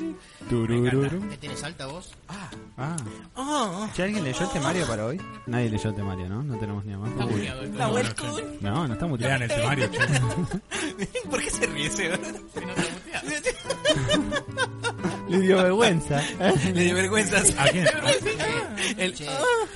Me Turururu. encanta. ¿Qué tienes alta voz? Ah, Ah, Oh, ¿che, ¿alguien leyó el temario para hoy? Nadie leyó el temario, ¿no? No tenemos ni a más. está Uy. bugueado el la tono. web no, Kun. No, no está muy Lean el temario, che. ¿Por qué se ríe Sí, ese? no te lo muteas. Le dio vergüenza. Le dio vergüenza. ¿A quién? El- Che,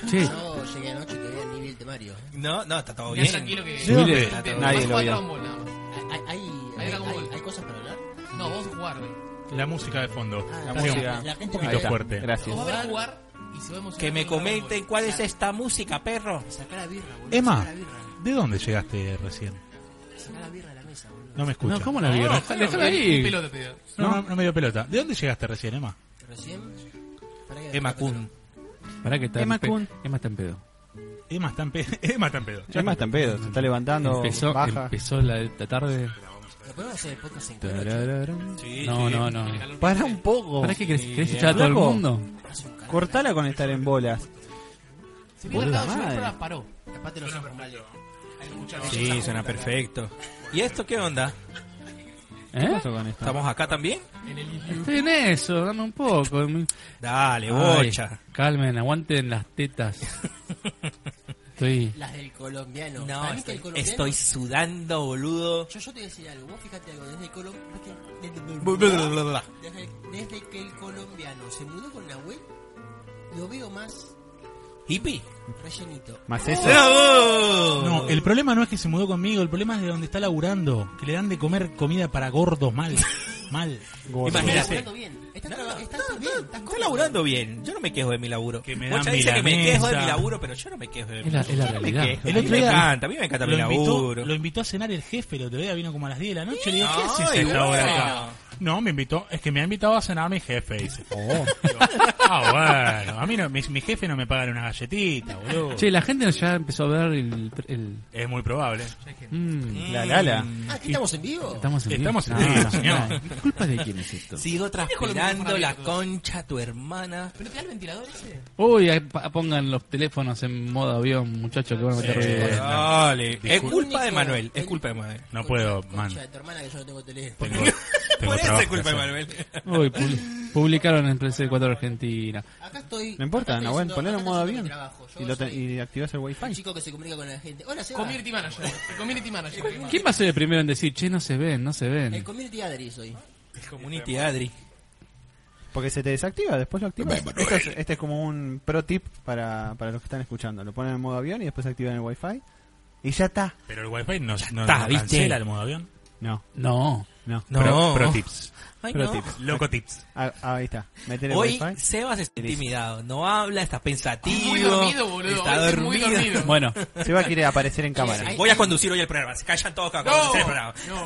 Che. yo llegué anoche y todavía ni vi el temario. No, no, está todo Ya bien. tranquilo que- Sí, mire, Está todo nadie bien. lo Más vio. Dragon Ball, nada más. Hay, hay, Ahí hay, era como hay- el- hay cosas para hablar. No, vos jugás, güey. La música de fondo. Ah, La la música. música. La gente Un poquito Ahí está. fuerte. Vos vas Gracias. a ver a jugar y se va a emocionar Que me con Dragon comenten Ball. cuál es esta música, perro. Sacá la birra, boludo. Emma, Sacá la birra. ¿de dónde llegaste recién? Sacá la birra de la mesa, boludo. No me escucha. No, ¿cómo la vio? No, Déjala un- Un ahí. pelo te pido. No, no, no me dio pelota. ¿De dónde llegaste recién, Emma? Recién. Pará que- Emma Kun. Pará que está Emma en pe- Kun. Emma está en pedo. Emma está en pedo. Emma está en pedo. Emma está en pedo, se está levantando, Empezó, baja. empezó la, la tarde. ¿Lo podemos hacer el podcast en cuero, Tarararán. Sí, no, sí. no, no, Para un poco. ¿Para qué querés, querés echar a todo el Loco. mundo? che? Hace un carajo. Cortala con estar en bolas. Se Boluda pierde la madre. pero paró. Tapate los ojos, vale. Sí, suena perfecto. ¿Y esto qué onda? ¿Eh? ¿Qué pasó con esto? ¿Estamos acá también? Estoy en eso, dame un poco. Dale, Ay, bocha. calmen, aguanten las tetas. Estoy. Las del colombiano. No, Para mí que el estoy, colombiano- estoy sudando, boludo. Yo, yo te voy a decir algo. Vos fíjate algo. Desde, el colo- Bla, desde, bla, bla, bla, bla. desde, desde que el colombiano se mudó con Nahuel, lo veo más ¿Hippie? rellenito. Más eso. ¡Bravo! No, el problema no es que se mudó conmigo, el problema es de donde está laburando. Que le dan de comer comida para gordos mal. Mal. Gordo. Estás Imagínate. laburando bien. Estás, No, traba- no, estás no, bien. no, Estás estoy laburando bien. Yo no me quejo de mi laburo. Que me Bocha dan dice que me quejo de mi milanesa. laburo, pero yo no me quejo de mi Es la, es la realidad. quejo. El A mí otro me día- encanta, a mí me encanta mi Lo invitó, laburo. lo invitó a cenar el jefe el otro día, vino como a las 10 de la noche. Le digo, ¿qué haces Ay, a esta hora bueno. acá? No, me invitó, es que me ha invitado a cenar mi jefe. Dice, oh. Digo, ah, bueno, a mí no, mi, mi jefe no me pagan una galletita, boludo. Che, la gente ya empezó a ver el. el- Es muy probable. mm, La lala. Ah, ¿aquí estamos en vivo? estamos en Estamos en Ah, vivo, ah, señor. ¿Culpa de quién es esto? Sigo transpirando micrófono la abierto. concha a tu hermana. ¿Pero te da el ventilador ese? Uy, ahí pa- pongan los teléfonos en modo avión, muchachos, que van a meter ruido. Dale. Es Disculpa. culpa de Manuel, es culpa de Manuel. No puedo, Concha man. de tu hermana que yo no tengo teléfono. Tengo, tengo Por eso trabajo es culpa de que hacer. Manuel. Uy, pu- publicaron en PC4 Argentina. Acá estoy. No importa, acá estoy Nahuel, haciendo- ponelo en acá modo estoy avión. haciendo mi trabajo. Yo Y, lo te- soy y activás el Un wifi. chico que se comunica con la gente. Hola, Seba. Community manager. El community manager. ¿Quién va a ser el primero en decir, che, no se ven, no se El ven? community adri soy. Community Adri. Porque se te desactiva, después lo activas. Esto es- este es como un pro tip para, para los que están escuchando. Lo ponen en modo avión y después activan el wifi. Y ya está. Pero el wifi no, no, está, no ¿viste? cancela el modo avión. No, No. no. No. Pro, pro tips. Ay, Pro no. tips. Loco tips. Ah, ahí está. Meter el Hoy wifi. Sebas está intimidado, no habla, está pensativo. Muy dormido, boludo. Está Hoy estoy muy dormido. dormido. Bueno, Se va a querer aparecer en cámara. sí. Voy a conducir hoy el programa, se callan todos acá. No, el programa. no.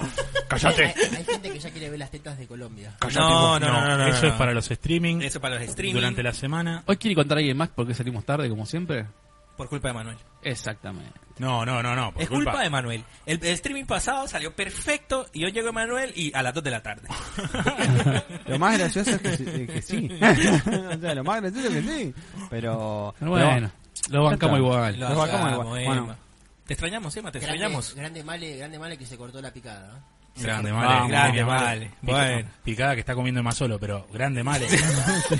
Hay, hay gente que ya quiere ver las tetas de Colombia. No, no, no, no, no, Eso no. es para los streaming. Eso para los streaming. Durante la semana. ¿hoy quiere contar a alguien más porque salimos tarde, como siempre? Por culpa de Manuel. Exactamente. No, no, no, no. por es culpa. de Manuel. El, el streaming pasado salió perfecto y hoy llegó Manuel y a las 2 de la tarde. Lo más gracioso es que, sí- eh, que sí. o sea, lo más gracioso es que sí. Pero. Pero bueno, lo Ya está. bancamos igual. Lo Nos bancamos hagamos, igual. Emma. Bueno. Te extrañamos, Emma, te Grande, extrañamos. grande male, grande male que se cortó la picada. ¿eh? Grande, Vamos, male. grande, vamos. male. Pica- Bueno. Picada que está comiendo más solo, pero grande, male.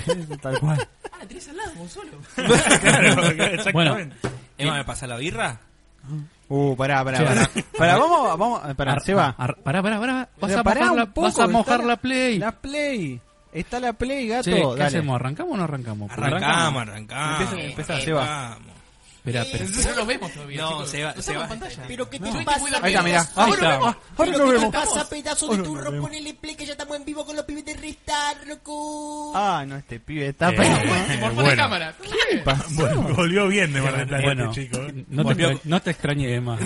pero- Tal cual. Ah, la tenés al lado, vos solo. claro, Bueno. exactamente. Emma, ¿me pasa la birra? Uh, pará, pará, Sí. pará. Pará, vamos, vamos. eh, Pará, Ar- Seba. ar- Pará, pará, pará. Vas Pero a, pará mojar un la, poco, vas a está mojar la- la play. La Play. Está la Play, gato. Che, ¿qué Dale. hacemos? ¿Arrancamos o no arrancamos? Arrancamos, arrancamos. Empieza- empieza, Arrancamos. Seba. Espera, Ah, Eh, espera. No los vemos todavía. No, chicos. se va- No se estamos va. en pantalla. Pero ¿qué te Yo estoy pasa? muy dormido. Ahí está, mirá. Ahí Ahora está. nos vemos. Ahora Pero nos ¿qué te vemos. pasa, pedazo de Ahora nos turro? vemos. Ponele play que ya estamos en vivo con los pibes de Ristar, loco. Ah, no, este pibe está. Eh, Se morfó la bueno, cámara. bueno, volvió bien de Mar del Plata Bueno, este chico. ¿eh? no te, Volvió- extra- no te extrañé más.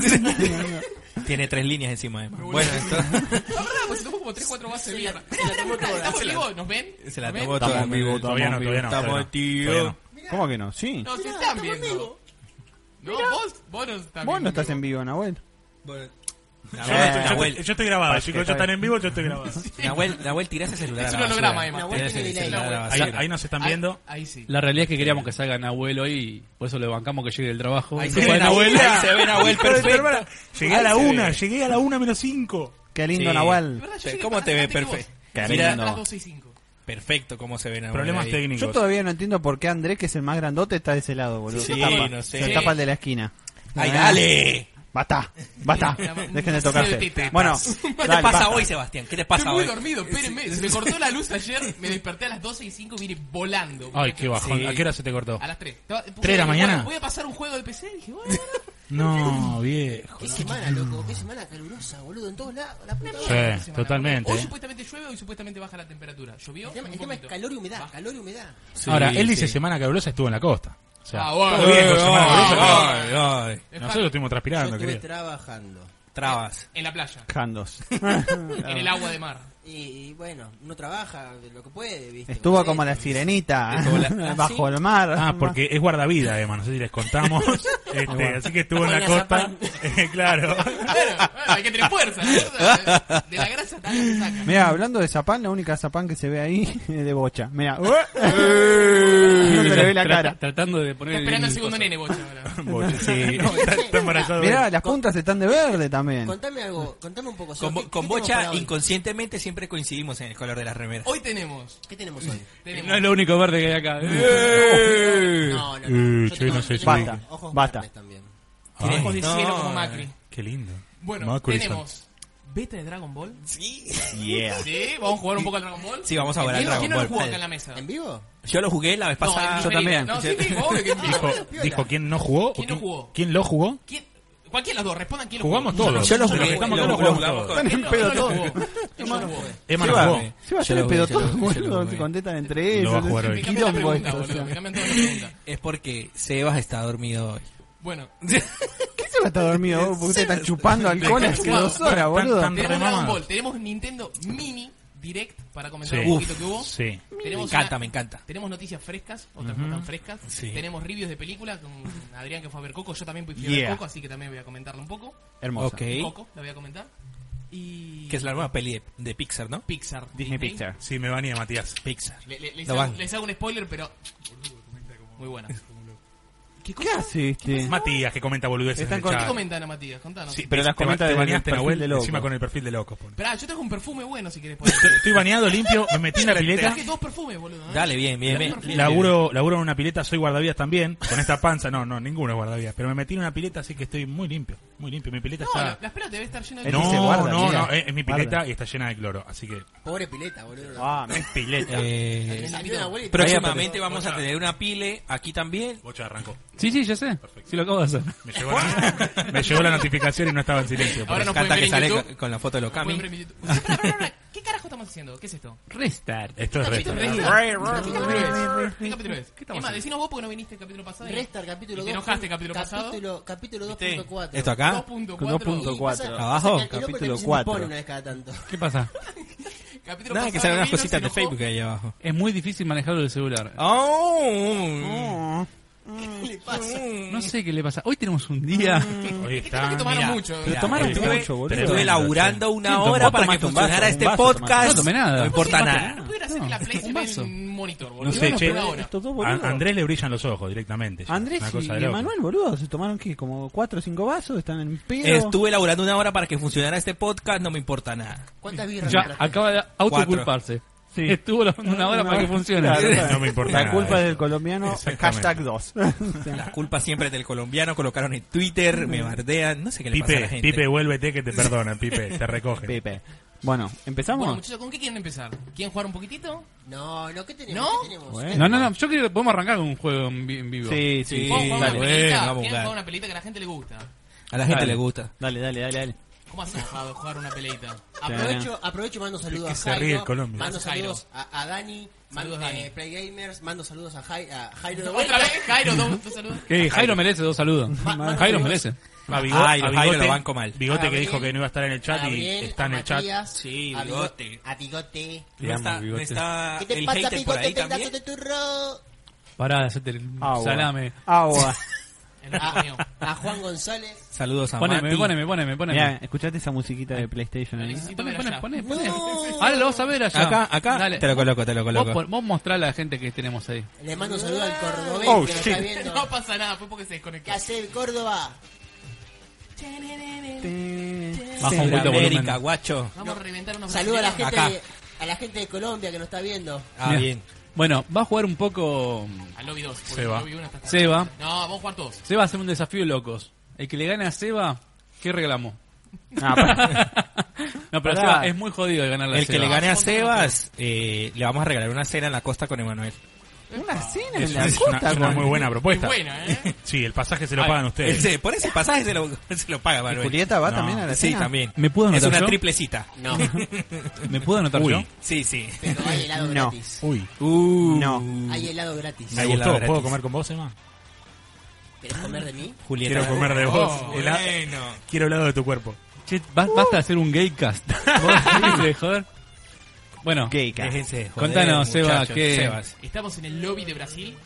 Tiene tres líneas encima, Emma. Bueno, entonces... La verdad, pues se tomó como 3, 4 bases de birra. ¿Estamos vivos? ¿Nos ven? Se la ¿Nos ven? tomó Estamos toda. en vivo, Todavía no, todavía no. Estamos, todavía no, tío. todavía no. ¿Cómo que no? Sí. No, se Mirá, están estamos en viendo. vivo. No, vos, vos no estás Vos no viendo estás en vivo, Nahuel. Bueno. Yo, no estoy- yo Nahuel, estoy- yo estoy grabado, Parece chicos. que está Yo están bien. en vivo, yo estoy grabado. Nahuel, Nahuel, tirá ese celular Es a un la basura. holograma, Emma. Nahuel Tirá tiene ese delay. celular a la Ahí, basura. ahí nos están viendo. Ahí sí. La realidad es que queríamos que salga Nahuel hoy, por eso le bancamos que llegue del trabajo. Ahí Se se fue ve Nahuel, Nahuel. ahí se ve Nahuel, perfecto. Llegué a la Ahí se una, ve. llegué a la una menos cinco. Qué lindo, Sí. Nahuel. ¿Verdad? Yo llegué ¿Cómo te ve? antes que vos. Perfecto. Qué Mira, lindo. Las 12 y 5. perfecto cómo se ven ahora. Problemas ahí. técnicos. Yo todavía no entiendo por qué Andrés, que es el más grandote, está de ese lado, boludo. Sí, se tapa, no sé. se tapa el de la esquina. ¡Ay, Ah, dale! Basta, basta. Dejen de tocarse. Selfie, Bueno, ¿Qué dale, te pasa basta. hoy, Sebastián? ¿Qué te Estoy pasa muy hoy? dormido, espérenme. Se me cortó la luz ayer, me desperté a las 12 y 5 y vine volando. Ay, qué bajón. Sí. ¿A qué hora se te cortó? A las 3. ¿3 ¿Tres de la mañana? Voy a pasar un juego de PC. Dije, bueno. No, viejo. Qué semana, loco, qué semana calurosa, boludo, en todos lados. La puta madre. Semana, Sí, boludo. totalmente. Hoy ¿eh? supuestamente llueve, hoy supuestamente baja la temperatura. ¿Llovió? El tema, Un el tema es poquito. calor y humedad, Baja. calor y humedad. Ah, ¿eh? Ahora, él sí. dice semana calurosa, estuvo en la costa. O sea, Ah, bueno. todo bien con Eh, semana bueno, calurosa, bueno. pero Ay, ay. Nosotros estuvimos Yo transpirando, estuve querido. trabajando. Trabas. En la playa, Jandos. en el agua de mar. Y, y bueno, no trabaja lo que puede, ¿viste? Estuvo Con como la esto. sirenita, Estuvo la- bajo ¿Ah, sí? el mar. Ah, porque es guardavida, además, no sé si les contamos. Este, Así que estuvo en la Buena costa. zapán. Eh, claro. Bueno, bueno, hay que tener fuerza. ¿verdad? De la grasa tal se saca. Mira, hablando de zapán, la única zapán que se ve ahí es de bocha. Mira, no se le ve la Trata- cara. Tratando de poner. Está esperando el el segundo coso. nene, bocha. ahora. Bocha, sí. Está, está embarazado. Mirá, las puntas están de verde también. Contame algo, contame un poco. Con, Seba, bo- ¿qué- con qué tenemos para bocha, hoy? inconscientemente siempre coincidimos en el color de las remeras. Hoy tenemos. ¿Qué tenemos hoy? tenemos- No es lo único verde que hay acá. No, no, Eh, no. Yo che, tengo- no sé yo si- tengo Basta, ojos basta. verdes también. Tiene Ay, ojos de cielo no, como Macri. Qué lindo. Bueno, Macri son- tenemos. Beta de Dragon Ball. Sí. Sí, vamos a jugar un poco al Dragon Ball. Sí, vamos a jugar al ¿Quién- Dragon ¿Quién no lo Ball. juega acá en la mesa? ¿En vivo? Yo lo jugué la vez No, pasada. en yo diferido. también. No, sí, sí, obvio que en vivo. Dijo, dijo quién no jugó. o ¿Quién no jugó? ¿Quién lo jugó? ¿Quién? Cualquiera de los dos, respondan quién lo Jugamos jugó. todos. Yo lo Los que jugué, estamos lo- acá lo lo jugamos jugamos todos. todos. Yo no- yo no lo jugué. Yo no lo jugué. Emma Sí, no va. jugó. Se va a hacer Yo el lo pedo jugué, yo todo, lo jugué, yo lo boludo. jugué. Se contestan entre Lo ellos. va a es jugar un hoy. Me cambian la quilombo pregunta, esto, o boludo. sea. Me cambian todas las preguntas. Es porque Sebas está dormido hoy. Bueno, ¿Qué se va a estar dormido? vos? Porque ustedes están chupando alcohol hace dos horas, Tan- boludo. tan- tenemos remamados. Dragon Ball, tenemos Nintendo Mini Direct para comentar Sí. un poquito que hubo. Uf, sí. Tenemos Me encanta, una- me encanta. Tenemos noticias frescas, otras no tan frescas. Sí. Tenemos reviews de películas con Adrián que fue a ver Coco. Yo también fui a Yeah. ver Coco, así que también voy a comentarlo un poco. Hermosa. Ok. Coco, la voy a comentar. Y. Que es la nueva peli de, de Pixar, ¿no? Pixar. Disney Pixar. Sí, me banía, Matías. Pixar. Le- le- les, Lo hago, banco. les hago un spoiler, pero. Muy buena. ¿Qué, ¿Qué cosa? hace este? Matías, que comenta boludeces Están en con- el ¿Qué chat. comentan a Matías? Contanos. Sí, pero las te, ba- comenta te del baneaste, perfil de Nahuel, loco. encima con el perfil de locos. pone. Esperá, yo tengo un perfume bueno si querés poner. Estoy baneado, limpio, me metí en la pileta. Traje dos perfumes, boludo. ¿eh? Dale, bien, bien, bien. bien. Laburo, laburo en una pileta, soy guardavías también. Con esta panza, no, no, ninguno es guardavías. Pero me metí en una pileta, así que estoy muy limpio. Muy limpio. Mi pileta No, la, está. la espera debe estar llena de. Él No, dice guarda, no, mira. no, eh, es, es mi pileta Guarda. y está llena de cloro. Así que. Pobre pileta, boludo. Ah, me- Pileta. Eh, Le salió una abuelita. próximamente vamos a tener una pile aquí también. Bocha arrancó. Sí, sí, ya sé. Sí, lo acabo de hacer. Me llegó, la, me llegó la notificación y no estaba en silencio. Ahora por no eso. Me encanta pueden ver que en sale YouTube. con, con la foto de los Pueden camis. ver en YouTube. Pará, pará, pará, pará. ¿Qué carajo estamos haciendo? ¿Qué es esto? Restart. Esto es resto. ¿Qué capítulo es? ¿Qué capítulo es? Emma, decinos vos porque no viniste el capítulo pasado. y- Restar capítulo y 2. te enojaste capítulo pasado. Capítulo, capítulo 2.4. Esto acá. 2.4. 2.4. Abajo, capítulo Pone 4. una vez cada tanto. ¿Qué pasa? Capítulo Nada, pasado que salen unas vino, se cositas de enojó. Facebook ahí abajo. Es muy difícil manejarlo del celular. Oh, ¿Qué le pasa? No sé qué le pasa. Hoy tenemos un día. Hoy Es que creo que está. tomaron Mira, mucho. pero tomaron Estuve- mucho, boludo. Estuve laburando una Sí, tomó- hora para que tomaste un vaso, funcionara un este vaso podcast. tomaste. No tomé nada. No importa No, nada. No pueden hacer que la Play se Un vea vaso. en monitor, boludo. No sé, Iban a che. esperar ahora. Estos dos A boludos. Andrés le brillan los ojos directamente. ya. Andrés Una y cosa de loco. Emanuel, boludo, se tomaron que como 4 o 5 vasos, están en pedo. Estuve laburando una hora para que funcionara este podcast, no me importa nada. ¿Cuántas birras Ya compraste? acaba de autoculparse. Sí. Estuvo la- una hora para que funcione. No me importa La nada culpa eso. es del colombiano, Exactamente. hashtag 2. La culpa siempre es del colombiano, colocaron en Twitter, me bardean, no sé qué le pasa a la Pipe, gente. Pipe, vuélvete que te perdonan, Pipe, te recogen. Pepe. Bueno, ¿empezamos? Bueno, muchachos, ¿con qué quieren empezar? ¿Quieren jugar un poquitito? No, no, ¿qué tenemos? ¿No? ¿Qué tenemos? Bueno. No, no, no. Yo creo que podemos arrancar con un juego en, vi- en vivo. sí, sí, Sí, ¿Vamos a jugar una dale. bueno, pelita? vamos a ¿Quieren jugar. jugar una pelita que a la gente le gusta? A la gente Dale. le gusta. Dale, dale, dale, dale. ¿Cómo has enojado jugar una peleita? Aprovecho, aprovecho y mando Que saludos se a ríe Jairo, el Colombia. mando Jairo. saludos a, a Dani, mando Saludos, Dani. eh, Playgamers, mando saludos a, Jai- a Jairo de vuelta. Otra vez, Jairo, dos dos saludos. Que Jairo merece dos saludos. Jairo merece. A Bigo- Ay, a los Jairo Bigote- lo banco mal. Bigote A que dijo Gabriel, que no iba a estar en el A chat Gabriel, y está a en el chat. Matías, Sí, a bigote. Bigote. A Bigote. Te ¿No amo, está, no bigote. está ¿Qué te el pasa, hater por Bigote, ahí pedazo también? de turro? Pará de hacerte el Agua. salame. Agua. El amigo mío. A, a Juan González. Saludos a Poneme, Mati. poneme, poneme, Mirá, poneme. escuchate esa musiquita de PlayStation ahí. Necesito Poné, ver poné, allá. poné, poné. Ahora lo vas a ver allá. Acá, acá, Ah, Dale. te lo coloco, te lo Vos, coloco. pon- vos mostrá a la gente que tenemos ahí. Le mando un saludo al cordobés Oh, que nos shit. está viendo. No pasa nada, fue porque se ¿Qué desconectó. hace Córdoba? Baja un poquito el volumen. América, guacho. Vamos a reventar unos Saludo a la brasileños. gente Acá. de, a la gente de Colombia que nos está viendo. Ah, Mirá. bien. Bueno, va a jugar un poco. Al lobby 2. porque Seba. el lobby uno está hasta- Seba. No, vamos a jugar todos. Seba va a hacer un desafío locos. El que le gane a Seba, ¿qué reclamó? Ah, pará. No, pero Pará. Seba es muy jodido de ganarle a El que Seba. le gane a Vamos con Sebas, eh, le vamos a regalar una cena en la costa con Emanuel. una cena Es, en la es una, costa. es una con- muy buena propuesta. Buena, ¿eh? Sí, el pasaje se lo pagan Él ustedes. se- por ese pasaje se lo, se lo paga, ¿Y Manuel. Julieta va No. también a la Sí, cena? también. ¿Me puedo Es anotar una yo? triplecita. No, ¿Me puedo anotar Uy. yo? Sí, sí. pero hay helado No. gratis. Uy, No. Hay helado gratis. me Ahí gustó. la gratis. ¿Puedo comer con vos, Emma? ¿Querés comer de mí? Julieta. Quiero comer de vos. Oh, El a- bueno. Quiero helado de tu cuerpo. Che, ba- basta de hacer un gaycast. ¿Vos seguís de joder? Bueno, Gay cast. Déjense de joder, contanos, Seba, muchachos. que Sebas. Estamos en el lobby de Brasil.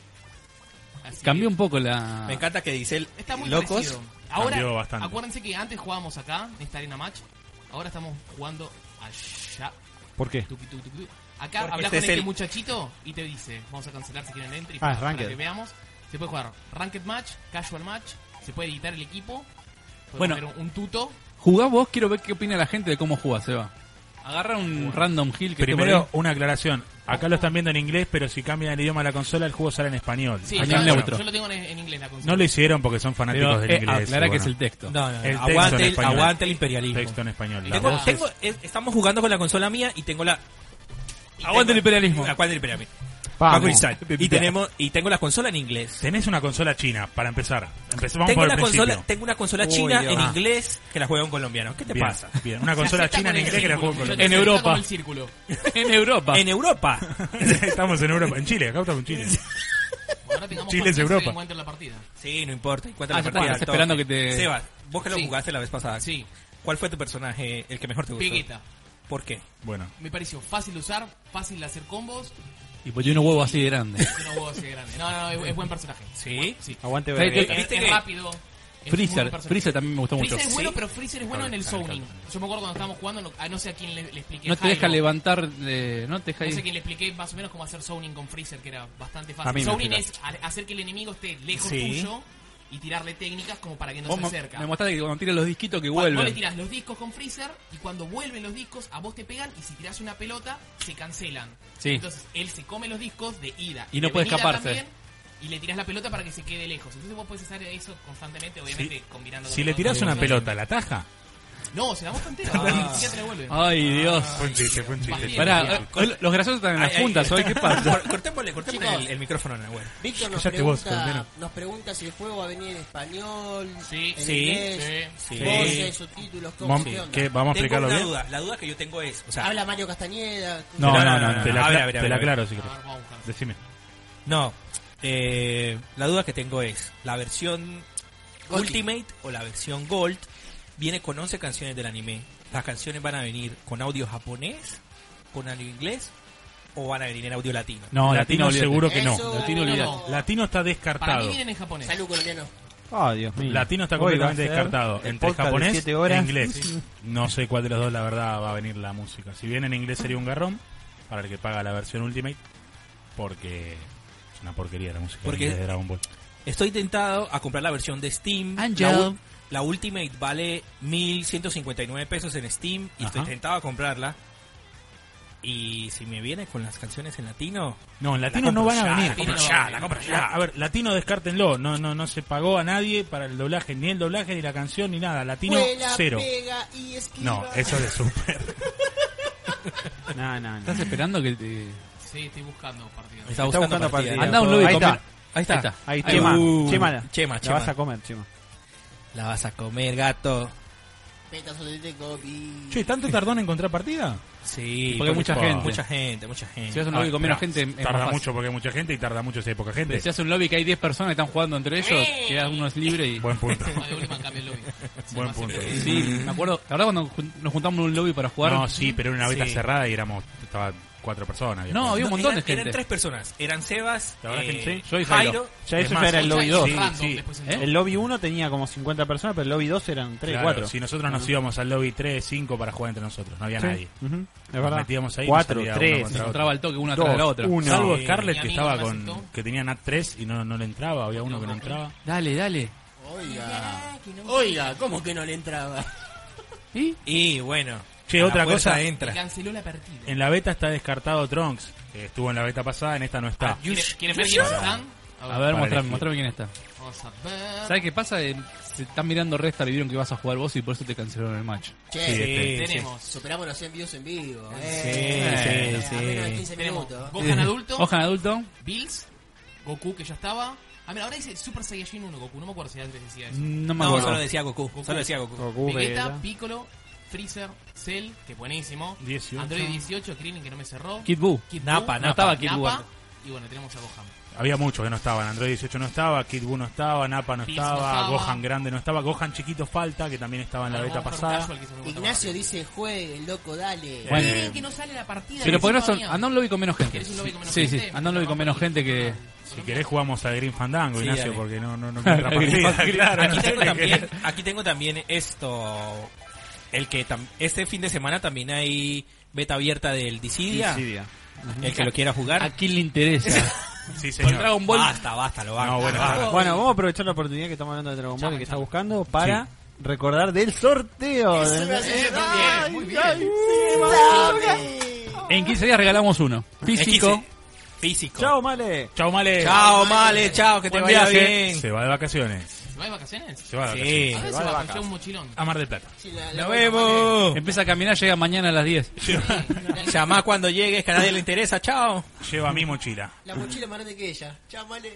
Así cambió un poco la... Me encanta que dice el que Está muy locos. parecido. Ahora, Cambió bastante. acuérdense que antes jugábamos acá, en esta arena match. Ahora estamos jugando allá. ¿Por qué? Tuqui, tuqui, tuqui. Acá Porque hablas este con es este el- muchachito y te dice, vamos a cancelar si quieren el Ah, entry es para, para ranked. que veamos. Se puede jugar ranked match, casual match, se puede editar el equipo, podemos Bueno. hacer un- un tuto. Jugá vos, quiero ver qué opina la gente de cómo jugás, Seba. Agarra un random hill que esté por Primero, ahí. una aclaración. Acá lo están viendo en inglés, pero si cambian el idioma de la consola, el juego sale en español. Sí, Acá yo, en yo- neutro. yo lo tengo en, en inglés la consola. No lo hicieron porque son fanáticos Pero, del eh, inglés. aclara y que es el bueno. texto. No, no, no. El texto en aguante, el, español. aguante el imperialismo. Texto en español. la Tengo- voz. tengo- es- estamos jugando con la consola mía y tengo la. Aguante el imperialismo. Aguante el imperialismo. Vamos. Paco Isaac. Y, tenemos, y tengo la consola en inglés. Tenés una consola china, para empezar. Empezamos Tengo por una, el consola, principio. tengo una consola Uy, china Dios. en Ah. inglés que la juega un colombiano. ¿Qué te Bien, pasa? bien. Una consola Está china en con el inglés que la círculo, juego en muchachos, Colombia. En está Europa. como el círculo. En Europa. En Europa. Estamos en Europa. En Chile, acá estamos en Chile. Ahora tengamos Chile es paciencia Europa. y encuentren la partida. sí, no importa. Encuentra Ah, la ya partida. está, estás esperando Toque. que te- Sebas, vos que lo Sí. jugaste la vez pasada. Sí. ¿Cuál fue tu personaje el que mejor te gustó? Vegeta. ¿Por qué? Bueno. Me pareció fácil de usar, fácil de hacer combos Y pues yo un huevo así de grande. y no hubo así de grande. No, no, no, es, es buen personaje. Sí. Sí. Aguante, Ahí bebé. Es, te- ¿Viste es que- rápido. es muy buen Freezer, personaje. Freezer también me gustó mucho. Freezer es bueno, Sí. pero Freezer es bueno en el zoning. Yo me acuerdo cuando estábamos jugando, no, ah, no sé a quién le, le expliqué. No te deja Jairo. levantar, de- no te deja No sé ir. a quién le expliqué más o menos cómo hacer zoning con Freezer, que era bastante A mí fácil. me Zoning es explicaste. a- hacer que el enemigo esté lejos Sí. tuyo y tirarle técnicas como para que no Vos se mo- acerque. me mostraste que cuando tiras los disquitos que Cuando le vuelven. tiras los discos con Freezer y cuando vuelven los discos a vos te pegan y si tirás una pelota se cancelan. Sí. Entonces él se come los discos de ida Y no de puede venida escaparse. y le tirás la pelota para que se quede lejos. Entonces vos podés hacer eso constantemente, obviamente Sí. combinando Si con le los tirás dos una cosas. pelota, ¿la taja? No, se la mosca entera. Ah. Ya te la vuelve. Ay, Dios. Fue un chiste, fue un chiste. Bien, Pará, bien. eh, hoy los graciosos están en las Ay, ay, juntas hoy, ¿qué pasa? Cor- Cortémosle, cortémosle Chicos. el, el micrófono a Nahuel. Víctor nos Callate vos, pregunta, Colmena. nos pregunta si el juego va a venir en español, Sí. en Sí. inglés, Sí. voces, subtítulos, ¿cómo? Mom- ¿Qué onda? ¿qué? Vamos a Tengo explicarlo una bien. duda. La duda que yo tengo es. O sea, Habla Mario Castañeda. No, No, no, no, no, no, te no. la, A ver, acla- a ver, a te la ver. aclaro si A ver, querés. vamos a buscar. Decime. No. Eh, la duda que tengo es, ¿la versión Goti. Ultimate o la versión Gold viene con 11 canciones del anime? ¿Las canciones van a venir con audio japonés, con audio inglés o van a venir en audio latino? No, latino olvídate. seguro que no. Eso, Latino, no. olvidate. Latino está Para mí descartado. vienen en japonés. Salud colombiano. Ah, Dios mío. Latino está Hoy va a completamente ser descartado. el Entre podcast de japonés siete e horas. inglés. No sé cuál de los dos, la verdad, va a venir la música. Si viene en inglés sería un garrón, para el que paga la versión Ultimate, porque es una porquería la música en Porque- inglés de Dragon Ball. Estoy tentado a comprar la versión de Steam. Angel. La, ul- la Ultimate vale 1.159 pesos en Steam y estoy Ajá. tentado a comprarla. Y si me viene con las canciones en latino... No, en latino La no compro van a ya, venir. la compro No, ya, no, la no. compro ya. La- A ver, latino descártenlo. No, no, no se pagó a nadie para el doblaje, ni el doblaje, ni la canción, ni nada. Latino Vuela, cero. pega y esquiva. No, eso es de super. No, no, no. ¿Estás esperando que te... Sí, estoy buscando partidas. Está buscando partida. Andá a un lobby Ahí y está. comer. Ahí está. Ahí, va. Chema. Uh, Chema. Chema, La Chema. vas a comer, Chema. La vas a comer, gato. Petazo de teco y- Che, ¿tanto tardó en encontrar partida? Sí, Porque hay mucha gente. Mucha gente, mucha gente. Si vas a un lobby con menos gente, es más Tarda fácil. mucho porque hay mucha gente y tarda mucho si hay poca gente. Si haces un lobby que hay 10 personas que están jugando entre ellos, quedas uno es libre y... Buen punto. Ah, de última cambio el lobby. Sí, Buen más punto. simple. Sí, me acuerdo. La verdad cuando jun- nos juntamos en un lobby para jugar... No, sí, pero era una beta Sí. cerrada y éramos estaba cuatro personas. No, había un No, montón eran, de gente. Eran tres personas. Eran Sebas, La verdad eh, que sí. Yo y Jairo. Jairo. Ya Es eso más, ya era el Ya lobby es 2. random, sí. después ¿Eh? entró. El lobby 1 tenía como 50 personas, pero el lobby 2 eran 3, Claro, 4. Si nosotros nos íbamos al lobby 3, 5 para jugar entre nosotros, no había nadie. Es Nos verdad. metíamos ahí y 4, nos salía uno 3, contra Se otro. encontraba al toque una Dos, tras de la otra. uno. Salvo Sí. Scarlett Mi que amigo estaba me con aceptó. que tenía NAT 3 y no, no le entraba, había uno que no entraba. Dale, dale. Oiga, oiga, ¿cómo que no le entraba? ¿Y? Y bueno, Che, A la otra fuerza cosa. Le entra. canceló la partida. En la beta está descartado Trunks. que estuvo en la beta pasada, en esta no Ah, está. ¿Quiere- ¿Quieren ver quiénes están? A Para ver, mostrame, elegir. mostrame quién está. Vamos a ver. ¿Sabes qué pasa? Eh, Se están mirando Restar y vieron que vas a jugar vos y por eso te cancelaron el match. Che, eh, Sí, Sí, sí. Tenemos. superamos los envíos en vivo. Sí, eh. A sí, menos de sí. 15 Tenemos minutos. Gohan adulto, Ojan adulto. Bills, Goku que ya estaba. Ah, mira, ahora dice Super Saiyajin 1 Goku, no me acuerdo si antes decía eso. No me No, acuerdo. solo decía Goku. Goku. Solo decía Goku. Goku, Vegeta, Vegeta. Piccolo, Freezer, Cell, que buenísimo. 18. Android 18, Krillin que no me cerró. Kid Buu. Kid Buu, Napa, Napa. No estaba Kid Buu. Nappa, antes. y bueno, tenemos a Gohan. Había muchos que no estaban. Android 18 no estaba, Kid Buu no estaba, Napa no Bills no estaba, estaba. Gohan grande no estaba, Gohan chiquito falta, que también estaba en la Vamos a beta buscar un pasada. Eh, casual que se me gusta Ignacio más. dice, juegue, loco, dale. Eh, Bueno. Miren que no sale la partida. Pero de por qué no son. Sintonía. Andá a un lobby con menos gente. ¿Querés un lobby con menos Sí, Ah, gente? sí. Andá a un lobby con menos gente que. Si querés jugamos a Green Fandango, Sí, Ignacio, dale. porque no, no, no encuentra partida, Green claro. Aquí no sé tengo, qué también, querés. aquí tengo también esto. El que tam- este fin de semana también hay beta abierta del Dissidia. Dissidia. El que lo quiera ¿A jugar. quién le interesa? Sí, Con señor. Dragon Ball. Basta, basta, lo van. No, bueno, basta. basta. Bueno, vamos a aprovechar la oportunidad que estamos hablando de Dragon Ball y que está buscando para recordar del sorteo. Eso me hace Eh, sentir ay, bien, muy ay, sí, En 15 días regalamos uno. Físico. XC. Físico. Chao, Male. Chao, Male. Chao, Male, chao, que te Buen vaya viaje. bien. Se va de vacaciones. ¿Se va de vacaciones? Se va de vacaciones. Sí. A ver si va de va a vacas. un mochilón. A Mar del Plata. Sí, la- la- Nos vemos. Empieza a caminar, llega mañana a las 10. Llamá cuando llegues, que a nadie le interesa. Chao. Lleva mi mochila. La mochila más grande que ella. Chao, male.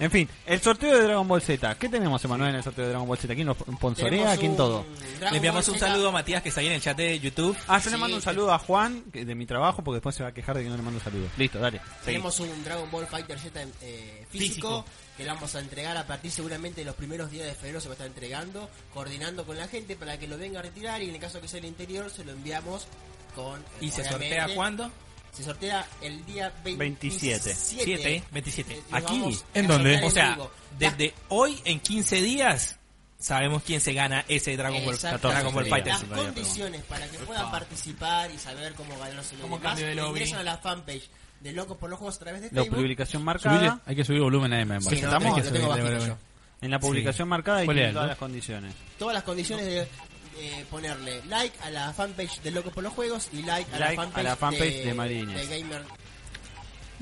En fin, el sorteo de Dragon Ball Z. ¿Qué tenemos, Emanuel, en el sorteo de Dragon Ball Z? ¿Quién lo sponsorea? Tenemos ¿Quién un todo? Dragon Ball Le enviamos un Z. saludo a Matías que está ahí en el chat de YouTube. Ah, yo le Sí, mando un sí. saludo a Juan, que- de mi trabajo, porque después se va a quejar de que no le mando saludos. Listo, dale. Tenemos un Dragon Ball Fighter Z en, eh, físico, que lo vamos a entregar a partir seguramente de los primeros días de febrero se va a estar entregando, coordinando con la gente para que lo venga a retirar y en el caso que sea el interior se lo enviamos con... eh, ¿Y se obviamente, sortea cuándo? Se sortea el día 27. 27. 7, 27. Eh, lo Aquí. vamos ¿En a dónde? sortear O en sea, vivo. Las- desde hoy en 15 días sabemos quién se gana ese Dragon Ball, Exacto. Dragon Ball Fighter. Las condiciones para que puedan participar y saber cómo ganarse los ¿Cómo demás, cambio de lobby? ingresan a la fanpage de Locos por los Juegos a través de La Facebook. publicación Subile, marcada. hay que subir volumen a Emma. Sí, no, ¿Estamos? tengo- Hay lo que tengo subirle, bajito boludo. yo. En la publicación marcada y Fue tiene leal, todas ¿no? las condiciones. todas las condiciones de eh, ponerle like a la fanpage de Locos por los Juegos y like, a la Like fanpage, a la fanpage de Marines. de Gamer.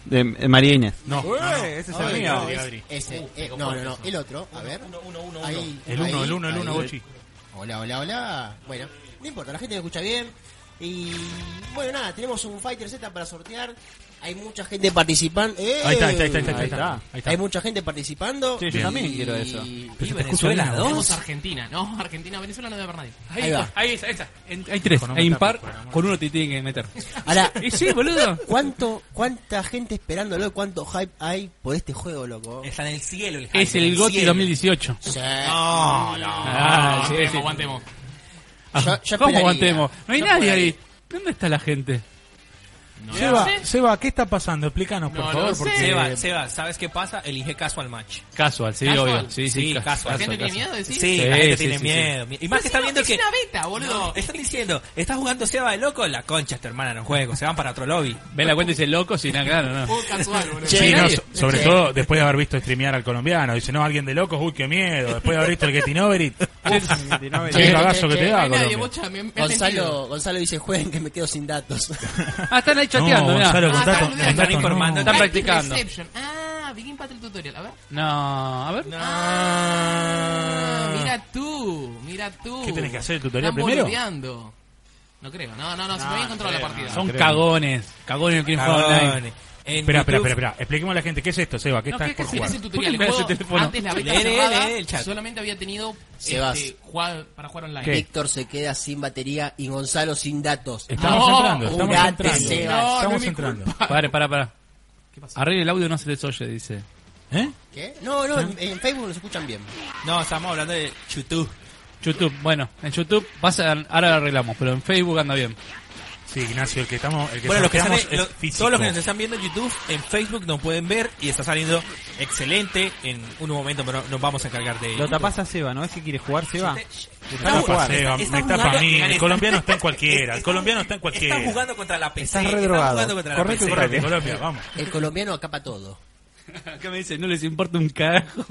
De, María Inés. No, no, no. Ese es Ay, el Oh, no, mío. Gabriel. es- Gabri. ese, eh, no, no, no, el otro, a ver. Ahí, El uno, ahí, el uno, el uno, ahí. Bochi. Hola, hola, hola. Bueno, no importa, la gente me escucha bien. Y bueno, nada, tenemos un Fighter Z para sortear. Hay mucha gente participando. ¡Eh! Ahí está, ahí está, ahí Ahí está, ahí está. está. Ahí está. Hay mucha gente participando. Sí, yo Y- también quiero eso. y Pero se te escucha Venezuela, bien. ¿no? Tenemos Argentina. No, Argentina, Venezuela no debe haber nadie. Ahí va. Ahí está, ahí está. En- hay tres, Con un hay impar, metáfora, amor. con uno te tienen que meter. Ahora, Y sí, boludo. ¿Cuánto, ¿Cuánta gente esperándolo y cuánto hype hay por este juego, loco? Está en el cielo el hype, Es en el GOTI cielo. 2018. Sí. No, no. Ah, sí, aguantemos, sí. Ah, aguantemos. Yo- yo ¿Cómo esperaría. aguantemos? No hay Yo nadie esperaría. ahí. ¿Dónde está la gente? No, Seba, no sé. Seba, ¿qué está pasando? Explícanos, por No lo favor. sé. porque- Seba, Seba, ¿sabes qué pasa? Elige caso al match. Casual, sí, Casual. obvio. Sí, sí, Sí, ca- casual. ¿La gente casual, tiene miedo de Sí, decir? la gente sí, tiene sí, miedo. Y más que está viendo que... Es una beta, boludo. No, están diciendo, está jugando Seba de loco, la concha esta hermana no juego, se van para otro lobby. Ven la cuenta y dice loco, sin nada, claro, no. Juego casual, boludo. Che, Sí, no, este, nadie. so- sobre Sí. todo después de haber visto streamear al colombiano. Dice, no, alguien de locos, uy, qué miedo. Después de haber visto el Getting Over It. Che, Qué cagazo che, que che, te No da, hay nadie, Colombia. bocha. Me, me has mentido. Gonzalo, Gonzalo dice, jueguen que me quedo sin datos. Ah, están ahí chateando, no, mirá. Gonzalo, Ah, con está datos- boludeando. con datos Están informando. no. Están Type practicando. Reception. Ah, Begin Battle Tutorial. A ver. No, a ver. Ah, mira tú, mira tú. ¿Qué tenés que hacer, el tutorial Están primero? boludeando. No creo, no, no, no, se me había encontrado la partida. Son creo. cagones. Cagones no quieren jugar online. Cagones. En Espera, espera, YouTube- espera, espera. Expliquemos a la gente, ¿qué es esto, Seba? ¿Qué No, estás ¿qué- por qué jugar? es el ¿Por qué tutorial? me El hace juego, el teléfono? Antes la beta Lee, lee, cerrada, lee el chat. solamente había tenido Sebas. este, jugar, para jugar online. ¿Qué? Víctor se queda sin batería y Gonzalo sin datos. Estamos No, entrando, estamos curate, entrando. Seba. No, no es estamos mi entrando. Pare, para, para. ¿Qué pasó? Arregle el audio, no se les oye, dice. ¿Eh? ¿Qué? No, no, en, en Facebook nos escuchan bien. No, estamos hablando de YouTube. YouTube, bueno, en YouTube, pasa, ahora lo arreglamos, pero en Facebook anda bien. Sí, Ignacio, el que estamos, el que Bueno, los que están, sorteamos lo- es físico. todos los que nos están viendo en YouTube, en Facebook nos pueden ver y está saliendo excelente en un momento, pero nos vamos a encargar de Lo tapás a Seba, ¿no es que quiere jugar Seba? Me tapa jugando. Seba, Está- está me tapa jugando- a mí. Está- El colombiano está en cualquiera. El colombiano está en cualquiera. Está jugando contra la PC. Estás está redrogado. jugando contra la Corre tu PC. radio. Correte, Colombia, vamos. El colombiano acapa todo. Acá me dice, no les importa un carajo.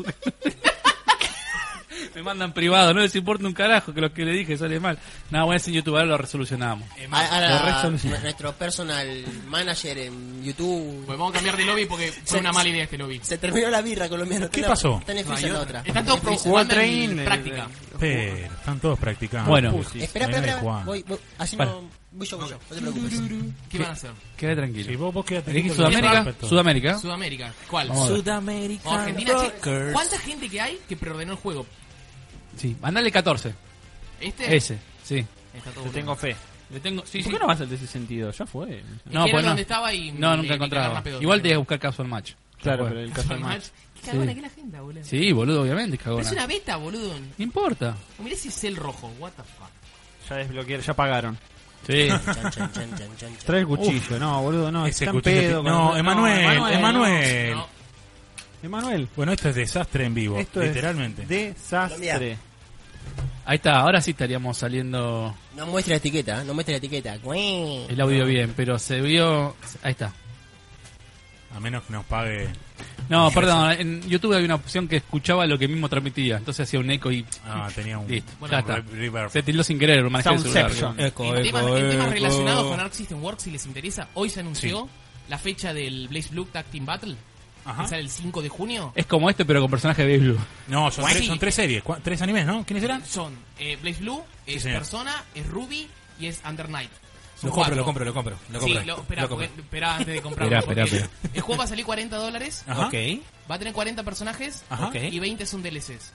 Me mandan privado, no les importa un carajo que lo que le dije sale mal. Nada, bueno, es en YouTube, ahora lo resolucionamos. Eh, el Ahora, resto no sé. nuestro personal manager en YouTube. Pues vamos a cambiar de lobby porque fue una mala idea este lobby. Se terminó la birra colombiana. ¿Qué Está en- pasó? Está en el freezer la otra. Están todos pro- Jugó al mandan train, eh, práctica. Pero están todos practicando. Bueno. Pusis, Espera, mirá espera, de espera. Juan. Voy, voy. Así Para. no. Voy yo, voy yo. No te preocupes. ¿Qué van a hacer? Quedé tranquilo. Sí, vos, vos quédate Elegí quieto, Sudamérica, respeto. Sudamérica. Sudamérica. ¿Cuál? Vamos a ver. O Sudamérica. Argentina. che, ¿Cuánta gente que hay que preordenó el juego? Sí, mandale 14. ¿Este? Ese, sí. Está todo Yo tengo fe. Le tengo, sí, ¿Por sí. qué no vas al de ese sentido? Ya fue. No, Era pues no. donde estaba No, y le- nunca le cagaron encontraba. la pedota. Igual tenías que buscar caso al match. Claro, pero el caso Son es mal. más. Qué cagona Sí. que es la agenda, boludo. Sí, boludo, obviamente, Pero es cagona. una beta, boludo. No importa. Mirá si es el rojo. What the fuck. Ya desbloquearon, ya pagaron. Sí. Chan, chan, chan, chan, chan, chan. Trae el cuchillo, no, boludo, no. Ese está en cuchillo pedo te- con- No, Emanuel, Emanuel. No, Emanuel. Bueno, esto es desastre en vivo, Esto literalmente. es desastre. Ahí está, ahora sí estaríamos saliendo No muestre la etiqueta, ¿eh? no muestre la etiqueta. Güey. el audio bien, pero se vio... Ahí está. A menos que nos pague. No, perdón, en YouTube había una opción que escuchaba lo que mismo transmitía, entonces hacía un eco y... Ah, tenía un. Listo, Bueno, ya está. re- reverb. Se tildó sin querer, lo manejé de celular. Soundception. Eco, En temas, eco, en temas eco. relacionados con Arc System Works, si les interesa, hoy se anunció la fecha del Blaze Blue Tag Team Battle. Ajá. Que sale el 5 de junio. Es como este, pero con personaje de Blue. No, son Sí. tres, son tres series, cua- tres animes, ¿no? ¿Quiénes eran? Son eh, Blaze Blue, Sí, es señor. Persona, es Ruby y es Under Night. Son Lo compro, cuatro. lo compro, lo compro. Lo compro. Sí, lo, espera, Lo compro. porque- espera antes de comprarlo. Espera, espera, porque espera. El juego va a salir 40 dólares, Ajá. Ok. va a tener 40 personajes Ah. Ajá. Ok. y 20 son DLCs.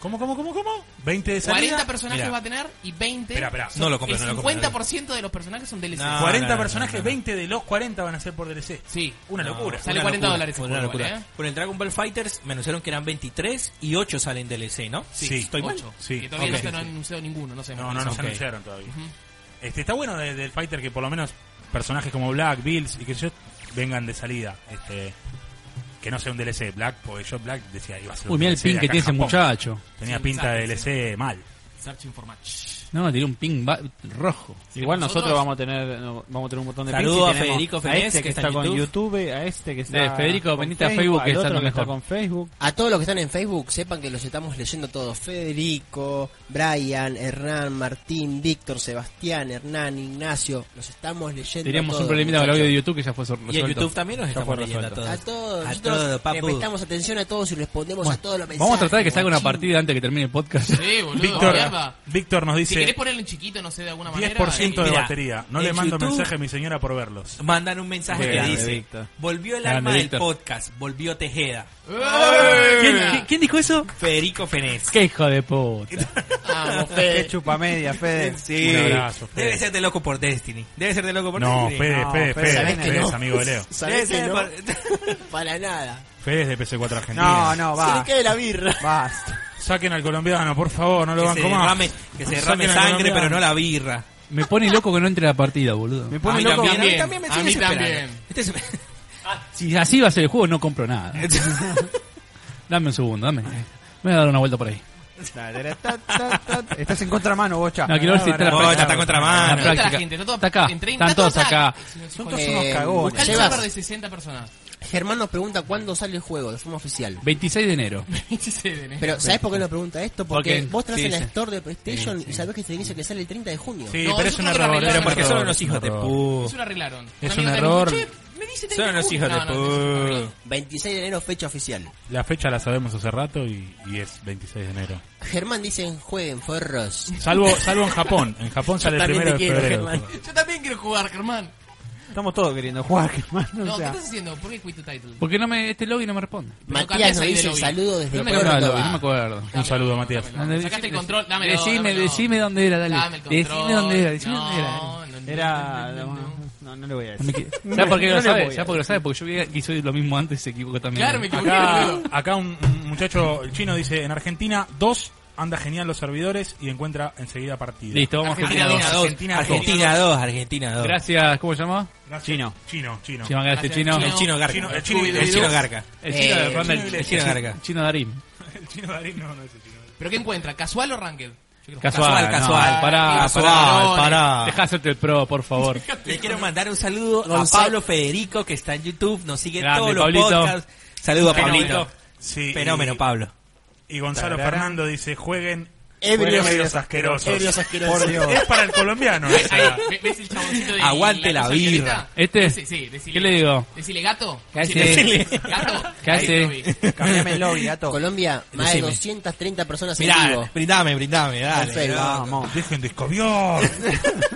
¿Cómo, cómo, cómo, cómo? 20 de salida. 40 personajes Mirá, va a tener y 20. Espera, espera. son- No lo compro, El no lo compro, no lo 50% de los personajes son DLCs. No. 40 Ah, personajes, no, no, no. 20 de los 40 van a ser por DLC. Sí. Una locura. Sale Una 40 locura, dólares el una juego, locura. ¿eh? Con el Dragon Ball Fighters me anunciaron que eran 23 y 8 salen DLC, ¿no? Sí. Estoy mal. Ocho. Sí. Que todavía Ok. no se han anunciado ninguno, no sé. me No, no, parece. no se Ok. anunciaron todavía. Este Está bueno de- del Fighter que por lo menos personajes como Black, Bills y que yo vengan de salida. Este, que no sea un DLC Black, porque yo Black decía iba a ser Uy, un mira el DLC pin de que acá tiene a ese Japón. muchacho. Tenía Sí, pinta de exacto, DLC mal. Searching for match. No, tiene un pin va- rojo. Igual nosotros- nosotros, vamos a tener no, vamos a tener un montón de Saludo pins y a tenemos Federico a Fenech, este que, que está está, en con YouTube. YouTube, a este que está De Federico, con venite a Facebook, que al está otro lo que está mejor. con Facebook. A todos los que están en Facebook, sepan que los estamos leyendo todos. Federico, Brian, Hernán, Martín, Víctor, Sebastián, Hernán, Ignacio. Los estamos leyendo Teníamos todos, un problemita con el muchachos. audio de YouTube que ya fue sor- Y en resuelto. YouTube también nos estamos fue leyendo a resuelto. todos. A todos, A nosotros todos, le papu. prestamos atención a todos y respondemos a todos los mensajes. Vamos a tratar de que salga una guachín. partida antes que termine el podcast. Sí, boludo. Víctor, mierda. Víctor nos Si querés dice ponerlo en chiquito, no sé, de alguna manera. eh, 10% de Mira, batería. No en le mando YouTube- mensaje a mi señora por verlos. Mandan un mensaje Muy que grande, dice: Víctor. Volvió el Grande, alma del Víctor. podcast, volvió Tejeda. ¡Eh! ¿Quién, qui- quién dijo eso? Federico Fenés. ¡Qué hijo de puta! Vamos, Qué Fede. chupa media, Fede. Sí. Un abrazo, Fede. Debe ser de loco por Destiny. Debe ser de loco por No, Destiny. Fede, no, Fede, Fede, Fede, ¿Sabés que Fede no? es amigo de Leo. Debe ¿Sabés que ser no? por- Para nada. Fede es de PC4 Argentina. No, no, Se le Ah, va. cae la birra. Basta. Saquen al colombiano, por favor, no lo que van se como derrame, que se derrame sangre, pero no la birra. Me pone loco que no entre la partida, boludo. Me A pone mí loco. también, a mí También, también me a estoy mí desesperando. también. Este es- Si así va a ser el juego, no compro nada. Dame un segundo, dame. Voy a dar una vuelta por ahí. Estás en contramano, bocha. No, quiero ver si está la Oh, práctica. está contra La mano. Toda la práctica. gente, está toda- Está acá. en treinta, Están todos está toda- acá. Son Todos todos son unos Eh, Busca cagones. el Llevas- server de 60 personas. Germán nos pregunta cuándo sale el juego de forma oficial. 26 de enero. Sí, se ven, eh. Pero, ¿sabés por qué nos pregunta esto? Porque Porque- vos traes sí, en la sí. Store de PlayStation y sabés que se dice que sale el 30 de junio. Sí, No, pero eso es un creo que lo error. arreglaron. es un Porque Porque son error, son unos es un hijos de error. Eso pu. lo arreglaron. Es amigo un que dijo, error. "Che, me dice treinta Son de unos junio". hijos de No, no, no, eso es un error. pu. 26 de enero, fecha oficial. La fecha la sabemos hace rato y, y es 26 de enero. Germán dice, jueguen, forros. Salvo, salvo en Japón. En Japón sale el también primero te de quiero, febrero. Germán. Yo también quiero jugar, Germán. Estamos todos queriendo jugar, hermano. No, o ¿qué sea. estás haciendo? ¿Por qué quit the title? Porque no me, este lobby no me responde. Matías nos dice un saludo desde No me Córdoba. acuerdo el lobby, no me acuerdo. Un saludo, Matías. Dámelo. Sacaste el control, dámelo, Decime, dámelo. decime dónde era, dale. Dame el control. Decime dónde era, decime No, dónde era. dale. no, no, no, Era. no, no, no. No, no le voy a No me decir. qui- ¿Sabes por qué No lo le sabe? voy a ¿Sabes por qué lo sabe? Porque yo vi que hizo lo mismo antes y se equivocó también. Claro, me equivoqué, Acá, boludo. acá un, un muchacho el chino dice, en Argentina, dos, anda genial los servidores y encuentra enseguida partida. Listo, vamos a Argentina Argentina 2. dos. Argentina dos. Argentina 2, Argentina 2. Gracias, ¿cómo se llamaba? Gracias. Chino. Chino, chino. Sí, mangaste Gracias, chino. chino. El chino garca. Chino- el El chino- chino garca. El chino Eh, de Randall. el El chino chino garca. Chino Darín. El chino Darín no, no es el chino Darín. ¿Pero qué encuentra? ¿Casual o ranked? Yo quiero jugar. Casual, Casual, no, casual. pará, Casual, pará. Deja hacerte el pro, por favor. Le quiero mandar un saludo a Gonzalo. Pablo Federico que está en YouTube, nos sigue Grande, todos los Pablito. podcasts. Saludo a Fenómeno. Pablito. Sí, Fenómeno, y- Pablo. Y Gonzalo Tararán. Fernando dice, jueguen Ebrios- ebrios asquerosos. ebrios asquerosos. Por Dios. Es para el colombiano. o eh. sea. ¿Ve- ¿Ves el chaboncito de Aguante la cosa que birra. grita? ¿Este? Ese, sí, decile, ¿Qué le digo? Decile, gato. ¿Qué hace? Decile, gato. ¿Qué Ahí hace? lo vi. Cambiame el lobby, gato. Colombia, más de Decime. 230 personas en vivo. Mirá, brindame, brindame, En dale. Facebook. Vamos. Dejen de escobiar.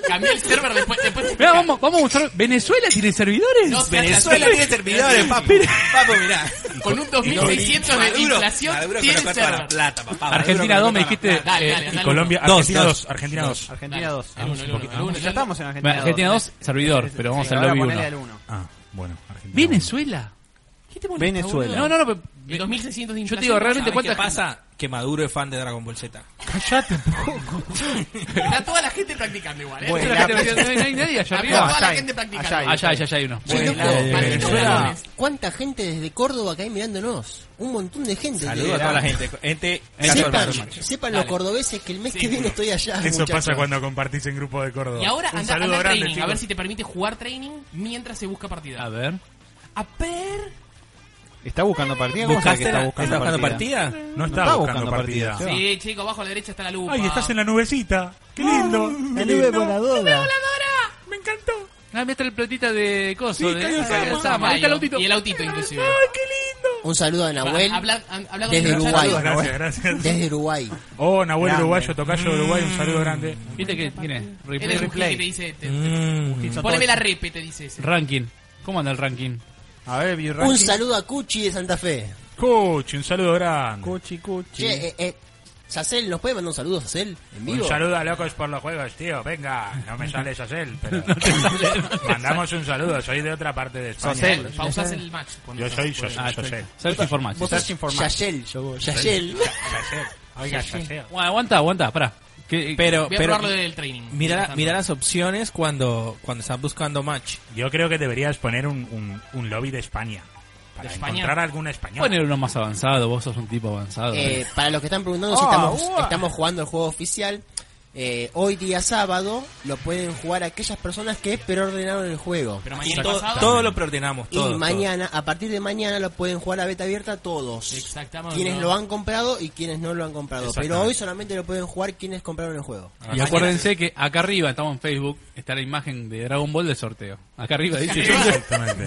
Cambió el server después. después Mirá, vamos, vamos a mostrar. ¿Venezuela tiene servidores? No, Venezuela tiene servidores, papu. Papu, mirá. Con un 2600 de Maduro- inflación, Maduro tiene colocó toda la server. plata, papá. Maduro Argentina colocó 2 me toda la dijiste. plata. Dale, dale, eh, dale. y Colombia, Dos, Argentina dos. 2, Argentina 2. Argentina 2. El uno, el uno, el uno, ah, Ya estamos en Argentina Bueno, 2. Argentina 2, servidor, pero vamos al ahora lobby ponele 1. al uno. Ah, bueno, Argentina. ¿Venezuela? ¿Qué te molesta, Venezuela. boludo? No, no, no. El pero- 2600 de Yo te inflación. digo, realmente, ¿sabes ¿Sabés ¿cuánta ¿Qué pasa? Que Maduro es fan de Dragon Ball Z. qué? Está toda la gente practicando igual, ¿eh? No hay nadie allá arriba. Arriba, Ah, Ah, toda la allá gente hay, practicando. allá hay. Allá, allá, allá hay uno. Che, loco, Venezuela. Venezuela, ¿Cuánta gente desde Córdoba que hay mirándonos? Un montón de gente. Saludos a toda la gente. Gente, caso del Sepan, macho, macho. sepan los cordobeses que el mes que Sí. viene estoy allá. Eso muchachos. pasa cuando compartís en grupo de Córdoba. Y ahora Un anda, saludo anda grande, training, a chicos. ver si te permite jugar training mientras se busca partida. A ver. Ah, A ver. Está buscando partida. ¿Cómo sabe ¿Buscaste? que está la- buscando, ¿Estás buscando partida? partida? No está, está buscando, buscando partida. partida. Sí, chico, abajo a la derecha está la lupa. Ay, estás en la nubecita. Qué lindo. qué lindo. Me encantó. Ah, mira, está el platita de coso. Sí, de- Kaiosama. ah, Kaiosama. Ahí está el autito. Y el autito, inclusive. Ah, Un saludo a Nahuel Habla- ha- habla con desde el muchacho. Uruguay. Saludos, gracias, gracias. desde Uruguay. Oh, Nahuel Uruguayo, tocayo de Uruguay, un saludo grande. ¿Viste que tiene? Es de Replay. Uruguay que te dice, te- Mm. poneme la repe, te dice ese. Ranking. ¿Cómo anda el ranking? A ver, view Un ranking. saludo a Cuchi de Santa Fe. Cuchi, un saludo grande. Cuchi, cuchi. Che, eh, eh, Sacel, ¿nos puede mandar un saludo, Sacel? En vivo. Un saludo a locos por los juegos, tío. Venga, no me sales Sosel, pero mandamos un saludo. Soy de otra parte de España. Sosel. Pausás el match. cuando Yo estás soy por el- Sosel. Sosel. Search information. Vos sos Yayel. Yayel. Sosel. Oiga, Sosel. Bueno, aguanta, aguanta, pará. Que- Pero, Voy a pero probarlo del training. mira, la- Mientras mira las opciones cuando, cuando están buscando match. Yo creo que deberías poner un, un, un lobby de España. Para ¿De España? encontrar algún español. Poner uno más avanzado, vos sos un tipo avanzado. Eh, para los que están preguntando si Ah, estamos, uah. estamos jugando el juego oficial, eh, hoy día sábado lo pueden jugar aquellas personas que preordenaron el juego. Pero Y mañana to- pasado. todo lo preordenamos, y todo. todo. mañana, a partir de mañana, lo pueden jugar a beta abierta todos. Exactamente. Quienes lo han comprado y quienes no lo han comprado. Pero hoy solamente lo pueden jugar quienes compraron el juego. Ah, y acuérdense que acá arriba, estamos en Facebook, está la imagen de Dragon Ball del sorteo. Acá arriba dice. Exactamente.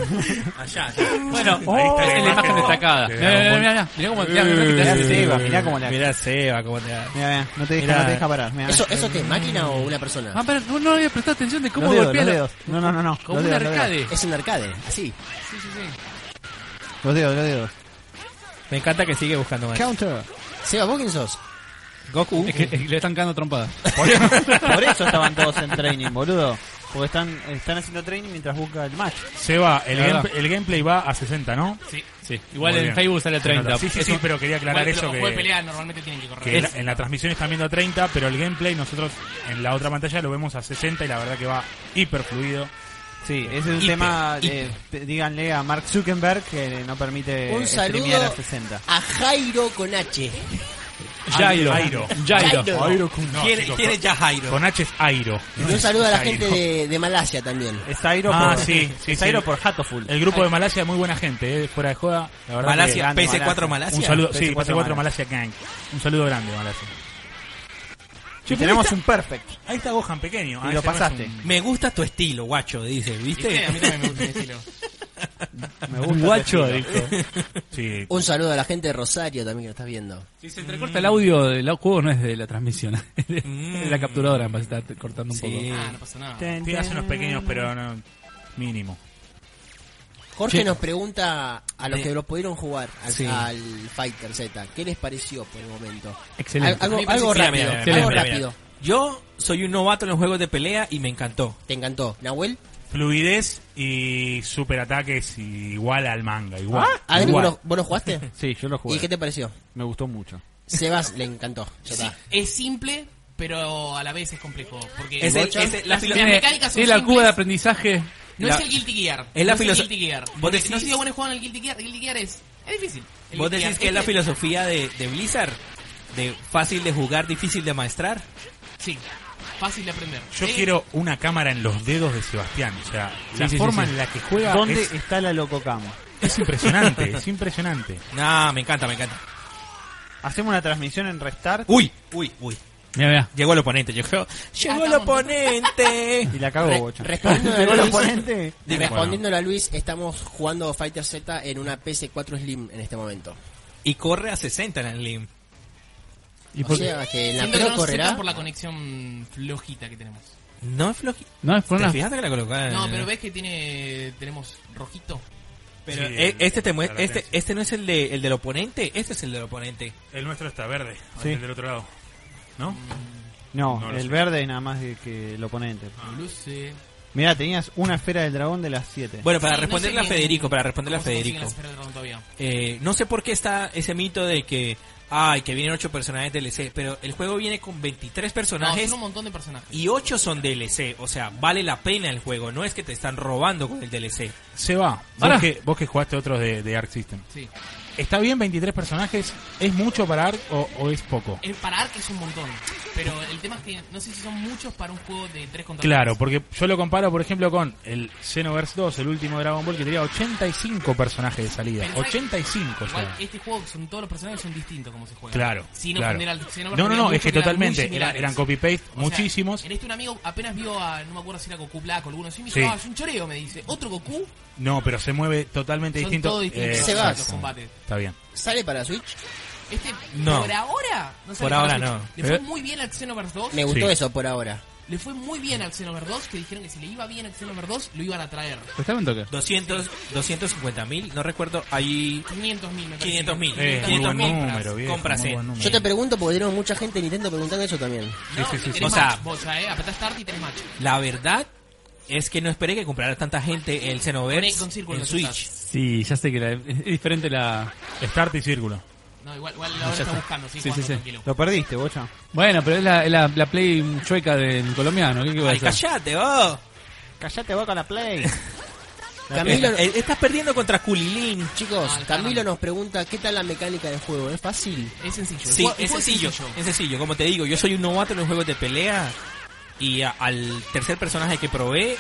Allá, allá. bueno, Ahí está la es la imagen imagen destacada. Eh, de Mirá, mirá, Dragon mirá, mirá, mirá cómo mirá, mirá, Mirá a mirá, mirá. Seba, mirá cómo le hace. Mirá Seba, cómo te da. Mirá, mirá, no te deja, Mirá. no te deja parar. mirá. ¿Eso, eso qué es máquina o una persona? Ah, pará, no, no había prestado atención de cómo Los dedos, golpea los la- dedos. No, no, no, no. Como los un dedos, los dedos. arcade. Es un arcade, así. Los dedos, los dedos. Me encanta que sigue buscando match. Counter. Seba, ¿vos quién sos? Goku. Es que, es que le están cagando trompadas. Por eso estaban todos en training, boludo. Porque están, están haciendo training mientras busca el match. Seba, el, Nada. game- el gameplay va a 60, ¿no? Sí. Sí. Igual Muy en bien. Facebook sale Se nota. 30. Sí, sí, Es sí, un- pero quería aclarar Bueno, eso los juegos de que, pelea normalmente tienen que correr. que la- en la transmisión están viendo a 30, pero el gameplay nosotros en la otra pantalla lo vemos a 60 y la verdad que va hiper fluido. Sí, ese es un Hiper, tema. eh, te- díganle a Mark Zuckerberg que no permite Un streamear saludo a 60. a Jairo con H. Jairo. Airo. Jairo. Jairo. Airo con, no, ¿Quién, chicos, quién es ya Jairo? con H es Airo. Y un saludo a la Jairo. gente de, de Malasia también. Es Airo Ah, por, sí, sí, es sí. Airo por Hatoful. El grupo de Malasia es muy buena gente, eh, fuera de joda. La verdad Malasia, que- grande, PC4 Malasia. Un saludo, sí, PC4 PC4 Malasia Gang. Un saludo grande, Malasia. Y tenemos un perfect. Ahí está Gohan pequeño. Y Ah, lo ese no es pasaste. un- Me gusta tu estilo, guacho, dice, ¿Viste? ¿viste? A mí también me gusta ese estilo. Me gusta. Guacho, ese estilo. Sí. Un saludo a la gente de Rosario también que lo estás viendo. Si se entrecorta el audio del juego no es de la transmisión, es de, Mm. de la capturadora, me está cortando un Sí. poco. Ah, no pasa nada. Sí, hace unos pequeños, pero no, mínimo. Jorge Sí. nos pregunta a los Eh. que lo pudieron jugar al, Sí. al Fighter Z, ¿qué les pareció por el momento? Excelente. Al- A Algo, mí me algo parece- rápido, mira, mira, mira, algo mira, rápido. Yo soy un novato en los juegos de pelea y me encantó. Te encantó. ¿Nahuel? Fluidez y superataques igual al manga, igual. ¿Adri, vos Ah, igual. lo, vos lo jugaste? Sí, yo lo ¿Y qué jugué. te pareció? Me gustó mucho. Sebas le encantó. Ya Sí, está. es simple, pero a la vez es complejo. Porque Ese- Bocha, ese- la las, filo- las Tiene- mecánicas son tiene la simples. cuba de aprendizaje. No la- es el Guilty Gear. es la no filoso- el Guilty Gear. Vos Porque decís- No sé si bueno jugando al Guilty Gear. El Guilty Gear es, es difícil. El ¿Vos Guilty decís Gear que es la este- filosofía de, de Blizzard? De fácil de jugar, difícil de maestrar. Sí, fácil de aprender. Yo Eh, quiero una cámara en los dedos de Sebastián. O sea, Sí, la sí, sí, forma sí. en la que juega ¿Dónde es, está la Lococama? es impresionante. es impresionante. No, me encanta, me encanta. Hacemos una transmisión en Restart Uy, uy, uy. Mira, mira. Llegó el oponente, yo creo. Llegó el oponente. y la cago, Re- bocha. respondiendo a Llegó el Luis- oponente. Respondiéndole a Luis, estamos jugando Fighter Z en una PS4 Slim en este momento. y corre a 60 en el Slim. ¿Y O por qué? sea, que la Pro Siento que no se sepan correrá. por la conexión flojita que tenemos. No es flojito. No, fue ¿Te una... fijaste que la colocaron? No, pero ves que tiene tenemos rojito. Pero Sí, eh, el- este, te la mue- este, latencia. este no es el, de, el del oponente, este es el del oponente. El nuestro está verde, Sí. el del otro lado. ¿No? No, No lo el sé. verde es nada más de que el oponente. Ah. Luce. Mira, tenías una esfera del dragón de las 7. Bueno, para Sí, no responderle sé a Federico, bien para responderle a cómo se consiguen Federico. las esferas del dragón todavía. eh, no sé por qué está ese mito de que, ay, que vienen 8 personajes DLC, pero el juego viene con 23 No, personajes son un montón de personajes. y 8 son DLC. O sea, vale la pena el juego, no es que te están robando con el DLC. Se va. Pará. Vos que, vos que jugaste otros de, de Arc System. Sí. ¿Está bien 23 personajes? ¿Es mucho para Arc o, o es poco? El para Ark es un montón. Pero el tema es que no sé si son muchos para un juego de 3 contra Claro, tres. porque yo lo comparo, por ejemplo, con el Xenoverse 2, el último Dragon Ball, que tenía 85 personajes de salida. Pensá que- 85, o sea. Igual, este juego, son todos los personajes son distintos como se juegan. Claro. Sin claro. ofender al Xenoverse, No, no, había no, muchos es que que eran muy totalmente. Era- similares. eran copy-paste, O sea, muchísimos. en este un amigo apenas vio a, no me acuerdo si era Goku Black o alguno así, me dijo, Sí. "Ah, es un choreo, me dice. Otro Goku, No, pero se mueve totalmente Son distinto. Eh, todos distintos Se exacto. va. los combates. Está bien. ¿Sale para Switch? Este, No. por ahora, no Por sale para ahora Switch. no. Le fue Eh. muy bien al Xenoverse 2. Me gustó Sí. eso por ahora. Le fue muy bien al Xenoverse 2, que dijeron que si le iba bien al Xenoverse 2, lo iban a traer. Prestame un Eh, toque. 200, 250 mil, no recuerdo, ahí 500 mil, me parece. 500 mil. Eh, muy 500.000 buen compras. número, viejo, Compras, muy eh. buen número. Yo te pregunto porque tenemos mucha gente en Nintendo preguntando eso también. No, Sí, sí, sí, tenés sí. O sea- match, vos, eh, apretás start y tenés match. la verdad es que no esperé que comprara tanta gente el Xenoverse Con- con círculo en lo Switch. estás. Sí, ya sé que la- es diferente la... Start y círculo. No, igual, igual ahora está buscando, sí, Sí, sí, jugando sí. tranquilo. Lo perdiste, bocha. Bueno, pero es la, es la, la play chueca del colombiano. ¿Qué, qué va a Ay, hacer? callate, oh. Callate, boca, la play. Camilo, Eh, eh, Estás perdiendo contra Culilín. chicos, Ah, Camilo nos pregunta qué tal la mecánica del juego. ¿Es fácil? Es sencillo. el Sí, juego- el es juego sencillo, es sencillo. Como te digo, yo soy un novato en los juegos de pelea y a- al tercer personaje que probé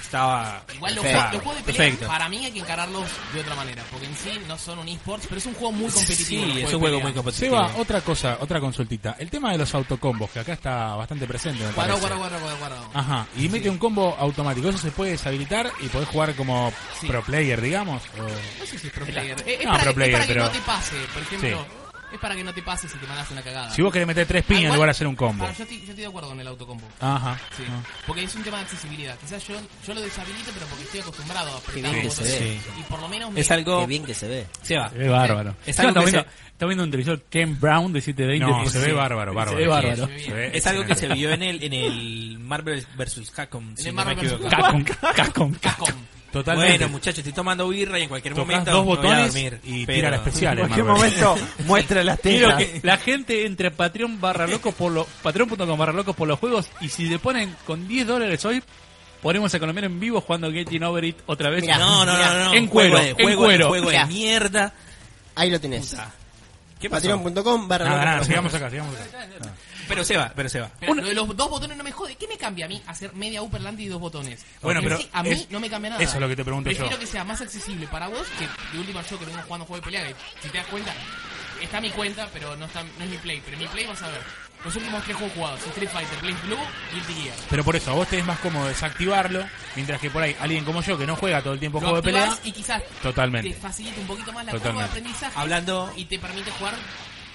estaba Igual los, Perfecto. juegos- los juegos de pelea, perfecto. para mí hay que encararlos de otra manera, porque en sí no son un eSports, pero es un juego muy competitivo. los Sí, es juegos de un juego pelea. muy competitivo. Seba, oh, otra cosa, otra consultita. El tema de los autocombos, que acá está bastante presente. me Guardo, parece. Ah. guardo, guardo, guardo, guardo. Ajá, y mete un combo automático. Eso se puede deshabilitar y podés jugar como Sí. pro player, digamos. o- No sé si es pro player. Eh, Es, No, para, pro es player, para que pero- no te pase, por ejemplo. Es para que no te pase si te mandas una cagada. Si vos querés meter tres piñas Ah, en igual- lugar de hacer un combo. Ah, yo, estoy, yo estoy de acuerdo con el autocombo. Ajá. Sí. Ah. Porque es un tema de accesibilidad. Quizás yo, yo lo deshabilito, pero porque estoy acostumbrado a apretar bien que se botones. ve. Y por lo menos me- Es algo... Qué bien que se ve. Seba, Se ve bárbaro. Es Claro, algo está que viendo, se- está viendo un televisor Ken Brown de 720. No, por se ve 100. bárbaro, bárbaro. Se ve bárbaro. Sí, Se ve es algo que se excelente. vio en el, en el Marvel vs. Capcom. si el no me Marvel vs. equivoco. Cacón, cacón, cacón. Capcom. Totalmente. Bueno, muchachos, estoy tomando birra y en cualquier Tocás momento dos me voy a botones dormir, y pero- tira la especial. En cualquier Marvel. momento muestra las Quiero tetas. que la gente entre a Patreon barra locos por los Patreon.com barra locos por los juegos y si le ponen con 10 dólares hoy ponemos a colombiano en vivo jugando Getting Over It otra vez. Mirá, No, no, no, no. En juego cuero, de- en juego de- cuero. Juego de Mirá. mierda. Ahí lo tenés. Puta. ¿Qué pasó? Patreon.com barra Nada, loco nada, por sigamos acá, sigamos acá. Ah. Pero Seba, pero Seba. Pero lo de los dos botones no me jode. ¿Qué me cambia a mí hacer media Upperland y dos botones? Bueno, En pero sí, a mí es- no me cambia nada. eso es lo que te pregunto Prefiero yo. que sea más accesible para vos que de última yo que vengo jugando juego de pelea. que, si te das cuenta, está mi cuenta, pero no, está, no es mi play. Pero mi play vas a ver. Los últimos tres juegos jugados: Street Fighter, Blaze Blue y el Gear. Pero por eso, a vos te es más cómodo desactivarlo, mientras que por ahí alguien como yo, que no juega todo el tiempo Lo juego de pelea, activás y quizás Totalmente. te facilita un poquito más la curva de Totalmente. aprendizaje Hablando- y te permite jugar,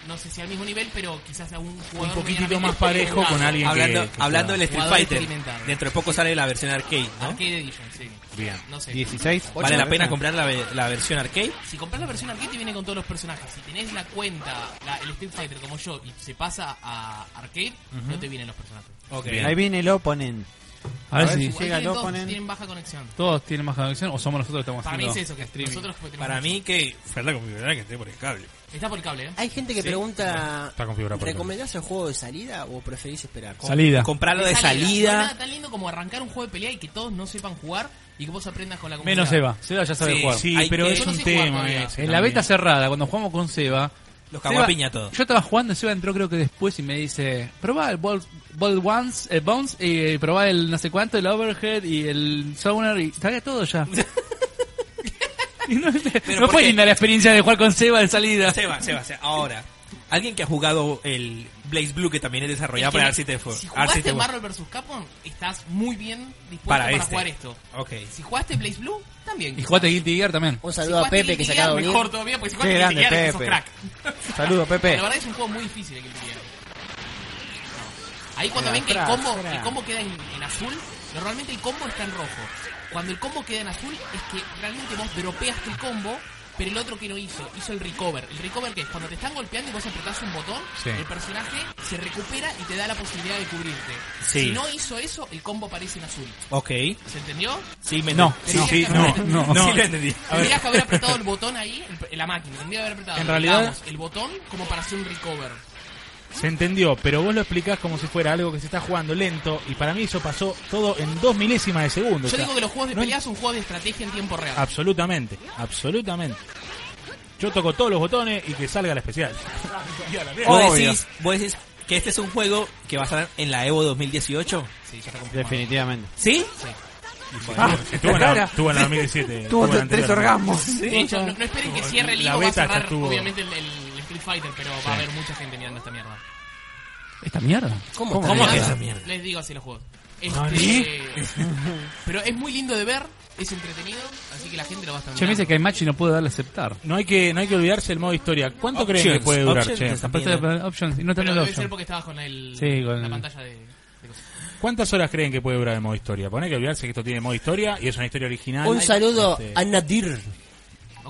no sé si al mismo nivel, pero quizás a un un jugador poquitito medianamente más parejo con jugado. alguien que- Hablando, que hablando del pueda. Street Jugador Fighter, experimentado. Ah, dentro de poco sale la versión arcade, ¿no? Arcade Edition, sí. Bien. No sé. 16. ¿Vale la pena comprar la, ve- la versión arcade? Si compras la versión arcade te viene con todos los personajes. Si tenés la cuenta, la- el Street Fighter como yo, y se pasa a arcade, no te vienen los personajes. Ok. Bien. Ahí viene el oponente. A ver A ver si si- Ah, Llega, Ahí lo tienen, todos, ponen- tienen baja conexión. todos tienen más conexión o somos nosotros que estamos Para mí haciendo es eso, que streaming. nosotros pues, tenemos Para mucho. mí que fue la configuración que esté por el cable. Está por el cable, ¿eh? Hay gente que pregunta, está configurado por ¿recomendás el juego de salida o preferís esperar? Ah. Salida. Comprarlo de No hay salida. nada tan lindo como arrancar un juego de pelea y que todos no sepan jugar y que vos aprendas con la comunidad. Menos Seba. Seba ya sabe Sí, jugar. Sí, Hay pero que- es Yo no un sé jugar tema todavía. ese En la también. beta cerrada, cuando jugamos con Seba. Los Seba- caguapiña todos. Yo estaba jugando, Seba entró creo que después y me dice, probá el Ball, ball once, eh, Bounce, y probá el no sé cuánto, el Overhead y el Sonar y sabía todo ya. Y no no ¿por fue qué? linda la experiencia de jugar con Seba de salida. Seba, Seba, Seba. Ahora, Alguien que ha jugado el Blaze Blue, que también es desarrollado Es que para Arcite Fo- Si Arcite jugaste Fo- Marvel vs. Capcom, estás muy bien dispuesto Para para, este. jugar esto. Ok. Si jugaste Blaze Blue, también. Y jugaste Guilty Gear también. Un Si saludo a jugaste Pepe que Guilty se Gear, acaba de unir. Mejor todavía, porque Qué si jugaste Guilty grande, Gear, sos Pepe. crack. Saludos, Pepe. La verdad es un juego muy difícil el Guilty Gear. Ahí cuando Era ven que el crack, combo, crack. el combo queda en, en azul, normalmente el combo está en rojo. Cuando el combo queda en azul es que realmente vos dropeaste el combo, pero el otro que no hizo, hizo el recover. El recover que es cuando te están golpeando y vos apretás un botón, Sí. el personaje se recupera y te da la posibilidad de cubrirte. Sí. Si no hizo eso, el combo aparece en azul. Ok. ¿Se entendió? Sí, me No, sí, no, sí, no, no, no, no. Sí, lo entendí. Tendrías que haber apretado el botón ahí, el- la máquina. Tendría que haber apretado En realidad- digamos, el botón como para hacer un recover. Se entendió, pero vos lo explicás como si fuera algo que se está jugando lento y para mí eso pasó todo en dos milésimas de segundo. o Yo sea, digo que los juegos de no Ah, pelea son juegos de estrategia en tiempo real. Absolutamente, absolutamente. Yo toco todos los botones y que salga la especial. Y a la mierda. Vos Obvio. decís, vos decís que este es un juego que va a estar en la Evo 2018. Sí, ya está confirmado. Definitivamente. ¿Sí? Ah, estuvo, en la, estuvo en la 2017. estuvo en la anterior. De hecho, no, no esperen que cierre el La hilo, va a beta ya cerrar estuvo. obviamente el, el Street Fighter, pero va a haber mucha gente mirando esta mierda. Esta mierda. ¿Cómo, ¿Cómo está? que esa mierda? Les digo así los juegos. Este, pero es muy lindo de ver, es entretenido, así que la gente lo va a estar Che, me mirando. dice que hay match y no puedo darle a aceptar. No hay que no hay que olvidarse del modo historia. ¿Cuánto Options, creen que puede durar, options che? está- Aparte de poner options y no Pero tener debe ser options. porque estabas con el, Sí, con la el- pantalla de... de cosas. ¿Cuántas horas creen que puede durar el modo historia? Poné que olvidarse que esto tiene modo historia y es una historia original. Un saludo Este, a Nadir. Me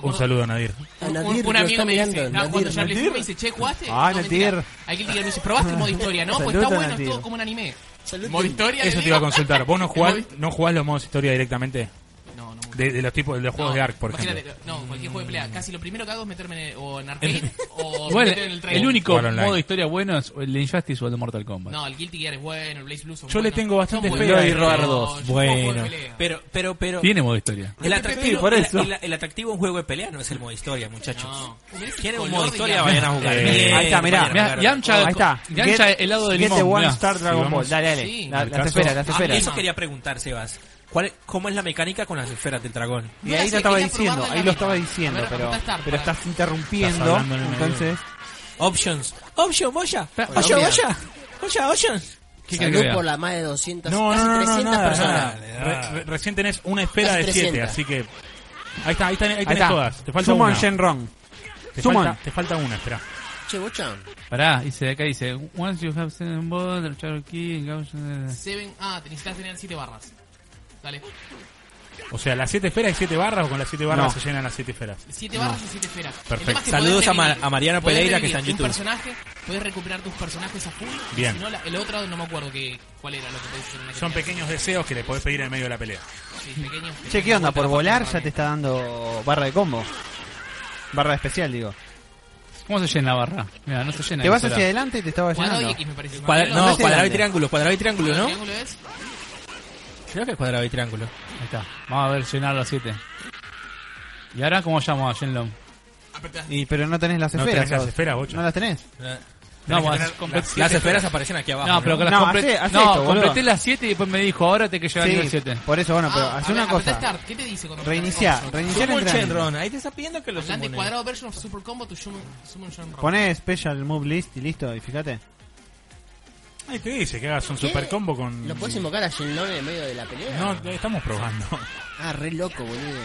un acuerdo- saludo a Nadir. A Un, Nadir un- un lo amigo está me dice, mirando, estaba jugando Nadir. ya al PlayStation, me dice, che, ¿jugaste? Ah, No, Nadir. mentira. Hay que el me dice, ¿probaste el modo historia? No, pues está Saluda, bueno, es Nadir. todo como un anime. Saluda. ¿Modo historia? le Eso te digo. iba a consultar. ¿Vos no jugás, El modo- no jugás los modos historia directamente? No, no, De, de los tipos de los juegos de ARC, por imagínate, ejemplo. No, cualquier juego de pelea. Casi lo primero que hago es meterme en, o en arcade o Bueno, meterme en el el trailer. único Jugar online. modo historia bueno es el de Injustice o el de Mortal Kombat. No, el Guilty Gear es bueno, el Blaze Blue son Yo le buenos. tengo bastante Son fe buenos, a pero Roar yo 2. no juego de Bueno, pelea. pero, pero, pero. Tiene modo historia. El atractivo, por el- eso. El, el atractivo de un juego de pelea no es el modo historia, muchachos. No. Quieren un Color modo de historia, diablo. vayan a jugar. Eh, Bien, ahí está, mirá. vayan a Mirá, jugar. Yamcha, Oh, Ahí está. Yamcha Get- helado de get limón. the one mirá. star Dragon vamos- Ball. Dale, dale. Sí. La- En el las caso- esferas, las Ah, Ah, esferas. eso quería preguntar, Sebas. ¿Cuál, ¿Cómo es la mecánica con las esferas del dragón? Y ahí No lo sé, estaba quería diciendo, probarla ahí en lo la estaba misma. diciendo, A ver, pero, apunta a estar, pero para- estás interrumpiendo. Estás hablando en el medio. entonces, Options. Option, Boya. Pero, Option, mira. Boya. Boya, options. ¿Qué querés que Salud vea? por la más de 200, No, casi no, no, no, 300 nada, personas. nada. Re- re- recién tenés una esfera Casi de 7, 300. así que. Ahí está, ahí, está, ahí tenés ahí está. todas. Te falta Summon una. Shenron. Te Summon. falta, te falta una, espera. Che, bocha. Pará, dice acá dice, once you have seven ball, the Cherokee, gauge- Seven, ah, te necesitas tener 7 barras. Dale. O sea, las 7 esferas y 7 barras o con las 7 barras No. se llenan las 7 esferas. 7 barras y 7 esferas. El Perfecto. tema es que Saludos podés a Ma- revivir- a Mariana podés Pereira, revivir que está en un YouTube. personaje, puedes recuperar tus personajes a full. Bien. Si no, la- el otro no me acuerdo que, cuál era lo que podés hacer en la que Son tenías. pequeños deseos que le podés pedir en medio de la pelea. Sí, pequeños. Che, ¿qué onda? Por volar ya te está dando barra de combo. Barra especial, digo. ¿Cómo se llena la barra? Mira, no se llena. Te vas sola. hacia adelante y te estaba Cuadrado y llenando. X me parece. Cuadra- no no, es cuadrado y grande. triángulo, cuadrado y triángulo, ¿El ¿no? triángulo es? Creo que es cuadrado y triángulo. Ahí está. Vamos a ver llenar los siete. ¿Y ahora cómo llamo a Shenlong? Eh, Apretás. Y, pero no tenés las No esferas. tenés las vos. esferas, bocho. No las tenés. No, que vas- tener compet- las Las las- esferas aparecen aquí abajo. No, pero que las No, complet- hace- hace no, esto, boludo. completé las siete y después me dijo, ahora te que lleva al nivel Sí, 7. por eso, bueno, pero Ah, haz una apretá cosa. Start. ¿Qué te dice cuando Reiniciá, reiniciar el Summon entrenamiento. Shenron. Ahí te está pidiendo que lo Adelante summone. cuadrado version of super combo to summon, summon Shenron. Poné Special Move List y listo, y fíjate. Ahí te dice que hagas un ¿Qué? super combo con. ¿Lo podés invocar a Shenlong en el medio de la pelea? Mm. No, estamos probando. Ah, re loco, boludo.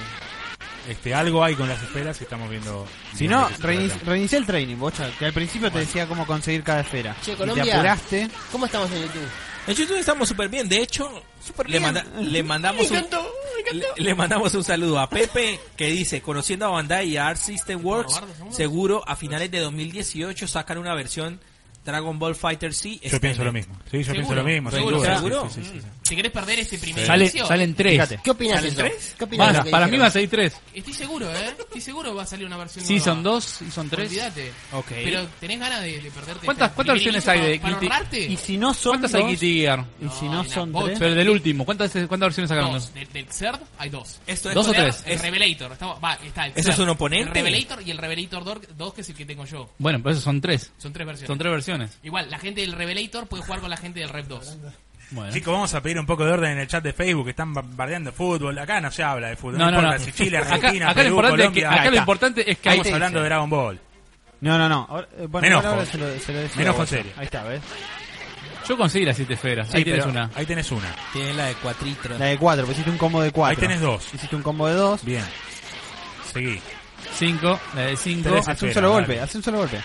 Este, algo hay con las esferas y estamos viendo. Si no, reinici- reinicia el training, bocha. Que al principio te decía cómo conseguir cada esfera. Y Che, te Colombia. apuraste. ¿Cómo estamos en YouTube? En YouTube estamos súper bien. De hecho, le, manda- le mandamos un, le, le mandamos un saludo a Pepe que dice, conociendo a Bandai y a Art System Works, seguro a finales de 2018 sacan una versión Dragon Ball Fighter C. Este Yo pienso lo mismo. Sí, yo pienso ¿Seguro? lo mismo. sin ¿Seguro? duda. ¿Seguro? Sí, sí, sí, sí. Si querés perder este primer Sale, inicio, salen 3. Fíjate. ¿Qué opinas de eso? ¿Qué opinas de lo que para mí va a dijeron? salir 3. estoy seguro, ¿eh? Estoy seguro va a salir una versión Sí, son nueva. 2, sí, son 3. Olvídate. Ok. Pero tenés ganas de, de perderte. ¿Cuántas- este cuántas primer versiones inicio hay de para- Guilty- para ahorrarte? Y si no son ¿Cuántas hay dos, Guilty Gear? ¿Eh? Y si No, no hay una son bocha. tres. Pero del último, ¿cuántas, cuántas versiones sacaron? Dos. De- del CERD hay dos. Esto es ¿Dos o poder- tres? El es- Revelator. Está, va, está el ¿Eso Zerd, es un oponente? El Revelator y el Revelator 2, que es el que tengo yo. Bueno, pero esos son 3. Son tres versiones. Son 3 versiones. Igual, la gente del Revelator puede jugar con la gente del Rev 2. Bueno. Chicos, vamos a pedir un poco de orden en el chat de Facebook. Están bardeando fútbol. Acá no se habla de fútbol. No, no, no. importa si Chile, Acá, Argentina, acá lo Perú, importante es que, Colombia. acá Ahí lo está. importante es que hay Estamos hablando de Dragon Ball. No, no, no. Ahora, eh, bueno, Me igual enojo. ahora se lo, se lo deseo Me enojo a vos. en serio. Ahí está, ¿ves? Yo conseguí las siete esferas. Ahí Sí, tienes pero una. Ahí tenés una. Tiene la de cuatritra. La de 4, pues hiciste un combo de 4. Ahí tenés dos. Hiciste un combo de 2. Bien. Seguí. Cinco. La de cinco. Tres. Haz un Espera, solo dale. golpe, haz un solo golpe.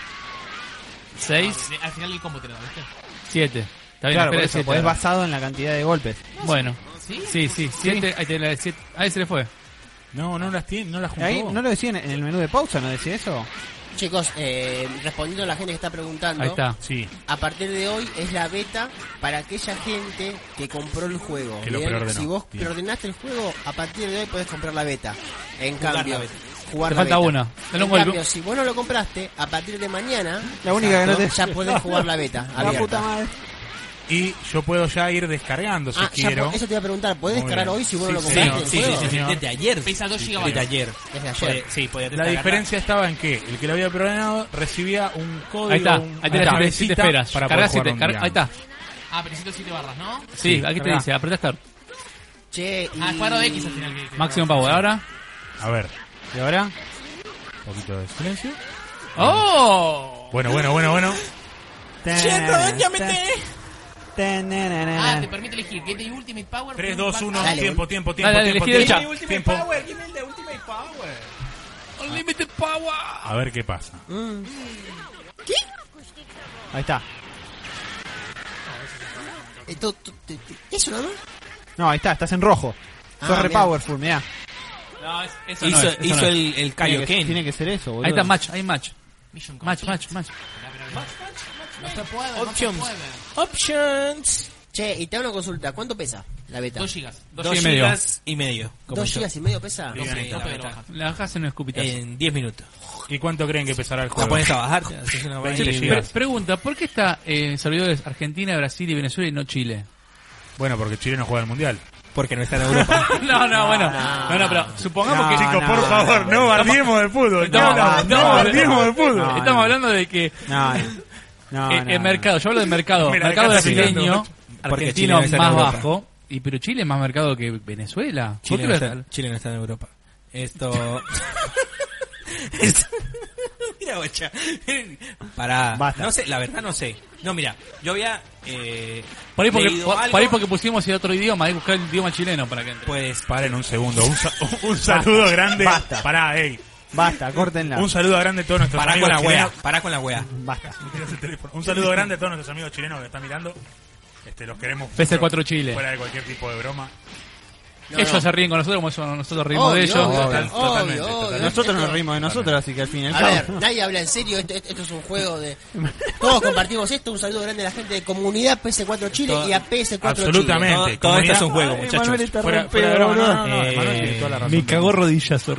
Ah, Seis. Al final el combo te lo da, ¿viste? Siete. Está bien, Claro, espera, por eso, siete, pues es ahora. basado en la cantidad de golpes. Bueno. ¿Sí? Sí, sí. Siete. Ahí tenés la de siete. Ahí se le fue. No, no las tiene, no las juntó. Ahí, ¿no lo decían en el menú de pausa? ¿No decía eso? Chicos, eh, respondiendo a la gente que está preguntando, Ahí está. Sí. a partir de hoy es la beta para aquella gente que compró el juego. Que lo Bien, preordenó. Si vos Bien. preordenaste el juego, a partir de hoy podés comprar la beta. En cambio, la beta. jugar Te la falta beta. una. Dale En un golpe. cambio, si vos no lo compraste, a partir de mañana, La única que no te- ya podés jugar la beta. abierta. madre. Y yo puedo ya ir descargando si Ah, ya quiero. po- eso te iba a preguntar, ¿podés Muy descargar bien. hoy si vos no lo Sí, compraste? el Sí, sí, juego? sí, sí, desde ayer. Pesa dos gigabytes. Desde ayer. Desde ayer. Puede- sí, podía La descargar. diferencia estaba en que el que lo había programado recibía un código. Ahí está. un- Ahí tenés una las siete cita esferas. Para Cargás poder siete. jugar carga- Ahí está. Ah, pero necesito 7 barras, ¿no? Sí, Sí, aquí te cargá. dice. Apretá Start. Che, y... Ah, cuadro de X al final. que- que- Maximum Power. Ahora. A ver, ¿Y ahora? un poquito de silencio. ¡Oh! Bueno, bueno, bueno, bueno. Ah, te permite elegir Gateway Ultimate Power. 3, Ultimate 2, 1, Dale, tiempo, boludo. tiempo, tiempo, Dale, dale, tiempo, elegí tiempo, derecha. tiempo. Unlimited Power. A ver qué pasa. Ahí está. eh, to- to- te- te- ¿Eso no? No, ahí está, estás en rojo. Ah, Sos re mirá. powerful, mirá. No, es- eso no Hizo, es, eso hizo no es. el, el Tiene que, Kaioken. tiene que ser eso, boludo. Ahí está, match, hay match. Mission Match, complete. match, match. No se puede, no se Options. puede. Options. Che, y te hago una consulta, ¿cuánto pesa la beta? 2 gigas. Dos Dos y medio. gigas y medio. como ¿Dos yo. gigas y medio pesa? Sí. Sí, la no, pero beta. baja. La bajas en un escupitazo. En 10 minutos. ¿Y cuánto creen que pesará Ah, el La pues juego? pones a bajar. te haces una vaina Che, Veinte y- pre- gigas. pregunta, ¿por qué está eh, en servidores Argentina, Brasil y Venezuela y no Chile? Bueno, porque Chile no juega el mundial. Porque no está en Europa. no, no, bueno. No, no, pero supongamos que... Chicos, por favor, no bardiemos de fútbol. Estamos- estamos- de fútbol. No, Estamos no. hablando de que No, no. No, eh, no, el no. mercado, yo hablo del mercado, Me la mercado dejaste brasileño, mirando. Porque Chile argentino debe más estar en Europa. bajo, y pero Chile es más mercado que Venezuela. Chile Vos no, te está, lo- Chile no está en Europa. Esto. Esto- mira, bocha. Para. Basta. No sé, la verdad no sé. No, mira, yo había. Eh, Por ahí, porque, leído por, algo, por ahí porque pusimos el otro idioma, hay que buscar el idioma chileno para que entre. Pues. Paren un segundo. Un, sa- un saludo grande. Basta. Pará, ey. Basta, córtenla. Un saludo grande a todos nuestros Pará amigos con la wea. chilenos. Pará con la wea. Basta. Tirás el teléfono. Un saludo grande a todos nuestros amigos chilenos que están mirando. Este, los queremos. mucho. PC4 Chile. Fuera de cualquier tipo de broma. No, ellos no. se ríen con nosotros como son- nosotros rimos de Obvio, ellos. obvio, Total- obvio, totalmente, obvio. totalmente. Nosotros nos Esto- rimos de nosotros, así que al fin y al A ver, cabo. nadie habla en serio, esto, esto- esto es un juego de... Todos compartimos esto, un saludo grande a la gente de Comunidad PS4 Chile y a PS4 Absolutamente. Todo, Gente, todo esto comunidad. es un juego, Ay, muchachos. Manuel está Fuera, re fuera de pedo, broma. No, no, boludo. no, Emanuel tiene Eh, toda la razón. Me cagó rodillazo,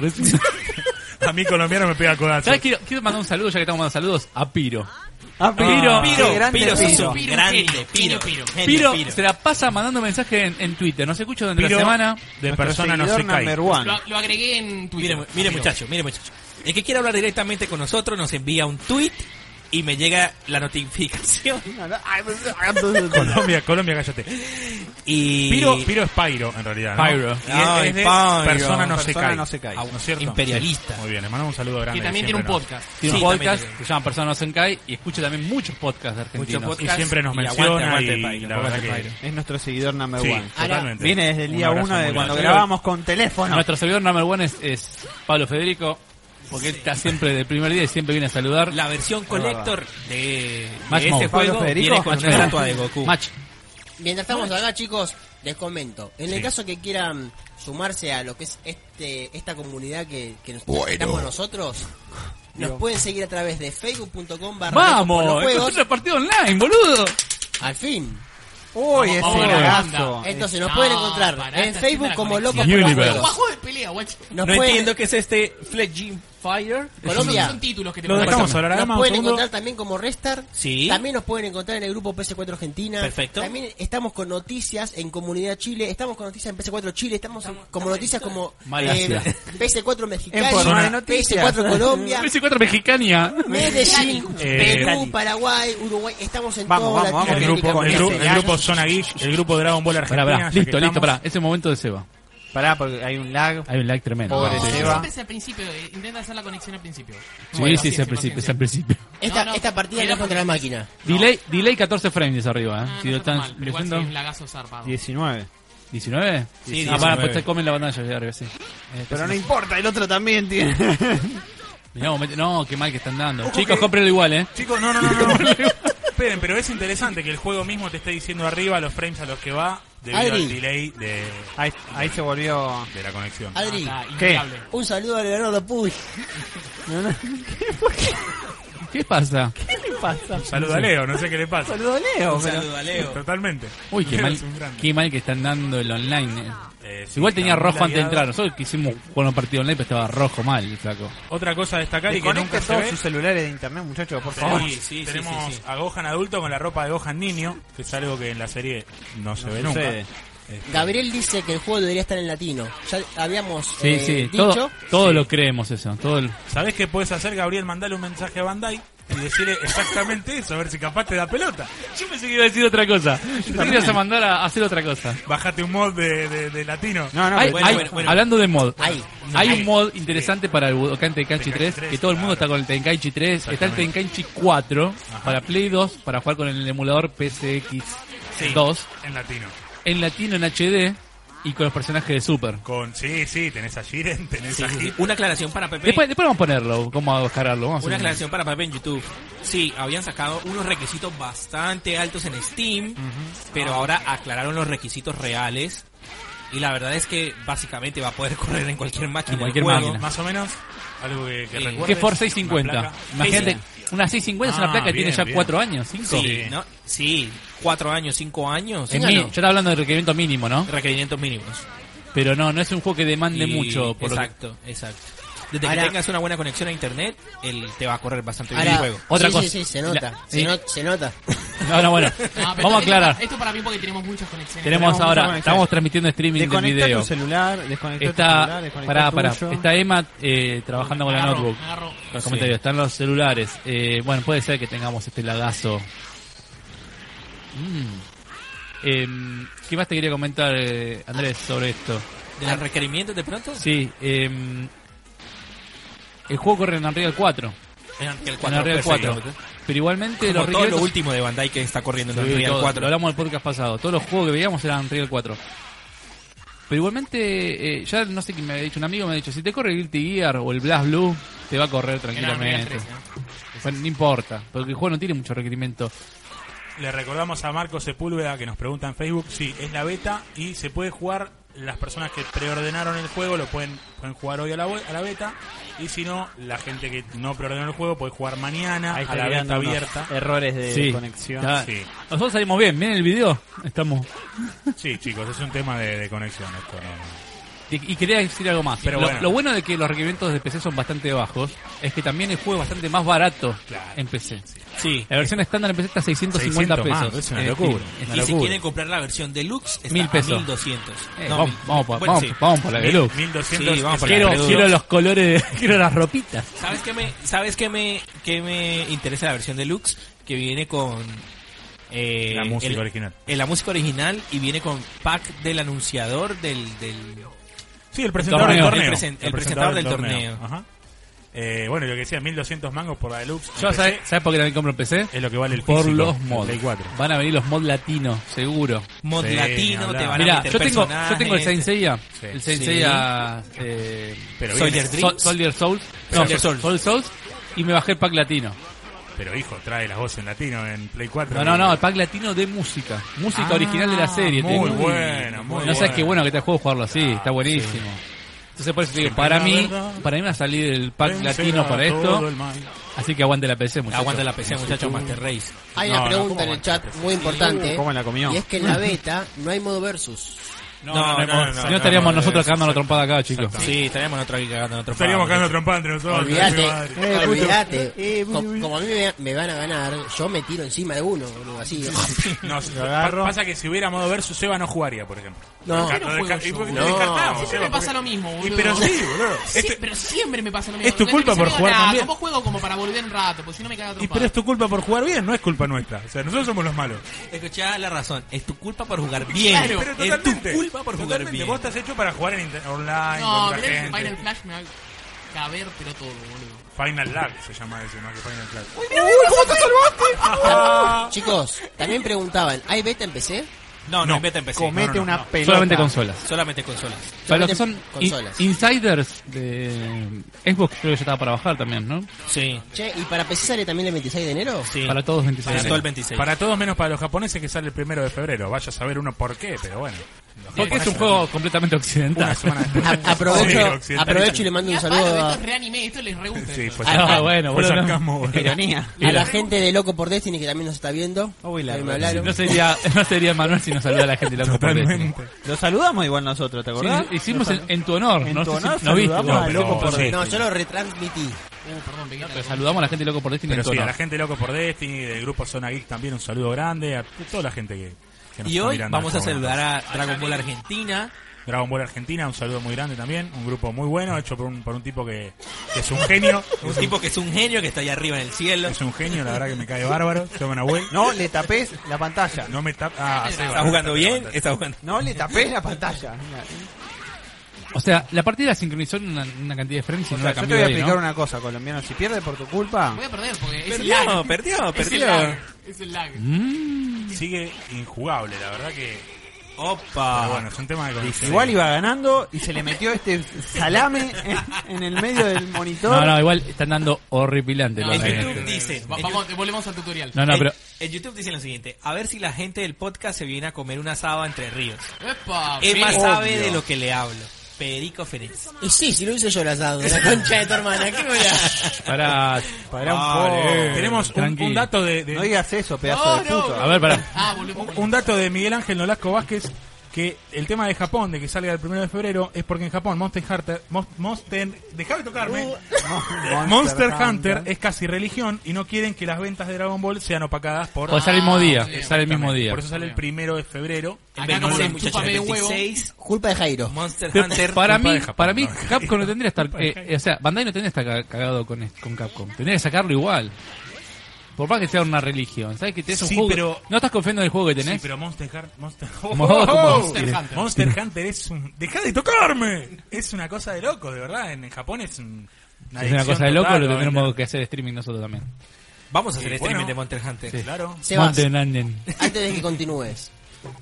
A mí colombiano me pega codazo. ¿Sabes? Quiero, quiero mandar un saludo, ya que estamos mandando saludos, a Piro. Ah, Piro, qué Piro, grande Piro, sos Piro. un Piro, grande. genio, Piro, genio, Piro. Genio, Piro, Piro. se la pasa mandando mensaje en, en Twitter. Nos escucha durante Piro la semana. de Nuestro persona no seguidor se cae. number one. Lo, lo agregué en Mire, Twitter. mu- mire muchacho, mire muchacho. El que quiera hablar directamente con nosotros nos envía un tweet y me llega la notificación. Colombia, Colombia, cállate. Y Piro, Piro es Pyro, en realidad. ¿no? Pyro. Y es- Ay, es de Pyro. persona no se Persona cae. no se cae. Ah, ¿no es cierto? Imperialista. Muy bien, le mandamos un saludo grande. Que también tiene un siempre nos- podcast. Tiene Sí, un podcast también. que se llama Persona No Senkai y escucha también muchos podcasts argentinos. Muchos Y siempre nos Y aguante, menciona aguante, y Pyro, la aguante, verdad Pyro. que... Es nuestro seguidor number Sí, one. Ahora, totalmente. Viene desde el Un día abrazo uno de muy cuando grande. grabamos con teléfono. Nuestro servidor number one es, es Pablo Federico, porque él está siempre del primer día y siempre viene a saludar. La versión collector de, Match de Mode. este Pablo juego Federico, viene con Match una Mode. estatua de Goku. Match. Mientras estamos acá, chicos, les comento. En el Sí. caso que quieran sumarse a lo que es este esta comunidad que, que nos Bueno. estamos nosotros, nos pueden seguir a través de facebook.com barra Locos por ¡Vamos! los ¡Esto juegos. es una partida online, boludo! Al fin. Uy, ese Vamos, vamos, cagazo. vamos. Entonces nos No, pueden encontrar pará, en está Facebook haciendo como la Locos por conexión. los Universe. juegos. Juego de pelea, guacho. Nos no pueden- entiendo qué es este Fledging Fire. Colombia. Son, son títulos que te Lo ponen. dejamos ahora, Nos Gama, un pueden segundo. encontrar también como Restar. Sí. También nos pueden encontrar en el grupo PS4 Argentina. Perfecto. También estamos con noticias en Comunidad Chile. Estamos con noticias en PS4 Chile. Estamos, en- como noticias como Malasia. eh, PS4 Mexicali, En forma de noticias. PS4 Colombia, PS4 mexicania. Medellín, Eh, Perú, Paraguay, Uruguay. Estamos en Vamos, toda vamos, vamos, El que Latinoamérica grupo, con el, este. gru- el grupo Zona Geek, el grupo Dragon Ball Pará, Argentina. pará. ya que Listo, listo, estamos. pará. Ese momento de Seba. Pará, porque hay un lag. Hay un lag tremendo. Pobre No, Sí, sí. Seba. siempre es al principio, eh, intenta hacer la conexión al principio. Sí, Bueno, sí, es al paciencia, principio. es paciencia. al principio. Esta, No, no, esta partida era no es contra la máquina. Delay, delay 14 frames arriba. Ah, ¿eh? no si lo está están mal, pero igual sí, leyendo. un lagazo zarpado. 19. ¿19? Sí, Ah, para, 19. pues te comen la pantalla de arriba, sí. Eh, Este Pero pues, no importa, el otro también tiene. no, mete- no, qué mal que están dando. Chicos, cómprenlo igual, ¿eh? Chicos, no, no, no, no. no. Esperen, pero es interesante que el juego mismo te esté diciendo arriba los frames a los que va debido Adri. al delay de, ahí, ahí se volvió. de la conexión. Adri, Ah, ¿Qué? impecable. un saludo a Leonardo Puy. ¿Qué pasa? Ah, Saluda a Leo, no sé qué le pasa. Un saludo a Leo. Totalmente. Uy, qué Leo mal, es un grande. qué mal que están dando el online. eh. Eh, sí, Igual tenía está muy rojo antes de lagueado. entrar. Nosotros que hicimos bueno partido online, pero estaba rojo mal, el flaco. Otra cosa a destacar y que nunca Desconecten se todos ve. sus celulares de internet, muchachos, por Oh. favor. Tenemos, Sí, sí, sí, tenemos sí, sí. a Gohan adulto con la ropa de Gohan niño, que es algo que en la serie no se ve nunca. sucede. Este, Gabriel dice que el juego debería estar en latino. Ya habíamos Sí, eh, sí, dicho. todo, todo lo creemos eso. Todo el- ¿Sabés qué puedes hacer, Gabriel? Mandale un mensaje a Bandai y decirle exactamente eso, a ver si capaz te da pelota. Yo pensé que iba a decir otra cosa. Pensé que ibas a mandar a hacer otra cosa. Bájate un mod de, de- de latino. No, no, Hay- pero- bueno, hay- bueno, bueno. Hablando de mod, Hay. hay Sí. un mod interesante para el Budokan Tenkaichi 3, Tenkaichi que todo el mundo claro. está con el Tenkaichi 3, está el Exactamente. Tenkaichi 4 Ajá. para Play 2, para jugar con el emulador PCX Sí, 2, En latino. en latino en HD y con los personajes de Super. Con, sí, sí, tenés a Jiren, tenés Sí, a sí, sí. Hit. Una aclaración para Pepe. Después, después vamos a ponerlo, cómo a descargarlo. Vamos a Una hacer un- aclaración para Pepe en YouTube. Sí, habían sacado unos requisitos bastante altos en Steam, Ah. pero ahora aclararon los requisitos reales. Y la verdad es que básicamente va a poder correr en cualquier máquina. En el cualquier juego. máquina. Más o menos, algo que, que Sí. recuerdes. ¿Qué Ford Una 650? placa. Imagínate, Sí, una 650 es Ah, una placa que bien, tiene ya bien. 4 años, 5. Sí, ¿no? Sí, cuatro años, cinco años. En Sí, mí- no. yo estaba hablando de requerimiento mínimo, ¿no? Requerimientos mínimos. Pero no, no es un juego que demande Y- mucho. Por lo que- exacto, exacto. Desde Ahora- que tengas una buena conexión a internet, él te va a correr bastante bien el Ahora, juego. Otra sí, cosa. sí, sí, se nota. La- se, sí. no- se nota. No, no, bueno. Ah, pero Vamos a esto- aclarar. Esto para mí porque tenemos muchas conexiones. Tenemos mucha ahora, conexión. estamos transmitiendo streaming de Desconecta video. tu celular, desconecta tu Está, celular, desconecta pará, tu pará. uso. Está Emma eh, trabajando con la Agarro, notebook. agarro. Los comentarios, están los celulares. Eh, bueno, puede ser que tengamos este lagazo. Mm. Em, ¿Qué más te quería comentar, eh, Andrés, sobre esto? ¿De los requerimientos de pronto? Sí, em, el juego corre en Unreal 4. En Unreal En 4. Unreal 4. perfecto. Pero igualmente Como los todo lo requerimientos- último de Bandai que está corriendo en Sí, Unreal todo, 4. Lo hablamos en el podcast pasado. Todos los juegos que veíamos eran Unreal 4. Pero igualmente, eh, ya no sé quién me había dicho, un amigo me ha dicho, si te corre el Guilty Gear o el Blast Blue, te va a correr Era Unreal tranquilamente. 3, ¿no? ¿eh? Bueno, no importa, porque el juego no tiene mucho requerimiento. Le recordamos a Marco Sepúlveda que nos pregunta en Facebook si es la beta y se puede jugar. Las personas que preordenaron el juego lo pueden, pueden jugar hoy a la, we- a la beta. Y si no, la gente que no preordenó el juego puede jugar mañana Ahí a está la beta tirando unos abierta. Errores de Sí. conexión. Está- Sí. Nosotros salimos bien, miren el video. Estamos. Sí, chicos, es un tema de, de conexión esto. no, no. Y, y quería decir algo más. Pero lo, bueno. lo bueno de que los requerimientos de PC son bastante bajos es que también el juego es bastante más barato Claro. en PC. Sí. La versión estándar en PC está a 650 600 pesos. más, es una en locura, Steam. Es una Y si locura. quieren comprar la versión deluxe, está Mil a pesos. 1200. Eh, No, vamos, mil- vamos, por- bueno, vamos, sí. vamos por la Mil- deluxe. 1200 Sí, vamos por la es que- Quiero, deluxe. quiero los colores, quiero las ropitas. ¿Sabes qué me, sabes qué me, qué me interesa la versión deluxe? Que viene con... eh, La música el- original. eh, la música original y viene con pack del anunciador del... del Sí, el presentador torneo. del torneo. El presen- el presentador del torneo. Ajá. Eh, bueno, lo que decía, 1200 mangos por la deluxe. Yo, en ¿sabes, PC, ¿sabes por qué también compro en PC? Es lo que vale el Por físico, los el mods. Play 4. Van a venir los mods latinos, seguro. mod Sí, ni latino, hablar. te van a Mira, meter yo tengo, personajes. yo tengo el Saint Seiya, Sí. el Saint Sí. Seiya, eh, Pero Soldier viene- Dreams. Sol- Soldier Souls, no, Soldier Soldier Souls. Souls. y me bajé el pack latino. Pero hijo, trae las voces en latino en Play 4. No, no, no, el pack latino de música, música Ah, original de la serie. Muy tengo. bueno, muy No sabes bueno. qué bueno que te juego jugarlo así, está buenísimo. Entonces por eso te digo, para la mí, verdad, para mí va a salir el pack Vencerá latino para todo esto, el mal. así que aguante la PC, muchachos. Aguanta la PC, muchachos, Master Race. Hay No, una no, pregunta ¿cómo en el chat muy importante. ¿Cómo la comió? Y es que en la beta no hay modo versus. No, No, no, no, no, no, no, si no, no estaríamos no, no, nosotros cagando la trompada acá, chicos. Sí, estaríamos en otra cagando en otro Estaríamos palo. cagando trompada entre nosotros. Olvídate, mi madre. Eh, puto. olvídate. Eh, Co- uy, uy. Como a mí me, me van a ganar, yo me tiro encima de uno, boludo, así. Eh, No, Lo agarro. pa- pasa que si hubiera modo versus, Seba no jugaría, por ejemplo. No. Desca- juego desca- yo, y porque boludo. te descartamos, No. Siempre Seba, me pasa porque- lo mismo, boludo. Y pero sí, boludo. Sí, Este- pero siempre me pasa lo mismo. Es tu Entonces, culpa mis por amigos, jugar "Nah, también". tampoco juego como para volver un rato, porque si no me y caga trompada. pero es tu culpa por jugar bien, no es culpa nuestra. O sea, nosotros somos los malos. Escuchá la razón, es tu culpa por jugar bien. Claro, pero es tu totalmente. culpa por jugar Totalmente, bien. vos estás hecho para jugar en inter- online No, con la mirá que gente. Final Flash me va a caber, pero todo, boludo. Final Lag se llama ese, más que Final Flash. Chicos, también preguntaban, ¿hay beta en PC? No, no, No. en beta empecé. Comete No, no, no, una no. pelota. Solamente consolas. Solamente consolas. Para los que son in- Consolas. insiders de Xbox, creo que ya estaba para bajar también, ¿no? Sí, Che, ¿y para PC sale también el 26 de enero? sí. Para todos 26. Para todo el 26. Para todos menos para los japoneses que sale el primero de febrero. Vaya a saber uno por qué, pero bueno. Los Porque es un japoneses- juego completamente Una occidental. semana después. A- aprovecho, Sí, occidental. aprovecho y le mando un Mirá, saludo palo, a, esto es reanime, esto les re gusta. Sí, esto. fue Ah, sarcasmo. bueno, Fue boludo, no. sarcasmo, boludo. Ironía. a la gente de Loco por Destiny que también nos está viendo. Uy, la Ahí me verdad. hablaron. No sería, no sería Manuel si nos saluda a la gente loco por Destiny. Totalmente. Lo saludamos igual nosotros, ¿te Sí, acordás? hicimos en, en tu honor, En ¿no? tu sé si- honor ¿no viste? saludamos vos? a pero- Loco por sí. Destiny. No, yo lo retransmití. Uh, perdón, pegué la Pero cosa. saludamos a la gente loco por Destiny en Pero tu sí, a honor. la gente loco por Destiny, del grupo Zona Geek también un saludo grande, a toda la gente que, que nos Y está hoy mirando vamos en a este momento. saludar a Dragon Ball Argentina. Dragon Ball Argentina, un saludo muy grande también, un grupo muy bueno, hecho por un, por un tipo que, que es un genio, Un tipo que es un genio que está allá arriba en el cielo. es un genio, la verdad que me cae bárbaro, se llama Nahuel. No le tapés la pantalla. No me tap- ah, sí, Está bueno, jugando está bien, bastante. está jugando. No le tapés la pantalla. Mira, O sea, la partida sincronizó en una, una cantidad de frames y o sea, no la yo te cambió voy a ahí, explicar ¿no? una cosa, colombiano. Si pierde por tu culpa, Voy a perder porque es el Perdió, lag. perdió, Es el perdió. lag. Es el lag. Mm. Sigue injugable, la verdad que... pero bueno, Opa. es un tema de conexión. igual iba ganando y se le metió este salame en, en el medio del monitor. No, no, igual están dando horripilante No, los En sí, lags. YouTube dice. Va- Vamos, volvemos al tutorial. No, no, pero En YouTube dice lo siguiente, a ver si la gente del podcast se viene a comer una asado a entre ríos. Epa, Emma Fede. sabe de lo que le hablo. Federico Ferenz. Y sí, si lo hice yo el asado, la concha de tu hermana, ¿qué me la- para... Pará un Vale. poco. Tenemos un- un, Tranquilo. dato de... de- No digas eso, pedazo No, de no, puto. bro. A ver, pará. Ah, volvemos. Un, un dato de Miguel Ángel Nolasco Vázquez que el tema de Japón, de que salga el primero de febrero, es porque en Japón Monster Hunter... Mon- Monster... Dejá de tocarme. Monster, Hunter, es casi religión y no quieren que las ventas de Dragon Ball sean opacadas por... O sale el mismo día, sí, sale el mismo Exactamente. día. Ah, Por eso sale el primero de febrero. Acá En 26, como le muchachos, chupa en medio huevo. 26, Culpa de Jairo. Monster Pero Hunter. para culpa mí, de Japcom, para mí no. Capcom no tendría que estar, eh, o sea, Bandai no tendría que estar ca- cagado con, est- con Capcom, tendría que sacarlo igual. Por más que sea una religión, ¿sabes que tenés un Sí, juego? pero- no estás confiando en el juego que tenés. Sí, pero Monster Hunter... Monster... Monster Monster Hunter. Hunter. es un... ¡Dejá de tocarme! Es una cosa de loco, de verdad. En, en Japón es un... Si es una cosa de loco, adicción lo total, tendremos que hacer streaming nosotros también. Vamos a hacer Sí, streaming bueno. de Monster Hunter. Claro. Sebas, Monten, anden. antes de que continúes,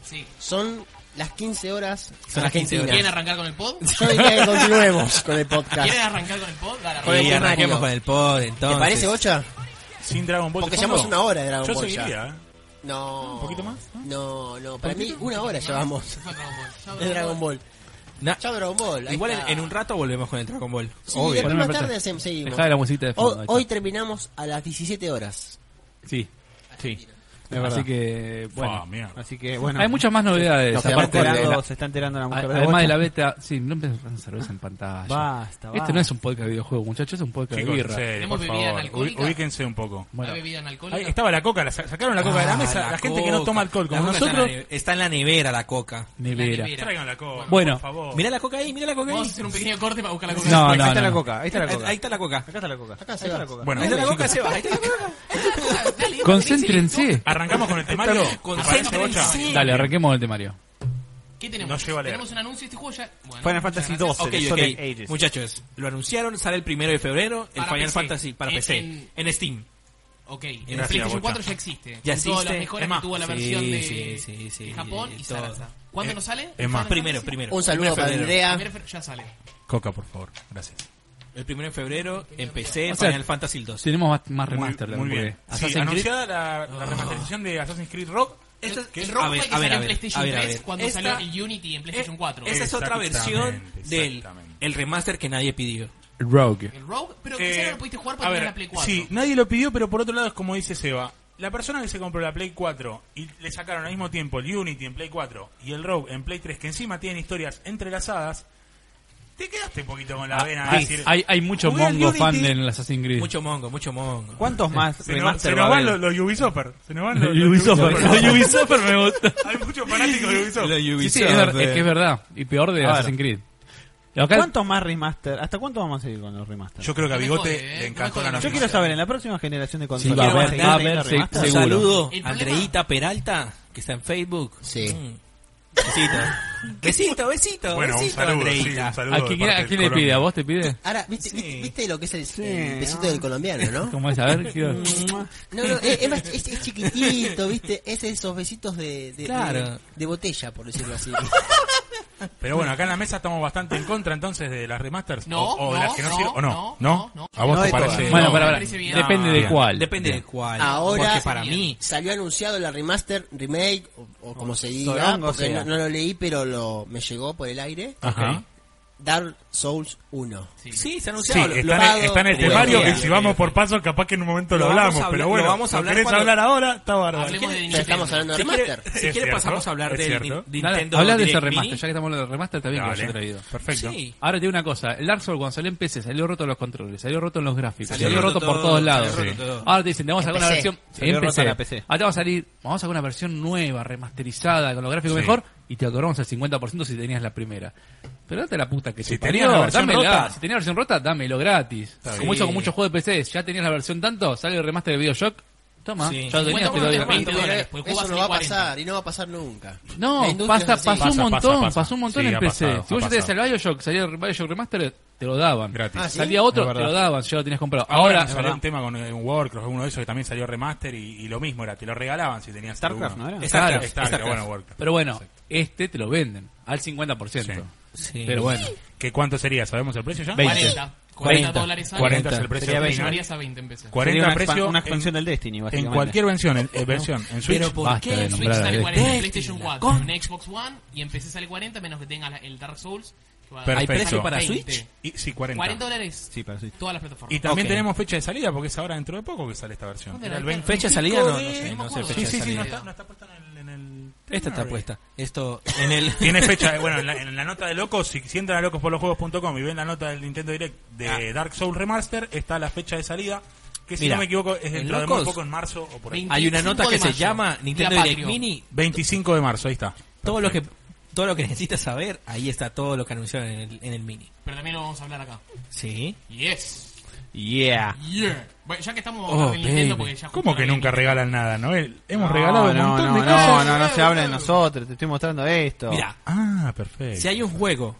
Sí. son las 15 horas. Son las 15 horas. ¿Quieren arrancar con el pod? Yo diría que continuemos con el podcast. ¿Quieren arrancar con el pod? Dale, Con el Y arranca. Mario. arranquemos con el pod, entonces. ¿Te parece, Bocha? Sin Dragon Ball. de Porque fondo. llevamos una hora de Dragon Yo Ball ya. seguiría, ¿eh? No. ¿Un poquito más? No, no. Para mí, una hora llevamos Fue Dragon Ball. Chao, de Dragon Ball. Na- Chao, Dragon Ball. ahí Igual en, está. en un rato volvemos con el Dragon Ball. Sí, después Poneme más plata. tarde hacemos- seguimos. Dejá la musiquita de fondo. Hoy, ahí hoy terminamos a las 17 horas. está. Sí. Sí. Así que, bueno. Ah, mierda. Así que, bueno. Hay muchas más novedades. Nos quedamos aparte de enterando- la- se está enterando la a- mujer de además Bocha. de la beta. Sí, no empieces a hacer cerveza en pantalla. Basta, Esto basta. no es un podcast de videojuegos, muchachos, es un podcast Chicos, de en birra. serio, por ¿Tenemos bebida favor. analcohólica? ubi- Ubíquense un poco. ¿La Bueno, bebida en alcohol? Ahí estaba la coca, la sa- sacaron la coca Ah, de la mesa. La, gente que no toma alcohol, como nosotros. Está en la nevera la coca. nevera. nevera. Traigan la coca. Bueno, por favor. Mira la coca ahí, mira la coca Vamos a ahí. hacer un pequeño corte para buscar la coca. No, Ahí no, está no. la coca, ahí está la Ahí, coca. ahí está la coca. Acá está la coca. Acá se está va. la coca. bueno, Ahí está la coca, Seba. Ahí está la coca. Dale, Concéntrense. arrancamos con el temario. con- ¿Te parece, con- Bocha? sí. Dale, arranquemos el temario. ¿Qué tenemos? No llego a leer. Tenemos un anuncio de este juego ya. Bueno, Final muchas Fantasy gracias. 12. Ok, Son de ok. ages. Muchachos, lo anunciaron, sale el primero de febrero, el Para Final PC. Fantasy para En- PC. en- En Steam. Ok, en Gracias, Bocha. PlayStation 4 ya existe. Ya Con Todas las existe. mejoras Es más, que tuvo la sí, versión de, sí, sí, sí, de Japón y todo. Sarasa. ¿Cuándo Eh, nos sale? es más. ¿Final Primero, Fantasy? primero. Un saludo para Primero de febrero. Andrea. Primero fe- Ya sale. Coca, por favor. Gracias. El primero de febrero empecé O sea, Final Fantasy 2. Tenemos más, más Muy, Ah, remaster muy también, bien. porque Sí, Assassin's Creed- anunciada la, la remasterización de Assassin's Creed Rock. Esta es- que El es- rojo a ver, que a ver, salió a en ver, PlayStation a ver, a 3 ver. cuando Esta- e salió el Unity en PlayStation 4. Esa es otra versión Exactamente, del exactamente. el remaster que nadie pidió. Rogue. El Rogue, pero Eh, quizá no lo pudiste jugar a porque ver, tenías la Play 4. Sí, nadie lo pidió, pero por otro lado es como dice Seba. La persona que se compró la Play 4 y le sacaron al mismo tiempo el Unity en Play 4 y el Rogue en Play 3, que encima tienen historias entrelazadas, te quedaste un poquito con la vena de Hay, decir... Ah, hay, hay mucho Ah, "Jugué al mongo Unity". fan en el Assassin's Creed. Mucho mongo, mucho mongo. ¿Cuántos más Se nos, se remaster nos va a van haber? los, los Ubisoffer. Se nos van los, los Ubisoft, Ubisoffer. Ubisoft me gusta. hay muchos fanáticos de Ubisoft. Sí, sí, es, ver- es que es verdad. Y peor A de ver. Assassin's Creed. Y acá- ¿Cuántos más remaster? ¿Hasta cuánto vamos a seguir con los remaster? Yo, Yo creo que a No me Bigote jode, eh, le no encantó me la jode. noticia. quiero saber, en la próxima generación de consolas. va a ¿van haber, seguir va a teniendo haber, sí, remaster? Un seguro. saludo El a problema- Andreita Peralta, que está en Facebook. Sí. Mm. Besito. Besito, besito. Bueno, un besito, saludo, sí, Andreita. un saludo. ¿A quién, de parte a de quién le Colombia. pide? ¿A vos te pide? Ahora, ¿viste, viste- viste lo que es el, el besito del colombiano, no? ¿Cómo es? A ver, quiero- No, no, es, es más- es- es chiquitito, ¿viste? Es esos besitos de, de, Claro. de- de botella, por decirlo así. Pero bueno, acá en la mesa estamos bastante en contra entonces de las remasters. No, o, o de no, las que no, no, sirven. O no, no, no, no, no. A vos No te de parece. todas. Bueno, no. para, para. parece bien. Depende de Bien. cuál. Depende de cuál. Ahora- Porque para mí, Salió anunciado la remaster, remake, o, o como se diga, Sorongo porque sea. no, no lo leí, pero lo me llegó por el aire. Ajá. Dark Souls 1. sí, se ha Sí, anunciado. lo- lo- está, en- está en el Jugado. temario Jugado. que si vamos por pasos capaz que en un momento lo, Lo vamos hablamos, a hablar- pero bueno, lo vamos a ¿lo hablar querés cuando- hablar ahora, está bárbaro. Hablemos de Ya estamos Nintendo. hablando de si quiere, remaster. si Es quiere cierto, pasamos a hablar es del cierto. Nin- Dale, Nintendo Habla de ese Direct remaster, Mini. ya que estamos hablando de remaster, está bien que lo haya traído. Perfecto. Sí. Ahora tiene una cosa, el Dark Souls cuando salió en PC salió roto en los controles, salió roto en los gráficos, Salió salió, roto roto, por todo, todos lados. salió roto Sí. todo. Ahora te dicen, te vamos a sacar una PC. versión Salió en roto PC. la PC. Ahora te va a salir, vamos a sacar una versión nueva, remasterizada, con los gráficos Sí. mejor, y te lo cobramos el 50% si tenías la primera. Pero date la puta que Si te tenías parió, la versión dámela. rota. Si tenías la versión rota, dámelo gratis. Está Como bien. hizo con muchos juegos de PC, ya tenías la versión tanto, sale el remaster de Bioshock, toma, Sí. ya lo tenías, te Bueno, lo doy bueno, gratis. 20 dólares, pues, Cuba Eso no sale va a 40. pasar y no va a pasar nunca. No, La industria pasa, es así. pasó un Pasa, montón, pasa, pasa. pasó un montón Sí, en ha PC. pasado, si vos ha ya tenés el pasado. Bioshock, salía el Bioshock Remastered, te lo daban. Gratis. Ah, ¿sí? Salía otro, Es te verdad. lo daban, ya lo tenías comprado. Ahora Ahora, salió un tema con eh, un Warcraft, uno de esos que también salió remaster y, y lo mismo era, te lo regalaban si tenías StarCraft, alguno. ¿no era? Claro, Starcraft, Starcraft, Starcraft. bueno, Warcraft. pero bueno, este te lo venden al 50%. Sí. Pero bueno, ¿Qué cuánto sería? ¿Sabemos el precio ya? 40. 40 dólares al 40 es el precio Sería original. Varias a 20 empecé. 40 Sería una, expan- precio una en- expansión del Destiny, en, básicamente. cualquier versión, en, eh, versión, en Switch. Pero ¿por Basta qué? de En no. Switch sale Destiny, 40, en Destiny, PlayStation 4, con- en Xbox One y en PC sale 40 menos que tenga la- el Dark Souls. que va a- Perfecto. ¿Hay precio para 20. Switch? Y, sí, 40. 40 dólares. Sí, para sí. Todas las plataformas. Y también Ok. tenemos fecha de salida porque es ahora dentro de poco que sale esta versión. ¿Dónde Era la el dejaron? 20. ¿Fecha de salida? No, no sé, no sé Sí, fecha Sí, de sí, sí, salida. no está, no está puesta en el... en el- Esta está puesta. Esto, en el... Tiene fecha, eh, bueno, en la, en la nota de locos, si, si entran a locosporlosjuegos.com y ven la nota del Nintendo Direct de Ah. Dark Souls Remaster, está la fecha de salida, que si Mira, no me equivoco es en dentro de muy Locos, poco, en marzo o por ahí. 20. Hay una 25 nota que de se mayo. llama Nintendo Día Direct patrio. Mini. 25 de marzo, ahí está. Todo lo que todo lo que necesitas saber, ahí está todo lo que anunciaron en el, en el Mini. Pero también lo vamos a hablar acá. Sí. Yes. Yeah. Yeah. Bueno, ya que estamos Oh, hablando de Nintendo, baby. porque ya ¿Cómo que nunca regalan nada, Noel? Hemos regalado un no, montón no, de no, no, cosas. no, se habla de nosotros, te estoy mostrando esto. Mira, Ah, perfecto. si hay un juego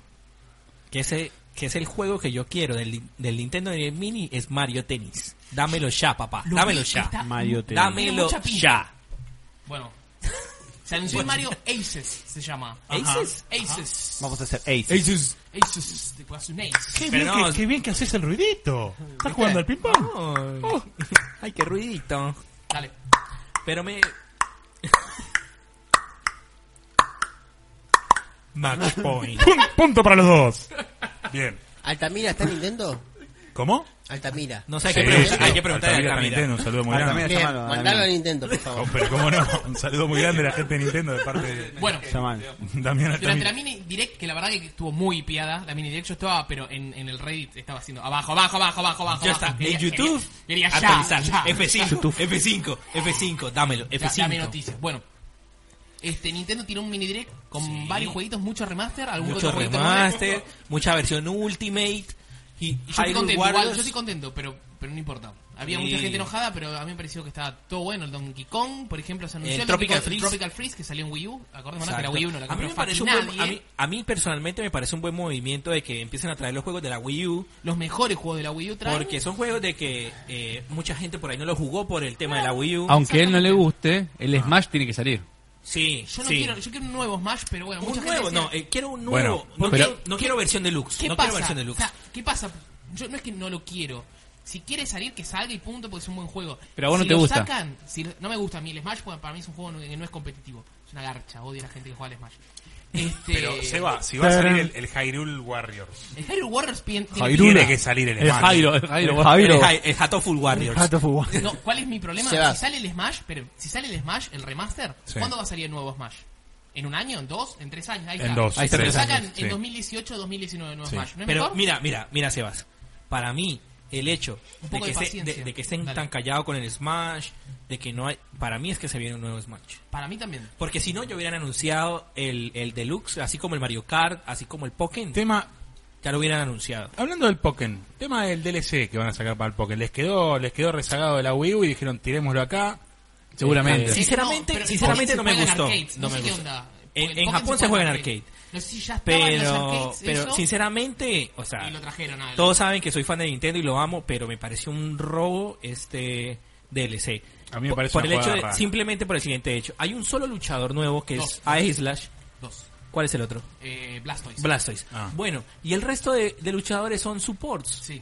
que es el, que es el juego que yo quiero del, del Nintendo Direct Mini es Mario Tennis. Dámelo ya, papá. Lo Dámelo vi, ya. está- Mario Tennis. Tiene Dámelo mucha pinta. ya. Bueno. Se anunció el Mario Aces, se llama. ¿Aces? Aces. Vamos a hacer Ace. Aces. Te puedo hacer un ace. Qué, Pero bien no, que, qué bien que haces el ruidito. ¿Estás jugando al ping-pong? Oh. Ay, qué ruidito. Dale. Pero me. Match point. Pun- Punto para los dos. Bien. ¿Altamira está en Nintendo? ¿Cómo? Altamira. No sé, hay Sí, que, preguntar, sí, hay que preguntarle Altamira a está en Camila. Nintendo, un saludo muy Altamira grande. está Bien, llamalo, dame. mandalo a Nintendo, por Oh, favor. pero cómo no, un saludo muy grande a la gente de Nintendo de parte de Bueno. Llamalo. Damián Durante la Altamira. mini direct, que la verdad que estuvo muy piada, la mini direct yo estaba, pero en, en el Reddit estaba haciendo abajo, abajo, abajo, abajo, abajo. Ya abajo. está, Quería- en YouTube. Quería, quería ya, actualizar. ya, F5, F5, F5, dámelo, ya, F5. dame noticias. Bueno, este Nintendo tiene un mini direct con varios jueguitos, muchos remaster, algún Mucho otro jueguito remaster, mucha versión Ultimate. Y, Y yo estoy Hyrule contento, igual, Warriors. yo estoy contento, pero, pero no importa. Había Sí. mucha gente enojada, pero a mí me pareció que estaba todo bueno. El Donkey Kong, por ejemplo, se anunció El Tropical Donkey Kong- Freeze. Tropical Freeze que salió en Wii U. Acordémonos que la Exacto. Wii U no la a, mí compró me parece un fucking buen- nadie. a mí- a mí personalmente me parece un buen movimiento de que empiecen a traer los juegos de la Wii U. Los mejores juegos de la Wii U traen. Porque son juegos de que eh, mucha gente por ahí no los jugó por el tema de la Wii U. aunque a él no le guste, el Smash tiene que salir. Sí, Yo no sí. quiero, yo quiero un nuevo Smash, pero bueno, mucha un gente nuevo, decía, no, eh, quiero un Bueno, nuevo. no, pero- quiero, no quiero versión deluxe. ¿Qué no pasa? quiero versión O deluxe. sea, ¿Qué pasa? Yo no es que no lo quiero. Si quiere salir, que salga y punto, porque es un buen juego. Pero a vos no Si te lo gusta. Sacan, si lo- no me gusta a mí el Smash, porque para mí es un juego que no es competitivo. Es una garcha, odio a la gente que juega al Smash. Este, Pero se va, si va a salir el, el Hyrule Warriors, El Hyrule Warriors pien- tiene tiene que salir el El Smash. Jairo, el Jairo. vos- Eh, Jairo. El, el Hatoful Warriors. Gato fútbol. No, ¿cuál es mi problema? Se va. Si sale el Smash, pero si sale el Smash, el remaster, Sí. ¿cuándo va a salir el nuevo Smash? ¿En un año? ¿En dos? ¿En tres años? Ahí En está. dos, Ahí Ahí está, está. Lo tres sacan años, en sí. 2018 2019 el nuevo Sí. Smash. ¿No es Pero mejor? mira, mira, mira, Sebas. Para mí, el hecho de Un poco que, de se- de- paciencia. de que estén Dale. tan callados con el Smash, de que no hay. Para mí es que se viene un nuevo Smash. Para mí también. Porque si no, yo hubieran anunciado el, el Deluxe, así como el Mario Kart, así como el Pokémon. Tema, Ya lo hubieran anunciado. hablando del Pokémon, tema del DLC que van a sacar para el Pokémon, les quedó, les quedó rezagado de la Wii U y dijeron tirémoslo acá. Seguramente. Eh, Sinceramente- pero sinceramente se no me juega en gustó. arcades, No, No me sé qué gustó. onda. En, el en Pokémon Japón se fue juega en arcade. No sé si ya estaba en los Pero, arcades pero eso, sinceramente, o sea, y lo trajeron a todos saben que soy fan de Nintendo y lo amo, pero me pareció un robo este DLC. A mí me Por- parece por, el una hecho jugada de- rara. simplemente por el siguiente hecho. Hay un solo luchador nuevo que Dos. es Aeslash Slash. dos. ¿Cuál es el otro? Eh, Blastoise. Blastoise. Ah. Bueno, y el resto de, de luchadores son supports. Sí.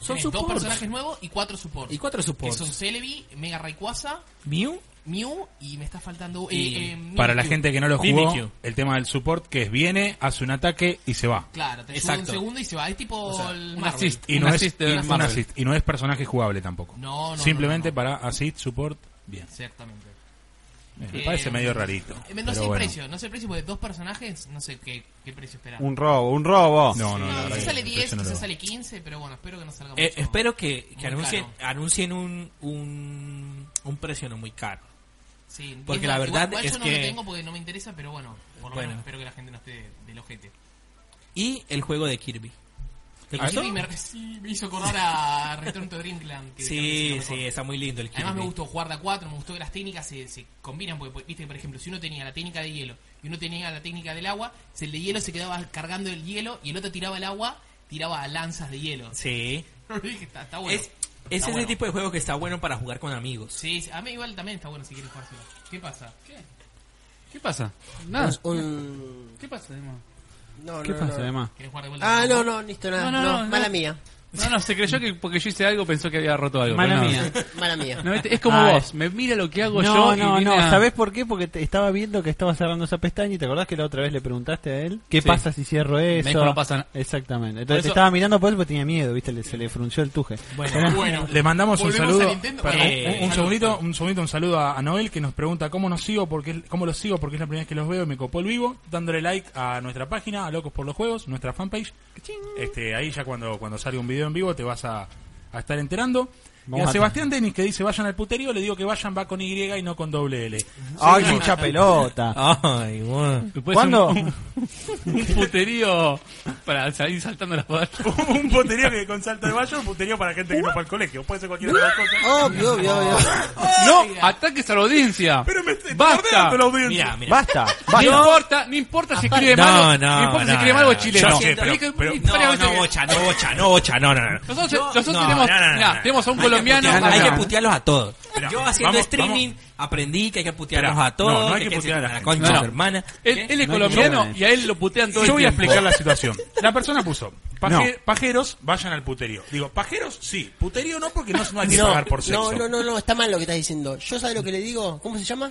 Son Tenés dos supports. personajes nuevos y cuatro supports. Y cuatro que supports. son Celebi, Mega Rayquaza, Mew, Mew y me está faltando... eh, Y eh, Mimikyu. Para la gente que no lo jugó, Mimikyu. el tema del support que es viene, hace un ataque y se va. Claro, te ayuda un Exacto. segundo y se va. Es tipo el Marvel. assist. Y Un no, es, assist de y- un Marvel. assist. Y no es personaje jugable tampoco. No, no, no, Simplemente no, no. para assist, support, bien. Exactamente. Me Eh, parece medio rarito. Eh, No pero sé el bueno. precio, no sé el precio, porque dos personajes, no sé qué, qué precio esperar. Un robo, un robo. No, no, la verdad Quizás que sale el 10, precio no lo quizás veo. sale 15, pero bueno, espero que no salga eh, mucho. espero que, que Muy anuncien, caro. anuncien un, un, un precio no muy caro. Sí, diez porque más. la Igual- verdad igual es yo no que- lo tengo porque no me interesa, pero bueno, por lo Bueno. menos espero que la gente no esté del ojete. Y el juego de Kirby. ¿Te Y gustó? sí, me, sí, me hizo acordar a Return to Dreamland. que creo Sí, que es lo sí, mejor. está muy lindo el Kirby. Además me gustó jugar de a 4, me gustó que las técnicas se, se combinan, porque, porque, viste que por ejemplo, si uno tenía la técnica de hielo y uno tenía la técnica del agua, si el de hielo se quedaba cargando el hielo y el otro tiraba el agua, tiraba lanzas de hielo. Sí. está, está bueno. Es, es ese bueno. tipo de juego que está bueno para jugar con amigos. Sí, sí, a mí igual también está bueno si quieres jugar solo. ¿Qué pasa? ¿Qué pasa? Nada. Un- ¿Qué pasa, Demo? No, ¿Qué no, pasa, no. además? ¿Quieres jugar de vuelta? Ah, no, no, listo, nada. No, No, no, no, mala no. mía. No, no, se creyó que porque yo hice algo pensó que había roto algo. Mala pero no. mía. Mala mía. No, viste, es como Ah, vos, me mira lo que hago yo. No, y no, viene no. a- ¿Sabés por qué? Porque te estaba viendo que estaba cerrando esa pestaña y te acordás que la otra vez le preguntaste a él qué Sí. pasa si cierro eso. dijo, "No pasa nada". Exactamente. Por Entonces eso- te estaba mirando por él porque tenía miedo, ¿viste? Le- se le frunció el tuje. Bueno, Bueno, Le mandamos un Volvemos a saludo. Nintendo. perdón, Eh, un- un, saludos. segundito, un segundito, un saludo a, a Noel que nos pregunta cómo nos sigo, porque es- cómo los sigo, porque es la primera vez que los veo y me copó el vivo, dándole like a nuestra página, a Locos por los Juegos, nuestra fanpage. Este, ahí ya cuando, cuando salga un video en vivo te vas a, a estar enterando. y Vamos a, a- Sebastián Denis que dice vayan al puterío, le digo que vayan va con Y y no con doble L. Ay, qué hincha pelota. ay, bueno. Después ¿Cuándo? Ah, Un, un puterío para salir saltando las barras. un puterío que con salto de vallo, un puterío para gente que no fue al colegio, puede ser cualquiera de las cosas. Obvio, obvio, obvio. ¡No! ¡Ataques a la audiencia! Pero me estoy ¡Basta! bardeando la audiencia. Mira, mira. Basta, No basta. importa, no importa si escribe No, mal. no, No importa si no, escribe no, mal o no, chileno. yo sé, pero- Hay que- pero- hay que- No, no, bocha, no, bocha, no, bocha, no, no, no. Nosotros, nosotros no, tenemos. no, no, no, mirá, no. tenemos a un colombiano. Hay que, putearlos- acá. hay que putearlos a todos. Mira, Yo haciendo vamos, streaming aprendí que hay que putearlos a todos. No, no hay que decir putear a la la gente. concha No, de no. tu hermana. Él, él es No, colombiano no, no. y a él lo putean todo Yo el voy a tiempo. explicar la situación. La persona puso, paje- No. pajeros, vayan al puterío. Digo, pajeros, sí. Puterío no, porque no, no hay que No, pagar por sexo. no, no, no, no, está mal lo que estás diciendo. Yo sabes lo que le digo. ¿Cómo se llama?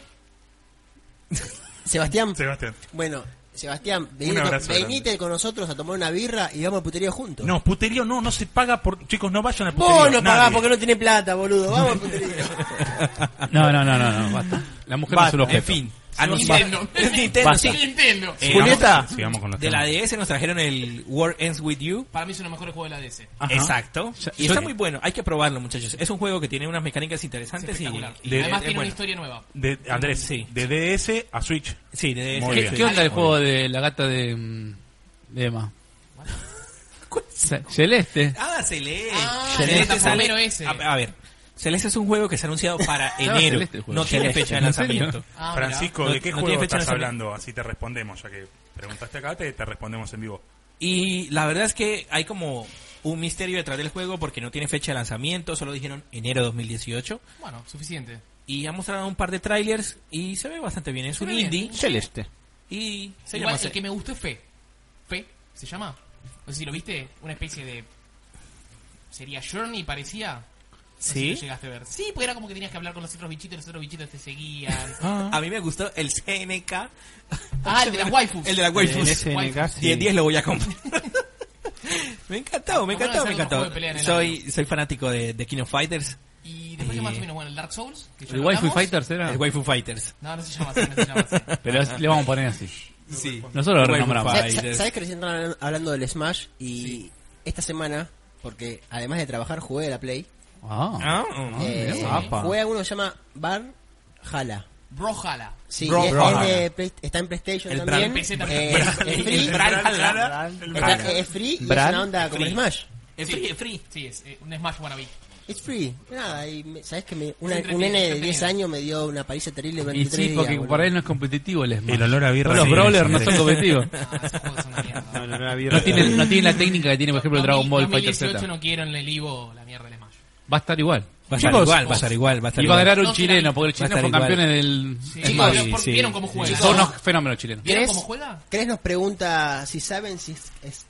Sebastián. Sebastián. Bueno, Sebastián, Un venite, abrazo grande. venite con nosotros a tomar una birra y vamos al puterío juntos. No, puterío no, no se paga por... Chicos, no vayan al puterío. Vos no pagás nadie. porque no tenés plata, boludo. Vamos al puterío. No, no, no, no, no, basta. La mujer no es un En objeto. fin, a Nintendo. Nintendo, sí. Nintendo. Eh, Julieta. Sigamos con los de la temas. DS nos trajeron el War Ends With You. Para mí es uno de los mejores juegos de la DS. Ajá. Exacto. Y Yo- está muy bueno. Hay que probarlo, muchachos. Es un juego que tiene unas mecánicas interesantes y, Espectacular. Y y- además es tiene una eh, bueno. historia nueva. De, Andrés, Sí. de DS a Switch. Sí, de Muy sí. ¿Qué, bien. qué onda el juego de la gata de, mm, de Emma? Ce- Celeste. Ah, Celeste. Ah, Celeste sale- el plataformero ese. A, a ver. Celeste es un juego que se ha anunciado para enero. Celeste el juego. no tiene fecha de ¿En serio? lanzamiento. Ah, mirá. Francisco, No- ¿de qué no juego tiene fecha de estás lanzamiento. hablando? Así te respondemos, ya que preguntaste acá, te, te respondemos en vivo. Y la verdad es que hay como un misterio detrás del juego porque no tiene fecha de lanzamiento, solo dijeron enero de 2018. Bueno, suficiente. Y han mostrado un par de trailers y se ve bastante bien. Es Se un ve bien. indie Celeste. y se Igual llama el Celeste. que me gustó es Fe. Fe, ¿se llama? No sé si lo viste, una especie de... ¿Sería Journey parecía? No sé si ¿Sí? lo llegaste a ver. Sí, porque era como que tenías que hablar con los otros bichitos y los otros bichitos te seguían. A mí me gustó el CNK. ah, el de las waifus. El de la El waifus. SNK, sí. 10 10 lo voy a comprar. me ha encantado, me ha encantado, Vamos a hacer me ha otro juego encantado. de pelea en el Soy, soy fanático de, de King of Fighters, Y después que Eh. más o menos, bueno, el Dark Souls. Que ya El lo Waifu hablamos. Fighters era. el Waifu Fighters. No, no se llama así, no se llama así. Pero es- le vamos a poner así. Sí. Nosotros Waifu lo renombramos. Fighters. Sa- sa- ¿Sabes que recién estaban hablando del Smash? Y esta semana, porque además de trabajar jugué a la Play, Ah. Ah, eh, mirá, apa. jugué a uno que se llama Bar Jala. Brawlhalla. Sí, Bro- y es- Bro- es de Play- está en PlayStation El también. Bran- PC también. Eh, Bran- es el free, Bran- Está- es free y es Bran- una onda como el free. Smash. Es Sí. free, es free. Sí, es eh, un Smash Wannabe. It's free. Nada, y me- sabes que me- una- Es entretenido, un nene de entretenido. 10 años me dio una paliza terrible Y 23 sí, porque días, boludo. por ahí no es competitivo el Smash. El olor a birra Todos Los sí, brawlers sí, no sí. son competitivos. Ah, esos juegos son una mierda. No, no, no, había- No tienen, no tienen la técnica que tiene, por ejemplo, el Dragon Ball Fighter 2018 Z. no quiero en el Ivo la mierda del Smash. Va a estar igual. Va a estar Chicos, igual, va a estar igual, va a estar Y va a igual. ganar No, un sí, la- chileno, porque los va a chilenos estar fueron igual. campenes del. Sí, Es chicos, más, ¿por- sí, ¿Vieron cómo juega? sí. Son unos fenómenos chilenos. ¿Vieron ¿Crees- cómo juega? ¿Crees nos pregunta si saben si es- es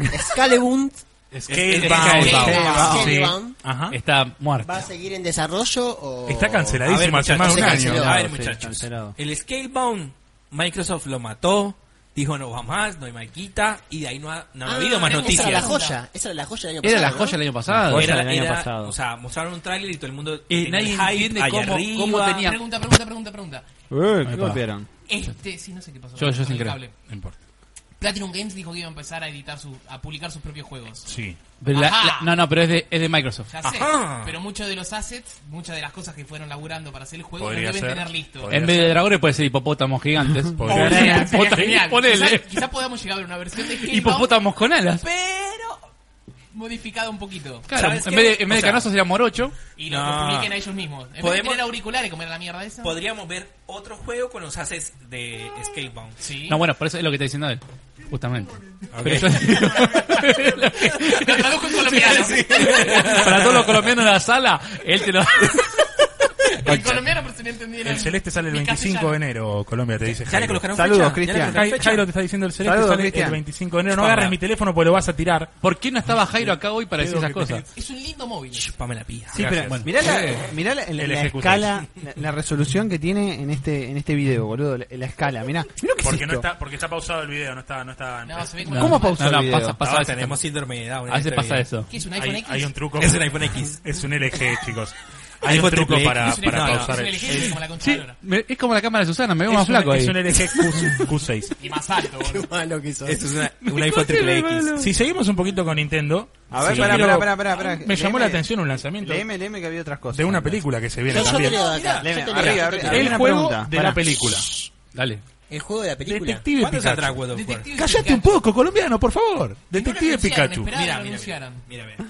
Scalebound Scalebound. Scalebound. Sí. Ajá. Está muerto. va a seguir en desarrollo o Ah, Está canceladísimo hace más de un se año. Ah, canceló. A ver, Sí, muchachos. cancelado. El Scalebound, Microsoft lo mató. Dijo no va más, no hay maquita. Y de ahí no ha, no ha Ah, habido más Esa noticias. era la joya, esa era la joya del año Era pasado. la joya ¿no? del año pasado. joya Era- del año era- pasado. O sea, mostraron un tráiler y todo el mundo. Eh, tenía nadie el hype entiende ahí cómo- arriba. cómo tenía- Ah, Pregunta, pregunta, pregunta, pregunta. Eh, ¿Qué golpearon? Este, sí, no sé qué pasó. Yo, con yo el sin cable. creer. No importa. Platinum Games dijo que iba a empezar a editar su, a publicar sus propios juegos. Sí. Pero la- Ajá. la- no, no, pero es de, es de Microsoft. Ya sé, Ajá. pero muchos de los assets, muchas de las cosas que fueron laburando para hacer el juego, Podría lo deben ser. tener listo. Podría En vez de dragones puede ser hipopótamos gigantes. Podría O ser. sea, Sería hipopótamo- genial. Ponele. Quizá, quizá podamos llegar a una versión de Scalebound, Hipopótamos con alas. pero modificada un poquito. Claro, en ¿Sabes vez de, qué? en O vez de sea, canosos sería morocho. Y los No. publiquen a ellos mismos. En vez de Podemos- tener auriculares, comer la mierda esa. Podríamos ver otro juego con los haces de Scalebound. Sí. No, bueno, por eso es lo que está diciendo él. Justamente. Pero yo- Lo traduzco en colombiano. Para todos los colombianos en la sala, él te lo. En colombiano, pero se le entendieron. El celeste sale el En 25 de castellano. enero, Colombia te Ya dice. le Jairo. colocaron Saludos, fecha, ya le Cristian. colocaron Jai- fecha. Jairo te está diciendo el celeste Saludos, sale el Cristian. 25 de enero. No Spammer. agarres mi teléfono porque lo vas a tirar. ¿Por qué no estaba Jairo acá hoy para decir Creo esas que cosas? Es un lindo móvil. Chupame la pija. Sí, pero Gracias. mirá Eh, la, mirá la, la- El la ejecutor. escala, la, la resolución que tiene en este en este video, boludo. La, la escala, mirá. Mirá lo que es Porque no esto. está, porque está pausado el video, no está, no está. No, se ve como. No. ¿Cómo pausa No, no, el video? pasa, No, pasa. eso. Ah, tenemos síndrome de Down. en A veces este pasa video. ¿Qué eso. Es un hay, iPhone X. hay un Ah, truco. Es un iPhone X. Es un LG, chicos. Hay iPhone un truco triple X. para, Es un para LG, pausar es el. un Es LG, como la Sí, consoladora. me- es como la cámara de Susana, me veo más un- flaco es ahí. un LG Q, 6 Y más alto, Qué boludo. malo Ah, que sos. Esto es una- un iPhone triple X. Si seguimos un poquito con Nintendo. A ver, sí, pará, quiero- pará, pará, pará, pará. Me llamó Leeme- la atención un lanzamiento Leeme, leeme que había otras cosas. de una película que se viene Yo, yo te también. leo de acá. Leeme, yo te leo, arriba, yo te arriba. leo. Una El juego pregunta, de pará. la película. Dale. El juego de la película. Detective ¿Cuándo saldrá Pikachu. God of War? Detective Cállate un Pikachu. poco, colombiano, por favor. Detective Ninguno anunciaron, Pikachu. Mira, espera. lo mira, mira, anunciaron. mira, mira.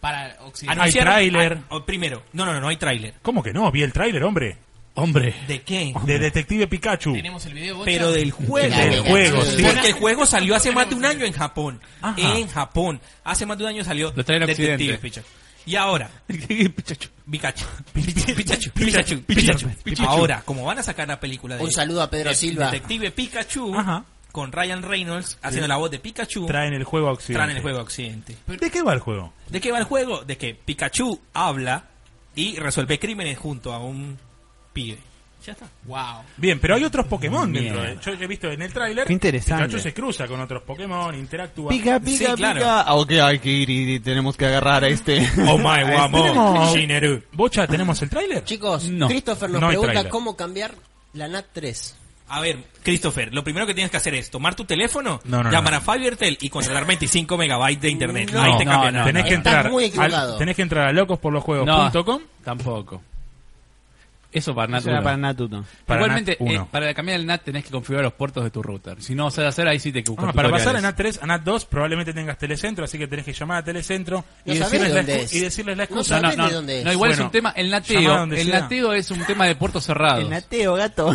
Para Occidente. Hay Anunciaron- tráiler. ah, oh, primero, no, no, no, no hay tráiler. ¿Cómo que no? Vi el tráiler, hombre. Hombre. ¿De qué? De Detective Pikachu. Tenemos el video, bocha. Pero del juego. Del Del juego, sí. Porque el juego salió hace más de un año en Japón. Ajá. En Japón. Hace más de un año salió Lo traen a Occidente. Pikachu. Y ahora, Pichacho. Pikachu. Pikachu. Pikachu. Pikachu. Ahora, como van a sacar la película de Un saludo a Pedro de- Silva. Detective Pikachu Ajá. con Ryan Reynolds haciendo la voz de Pikachu. Traen el juego a Occidente. Traen el juego a Occidente. ¿De qué va el juego? ¿De qué va el juego? De que Pikachu habla y resuelve crímenes junto a un pibe. Ya está. Wow. Bien, pero hay otros Pokémon dentro. Bien. de- Yo he visto en el tráiler. Qué interesante. Pikachu se cruza con otros Pokémon, interactúa. Pica, Sí, pica, claro. pica. Ah, ok, hay que ir y tenemos que agarrar a este. Oh my guamo. Tenemos- Bocha, ¿tenemos el tráiler? Chicos, No. Christopher nos No hay pregunta tráiler. cómo cambiar la NAT 3. A ver, Christopher, lo primero que tienes que hacer es tomar tu teléfono, No, no, llamar no. a FiberTel y controlar 25 megabytes de internet. No, Ahí te no, cambia nada. tenés que Estás entrar. muy al- equivocado. tenés que entrar a locosporlosjuegos.com. Tampoco. Eso para No nada. será para Natuto. Para Igualmente, NAT eh, uno. para cambiar el NAT tenés que configurar los puertos de tu router. Si no lo sabes hacer, ahí sí te que buscar Ah, para pasar a tutoriales. NAT 3, a NAT 2, probablemente tengas Telecentro, así que tenés que llamar a Telecentro No y, sabés decirles la, dónde excu- es. y decirles la No excusa. No, no, ¿Sabés no, de dónde es? no, igual es Bueno, un tema, el llamá nateo, donde el sea. nateo es un tema de puertos cerrados. El nateo, gato.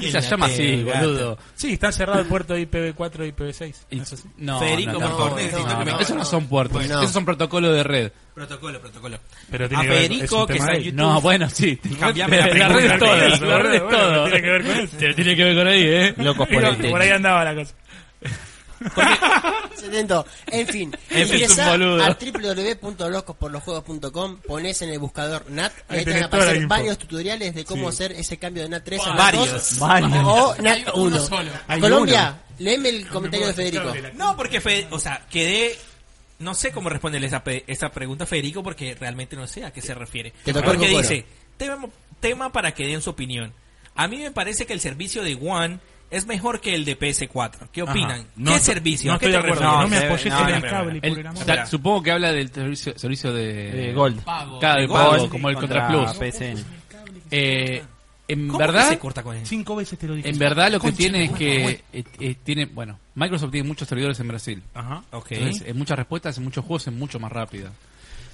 se llama así, gato. boludo. Sí, está cerrado el puerto de IPv4 y IPv6. El- no, Federico, no, por no, favor, no, necesito no, que me- no, esos no son puertos, Bueno. esos son protocolos de red. Protocolo, protocolo. Pero a tiene que ver- es Federico, un que, tema está en de- YouTube. No, bueno, sí. Cambiame la la red pregunta, es todo, Federico, la red es bueno, todo. tiene que ver con eso. Tiene- Tiene que ver con ahí, ¿eh? Locos por el Por ahí techo. andaba la cosa. Se tentó. En fin, Ese es un ingresá boludo. a www.locosporlosjuegos.com, ponés en el buscador NAT, y ahí te van Ahí tenés a toda la aparecer info. varios tutoriales de cómo hacer ese cambio de NAT 3 a NAT 2 Varios. Vale. o Hay NAT uno 1. solo. Hay Colombia, léeme el comentario de Federico. No, porque, Fe- o sea, quedé... No sé cómo responderle esa, pe- esa pregunta a Federico porque realmente no sé a qué se refiere. Te tocó porque el cocoro. dice, tema, tema para que den su opinión. A mí me parece que el servicio de One es mejor que el de PS4. ¿Qué opinan? Ajá. No ¿Qué estoy- servicio? No ¿Qué estoy de te acuerdo. parece? No me se- apoyes no, en no, el no, cable. El- por el amor ta- de Dios. supongo que habla del servicio, servicio de, Eh, Gold. Pago. Claro, de Gold. pago, como el Contra Contra Plus. PSN. Eh, en ¿Cómo verdad, que se corta con eso? Cinco veces te lo dije. en verdad lo que tiene es que eh, eh, tiene, bueno, Microsoft tiene muchos servidores en Brasil. eh, Ajá. Ok. Entonces, en muchas respuestas, en muchos juegos es mucho más rápida.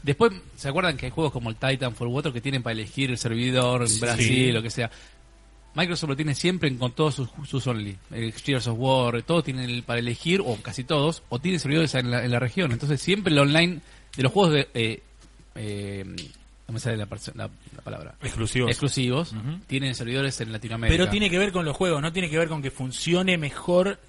Después, ¿se acuerdan que hay juegos como el Titanfall u otro que tienen para elegir el servidor en Brasil, lo que sea? Microsoft lo tiene siempre en- con todos sus, sus only. El Gears of War, todo tiene el- para elegir, o casi todos, o tiene servidores en la, en la región. Entonces siempre el online de los juegos de... eh, eh, no me sale la, perso- la- la palabra. Exclusivos. Exclusivos. Ujú. Tienen servidores en Latinoamérica. Pero tiene que ver con los juegos, no tiene que ver con que funcione mejor.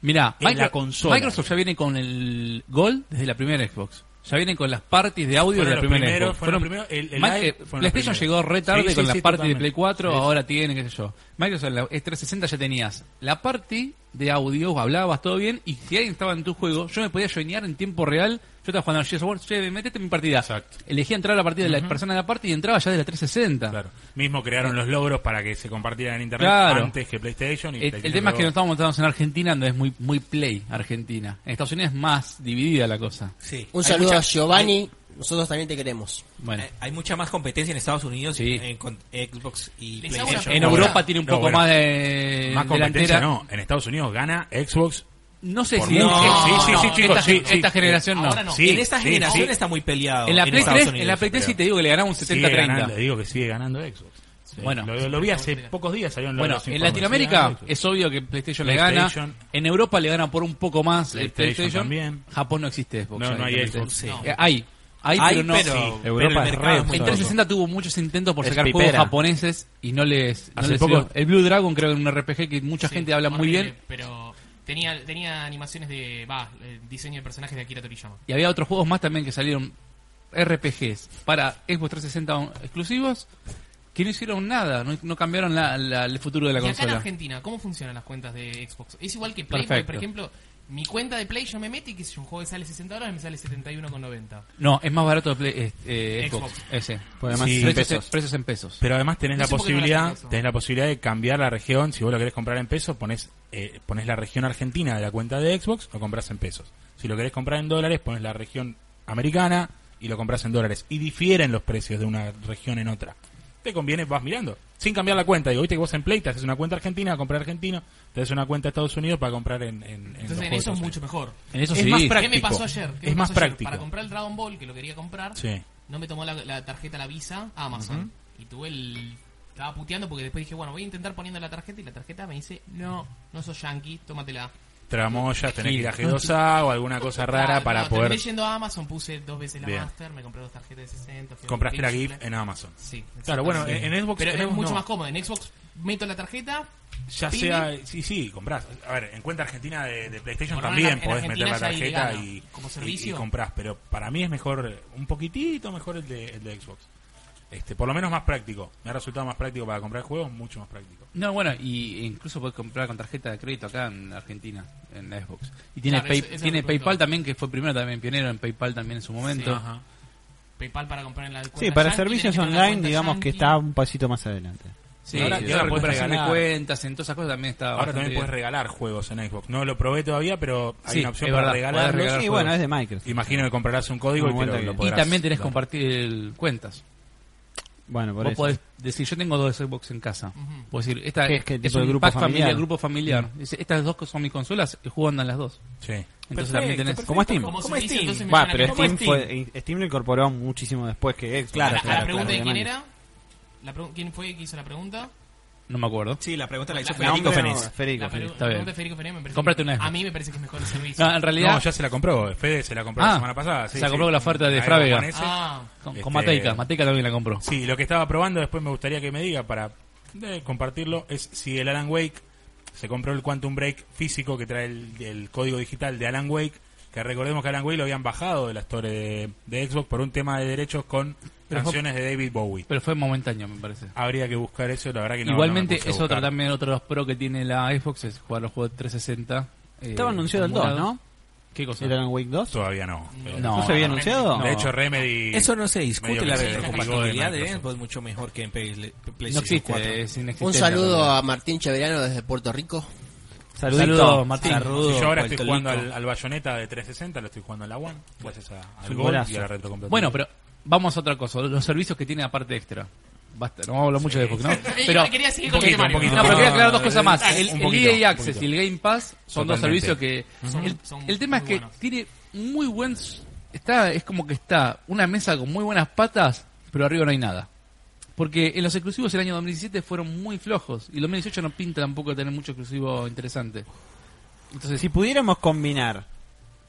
Mirá, en la Micro- consola. Microsoft ya viene con el Gold desde la primera Xbox. Ya vienen con las parties de audio Fueron de la los primera primeros, Xbox. fueron los primeros, el- el Ma- Live eh, fueron los PlayStation primeros. llegó re tarde Sí, sí, con las sí, parties de totalmente. Play 4, Sí. ahora tiene, qué sé yo. Microsoft en la E360 ya tenías la party de audio, hablabas todo bien, y si alguien estaba en tu juego, yo me podía joinear en tiempo real. Yo estaba jugando a Gears of War, che, metete en mi partida. Exacto. Elegía entrar a la partida de la persona de la party y entraba ya de la 360. Claro. Mismo crearon los logros para que se compartieran en internet Claro. antes que PlayStation. Y El, el PlayStation tema es luego- que nos estamos montados en Argentina, donde es muy, muy play Argentina. En Estados Unidos es más dividida la cosa. Sí. Un Hay saludo mucha- a Giovanni. Nosotros también te queremos. Bueno, Eh, Hay, hay mucha más competencia en Estados Unidos Sí. eh, con Xbox y Les hago una PlayStation. en no, Europa bueno, tiene un no, poco bueno. más de Más competencia delantera. no. En Estados Unidos gana Xbox. No sé Por si mucho. no, Sí, sí, sí, no, chicos, esta, sí, sí. esta generación no. Ahora no. Sí, en esta sí, generación sí. está muy peleado. En la Play Estados 3, Unidos. en la Play 3 sí pero- te digo que le ganaron un Sigue ganando, 70-30. digo que sigue ganando Xbox. Sí. Bueno. lo, lo vi hace pocos días. salieron los- Bueno, los en informes. Latinoamérica Sí, es obvio que PlayStation, le PlayStation. gana. En Europa le gana por un poco más el PlayStation. PlayStation también. Japón no existe Xbox. No, no hay obviamente. Xbox. Sí. No. Eh, hay, hay, Hay, pero no. pero, Europa pero el es mercado re es muy En Sobre todo. 360 tuvo muchos intentos por Es sacar pipera. juegos japoneses y no les, no Hace les poco- dio. El Blue Dragon creo que es un RPG que mucha gente habla muy horrible, bien Pero tenía, tenía animaciones de. Va, el diseño de personajes de Akira Toriyama. y había otros juegos más también que salieron RPGs para Xbox 360 on- exclusivos que no hicieron nada, no, no cambiaron la- la- el futuro de la y acá en consola. Argentina, ¿cómo funcionan las cuentas de Xbox? Es igual que Play, porque, Perfecto. por ejemplo, mi cuenta de Play yo me meto y que si un juego que sale 60 dólares me sale 71,90. No, es más barato de Play- eh, eh, Xbox, Xbox. ese. Por además, Sí, en precios, pesos. En, precios en pesos. Pero además tenés No la sé por qué no lo posibilidad, hacen eso. tenés la posibilidad de cambiar la región. Si vos lo querés comprar en pesos, pones eh, pones la región argentina de la cuenta de Xbox, lo compras en pesos. Si lo querés comprar en dólares, pones la región americana y lo compras en dólares. Y difieren los precios de una región en otra. Te conviene, vas mirando. Sin cambiar la cuenta. Digo, viste que vos en Play te haces una cuenta argentina para comprar argentino, te haces una cuenta de Estados Unidos para comprar en, en- en los Entonces en juegos eso de es Estados mucho mejor. en eso es sí. más ¿Qué me práctico. pasó ayer? ¿Qué Es me más pasó ayer? práctico. Para comprar el Dragon Ball, que lo quería comprar, Sí. no me tomó la, la tarjeta la Visa Amazon. Y tuve el... Estaba puteando porque después dije, bueno, voy a intentar poniendo la tarjeta y la tarjeta me dice, no, no sos yankee, tómatela. Tramoyas, tenés que ir a G2A o alguna cosa rara Ah, para no, poder. Terminé yendo a Amazon, puse dos veces la Bien. Master, me compré dos tarjetas de 60. fui a Compraste la Gameplay, GIF en Amazon. Sí. Claro, bueno, exactamente. en en Xbox, Pero en es Xbox mucho no. más cómodo. En Xbox meto la tarjeta, Ya Pini. sea, sí, sí, comprás. A ver, en cuenta argentina de, de PlayStation Bueno, también en Ar- en podés meter la Argentina ya tarjeta hay y, legal, como y- servicio. y comprás, pero para mí es mejor, eh, un poquitito mejor el de, el de Xbox. Este, por lo menos más práctico. Me ha resultado más práctico para comprar juegos, mucho más práctico. No, bueno, y incluso puedes comprar con tarjeta de crédito acá en Argentina, en la Xbox. Y tiene, Claro, Pay- eso- eso es tiene lo que PayPal también, que fue primero también pionero en PayPal también en su momento. Ajá. PayPal para comprar en la cuenta Sí, para yankee, tenés servicios que tener la online, cuenta digamos que yankee. está un pasito más adelante. Sí, Y ahora- y la ahora podés recuperación de regalar. cuentas, en todas esas cosas también está Ahora también Ah, bastante puedes bien. regalar juegos en Xbox. No lo probé todavía, pero hay Sí, una opción es para verdad, podés regalarlos. regalar Sí, juegos. bueno, es de Microsoft. Imagino que comprarás un código Me y te cuenta lo, que- lo Y Y podrás también tenés que dar. compartir el- cuentas. Bueno, por Vos eso. podés decir, yo tengo dos Xbox en casa. Ujú. Vos decir, esta ¿Qué es- qué es tipo un de grupo pack familiar, familiar? grupo familiar. Dice, Estas dos son mis consolas, y juego andan las dos. Sí. Entonces también tenés- perfecto. Como Steam. Como Como servicio, Steam. entonces me Va, suena pero que- Steam, Steam. fue, eh, Steam lo incorporó muchísimo después que Xbox. A la- Claro, a la pregunta de quién obviamente. era. La pregun- ¿Quién fue que hizo la pregunta? No me acuerdo. Sí, la pregunta la hizo La- la- Federico No, Fenés. Federico, la pre- Federico. la está bien. pregunta de Federico Fernández me parece. Comprate una que- Xbox. A mí me parece que es mejor el servicio. No, en realidad, No, ya se la compró. Fede se la compró Ah, la semana pasada. sí, se la sí. compró con la oferta de Ahí va, Frávega. con ese. Ah, con, con Este- Mateica, Mateica también la compró. Sí, lo que estaba probando, después me gustaría que me diga para eh, compartirlo, es si el Alan Wake se compró el Quantum Break físico que trae el, el código digital de Alan Wake, que recordemos que Alan Wake lo habían bajado de la store de, de Xbox por un tema de derechos con Pero fue- canciones de David Bowie. Pero fue momentáneo, me parece. Habría que buscar eso, la verdad que no. Igualmente, no me puse a es otro buscar. también, otro de los pro que tiene la Xbox, es jugar los juegos 360. eh, Estaba anunciado el 2, emulados. ¿no? ¿Qué cosa? ¿Era en Wake 2? Todavía no. No. ¿No se había anunciado? De hecho, Remedy. Eso no se discute, medio la que se retrocompatibilidad desligó de Microsoft. Xbox mucho mejor que en Play- PlayStation No existe, eh, 4. es inexistente. Un saludo a Martín Chaverano desde Puerto Rico. Saludito. Saludos, Martín. Saludos. yo ahora estoy Puerto jugando Rico. al, al Bayonetta de 360, lo estoy jugando en la One, gracias a, Es al un Gold y golazo. a la retrocompatibilidad. Bueno, pero vamos a otra cosa, los servicios que tiene aparte extra. Basta, no vamos a hablar mucho de Xbox, ¿no? Pero, Yo Eh, quería seguir un con el poquito, temario. un poquito. No, pero quería aclarar dos cosas más. El, Un el poquito, EA un Access y poquito. el Game Pass son dos Totalmente. servicios que... Son- el, son el tema es muy que buenos. tiene muy buen s- está, es como que está una mesa con muy buenas patas, pero arriba no hay nada. Porque en los exclusivos el año 2017 fueron muy flojos y el 2018 no pinta tampoco tener mucho exclusivo interesante. Entonces, Si pudiéramos combinar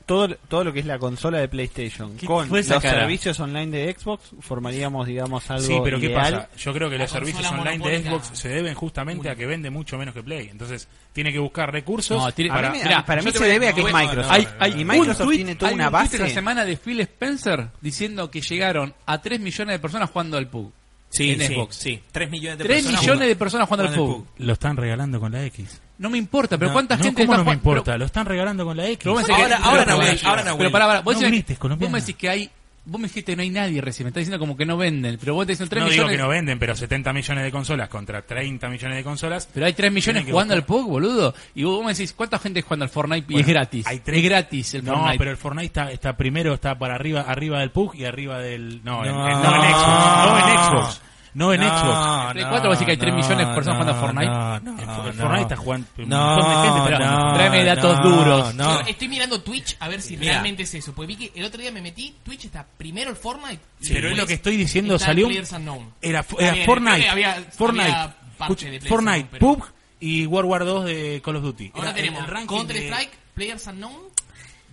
todo, todo lo que es la consola de PlayStation ¿Qué con fue los esa cara? servicios online de Xbox, formaríamos, digamos, algo Sí, pero ¿qué ideal. pasa? Yo creo que La los servicios consola online de monopólica. Xbox se deben justamente a que vende mucho menos que Play. Entonces, tiene que buscar recursos No, tiene- Para para... mí, Mirá, a- para yo mí te se voy a- debe a que no, es no, Microsoft. no, no, no, y no. Microsoft Un tuit- tiene toda hay una un tuit base. esta semana de Phil Spencer diciendo que llegaron a 3 millones de personas jugando al PUG. Sí, en sí, Xbox. sí. 3 millones de 3 personas. millones de personas jugando al jugando al PUG. Lo están regalando con la X. No me importa, pero No, ¿cuánta No, gente ¿cómo está no me jugando? importa? Lo están regalando con la X. Pero vos me decís Ahora- que- ahora pero- Nahuel, pero- ahora Nahuel. Pero pará, pará, vos, No decís- grites, vos colombiano. me decís que hay... Vos me dijiste que no hay nadie recién, me estás diciendo como que no venden, pero vos te dicen 3 no digo millones... que no venden, pero 70 millones de consolas contra 30 millones de consolas. Pero hay 3 millones Tienen que jugando al buscar. PUG, boludo. Y vos me decís, ¿cuánta gente jugando al Fortnite? y es gratis. hay tres- es gratis el no, Fortnite. pero el Fortnite está, está primero, está para arriba, arriba del PUG y arriba del... No, en- en- No. no. en Xbox. No en Xbox. No en Xbox. No, Play no, 4 va a decir que hay 3 millones de personas jugando a Fortnite. No, no, El, no, el Fortnite está jugando... un No, montón de gente está no, jugando. Tráeme datos no, duros. No. Yo Estoy mirando Twitch a ver si Mira. realmente es eso. Pues vi que el otro día me metí, Twitch está primero el Fortnite. y Sí, pero es después lo que estoy diciendo, está el salió un- Players Unknown. Era, Está era bien, creo Fortnite, que había- Fortnite, había parche de escucha, PlayStation, Fortnite, pero- PUBG y World War 2 de Call of Duty. Ahora Era tenemos ranking Counter de- Strike, Players Unknown,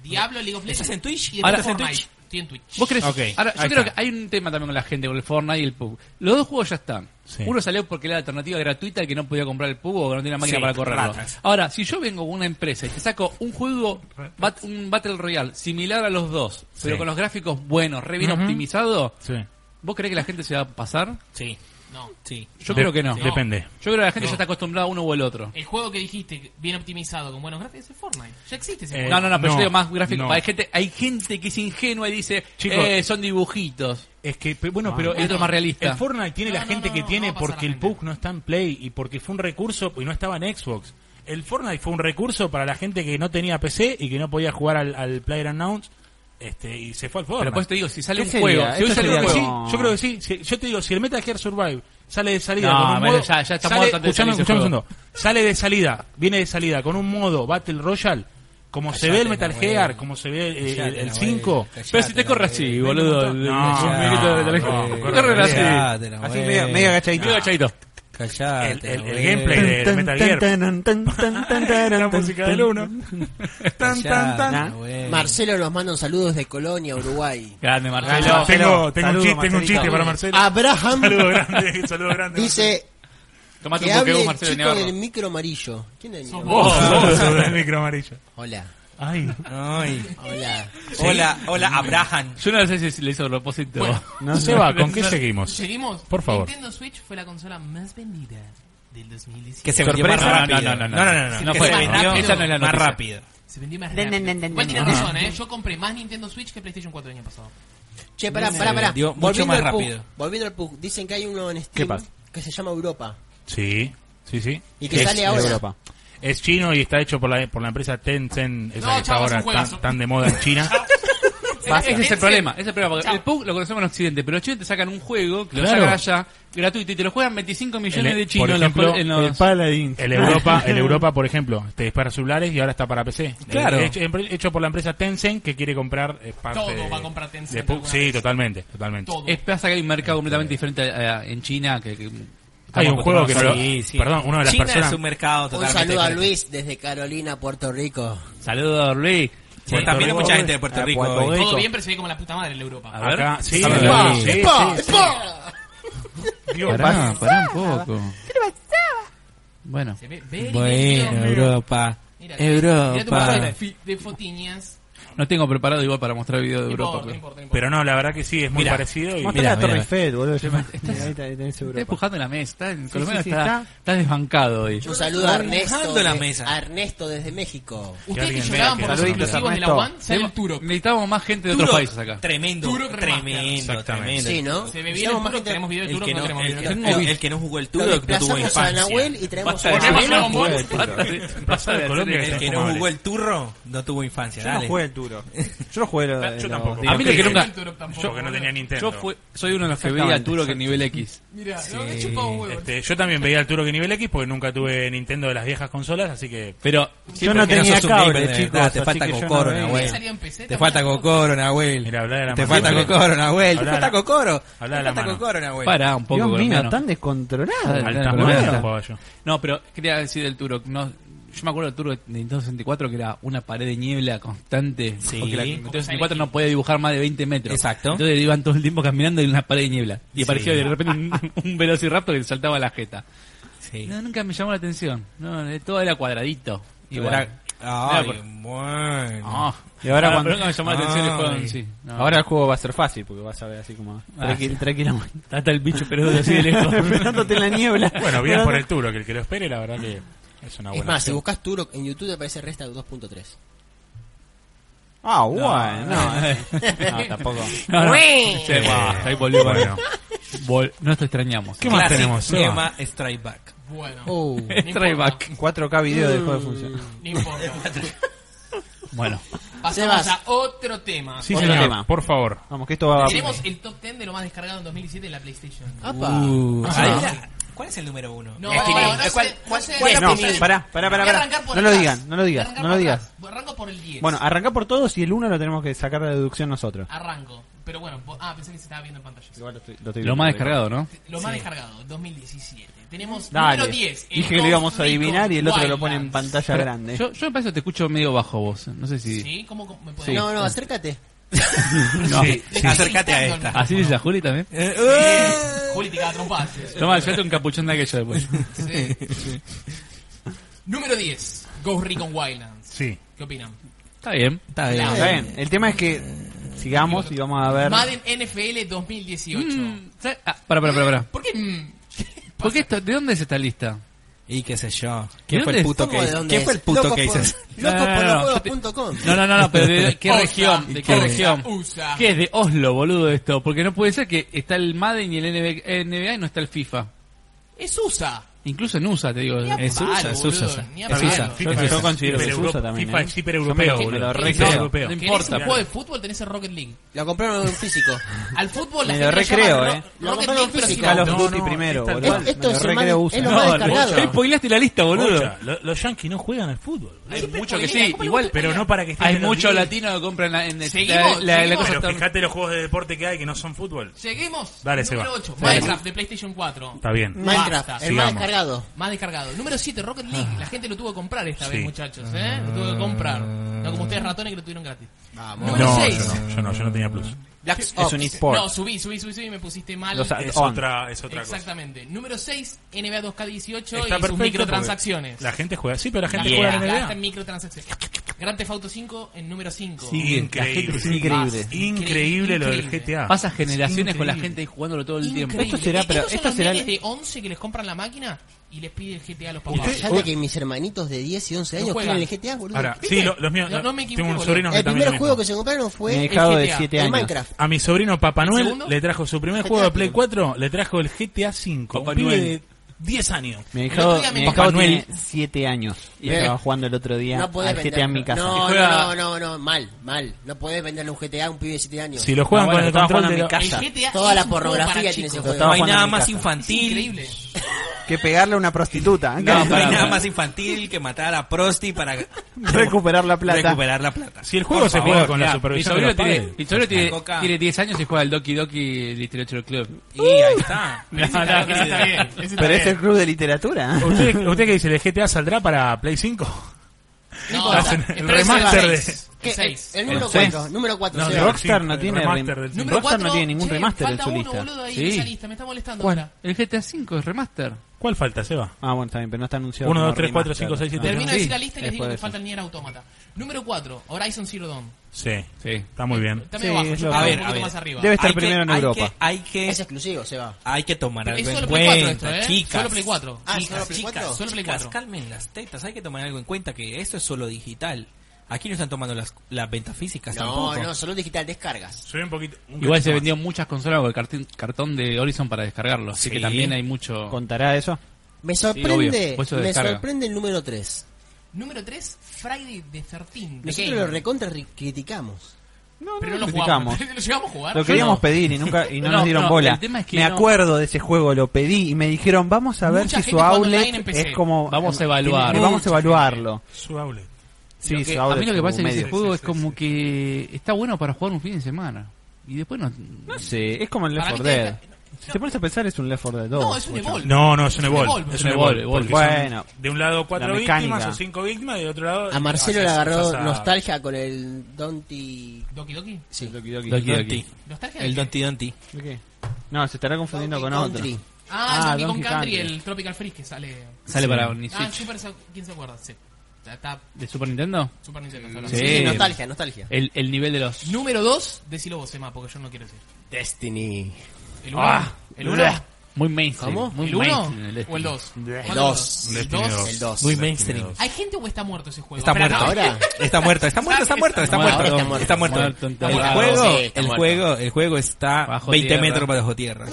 Diablo, League of Legends. ¿Estás en Twitch? Y Ahora- después Fortnite. Estoy en Twitch. ¿Vos crees? Ok, Ahora, yo ahí creo está. que hay un tema también con la gente, con el Fortnite y el PUB. Los dos juegos ya están. Sí. Uno salió porque era la alternativa gratuita al que no podía comprar el PUB o que no tenía máquina Sí, para correrlo. ratas. Ahora, si yo vengo con una empresa y te saco un juego, bat- un Battle Royale similar a los dos, pero Sí. con los gráficos buenos, re bien optimizado, Sí. ¿vos crees que la gente se va a pasar? Sí, No. sí. Yo De- creo que no. Depende. Yo creo que la gente ya está acostumbrada a uno o el otro. El juego que dijiste, bien optimizado, con buenos gráficos, es Fortnite. Ya existe ese Eh, juego. No, no, no, pero no, yo digo más gráfico. no. Hay, gente, hay gente que es ingenua y dice, Chicos. eh, son dibujitos. Es que, pe- bueno, Ah, pero Hay otro más realista. el Fortnite tiene No, la no, gente no, que no, tiene no va a pasar porque la el gente. PUBG no está en Play y porque fue un recurso y no estaba en Xbox. El Fortnite fue un recurso para la gente que no tenía PC y que no podía jugar al, al PlayerUnknown's este, y se fue al Fortnite. Pero pues te digo, si sale ¿Qué un sería? Ah, juego, si hoy Eso sale un sería Creo que juego, sí, como- yo creo que sí. Si- yo te digo, si el Metal Gear Survive sale de salida No, con un bueno, modo, ya- ya está sale, muerto antes de escuchame, salir ese escuchame un juego. segundo. Sale de salida, viene de salida con un modo Battle Royale, como se ve el Metal Nahuel. Gear, como se ve eh, el- Callate, el Nahuel. 5. Callate, Pero si te corre Nahuel. así, boludo. No, el- eh, un minuto de la- no, te corre corre así. Callate, Nahuel. Así medio, medio agachadito. Medio agachadito. El- Callate. el- el Nahuel. gameplay de- del Metal Gear. La Callate, tan, tan. Nahuel. Marcelo nos manda un saludo desde Colonia, Uruguay. Grande, Marcelo. Ah. Saludos, Tengo, tengo, saludos, un chiste, tengo un Marcelito. chiste para Marcelo. Abraham Eh. Saludo grande, saludo grande. dice Tomate que un hable poqueo, el Marcelo de chico Navarro. del micro amarillo. ¿Quién es el micro Oh, Vos, amarillo? vos sos el micro amarillo. Hola, Ay, Ay. hola. Hola, hola, Abraham. Yo no sé si le hizo a propósito. no se va, ¿con qué seguimos? Seguimos. Por favor. Nintendo Switch fue la consola más vendida del 2017. Que se Sorpresa. vendió más rápido. No, no, no, no. no, no, no, No que fue- se vendió esa no es la más noticia. rápido. Se vendió más Den, rápido. den, den, Igual den, tiene den. razón, ¿eh? Yo compré más Nintendo Switch que PlayStation 4 el año pasado. Che, pará, Se pará, pará. vendió mucho Volviendo más al Pug, rápido. volviendo al Pug, dicen que hay uno en ¿Qué Steam pasa? que se llama Europa. Sí, sí, sí. Y que Es- sale ahora. Europa. Es chino y está hecho por la, por la empresa Tencent, esa No, que está chavos, ahora un juegazo. tan, tan de moda en China. Basta. Ese es el problema, ese es el problema. porque Chao. el PUG lo conocemos en Occidente, pero los chinos te sacan un juego que lo Claro. sacan allá gratuito y te lo juegan 25 millones El- de por chinos en los- ejemplo, en El los. Paladín. El Europa, el Europa, por ejemplo, te dispara celulares y ahora está para PC. Claro. Eh, Hecho, empre- hecho por la empresa Tencent que quiere comprar eh, parte Todo de- va a comprar Tencent de Pu- alguna sí, vez. totalmente, totalmente. Todo. Es pasa que hay un mercado completamente diferente eh, en China. Que, que- Hay un juego que no lo- Sí, sí. perdón, una de las China personas es un mercado Un totalmente saludo a diferente. Luis desde Carolina, Puerto Rico. Saludos, Luis. Sí, también hay mucha gente de Puerto Ah, Rico. Puerto hoy. Todo Rico. bien, pero se ve como la puta madre en la Europa. ver. acá, sí, A ver. sí, sí, sí, ¡Epa! sí. ¡Epa! Dios, Pará, pasa- pará un poco. Bueno. Se ve very Bueno, very- Europa. Mira, mira tu Europa. cara de fi- de fotiñas. No tengo preparado igual para mostrar video de No Europa. pues. pero- importa, no importa, no importa. Pero no, la verdad que sí, es muy parecido y Mostrá la Mirá, Torre mirá. Eiffel, boludo. Ahí te- ahí tenés Está Europa. empujando la mesa. Está, en Colombia sí, está, está. está desbancado hoy. Un saludo a Ernesto, Dejando la de- mesa. a Ernesto desde México. Ustedes que alguien vea lloraban que por los saludos, exclusivos de la Ernesto. One, sale el Turok. Necesitamos más gente de Turok, otros países acá. Tremendo, Turok remaster. tremendo, Exactamente. tremendo. Sí, ¿no? Se ve bien el Necesitamos más Turok, gente- tenemos video de El Turok, que, no no, tenemos el, video. el- el que no jugó el Lo Turok no tuvo desplazamos a infancia. Nahuel y traemos Basta de Ponemos decir- Dragon Ball. Basta de- basta de Colombia hacer- que El que no jugó el turro no tuvo infancia. Yo no dale. jugué el Turok. Turok. Yo no jugué lo- Ah, lo- yo tampoco. digo, A mí lo que no nunca. el Turok tampoco, yo- porque no tenía Nintendo. Yo fui- soy uno de los que veía a Exactamente, Turok en exacto. nivel X. Mira, no, me chupa un huevo. Este, yo también veía al Turok en nivel X porque nunca tuve Nintendo de las viejas consolas, así que Pero Yo no Que no tenía sos un gamer cable, de chicos. verdad, Te falta con cocoro, Ahí Nahuel. salía en PC Te falta también. cocoro, Nahuel. mira, hablar de la Te mano. falta cocoro, Nahuel. Te Habla de falta la- cocoro. habla Te de la falta mano. cocoro, Nahuel. pará un poco, Dios mío, hermano. tan descontrolada. Al- Altas Pero monedas bueno. jugaba yo. No, pero quería decir del Turok. No, yo me acuerdo del Turok de Nintendo 64 que era una pared de niebla constante. Sí. Porque la Nintendo 64 no podía dibujar más de 20 metros. Exacto. Entonces iban todo el tiempo caminando en una pared de niebla. Y Sí. aparecía de repente un, un velociraptor que le saltaba la jeta. Sí. No, nunca me llamó la atención. No, de- todo era cuadradito. Y Igual. ahora, Ay, Mira, bueno. Y ahora Ah, Ah, pero cuando- Ah, nunca me llamó la atención el juego en Ay. sí. No. Ahora el juego va a ser fácil porque vas a ver así como. Tranquil, tranquilamente. Trata el bicho peludo así de lejos. Ah, Esperándote en la niebla. Bueno, bien Esperando- por el Turok, el que lo espere, la verdad que es una Es buena. más, si opción. buscas Turok en YouTube te aparece Resta 2.3. Ah, bueno. No, no, tampoco. No, no. Sí, guau, ahí volvió. Bueno. Vol- no te extrañamos. ¿Qué más Classic tenemos? Seba? Tema Strike Back. Bueno, Uh, Oh. no Strike importa, back. 4K video dejó de funcionar. Mm. No importa. Bueno. Pasamos Sebas. a otro tema. Sí, Otro señor, tema. por favor. Vamos, que esto va Tenemos el top 10 de lo más descargado en 2017 en la PlayStation. Apa. Uh, Ah. Ahí la- ¿Cuál es el número uno? No, Ah, Es que bueno, ni- no sé, ¿cuál- no cuál- sé, cuál es No, tu- sé. pará, pará, pará, Voy a pará. arrancar por No lo atrás. digas, no lo digas, Voy a no lo arrancar digas. por atrás. Arranco por el 10. Bueno, arranca por todos y el 1 lo tenemos que sacar de deducción nosotros. Arranco. Pero bueno, po- ah, pensé que se estaba viendo en pantalla. Lo más descargado, ¿no? Lo más descargado, 2017. Tenemos Dale. número 10. el Dije que lo íbamos a Ghost adivinar y el otro lo pone en Wildlands. pantalla Pero grande. Yo, yo me parece que te escucho medio bajo vos. No sé si. ¿Sí? ¿Cómo cómo me puedo No, no, acércate. Sí, No. Le sí, estoy acércate a gritando esta. al ¿Así dice la Juli también? Eh, eh. Juli te caga trompadas. Toma, yo un capuchón de aquello después. Sí. Número 10. Ghost Recon Wildlands. Sí. ¿Qué opinan? Está bien. Está La- Está bien, el tema es que sigamos y vamos a ver. Madden NFL Mm, 2018. Ah, para, para, para, para. ¿Por qué? mm? ¿Por qué esto- ¿De dónde es esta lista? Y qué sé yo. ¿Quién fue ¿De dónde el es? puto ¿Cómo que de hizo? dónde ¿Quién es? fue el puto Loco que por- hizo? Loco No, no, por no, los no, juegos yo te- punto com. No, no, no, no pero ¿de qué Osa, región? ¿De qué Osa, región? Usa. ¿Qué es de Oslo, boludo, esto? Porque no puede ser que está el Madden y el NBA y no está el FIFA. Es USA. Incluso en USA, te digo. Ni a Es palo, USA, es boludo, USA. ni a Es palo. USA. Yo- yo considero que se usa también, FIFA ¿eh? es hiper Yo europeo, me lo- me lo boludo. re- Hiper creo. europeo. No ¿Querés importa, un pero- juego de fútbol? Tenés el Rocket League. Lo compraron en físico. Al fútbol la Me gente lo lo recreo, eh. llama Ro- Lo Rocket compraron League, pero sin físico. Call of auto. No, Duty no, primero, esta- boludo. Me Esto lo es re el creo más- usa. es lo más No, descargado. Ey, spoileaste la lista, boludo. Ocha, lo- los yankees no juegan al fútbol. boludo. Hay Siempre mucho que polémica, sí, ¿cómo le igual gusta Pero no para que estén hay en los muchos videos. latinos que compran la, en el- Seguimos, la, la- la seguimos. cosa Pero está- fíjate los juegos de deporte que hay que no son fútbol. Seguimos. Dale, se Número va. 8. Minecraft de PlayStation 4. Está bien. Minecraft, Basta. el más Sigamos. descargado. Más descargado. Número 7, Rocket League. La gente lo tuvo que comprar esta Ah. Sí. vez, muchachos. ¿eh? Lo tuvo que comprar. No como ustedes ratones que lo tuvieron gratis. Vamos. Número No, yo 6. no, yo no, yo no tenía plus. Black Es Ops. un No, eSport. subí, subí, subí, subí y me pusiste mal. Los Es On. otra, es otra cosa. Exactamente. Número 6, NBA 2K18 Está y sus perfecto microtransacciones. porque La gente juega, sí, pero la La gente gente juega en gasta en NBA. microtransacciones. Grand Theft Auto 5 en número 5. Increíble. Es increíble. Increíble lo del GTA. Pasa generaciones con la gente ahí jugándolo todo el tiempo. Increíble. Esto será, pero Estos son esto los será- nenes de 11 que les compran la máquina y les pide el GTA a los papás. Fíjate que mis hermanitos de 10 y 11 No años juegan. juegan el GTA, boludo. Ahora, ¿Viste? sí, lo- los míos. No, no me equivoqué, tengo un boludo. sobrino que el también. primer lo juego mismo. que se compraron fue Mi el hijado de GTA, 7 el años. Minecraft. A mi sobrino Papá ¿El Noel segundo? le trajo su primer juego de Play 4, le trajo el GTA 5. Papá Un pibe Noel. de 10 años. Mi El hijado, otro día me mi dijo hijado Manuel. tiene 7 años y Bien. estaba jugando el otro día No podés al GTA en mi casa. No, juega- no, no, no, mal, mal. No podés venderle un GTA a un pibe de 7 años. Si lo juegan No, bueno, con el estaba control jugando de en la- mi casa. El GTA Toda es la un juego pornografía para tiene ese chicos. juego. Estaba No hay jugando nada en mi más casa. Es infantil. increíble. Que pegarle a una prostituta. ¿eh? No, que no hay para- nada más infantil que matar a Prosti para Recuperar la plata. recuperar la plata. Si el juego se juega con la Mirá, supervisión Mi de sobrino, los tiene, padres. mi sobrino tiene, Coca. tiene 10 años y juega al Doki Doki Literature Club. Y ahí está. Ese está- ese está bien, ese está Pero es el bien. club de literatura. ¿Usted, ¿Usted qué dice? ¿El GTA saldrá para Play 5? No, Hacen espera, el ese es remaster el de- seis. ¿Qué? Seis. El número El seis. 4, número 4. No, Seba. el rock- Rockstar no el tiene remaster rem- del- Número Rockstar no cuatro, tiene ningún che, remaster en falta su uno, lista. boludo, ahí Sí. en esa lista, me está molestando ahora. El GTA V es remaster. ¿Cuál falta, Seba? Ah, bueno, está bien, pero no está anunciado. 1, como 2, 3, 4, remaster. 5, 6, 7, Termino de Sí, decir la lista y les digo después de que eso. falta el Nier Automata. Número 4, Horizon Zero Dawn. Eh, Sí. Sí. Está muy bien. Está Sí, medio bajo, es yo lo- estaba a un ver, a poquito ver. más arriba. Debe estar Hay que- primero en hay Europa. que- Hay que, Es exclusivo, Seba. hay que tomar Es algo en solo Play 4 cuenta, esto, ¿eh? chicas. Solo Play 4. Ah, chicas, solo Play chicas, 4. Solo Play chicas, 4. calmen las tetas. Hay que tomar algo en cuenta que esto es solo digital. Aquí no están tomando las, las ventas físicas No, tampoco. no, solo digital descargas. Soy un poquito. un Igual se cachito vendió muchas consolas con el cartín- cartón de Horizon para descargarlo. Así Sí. que también hay mucho. ¿Contará eso? Me obvio, sorprende, puesto de me descarga. sorprende el número 3. Número 3, Friday the 13. de Nosotros Game. lo recontra ri- criticamos. No, Pero no lo lo jugamos. criticamos. Lo llegamos a jugar. Lo queríamos no. pedir y nunca y no, No, nos dieron no, bola. el tema es que me no- acuerdo de ese juego, lo pedí y me dijeron, vamos a ver Mucha si gente su jugando outlet online en PC. es como... Vamos a tiene- evaluarlo. Vamos a evaluarlo. Su outlet. Sí, Lo que- su a outlet, mí lo que su pasa es que medio. ese juego Sí, es sí, como sí. que está bueno para jugar un fin de semana. Y después no. Sí, es como el Left Para 4 mí Dead. tiene- Si te pones a pensar, es un Left 4 Dead 2. No, es un Evol. No, no, es un Evol, Evol. es Es un un Evol, Evol. Evol. porque son Bueno. de un lado cuatro La mecánica. víctimas o cinco víctimas y de otro lado. A Marcelo le haces- agarró haces a- nostalgia con el Donkey. Doki Doki. Sí, Doki Doki. Donkey. ¿Nostalgia? El Donti Donti. ¿De qué? No, se estará confundiendo con otro. Country. Ah, Ah, es Donkey Kong Donkey Country, Country. el Tropical Freeze que sale. Sale para un Ah, Switch. Super. ¿Quién se acuerda? Sí. Está- Está ¿De Super Nintendo? Super Nintendo. está Sí, hablando. Sí. nostalgia, nostalgia. El, el nivel de los. Número 2, decilo vos, Emma, porque yo no quiero decir. Destiny. ¿El 1? ¿El 1? Blah. Muy mainstream. ¿Cómo? Muy ¿El 1? mainstream, el este. ¿O el 2? El 2. Destiny ¿El 2? El 2. Muy mainstream. ¿Hay gente o está muerto ese juego? Está Espera, muerto. no, Ahora. Está muerto, está muerto, está muerto, está muerto. Está muerto. Está muerto. Está El muerto. juego, Sí, está el muerto. juego, el juego está Bajo 20 tierra. metros bajo tierra.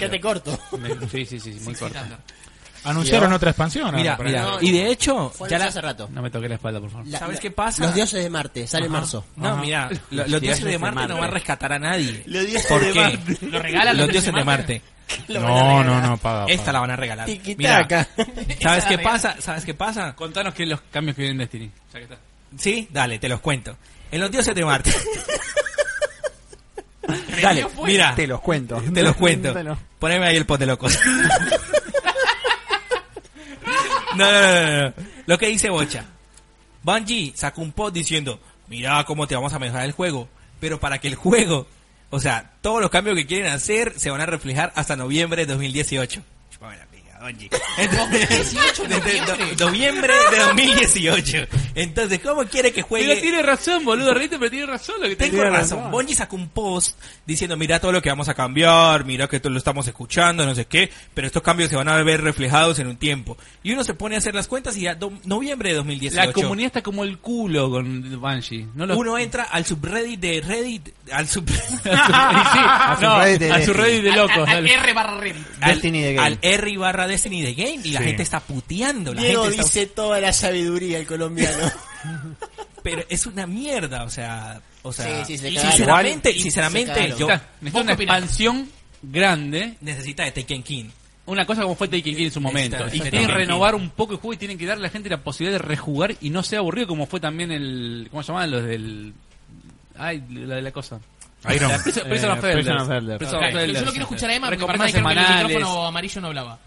Ya te corto. Me- este. Sí, sí, sí, sí, muy Six Feet corto. Under. Anunciaron otra expansión. ahora, Mira, por mira. acá. No, y de hecho, Fue ya la- hace rato. No me toqué la espalda, por favor. La- ¿Sabes la- qué pasa? Los dioses de Marte, sale en Ajá. marzo. Ah, No, Ajá. mira, lo- los, Los dioses de Marte, no van a rescatar a nadie. Porque ¿Lo regalan los dioses de Marte. No, no, no, paga. paga. Esta la van a regalar. Mira, Tiquitaca. ¿sabes qué pasa? ¿Sabes qué pasa? Contanos qué los cambios que vienen en Destiny. Sí, dale, te los cuento. En los dioses de Marte. dale, mira, Te los cuento. te los cuento. Te los- Poneme ahí el pot de locos. no, no, no, no, no. Lo que dice Bocha. Bungie sacó un post diciendo, mira cómo te vamos a mejorar el juego. Pero para que el juego, o sea, todos los cambios que quieren hacer se van a reflejar hasta noviembre de 2018. Chupame la pinga, Bungie. Entonces, 2018, desde noviembre. no- noviembre de 2018. Entonces, ¿cómo quiere Pues que juegue? Pero tiene razón, boludo, reíte, pero tiene razón lo que te Tengo razón. Bonji sacó un post diciendo, mira todo lo que vamos a cambiar, mira que todo lo estamos escuchando, no sé qué, pero estos cambios se van a ver reflejados en un tiempo. Y uno se pone a hacer las cuentas y ya do- noviembre de 2018. La comunidad está como el culo con Banshee. No lo... Uno entra al subreddit de Reddit, al subreddit, a su Reddit de a su Reddit de A- locos. a- dale. R barra Reddit. al, Destiny the Game. al R barra Destiny the Game y la Sí. gente está puteando. La Diego gente está- dice toda la sabiduría el colombiano. Pero es una mierda, o sea, o sea, Sí, sí, se y cagaron. sinceramente, Igual- se sinceramente, cagaron. yo Necesita- necesita ¿Vos una qué opinás? expansión grande. necesita de Tekken King. Una cosa como fue Taken King en su momento. Exacto, Y tienen que exactamente. renovar un poco el juego y tienen que darle a la gente la posibilidad de rejugar y no sea aburrido como fue también el... ¿Cómo se llamaban los del...? Ay, la de la cosa. Iron. La Prison Prison of Eh, Prison Elders. of Elders. Prison of Yo yo Elders. lo quiero escuchar a Emma porque para Recompensas mí creo que el semanales. micrófono amarillo no hablaba.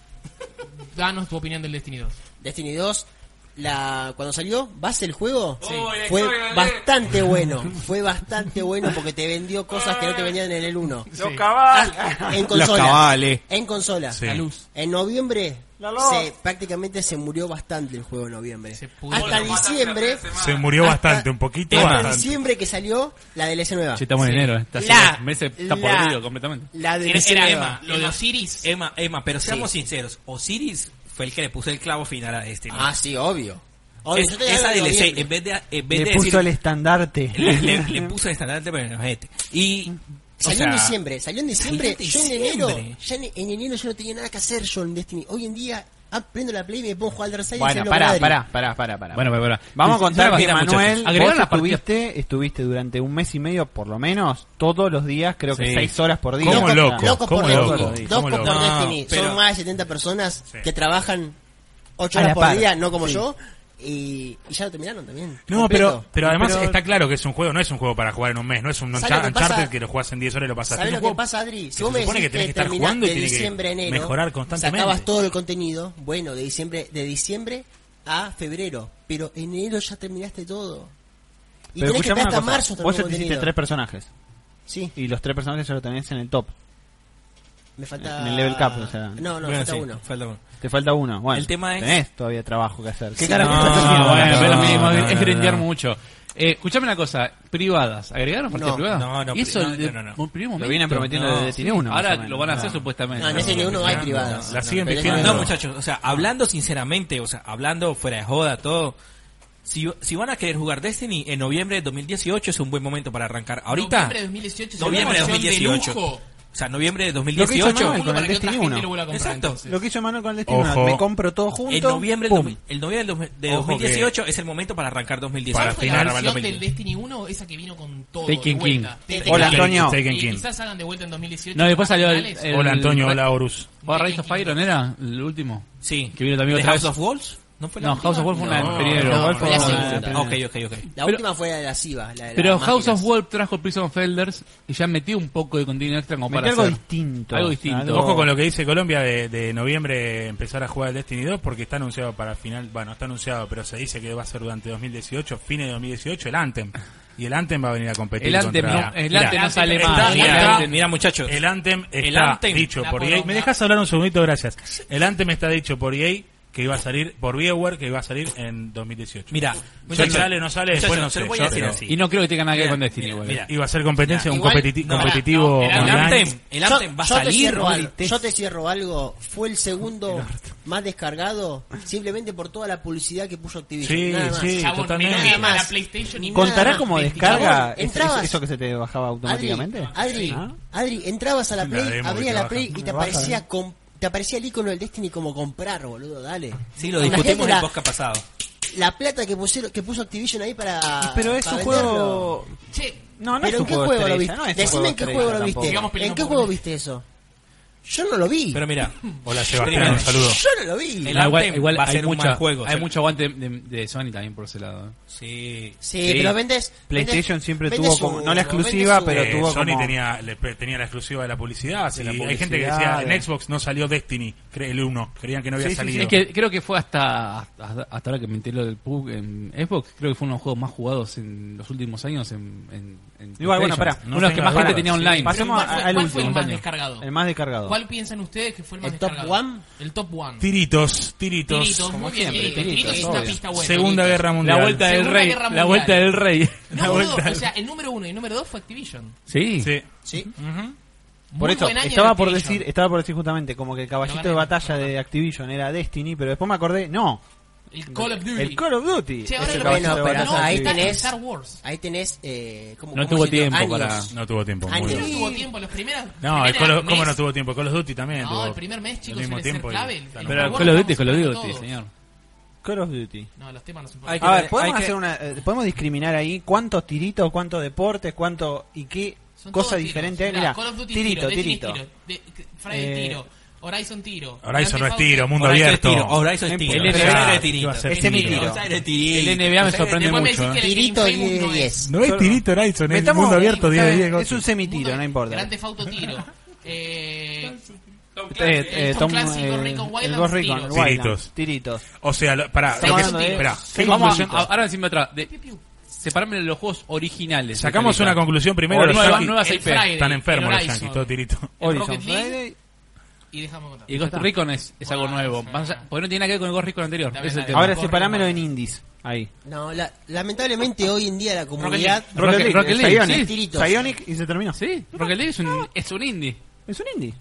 Danos tu opinión del Destiny 2. Destiny 2, la, cuando salió, ¿vas el juego? Sí. Fue bastante bueno. Fue bastante bueno porque te vendió cosas que no te vendían en el 1. Sí. Ah, En Los consola. cabales. En consola. Sí. La luz. En noviembre se- prácticamente se murió bastante el juego en noviembre. Se pudrió. Hasta diciembre. Se murió hasta- bastante, un poquito Hasta bastante. diciembre que salió la DLC nueva. Sí, estamos en enero. eh. Está La- hace meses, está la- podrido completamente. La Era, DLC era nueva. Emma, lo de Emma. Eh, Osiris. Emma, Emma, pero seamos sinceros, Osiris fue el que le puso el clavo final a Destiny. Ah, sí, obvio. Obvio, Es- yo te esa hablo de DLC, noviembre. en vez de, en vez Le de puso el decir, estandarte. le, le- le puso el estandarte pero en el ojete. Y, o Salió sea, en diciembre, salió en diciembre. salió en Yo en enero, diciembre. ya en, en enero yo no tenía nada que hacer yo en Destiny. Hoy en día ah, prendo la play y me pongo a jugar al Darkseid y Bueno, hacerlo pará, madre. pará, pará, pará, pará. Bueno, pero, pero- Vamos a Yo- yo la contar que partida, Manuel, muchachos. Agregar vos la partida. estuviste, estuviste durante un mes y medio, por lo menos, todos los días, creo que Sí. seis horas por día. ¿Cómo Locos- loco? locos ¿Cómo por loco? Destiny. ¿Cómo Locos loco? por No, Destiny. pero- Son más de 70 personas Sí. que trabajan 8 A la horas por par. día, no como yo. Y, y ya lo terminaron también. No, completo. pero, pero además Pero- está claro que es un juego, no es un juego para jugar en un mes, no es un ¿Sabes lo Unchar- que Uncharted pasa? que lo jugás en 10 horas y lo pasas. ¿Sabes Es lo un que juego pasa, Adri? Si que vos se me decís supone que tenés que, que estar terminás jugando y de tiene que diciembre a enero, mejorar constantemente. sacabas todo el contenido, bueno, de diciembre, de diciembre a febrero, pero en enero ya terminaste todo. Y Pero tenés que escuchame estar una hasta cosa, marzo vos ya terminando te hiciste contenido. tres personajes. Sí, Y los tres personajes ya lo tenés en el top. me falta... en el level cap, o sea. No, no, Bueno, falta sí, uno. falta uno. Te falta uno. Bueno, El tema es- tenés todavía trabajo que hacer. ¿Qué Sí, carajo no, estás Ah, haciendo? bueno, pero no, es no, mismo, no, es no, grindear no. mucho. Eh, escuchame una cosa, privadas, ¿agregaron partida No, privada? no, no, ¿Y eso no, de- no, no, no. un primer Lo momento? vienen prometiendo No, desde Destiny 1. Ahora más o menos. lo van a hacer No. supuestamente. No, en ese uno hay privadas. La siguen Pero es pifiando. No, otro. muchachos, o sea, hablando sinceramente, o sea, hablando fuera de joda, todo. Si, si van a querer jugar Destiny en noviembre de 2018 es un buen momento para arrancar. Ahorita, Noviembre de 2018. Noviembre de una versión 2018. lujo. O sea, noviembre de Lo que hizo 2018. Manuel con el para que otra Destiny gente 1. lo vuelva a comprar. Exacto. entonces. Lo que hizo Manuel con el Destiny Uno, Ojo. Me compro todo junto. En noviembre, del pum. 2000 el noviembre del- de Ojo 2018 es el momento para arrancar 2018. Para ¿Cuál fue la final, versión 2020. del Destiny 1? Esa que vino con todo. Taken de vuelta. King. Taken Hola, King. Antonio. Taken Y King. Quizás hagan de vuelta en 2018. No, después salió el, originales. el- Hola Antonio, Ra- hola Horus. ¿O Rise of Iron era? El último. Sí. Que vino también ¿De otra House vez. of Wolves? ¿No fue la No, última? House of Wolf fue una No, anterior. no, Wolf fue fue la una- segunda. Ah, ok, ok, ok. La Pero- última fue la de la SIVA. La de las Pero House máquinas. of Wolf trajo Prison of Elders y ya metió un poco de contenido extra como Metí para algo hacer. distinto. Algo distinto. Algo- Ojo con lo que dice Colombia de, de noviembre empezar a jugar el Destiny 2 porque está anunciado para final, bueno, está anunciado, pero se dice que va a ser durante 2018, fines de 2018, el Anthem. Y el Anthem va a venir a competir El Anthem contra... no- el Mirá, Anthem no sale está- está- más. Mira, mira, muchachos. El Anthem está El Anthem. dicho La por EA. poronga. ¿Me dejas hablar un segundito? Gracias. El Anthem está dicho por EA que iba a salir, por BioWare, que iba a salir en 2018. Mira, muchachos, sale, no sale, después muchachos, no se sé. lo voy a yo, decir pero así. Y no creo que tenga nada que ver Mira, con Destiny, mira, igual. mira. Iba a ser competencia, un Igual- competiti- no, competitivo. no, el El online. Anthem, el Yo- Anthem va a yo Te salir. cierro algo, yo te cierro algo. Fue el segundo más descargado simplemente por toda la publicidad que puso Activision. Sí, nada más. sí, Chabón, totalmente. mirá Nada la más. PlayStation y ¿Contará nada como más. descarga Chabón, es- entrabas- es- eso que se te bajaba Adri, automáticamente? Adri, ¿Ah? Adri, entrabas a la La Play, demo que abrías te la baja. Play y te Me baja, aparecía eh. com- te aparecía el icono del Destiny como comprar, boludo, dale. Sí, lo La gente discutimos en la- el podcast pasado. La plata que pusieron, que puso Activision ahí para Pero es para un venderlo. juego. Che, No, no ¿Pero es en un qué juego, lo estrella, viste? no es un Decime en qué juego lo estrella viste. Sigamos ¿En peleando qué por juego mí. viste eso? Yo no lo vi. Pero mira, Hola Sebastián, un saludo. Yo no lo vi. El No, igual, Anthem igual va a hay, ser un mucha, mal juego, hay o sea. mucho aguante de, de Sony también por ese lado. ¿eh? sí. Sí, Sí. pero vendes. PlayStation vendes- siempre vendes tuvo su- como- no la vendes exclusiva, su- pero Eh, tuvo Sony como- tenía, le- pe- tenía la exclusiva de la publicidad. sí. la Hay gente que publicidad, decía de- en Xbox no salió Destiny, cre- el 1. Creían que no había Sí, sí, sí, salido. Es que creo que fue hasta, hasta hasta ahora que me enteré del PUB en Xbox, creo que fue uno de los juegos más jugados en los últimos años en, en, en Igual, bueno, pará, PlayStation. Uno no de los que tengas más dudas, gente tenía sí. online. Pasemos ¿Pero cuál a- fue- al cuál fue último. el más Antonio. descargado? El más descargado. ¿Cuál piensan ustedes que fue el más ¿El top descargado? one? El top one. Tiritos, tiritos. Tiritos, muy bien. siempre, eh, Tiritos, tiritos, es una obvio. pista buena. Segunda Tiritos. Guerra Mundial. La vuelta del Segunda rey. Guerra La Mundial. vuelta del rey. No, boludo, o sea, el número uno y el número dos fue Activision. Sí. Sí. Sí. Por Muy eso, buen año estaba de por Activision. decir, estaba por decir justamente como que el caballito gané, de lo batalla de Activision era Destiny, pero después me acordé, no, El Call of Duty. el Call of Duty. Che, es ahora el lo caballito bueno, de pensamos, pero batalla de no, ahí está Activision. en tenés- Star Wars. Ahí tenés. Eh, ¿cómo- No cómo tuvo se llama? tiempo para- Años. No tuvo tiempo. muy Años. bien. No tuvo tiempo, los primeros. No, el primeros Call of- mes- ¿cómo no tuvo tiempo? Call of Duty también. No, tuvo el primer mes, chicos, al mismo suele ser tiempo y- clave. El- Claro. Pero Bueno, Call of Duty, estamos Call of hablando Duty, todos. señor. Call of Duty. No, los temas no se Hay pueden. que A ver, ver, podemos hay que- hacer una, eh, podemos discriminar ahí cuántos tiritos, cuántos deportes, cuánto y qué Son cosa todos diferente tiros. hay. Mira, Mirá, Call of Duty tirito, tiro, Destiny tirito. tiro, de- Friday Eh, tiro, Horizon tiro. Horizon no es Grand Theft Auto tiro, mundo Horizon es abierto. tiro, Horizon es El tiro. NBA Horizon iba es tirito. a ser Ese es mi tiro. tiro. Horizon es tirito. El NBA me sorprende Después me mucho. decís que ¿eh? el Tirito Game Freak 10 de no es. 10. No es tirito Horizon, es Metamos- mundo abierto, 10 de ¿sabes? 10. Es un Gotti. semitiro, no importa. Grand Theft Auto tiro. Eh, Eh, eh, el Tom, clásico eh, Rico el Wildlands Ghost Recon, tiro. el Wildlands, Tiritos. tiritos. O sea, lo- pará, Estamos lo que- hablando de- esperá, ¿qué Vamos, a- conclusión? ahora decime atrás. De, Piu, piu. separame los juegos originales. Sacamos una conclusión primero. O Los nueva- yankees nueva- El IP. Friday, están enfermos el los Horizon, yankees, todo tirito. el Horizon Rocket League Friday. y dejamos contar. Y Ghost Recon es, es algo nuevo. Más allá- porque no tiene nada que ver con el Ghost Recon anterior. Está Ese es el bien, tema. Ahora Corre, separámelo corre. en indies. Ahí. No, la- lamentablemente hoy en día la comunidad. Rocket League, Rocket League, Psionic, sí. Tiritos. Psionic y se terminó. Sí, Rocket League es un, es un indie. Es un indie.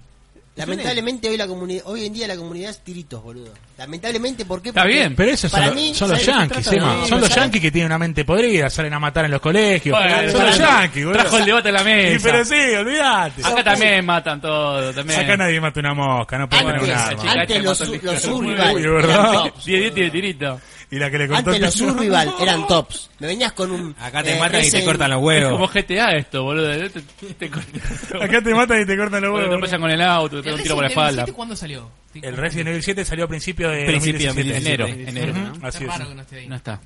Lamentablemente hoy la comunidad, hoy en día la comunidad es tiritos, boludo. Lamentablemente ¿por qué? Está Porque bien, Pero esos son, para los- mí, son ¿sabes los de qué yankees, trata? Emma. No, son los ¿sabes? yankees que tienen una mente podrida, salen a matar en los colegios. Bueno, son los trajo- yankees, boludo. Trajo el debate a la Y mesa. pero sí, olvídate. Acá también matan todo. También. Acá nadie mata una mosca, no puede tener un Antes, Esa arma. chica este antes que los, mató su- el los Cristiano. survival Uy, ¿verdad? eran tops. 10 10 tiene tirito. Y la que le contó Antes los Tino. survival eran tops. Me venías con un Acá te eh, matan y te Resident- cortan los Es como huevos. GTA esto, boludo. Te, te, te cortan. Acá te matan y te cortan los Te huevos. atropellan con el auto, te El pegan un Resident tiro por la Evil espalda. 7, ¿Cuándo salió? Sí, El Resident Evil 7 salió a principio de Principio de 2017. Enero, Sí, sí, enero. Ujú, Así ¿no? Está es. raro que no esté ahí. No está.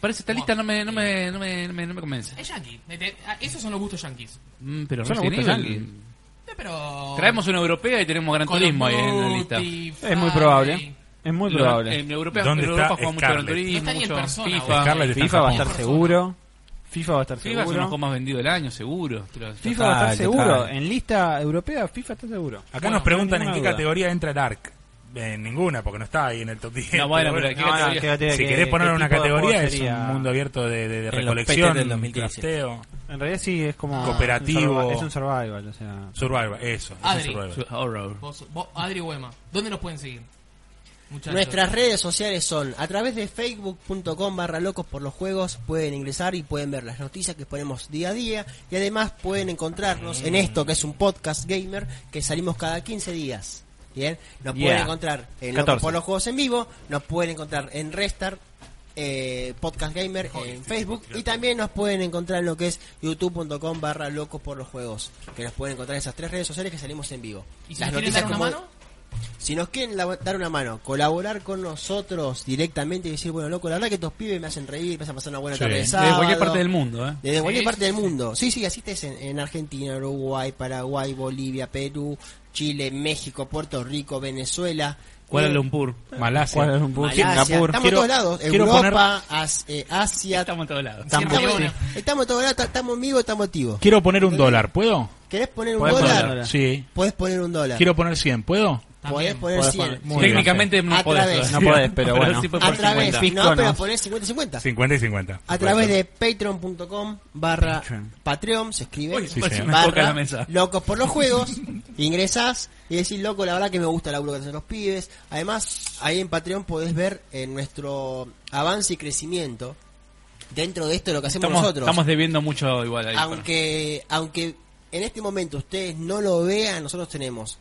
Parece esta lista no me, no me, no me, no me, no me convence. Es yankee. Eh, te- ah, Esos son los gustos yankees. Mm, pero Yo no Resident gusto Evil- Oh. yankee. Eh, Pero... Traemos una europea y tenemos gran Call of turismo ahí en la Duty, lista. Es muy Friday. probable. Es muy Lo- probable. En Europa, en ¿Dónde Europa está juega mucho gran Scarlett? No está turismo, ni en mucho persona, FIFA. boludo. Scarlett está en FIFA va a Japón. estar seguro. FIFA va a estar FIFA es uno de los seguro. Ah, juegos más vendidos del año, seguro. Te lo- FIFA va a estar Total, seguro. total. En lista europea, FIFA está seguro. Acá Bueno, nos preguntan no hay en qué ninguna duda. categoría entra el ARC. En ninguna, porque no está ahí en el top 10. No, bueno, Pero pero No, no, categoría? ¿qué categoría? si ¿Qué- querés poner qué una tipo de juego categoría, es sería? un mundo abierto de, de- de En los recolección, PTs del 2017. crafteo, En realidad sí, es como... Cooperativo. un survi- Es un survival, o sea... survival, eso. es un Adri. survival. Horror. Vos- vos, Adri Huema, ¿dónde nos pueden seguir? muchachos. Nuestras redes sociales son a través de facebook.com barra locos por los juegos, pueden ingresar y pueden ver las noticias que ponemos día a día y además pueden encontrarnos en esto que es un podcast gamer que salimos cada 15 días. Bien, nos Yeah. pueden encontrar en Locos 14. por los juegos en vivo, nos pueden encontrar en Restart. eh, podcast gamer en Facebook y también nos pueden encontrar en lo que es youtube.com barra locos por los juegos que nos pueden encontrar en esas tres redes sociales que salimos en vivo ¿Y si nos quieren dar una como- mano? si nos quieren la- dar una mano, colaborar con nosotros directamente y decir, bueno, loco, la verdad que estos pibes me hacen reír, me hacen pasar una buena tarde de De sábado. cualquier parte del mundo, ¿eh? Desde cualquier Sí, parte sí, del sí. mundo. Sí, sí, así estés en, en Argentina, Uruguay, Paraguay, Bolivia, Perú, Chile, México, Puerto Rico, Venezuela. Kuala eh, Lumpur. Malasia. Kuala Lumpur, Malasia. Singapur. Estamos en Quiero- todos lados. quiero Europa, poner- As- eh, Asia. Estamos en todos lados. Sierra Estamos, Leona. estamos en todos lados, estamos vivos, estamos activos. Quiero poner un dólar, ¿puedo? ¿Querés poner un Podés poner dólar? un dólar. Sí. Podés poner un dólar. Quiero poner 100, ¿puedo? Podés También. poner Podés 100. poner- Muy bien. Técnicamente no A podés. través. No podés, pero bueno. sí puedes A por través, 50. no, pero Fisconos. poner 50 y 50. 50 y 50. A través de patreon.com barra Patreon, se escribe, Uy, sí, señor. Me toca la barra mesa. locos por los juegos, ingresás y decís, loco, la verdad que me gusta el laburo que hacen los pibes. Además, ahí en Patreon podés ver eh, nuestro avance y crecimiento dentro de esto de lo que hacemos Estamos, nosotros. estamos debiendo mucho igual ahí. aunque, aunque en este momento ustedes no lo vean, nosotros tenemos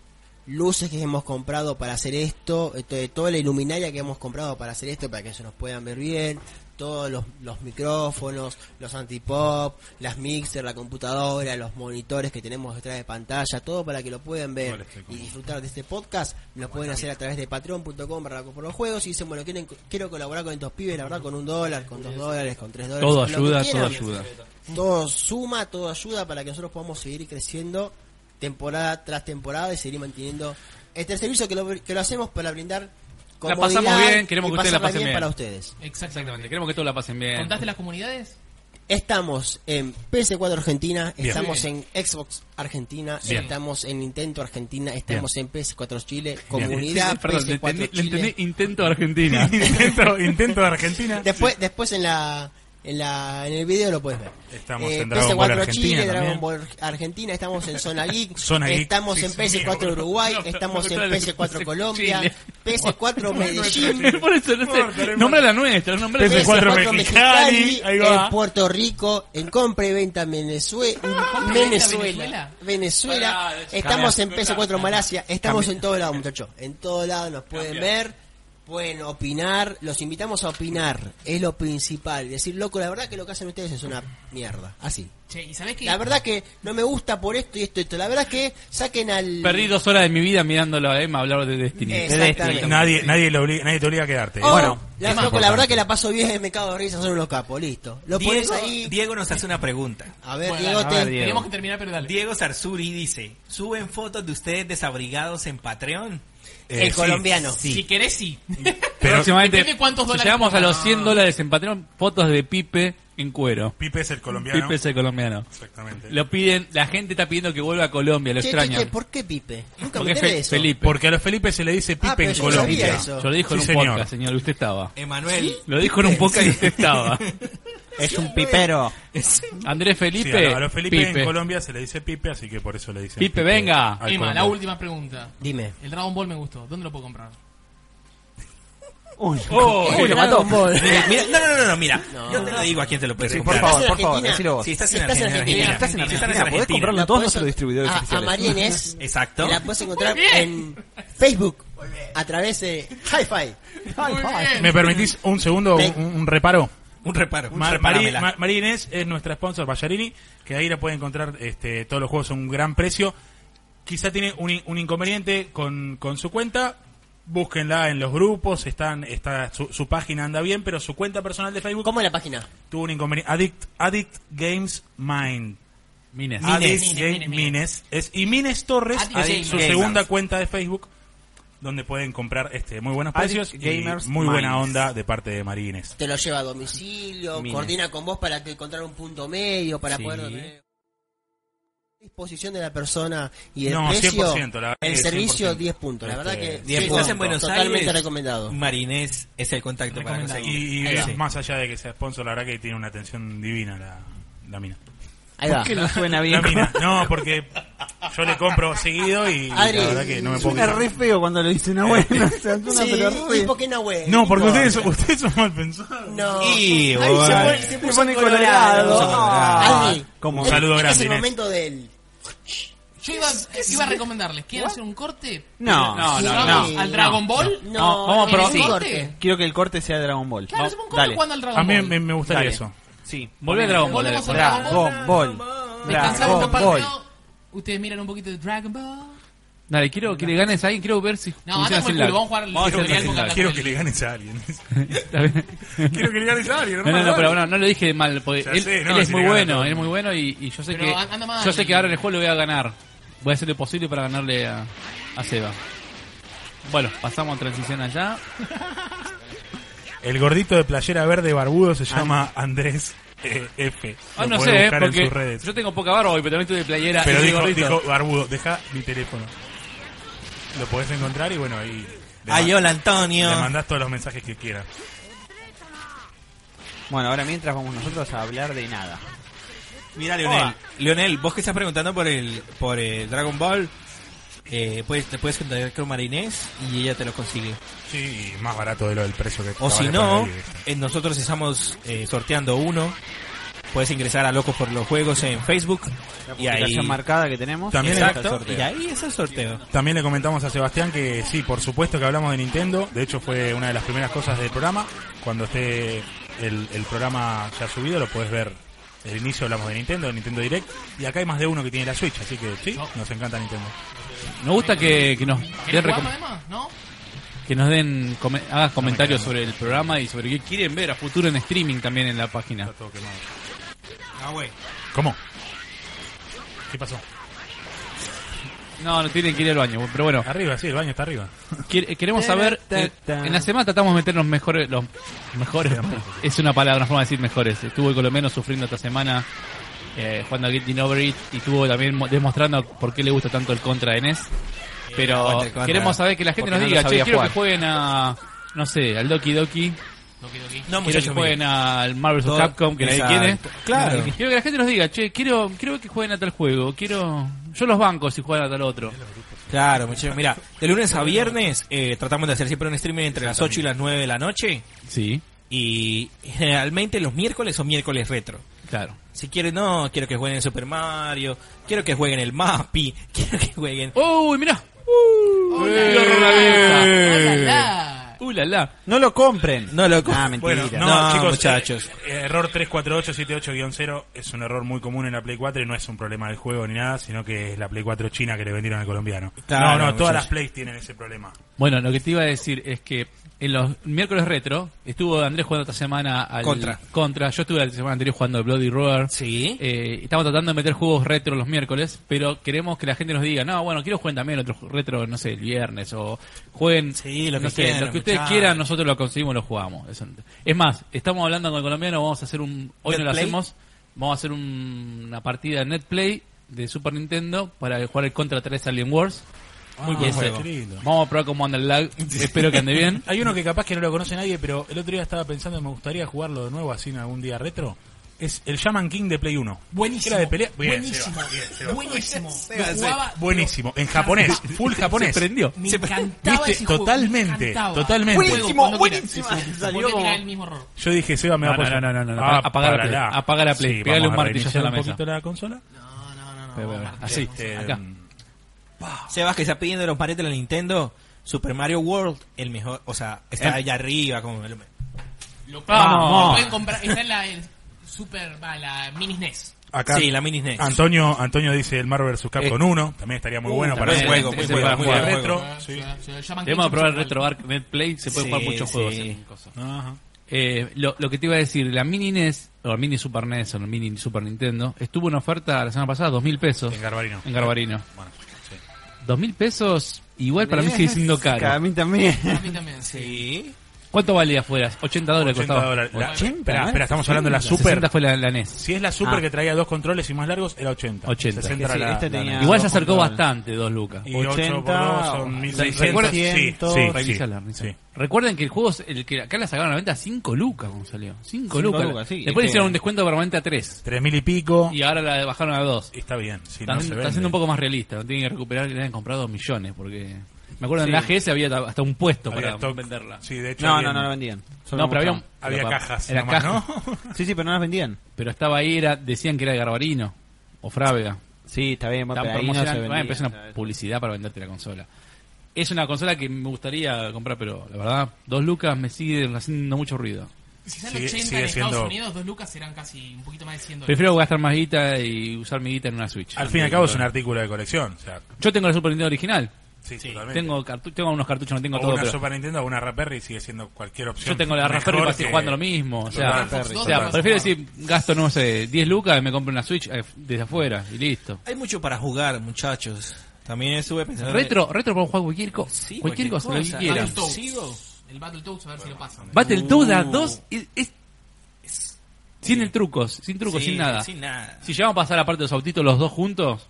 luces que hemos comprado para hacer esto, esto de toda la iluminaria que hemos comprado para hacer esto, para que se nos puedan ver bien, todos los, los micrófonos, los antipop, las mixer, la computadora, los monitores que tenemos detrás de pantalla, todo para que lo puedan ver y disfrutar de este podcast, lo pueden hacer a través de patreon.com barra por los juegos y dicen, bueno, quieren- quiero colaborar con estos pibes, la verdad, con un dólar, con dos dólares, con tres dólares. Todo con lo que ayuda, todo quieran. ayuda. Todo suma, todo ayuda para que nosotros podamos seguir creciendo temporada tras temporada y seguir manteniendo este servicio que lo, que lo hacemos para brindar La comodidad pasamos bien, queremos y que ustedes la pasarla pasen bien. para ustedes. Exactamente, Exactamente. queremos que todos la pasen bien. ¿Contaste las comunidades? Estamos en PS4 Argentina, Bien. estamos en Xbox Argentina, Bien. estamos en Nintendo Argentina, estamos en PS4 Chile, Sí, comunidad perdón, le PS4 entendí, le Chile. entendí intento Argentina. intento, intento de Argentina. Después, después en la en la en el video lo puedes ver. Estamos en PS4 Dragon Ball Chile, Argentina Dragon también. Ball Argentina, estamos en Zona Geek, Zona Geek, estamos sí, en sí, PS4 boludo. Uruguay, No, estamos en no, no, PS4 no, Colombia, Chile. PS4 Medellín, Por eso, no sé. Nombra la nuestra, nombra la Ese nuestra. cuatro PS4 Mexicali, Mexicali, ahí va. en Puerto Rico, en compra y venta en Venezuela, compra y venta Venezuela, Venezuela. Venezuela, estamos en PS4 Malasia, estamos en todo lado, muchachos, en todo lado nos pueden ver, pueden opinar, los invitamos a opinar, es lo principal, decir, loco, la verdad que lo que hacen ustedes es una mierda, así. Che, ¿y sabés qué? La verdad que no me gusta por esto y esto y esto, la verdad que saquen al... Perdí dos horas de mi vida mirándolo a Emma hablar de Destiny. Exactamente. Nadie, nadie, lo obliga- nadie te obliga a quedarte. Oh, bueno, la, loco, la verdad que la paso bien, me cago de risa, son unos capos, listo. Lo pones Diego, ahí... Diego nos hace una pregunta. A ver, Bueno, Diego, dale, te- dale, Tenemos que terminar, pero dale. Diego Sarsuri dice, ¿suben fotos de ustedes desabrigados en Patreon? el Eh, sí, colombiano. Si querés, sí. pero Próximamente, Depende cuántos si dólares llegamos a tenga. los 100 dólares en Patreon, fotos de Pipe en cuero. Pipe es el colombiano. Pipe es el colombiano. Exactamente. Lo piden, la gente está pidiendo que vuelva a Colombia, lo Che, extraña. che, che, ¿Por qué Pipe? Nunca Porque me es enteré Fe- de eso. Felipe. Porque a los Felipe se le dice Pipe Ah, pero en yo no sabía Colombia. eso. Yo lo dijo en un Sí, señor. podcast, señor, usted estaba. Emanuel, Lo dijo en un podcast y usted estaba. Es eh, un pipero. Andrés Sí, Felipe, a lo- a los Felipe, Pipe. en Colombia se le dice Pipe, así que por eso le dicen. Pipe, venga. al Emma, la colombiano. última pregunta. Dime. El Dragon Ball me gustó. ¿Dónde lo puedo comprar? Uy, Oh, uy, lo mató. Mira, mira, no, no, no, no, mira. Yo te lo digo a quién te lo puedes Por comprar. favor, por en favor, Argentina. decilo vos. Si estás Si en estás en Argentina, Argentina, Argentina, si estás en Argentina, podés Argentina. comprarlo La en todos podés- nuestros distribuidores a, oficiales. A María Inés Exacto. la puedes encontrar Muy bien. en Facebook a través de Hi-Fi. ¿Me permitís un segundo, Ven. un, un reparo? Un reparo, un Mar- Mari- repáramela. Ma- María Inés es nuestra sponsor, Ballarini, que ahí la puede encontrar este, todos los juegos a un gran precio. Quizá tiene un, in- un inconveniente con, con su cuenta. Búsquenla en los grupos, están, está, su, su página anda bien, pero su cuenta personal de Facebook ¿Cómo es la página? tuvo un inconveniente. Addict, Addict Games Mind. Mines. Addict Mines, Game- Mines, Mines. Es, y Mines Torres Addict es Gamers. su segunda cuenta de Facebook donde pueden comprar este muy buenos Addict precios y Gamers muy buena Mines. onda de parte de María Inés. Te lo lleva a domicilio, Mire. coordina con vos para que encontrar un punto medio, para Sí. poder... tener- disposición de la persona y el No, precio 100%, la verdad el que servicio 100%. 10 puntos la verdad que Este, Si estás en Buenos totalmente Aires, recomendado Marinés es el contacto para Recomendado. conseguir. Y, y Ahí es va. más allá de que sea sponsor, la verdad que tiene una atención divina la, la mina. ahí va Que no suena La bien. mina. No, porque yo le compro seguido y Adri, la verdad que no me puedo Suena quejar. re feo cuando lo "Ah, dice una buena. o sea, suena Sí, pero ¿y re- por qué no, güey? No, porque ustedes, ustedes son mal pensados. No. Ay, Y, se bueno. pone- se puso pone colorado. colorado. Ah, Adri, Como un saludo este grande, Es el Inés. momento del. Yo iba, iba a recomendarles, ¿quieren hacer un corte? No, No, Sí. no, ¿Vamos no. ¿Al Dragon Ball? No, vamos a no, probar- sí, ¿Un corte. corte? Quiero que el corte sea de Dragon Ball. Claro, Va- hacemos un corte Dale. jugando al A Dragon mí Ball. me, me gustaría Dale. eso. Sí. Volvé a Dragon Ball. Volvemos dale. a Dragon Ball. Dragon Ball. Descansamos un Dragon par de Ball. minutos. Ustedes miran un poquito de Dragon Ball. Dale, quiero que le ganes ahí, quiero ver si No, funciona anda con sin el lag. culo, vamos a jugar al Vamos a tutorial hacer sin con lag. Carlos. Quiero que le ganes a alguien. Está bien. Quiero que le ganes a alguien, No, no, hermano. no, pero dale. no, no lo dije mal, porque Ya él, sé, no, él es si muy le gana bueno, todo. él es muy bueno y, y yo sé Pero que anda mal. yo sé que ahora en el juego lo voy a ganar. Voy a hacer lo posible para ganarle a, a Seba. Bueno, pasamos a transición allá. Ah, El gordito de playera verde barbudo se llama Andrés eh, F. Ah, Lo no podés sé, buscar en porque sus redes. yo tengo poca barba hoy, pero también estoy de playera. Pero y de dijo, gorrito. dijo, barbudo, deja mi teléfono. Lo podés encontrar y bueno, ahí le, Ay, ma- hola le Antonio. mandás todos los mensajes que quieras. Bueno, ahora mientras vamos nosotros a hablar de nada. Mira, Leonel. Leonel, vos que estás preguntando por el, por el Dragon Ball, eh, puedes, te puedes contactar con Marinés y ella te lo consigue. Sí, y más barato de lo del precio que O acabas si de no, poner pues ahí. eh, nosotros estamos eh, sorteando uno. Puedes ingresar a Locos por los Juegos en Facebook. Y ahí, Aplicación marcada que tenemos. También le- exacto, Está el sorteo. y ahí es el sorteo. También le comentamos a Sebastián que sí, por supuesto que hablamos de Nintendo. De hecho, fue una de las primeras cosas del programa. Cuando esté el, el programa ya subido, lo puedes ver. El inicio hablamos de Nintendo, de Nintendo Direct. Y acá hay más de uno que tiene la Switch, así que sí, nos encanta Nintendo. Nos gusta que, que nos den ¿Querés recom- jugar además? ¿No? que nos den come- hagas comentarios sobre el programa y sobre qué quieren ver a futuro en streaming también en la página. Está todo quemado. Ah, güey. ¿Cómo? ¿Qué pasó? No, no tienen que ir al baño, pero bueno, Arriba, sí, el baño está arriba. Quiere- Queremos saber, eh, en la semana tratamos de meter los mejores, los mejores, es una palabra, una forma de decir mejores. Estuvo el colombiano sufriendo esta semana, eh, jugando a Getting Over It, y estuvo también mo- demostrando por qué le gusta tanto el contra de NES. Pero aguante el Contra. queremos saber que la gente Porque nos no lo diga, che, sabía quiero jugar". que jueguen a, no sé, al Doki Doki, No, quiero que Ah, muchachos, jueguen miren. al Marvel vs. Todo- Capcom, que nadie Exacto. quiere. Claro. Quiero que la gente nos diga, che, quiero, quiero ver que jueguen a tal juego, quiero, yo los bancos si juegan a tal otro. Claro, muchachos. Mira, de lunes a viernes eh, tratamos de hacer siempre un streaming entre las 8 y las 9 de la noche. Sí, Y generalmente los miércoles son miércoles retro. claro. Si quieren, no, quiero que jueguen Super Mario, quiero que jueguen el Mappy, quiero que jueguen... Uy, mirá. Hola, Uh, la, la. No lo compren. No, loco. Ah, mentira. Bueno, no, No, chicos, muchachos. eh, error 348878-0 es un error muy común en la Play 4 y no es un problema del juego ni nada, sino que es la Play 4 china que le vendieron al colombiano. Claro, no, no, todas muchachos. las Plays tienen ese problema. Bueno, lo que te iba a decir es que en los miércoles retro estuvo Andrés jugando esta semana al Contra. Contra. Yo estuve la semana anterior jugando al Bloody Roar. Sí. Eh, estamos tratando de meter juegos retro los miércoles, pero queremos que la gente nos diga, no, bueno, quiero jueguen también otro retro, no sé, el viernes, o jueguen, Sí, lo que no sé, quieran, lo que ustedes muchachos. quieran, nosotros lo conseguimos, lo jugamos. Eso- Es más, estamos hablando con el colombiano, vamos a hacer un, hoy no lo Netplay. hacemos, vamos a hacer un- una partida de Netplay de Super Nintendo para jugar el Contra 3 Alien Wars. Muy Y ese- Vamos a probar cómo anda el lag, espero que ande bien. Hay uno que capaz que no lo conoce nadie, pero el otro día estaba pensando que me gustaría jugarlo de nuevo así en algún día retro. Es el Shaman King de Play 1. Buenísimo. Era de pelea. Bien, buenísimo. Seba, bien, Seba. buenísimo. Lo jugaba, Buenísimo. En japonés. Full japonés. Se prendió. Me Se- encantaba ¿Viste? ese juego, Totalmente, me encantaba. totalmente. Buenísimo, buenísimo. Salió como- el mismo error. Yo dije, Seba me No, va a no, apoyar. no, no, no, no, apaga la Play, parala. apaga la Play, pégale vamos un a martillazo a la reiniciar un mesa. poquito la consola. No, no, no. no, Pero, pero, Martín, así. vamos a- Este, Acá. Sebas que está pidiendo los pares de la Nintendo, Super Mario World, el mejor, o sea, Eh. está allá arriba como el- Lo, Vamos. lo pueden comprar. Está en la el super, va, la mini E SNES. Acá Sí, la mini SNES. Antonio, Antonio dice el Marvel vs. Capcom 1. También estaría muy bueno para también, un juego. ese Muy juego, bueno, muy muy de buen retro. Se- se llaman Vamos a Kitchen probar Survival. RetroArc Netplay, se puede Sí, jugar muchos sí. juegos. en cosas. Ajá. Eh, lo, lo que te iba a decir, la Mini NES, o la Mini Super NES, o la Mini Super Nintendo, estuvo en oferta la semana pasada, dos mil pesos. En Garbarino. En Garbarino. Bueno, sí. Dos mil pesos, igual para mí sigue siendo Para caro. mí también. A mí también, sí. Sí. ¿Cuánto valía afuera? 80 dólares 80 costaba. dólares. La- 80, espera, espera, estamos 60. hablando de la Super. 60 fue la, la NES. Si es la Super Ah. que traía dos controles y más largos, era 80. 60 80. Es que era sí, la- este la- tenía- Igual se dos acercó controles. bastante, dos lucas. Y 8 por 80, 2 son 1600. recuerda- Sí, sí, sí, Revísala, revísala. sí. Recuerden que el juego, es el que acá la sacaron a la venta a 5 lucas cuando salió. 5 Cinco lucas. lucas, sí. Después Este- hicieron un descuento permanente a 3. 3000 y pico. Y ahora la bajaron a 2. Está bien. Si Está, no se siendo- está vende. siendo un poco más realista. No tienen que recuperar que le hayan comprado millones. Porque me acuerdo en la AGS había ta- hasta un puesto Había para stock. venderla. Sí, de hecho. No, había- no, no la vendían. Solo No, pero había, un- mostraban. Había pero pa- cajas. Era nomás, caja. ¿no? Sí, sí, pero no las vendían. Pero estaba ahí, era, decían que era de Garbarino o Frávega. Sí, está bien, Estaban pero ahí no se promocionando- vendía, ah, pero es una ¿sabes? publicidad para venderte la consola. Es una consola que me gustaría comprar, pero la verdad, dos lucas me siguen haciendo mucho ruido. Si sale Sigue- 80 en sigue Estados siendo- Unidos, dos lucas serán casi un poquito más de 100 dólares. Prefiero gastar más guita y usar mi guita en una Switch. Al fin y al cabo es un artículo de colección. O sea, Yo tengo la Super Nintendo original. sí, totalmente. Tengo, cartu- tengo unos cartuchos, no tengo o todo, una pero Super Nintendo o una Raspberry sigue siendo cualquier opción. yo tengo la mejor Raspberry para seguir que- jugando lo mismo. O sea, Total. o sea, Total. prefiero decir, gasto, no sé, 10 lucas y me compro una Switch eh, desde afuera y listo. Hay mucho para jugar, muchachos. También estuve Eh. pensando. Retro, retro puedo jugar cualquier, co- Sí, cualquier, cosa, lo que quieras. Battletoads. Sigo. El Battletoads, a ver si lo pasan. Battletoads a 2 es, es- sin el trucos, sin trucos, Sí, sin nada. Sin nada. Si llegamos a pasar la parte de los autitos los dos juntos,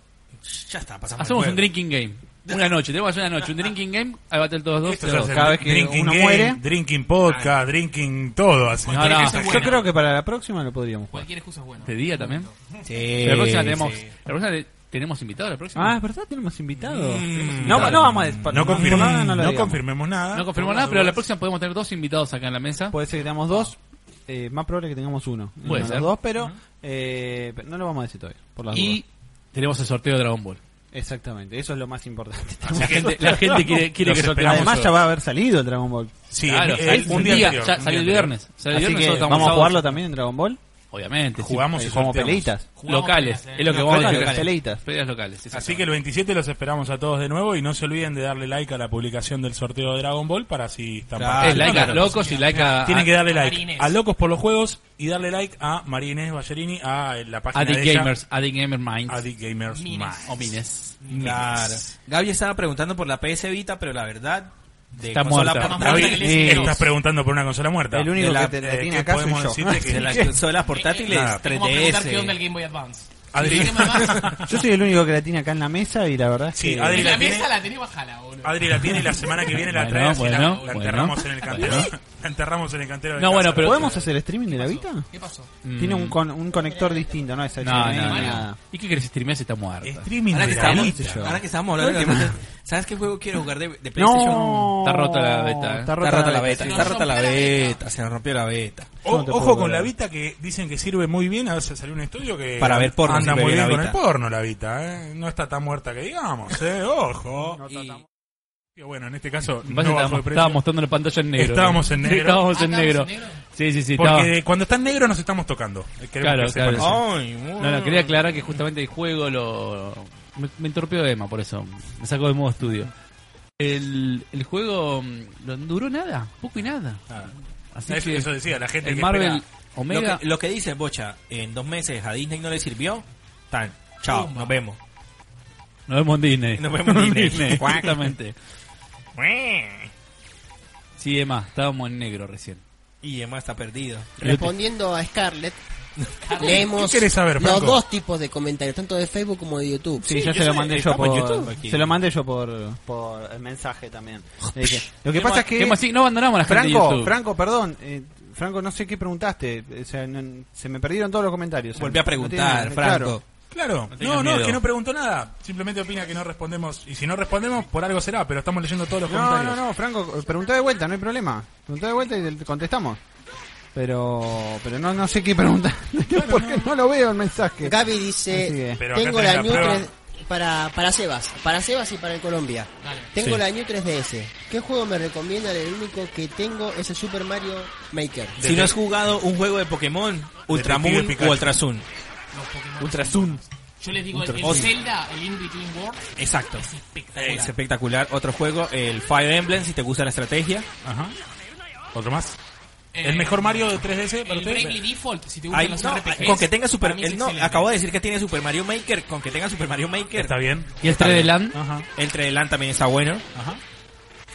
Ya está, pasamos. hacemos el juego. un drinking game. Una noche, tenemos que hacer una noche, un drinking game, al Battletoads 2. Esto pero- se hace Cada vez que drinking uno game, muere- Drinking podcast, drinking todo. Así. No, no, Esa es Yo buena. creo que para la próxima lo podríamos jugar. Cualquier excusa es buena. Este día también. Sí, Eh, Pero la próxima tenemos, sí. la próxima te- tenemos invitado la próxima. Ah, es verdad, tenemos invitados. Mm. No, no vamos a despa- No, por confirm- nada no lo no digamos. confirmemos nada. no confirmo nada, pero la próxima podemos tener dos invitados acá en la mesa. Puede ser que tengamos dos. eh, más probable que tengamos uno. Puede Uno de los ser. Dos, pero eh, pero no lo vamos a decir todavía. Por las Y dudas. tenemos el sorteo de Dragon Ball. Exactamente, eso es lo más importante. La gente, la gente quiere, quiere Los que sorteemos. esperamos. Además, ya va a haber salido el Dragon Ball. Sí, Claro, el- sale- el- un día, anterior, sa- un sale el día anterior. viernes. Sale el Así viernes, que nosotros estamos vamos a sábados. jugarlo también en Dragon Ball. eh, Obviamente, sí. Jugamos y como sorteamos. peleitas. Jugamos locales, peleas, es lo que vos Locales, decís. peleitas. Peleas locales. Así exactamente. que el 27 los esperamos a todos de nuevo y no se olviden de darle like a la publicación del sorteo de Dragon Ball para si están Claro. participando. Es Ah, like a locos y like a. Tienen Ah, que darle like Marines. a Locos por los Juegos y darle like a María Inés Ballerini, a la página Addict de ella, Gamers, Addict Gamer Minds. Addict Gamers Mines. Más. O Mines. Claro. Gaby estaba preguntando por la PS Vita, pero la verdad. De Está consola muerta. Está David, eh, muerta portátil. que le- estás preguntando por una consola muerta. El único de la- que te- la eh, tiene ¿qué acá soy podemos yo. decirte que- De las consolas portátiles Nada. Es como preguntar 3DS. qué onda el Game Boy Advance. Adri- Si querés más- Yo soy el único que la tiene acá en la mesa y la verdad es Sí, que... Adri En la la tiene. mesa la tenés, bajala, boludo. Adri la tiene y la semana que viene la Bueno, traemos y la- bueno, la, bueno. enterramos en el cantero. la enterramos en el cantero. del No, bueno, Cáceres. pero- Mm. ¿Podemos hacer streaming de la Vita? ¿Qué pasó? Tiene un, con- un conector distinto, ¿no? Es No, HDMI, no, nada. no. ¿Y qué querés streamear si está muerta? Streaming Ahora que, de la estamos, Vita. ahora que estamos hablando de la Vita, ¿sabes qué juego quiero jugar de, de PlayStation? No, Está rota la beta, eh. Está Está rota, rota la la beta. beta, sí. está rota la Se nos rompió la beta, se nos rompió la beta. O- No te puedo ojo con creer. la Vita que dicen que sirve muy bien. A veces salió un estudio que Para ver porno anda sirve muy bien bien la con el Vita. porno la Vita. ¿eh? No está tan muerta que digamos, ¿eh? ojo. Y- Y Bueno, en este caso Pasa que no bajó estábamos, de precio. estábamos mostrando la pantalla en negro. Estábamos en negro. estábamos Ah, en ¿estábamos negro. en negro? Sí, sí, sí. Porque estaba- cuando está en negro nos estamos tocando. Queremos Claro, que sepan claro. eso. Ay, No, no, quería aclarar que justamente el juego lo... Me, me entorpeó Emma, por eso. Me sacó de modo estudio. El, el juego mm, no duró nada, poco y nada. Ah, Así eso, que eso decía la gente. el que Marvel espera. Lo Omega... que, lo que dice Bocha, en dos meses a Disney no le sirvió. Tan, chao, nos vemos. Nos vemos en Disney. Nos vemos en Disney. Cuac. Exactamente. Sí, Emma, estábamos en negro recién. Y Emma está perdido. Respondiendo a Scarlett, leemos ¿Qué querés saber, los Franco? dos tipos de comentarios, tanto de Facebook como de YouTube. Sí, ya se lo mandé yo estamos en por, YouTube aquí. se lo mandé yo por, por el mensaje también. Le dije, lo que ¿Qué pasa más- es que qué más? Sí, no abandonamos a la gente de Franco, YouTube. Franco, perdón, eh, Franco, no sé qué preguntaste, o sea, no- se me perdieron todos los comentarios. Volví a No tiene preguntar, nada, Franco. Claro, tengas no, no, es miedo. que no preguntó nada. Simplemente opina que no respondemos. Y si no respondemos, por algo será, pero estamos leyendo todos los claro. No, comentarios. no, no, Franco, eh, preguntá de vuelta, no hay problema. Preguntá de vuelta y te contestamos. Pero, pero no, no sé qué preguntar, porque no lo veo el mensaje. Gaby Así dice, que- Pero acá tengo tenés la, la New prueba. 3 para, para Sebas, para Sebas y para el Colombia. Dale. Tengo la New 3DS. ¿Qué juego me recomiendan? El único que tengo es el Super Mario Maker. Si no has jugado un juego de Pokémon, Detective Ultramoon Pikachu. o Ultrasun. Los Pokémon. Ultrasun. Yo les digo, el, el Ultra- Zelda, el In Between Worlds, Exacto. es espectacular. Es espectacular. Otro juego, el Fire Emblem, si te gusta la estrategia. Ajá. Otro más. Eh, ¿El mejor Mario de 3DS para El Bravely ustedes? Default, si te gustan Ay, los no, RPGs. con que tenga Super... para mí es él no, excelente. acabo de decir que tiene Super Mario Maker. Con que tenga Super Mario Maker. Está bien. ¿Y el 3D Land? Ajá. El Tredelan también está bueno. Ajá.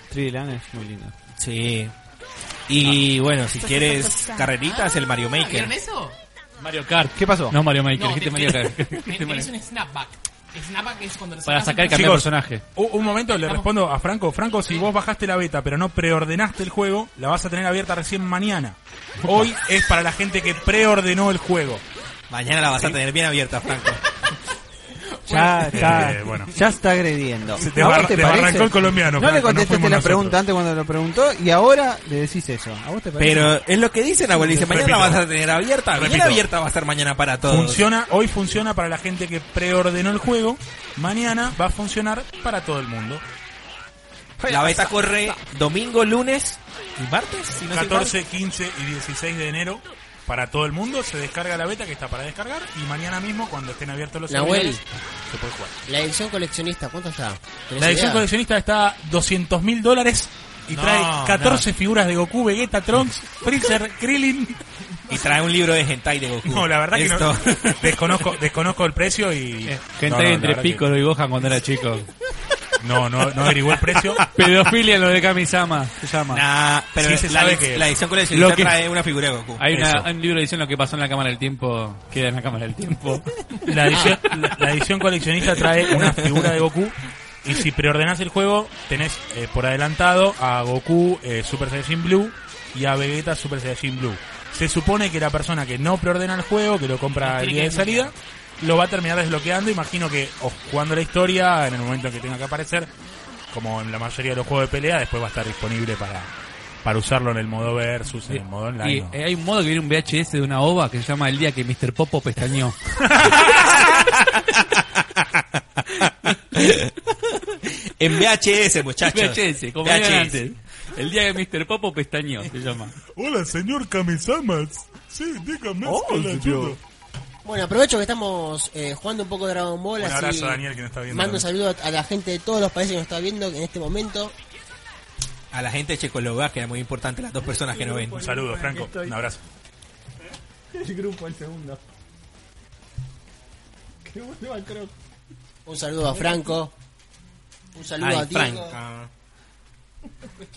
Trilan es muy lindo. Sí. Ah. Y bueno, si quieres carreritas, el Mario Ah, ¿Vieron Maker. eso? Mario Kart. ¿Qué pasó? No, Mario Maker. No, dijiste te- Mario Kart. Me- Dijiste me Mario- hizo un snapback. El snapback es cuando le Para sacas sacar y un- cambiar Chicos, personaje. Un, un momento, le respondo a Franco. Franco, si vos bajaste la beta pero no preordenaste el juego, la vas a tener abierta recién mañana. Hoy es para la gente que preordenó el juego. Mañana la vas a tener bien abierta, Franco. Ya está, Eh, bueno. ya está agrediendo. Se te ¿A vos barra- te te parece? barrancó el colombiano, No le Franco, no contestaste fuimos la nosotros. pregunta antes cuando lo preguntó y ahora le decís eso. ¿A vos te parece? Pero es lo que dice Nahuel, dice, mañana la vas a tener abierta. Bien Repito. abierta va a estar mañana para todos. Funciona, hoy funciona para la gente que preordenó el juego. Mañana va a funcionar para todo el mundo. La beta corre domingo, lunes y martes, si no estoy mal. 14, 15 y 16 de enero. Para todo el mundo se descarga la beta que está para descargar y mañana mismo cuando estén abiertos los Nahuel. servidores, se puede jugar. La edición coleccionista, ¿cuánto está? ¿Tenés La edición idea? coleccionista está a 200 mil dólares y No, trae 14 figuras de Goku, Vegeta, Trunks, Freezer, Krillin. Y trae un libro de hentai de Goku. No, la verdad que no. Esto- Desconozco, desconozco el precio y. Gente No, no, la entre verdad Piccolo y Gohan cuando era chico. que- No, no, no averigué el precio. Pedofilia lo de Kamisama se llama. Nah, pero Sí se la, sabe edic- que- la edición coleccionista Lo que- trae una figura de Goku. Hay, una, Eso. hay un libro de edición lo que pasó en la cámara del tiempo. Queda en la cámara del tiempo. La edición, la- la edición coleccionista trae una figura de Goku. Y si preordenás el juego, tenés eh, por adelantado a Goku eh, Super Saiyajin Blue y a Vegeta Super Saiyajin Blue. Se supone que la persona que no preordena el juego, que lo compra el Tiene día que de salida, lo va a terminar desbloqueando. Imagino que o jugando la historia, en el momento en que tenga que aparecer, como en la mayoría de los juegos de pelea, después va a estar disponible para, para usarlo en el modo versus, en el modo Y, online. ¿no? eh, hay un modo que viene un VHS de una ova que se llama El día que Mr. Popo pestañeó. En VHS, muchachos. VHS, como VHS. era antes. El día que Mr. Popo pestañeó se llama. Hola, señor Kamisamas. Sí, dígame. Oh, hola, ayudo. Bueno, aprovecho que estamos eh, jugando un poco de Dragon Ball. Un así abrazo a Daniel que nos está viendo Mando un también. saludo a la gente de todos los países que nos está viendo en este momento. A la gente de Checologa, que era muy importante, las dos personas que nos ven. Un saludo, Franco. Un abrazo. Un saludo a Franco. Un saludo a Ay, Diego. Frank. Ah.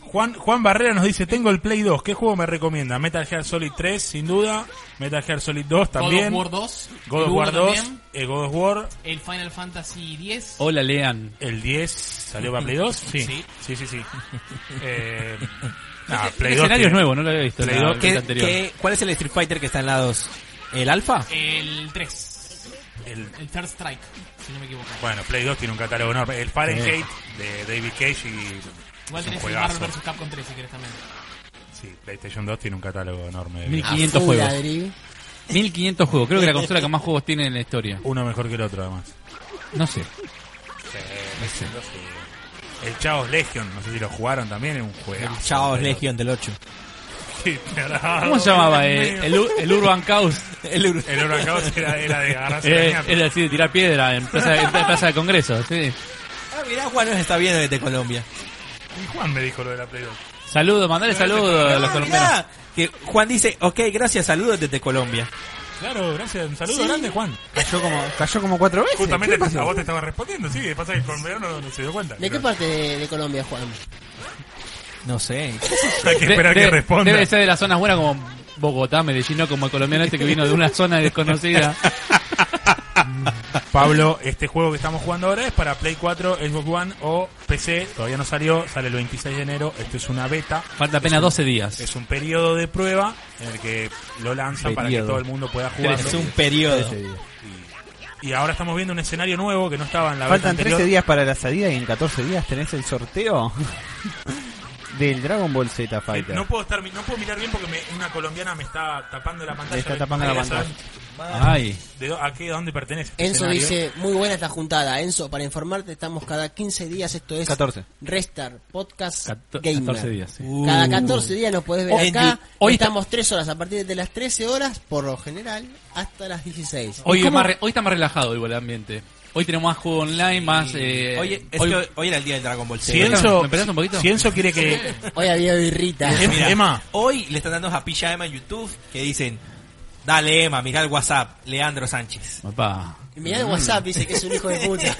Juan, Juan Barrera nos dice, tengo el Play 2, ¿qué juego me recomienda? Metal Gear Solid 3, sin duda. Metal Gear Solid 2 también. God of War 2. God of el War uno 2, también, eh, God of War, El Final Fantasy 10. Hola, lean. el 10, ¿salió para Play 2? Sí. Sí. Sí, sí, sí. Eh, nah, El Play 2 escenario es tiene- nuevo, no lo había visto. en Play la dos, beta ¿Qué- Ah, anterior. qué- cuál es el Street Fighter que está en la 2? ¿El Alpha? El 3. el- El Third Strike, si no me equivoco. bueno, Play 2 tiene un catálogo enorme. El Fahrenheit de David Cage y... Igual es un tenés el juegazo. Marvel vs. Capcom 3 si querés también. Sí, PlayStation 2 tiene un catálogo enorme. de Mil- A 500 full juegos. ladrillo. 1500 juegos. Creo que la consola que más juegos tiene en la historia. Uno mejor que el otro, además. No sé. El Chaos Legion, no sé si lo jugaron también, es un juego. El Chaos Legion del 8. Ah, ¿Cómo se llamaba? eh? el, Ur- el Urban Chaos. El Ur- El huracán era, era de agarrarse la Eh, ñapa. era así de tirar piedra en plaza, en plaza de congreso. Sí. Ah, mirá, Juan nos está viendo desde Colombia. Y Juan me dijo lo de la Play 2. Saludos, mandale saludos a los Ah, colombianos. mirá, que Juan dice, ok, gracias, saludos desde Colombia. Claro, gracias. Un saludo Sí. grande, Juan. Cayó como, cayó como cuatro veces. Justamente ¿Qué pasó? a vos te estaba respondiendo, sí. que Pasa que el colombiano no, no se dio cuenta. ¿De qué Pero parte de, de Colombia, Juan? No sé. Hay que De- esperar de- que responda. Debe ser de las zonas buenas como Bogotá, Medellín, no como el colombiano este que vino de una zona desconocida. Pablo, este juego que estamos jugando ahora es para Play 4, Xbox One o PC. Todavía no salió, sale el 26 de enero. Esto es una beta. Falta apenas 12 días. Es un periodo de prueba en el que lo lanzan para que Periodo. todo el mundo pueda jugarlo. Es un periodo. Y ahora estamos viendo un escenario nuevo que no estaba en la beta Faltan anterior. 13 días para la salida y en 14 días tenés el sorteo del Dragon Ball Z Eh, Fighter. No puedo estar, mi- no puedo mirar bien porque me- una colombiana me está tapando la pantalla. Le está tapando Ahí la ya saben Ay, de do- ¿A qué? ¿A dónde pertenece? este Enzo escenario. dice, muy buena esta juntada. Enzo, para informarte, estamos cada 15 días. Esto es 14. Restart Podcast cato- Gamer. 14 días. sí. Uh. Cada 14 días nos podés ver Hoy- acá. hoy Hoy está- estamos 3 horas, a partir de las 13 horas, por lo general, hasta las 16. Hoy, es más re- hoy está más relajado igual el ambiente. Hoy tenemos más juego online, más... Eh, Oye, es hoy- que hoy, hoy era el día del Dragon Ball Z. Si ¿Me Enzo, esperás un poquito? si Enzo quiere que. Hoy había birrita. Em- Mira, Emma, Hoy le están dando a Pilla Emma en YouTube que dicen, dale Emma, mira el WhatsApp, Leandro Sánchez. Papá. Mirá el WhatsApp, dice que es un hijo de puta.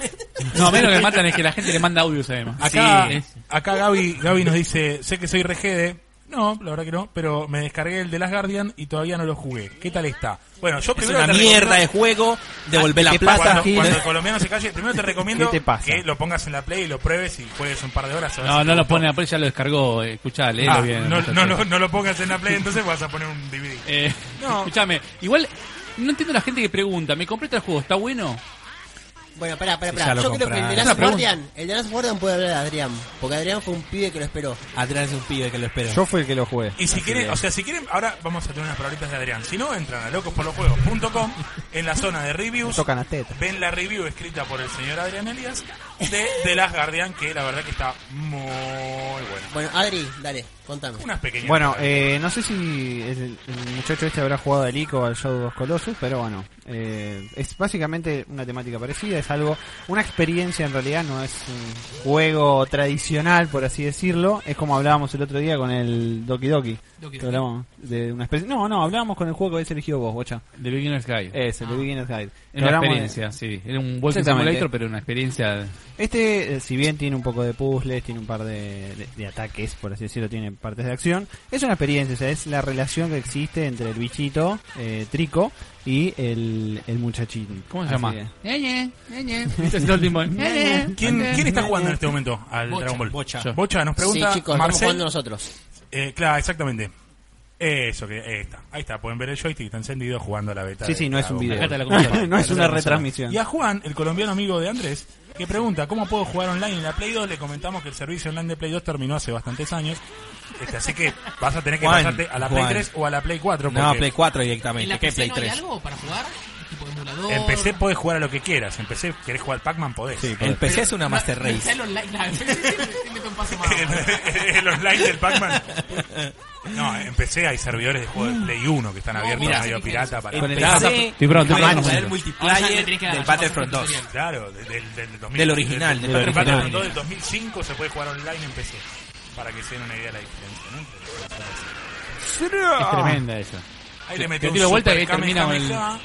No, a mí lo que matan es que la gente le manda audios además. acá, Sí, es- acá Gaby, Gaby nos dice: Sé que soy regede. No, la verdad que no, pero me descargué el de Last Guardian y todavía no lo jugué. ¿Qué tal está? Bueno, yo Es primero una te mierda de recomiendo- juego, devolver la ¿qué plata. pasa? Cuando, Gil. eh. cuando el colombiano se calle, primero te recomiendo ¿Qué te pasa? que lo pongas en la Play y lo pruebes y juegues un par de horas. a ver No, si no te lo gustó. pone Apple, ya lo descargó. eh, Escuchá, léelo Ah, bien. no, muchacho. no, lo- no lo pongas en la Play, entonces vas a poner un DVD. Eh, No. Escuchame, igual no entiendo la gente que pregunta, ¿me compré este juego? ¿Está bueno? Bueno, pará, pará, Sí, pará. ya lo Yo creo que el de compraron. Last Una pregunta. Guardian, el de Last Guardian puede hablar de Adrián, porque Adrián fue un pibe que lo esperó. Adrián es un pibe que lo espero. Yo fui el que lo jugué. Y si quieren, o sea, si quieren, ahora vamos a tener unas palabritas de Adrián. Si no, entran a locosporlosjuegos.com en la zona de reviews. Tocan las tetas. Ven la review escrita por el señor Adrián Elías de The Last Guardian, que la verdad que está muy buena. Bueno, Adri, dale, contame. Unas pequeñas. Bueno, eh, no sé si el, el muchacho este habrá jugado al ICO o al Shadow of Colossus, pero bueno, eh, es básicamente una temática parecida, es algo, una experiencia en realidad, no es un juego tradicional, por así decirlo, es como hablábamos el otro día con el Doki Doki. Doki que Doki. hablamos de una especie, no, no, hablábamos con el juego que habéis elegido vos, bocha. The Beginner's Guide. Ese, The Beginner's Guide. Que Era una hablamos de- experiencia, sí. Era un Walking Exactamente. Simulator, pero una experiencia. Este, eh, si bien tiene un poco de puzzles, tiene un par de, de- de ataques, por así decirlo, tiene partes de acción, es una experiencia, o sea, es la relación que existe entre el bichito, eh, Trico, y el, el muchachín. ¿Cómo se Así llama? que- Ñe, Ñe, Ñe. Este es el último. Ñe, Ñe. ¿Quién, Ñe. quién Eh, está jugando en este momento al Bocha, Dragon Ball? Bocha. Bocha, nos pregunta sí, chicos, estamos jugando Marcel. nosotros. Eh, claro, exactamente. Eso, que ahí está. Ahí está, pueden ver el joystick, está encendido jugando a la beta. Sí, de sí, no es un Dragon video. Acá está la consola. no es una retransmisión. Y a Juan, el colombiano amigo de Andrés, que pregunta, ¿cómo puedo jugar online en la Play 2? Le comentamos que el servicio online de Play 2 terminó hace bastantes años. Este, así que vas a tener que Juan, pasarte a la Play Juan. 3 o a la Play 4. No, porque Play 4 ¿En la directamente. ¿Qué PC Play no hay 3? algo para jugar? Tipo emulador. En PC podés jugar a lo que quieras. En PC querés jugar al Pac-Man, podés. El PC es una Master No, está Race. el online, claro. Tiene un paso más. el online del Pac-Man. No, en PC hay servidores de juegos de Play 1 que están abiertos mira, a medio sí, pirata para... El Claro. PC Estoy pronto, estoy va a pronto. tener el Ahora ya le multiplayer tenés que dar, del ya pasó Battlefront el 2. tutorial. Claro, del, del, del 2000, Del original, Del, del del original. Battlefront 2 del 2005 se puede jugar online en PC. Para que se den una idea de la diferencia, ¿no? Es tremenda esa. Ahí le Te metió tiro un vuelta y super ahí termina con el- Kamehameha.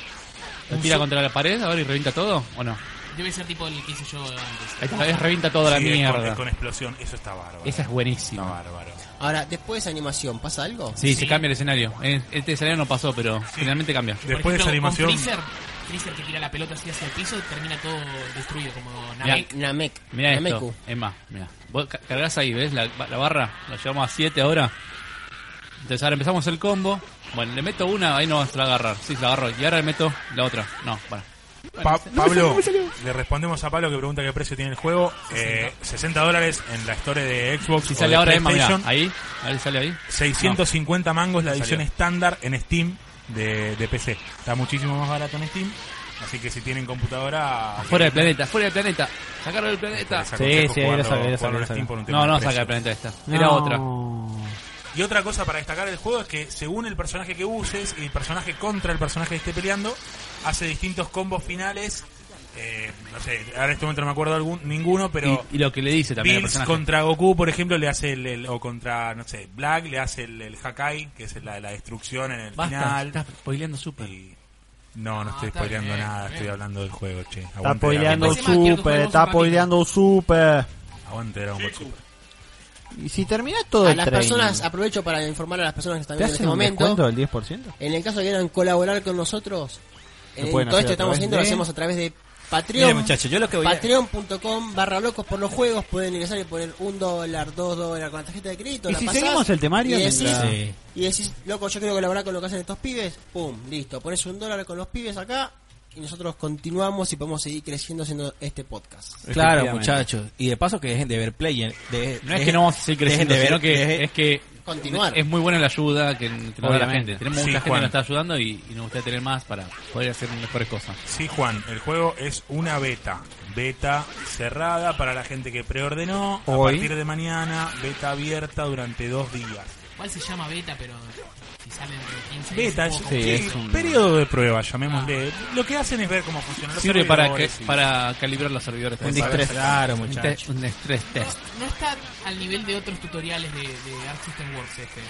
¿Lo tira contra la pared ahora y revienta todo? ¿O no? Debe ser tipo el que hice yo antes. Ahí está, es revienta toda la Sí, es con, es mierda. con explosión, eso está bárbaro. Esa es Está buenísima. bárbaro. Ahora, después de esa animación, ¿pasa algo? Sí, se cambia el escenario. En- Este escenario no pasó, pero finalmente cambia. Por Después de esa ejemplo, con animación, Freezer, Freezer que tira la pelota así hacia el piso, termina todo destruido como Mirá, Namek. Namek. Mira esto, Nameku. Emma, mira. Vos ca- cargas ahí, ¿ves? La, la barra, la llevamos a 7 ahora. Entonces ahora empezamos el combo. Bueno, le meto una, ahí no se la agarrar. Sí, se la agarro. Y ahora le meto la otra. No, para. Pa- Pablo, le respondemos a Pablo que pregunta qué precio tiene el juego. Eh, 60 dólares en la store de Xbox. Si o sale de ahora Emma, mira. PlayStation. Ahí, a ver si sale ahí. 650 mangos la edición salió. estándar en Steam de, de PC. Está muchísimo más barato en Steam. Así que si tienen computadora. Fuera del planeta, fuera del planeta. Sacarlo del planeta. les aconsejo Sí, sí, ahí lo jugarlo- saqué, lo jugarlo saqué, en Steam lo por un tema No, de no precio. saca del planeta esta. Era otra. Y otra cosa para destacar del juego es que según el personaje que uses y el personaje contra el personaje que esté peleando, hace distintos combos finales. Eh, no sé, ahora en este momento no me acuerdo algún, ninguno, pero Y, y lo que le dice también al Bills personaje. contra Goku, por ejemplo, le hace el, el- o contra, no sé, Black le hace el, el Hakai, que es la, la destrucción en el Basta, final. estás spoileando súper. Y- No, no estoy está spoileando bien, nada, bien. estoy hablando del juego, che. Está Aguante Dragon spoileando Ball Dragon Ball. Encima, quiero super, que está juguemos un spoileando super. Super. Aguante Dragon Ball Super. Y si terminás todo A el las training, personas, aprovecho para informar a las personas que están ¿te viendo en este hacen un momento. descuento del 10%? En el caso que quieran colaborar con nosotros, Lo en pueden todo hacer esto que a estamos través haciendo lo de- hacemos a través de Patreon. Mire, muchachos, yo lo que voy a... Patreon.com barra locos por los juegos. Pueden ingresar y poner un dólar, dos dólares con la tarjeta de crédito. Y la si pasás, seguimos el temario Y decís, mientras- Sí. y decís, loco, yo quiero colaborar con lo que hacen estos pibes. Pum, listo. Pones un dólar con los pibes acá. Y nosotros continuamos y podemos seguir creciendo haciendo este podcast. Claro, Efectivamente. muchachos. Y de paso que dejen de ver Play. eh, de- No es que dejen- no vamos a seguir dejen creciendo, de ver, sino que dejen- es que Continuar. es muy buena la ayuda que, que nos da la Obviamente. gente. Tenemos Sí, mucha gente Juan. que nos está ayudando y, y nos gustaría tener más para poder hacer mejores cosas. Sí, Juan, el juego es una beta. Beta cerrada para la gente que preordenó. Hoy. A partir de mañana, beta abierta durante dos días. Igual se llama beta, pero si salen de 15 días, Beta es, supongo sí, que- es un- periodo de prueba, llamémosle. Lo que hacen es ver cómo funciona. los Sirve para, que, servidores y- para calibrar los servidores. Un también. distress. Claro, Un muchachos. te- un stress test, No está al nivel de otros tutoriales de, de Art System Works este.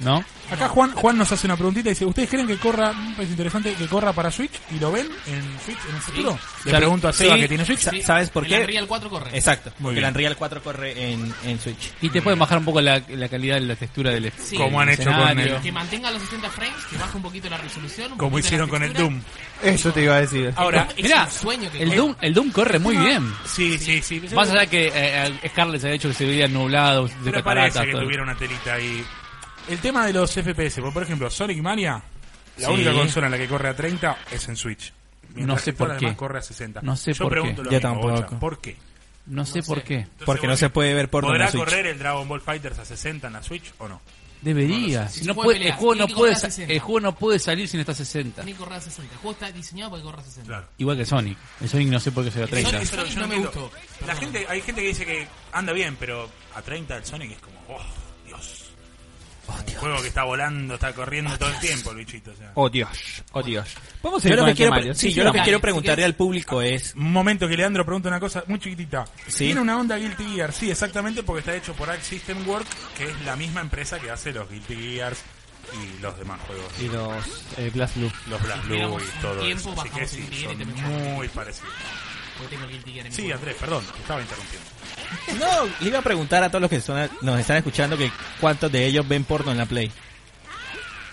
¿no? Acá Juan, Juan nos hace una preguntita y dice, ¿ustedes creen que corra, es interesante, que corra para Switch y lo ven en Switch en el futuro? Le Claro. pregunto a Seba Sí. que tiene Switch. Sa- ¿Sabes por el qué? Unreal 4 corre. Exacto. Muy Porque bien. el Unreal 4 corre en, en Switch. Y te pueden bajar un poco la, la calidad de la textura de el, Sí. Como han hecho con escenario. el- Que mantenga los 60 frames, que baje un poquito la resolución. un como poquito hicieron la con el textura. Doom. Eso te iba a decir. Ahora, Es Mirá, un sueño que el Doom, el Doom corre muy bien. sí, sí, sí. Más allá que eh, eh, Scarlett se ha hecho que se veía nublado, de Pero parece catarata. que todo. tuviera una telita ahí. El tema de los FPS, porque, por ejemplo, Sonic Mania, la Sí. única consola en la que corre a 30 es en Switch. No sé que todas por las qué. demás corre a 60. No sé Yo por qué. pregunto lo Yo mismo, tampoco. Bocha, ¿Por qué? No sé por qué. Porque no se puede ver por en la ¿Podrá Switch. correr el Dragon Ball Fighters a 60 en la Switch o no? Debería. sé. Si Si no se puede puede- el, pelear, juego tiene no que puede, correr a sa- 60. el juego no puede salir sin estar 60. Tiene que correr a 60. El juego está diseñado para que corra a 60. Claro. Igual que Sonic. El Sonic no sé por qué se ve a Sonic 30. es- Pero yo no me entiendo. gustó. La gente, hay gente que dice que anda bien, pero a 30 el Sonic es como, oh, Dios. Oh, Un juego que está volando, está corriendo todo el tiempo, el bichito. o sea. Oh Dios, oh Dios. Vamos a Yo ir lo con que el quiero, temario. pre- sí, Sí, yo lo que vamos. quiero preguntarle al público es Un momento que Leandro pregunta una cosa muy chiquitita. Sí. ¿Tiene una onda Guilty Gear? Sí, exactamente, porque está hecho por Arc System Work, que es la misma empresa que hace los Guilty Gears y los demás juegos. Y los eh, Blast Blue. Los Black Blue Digamos, y todo tiempo, eso. Así que bajamos sí, el nivel y son te metemos. muy parecidos. Porque tengo el Guilty Gear en mi Sí, juego. Andrés, perdón, te estaba interrumpiendo. No, le iba a preguntar a todos los que son- nos están escuchando que cuántos de ellos ven porno en la Play.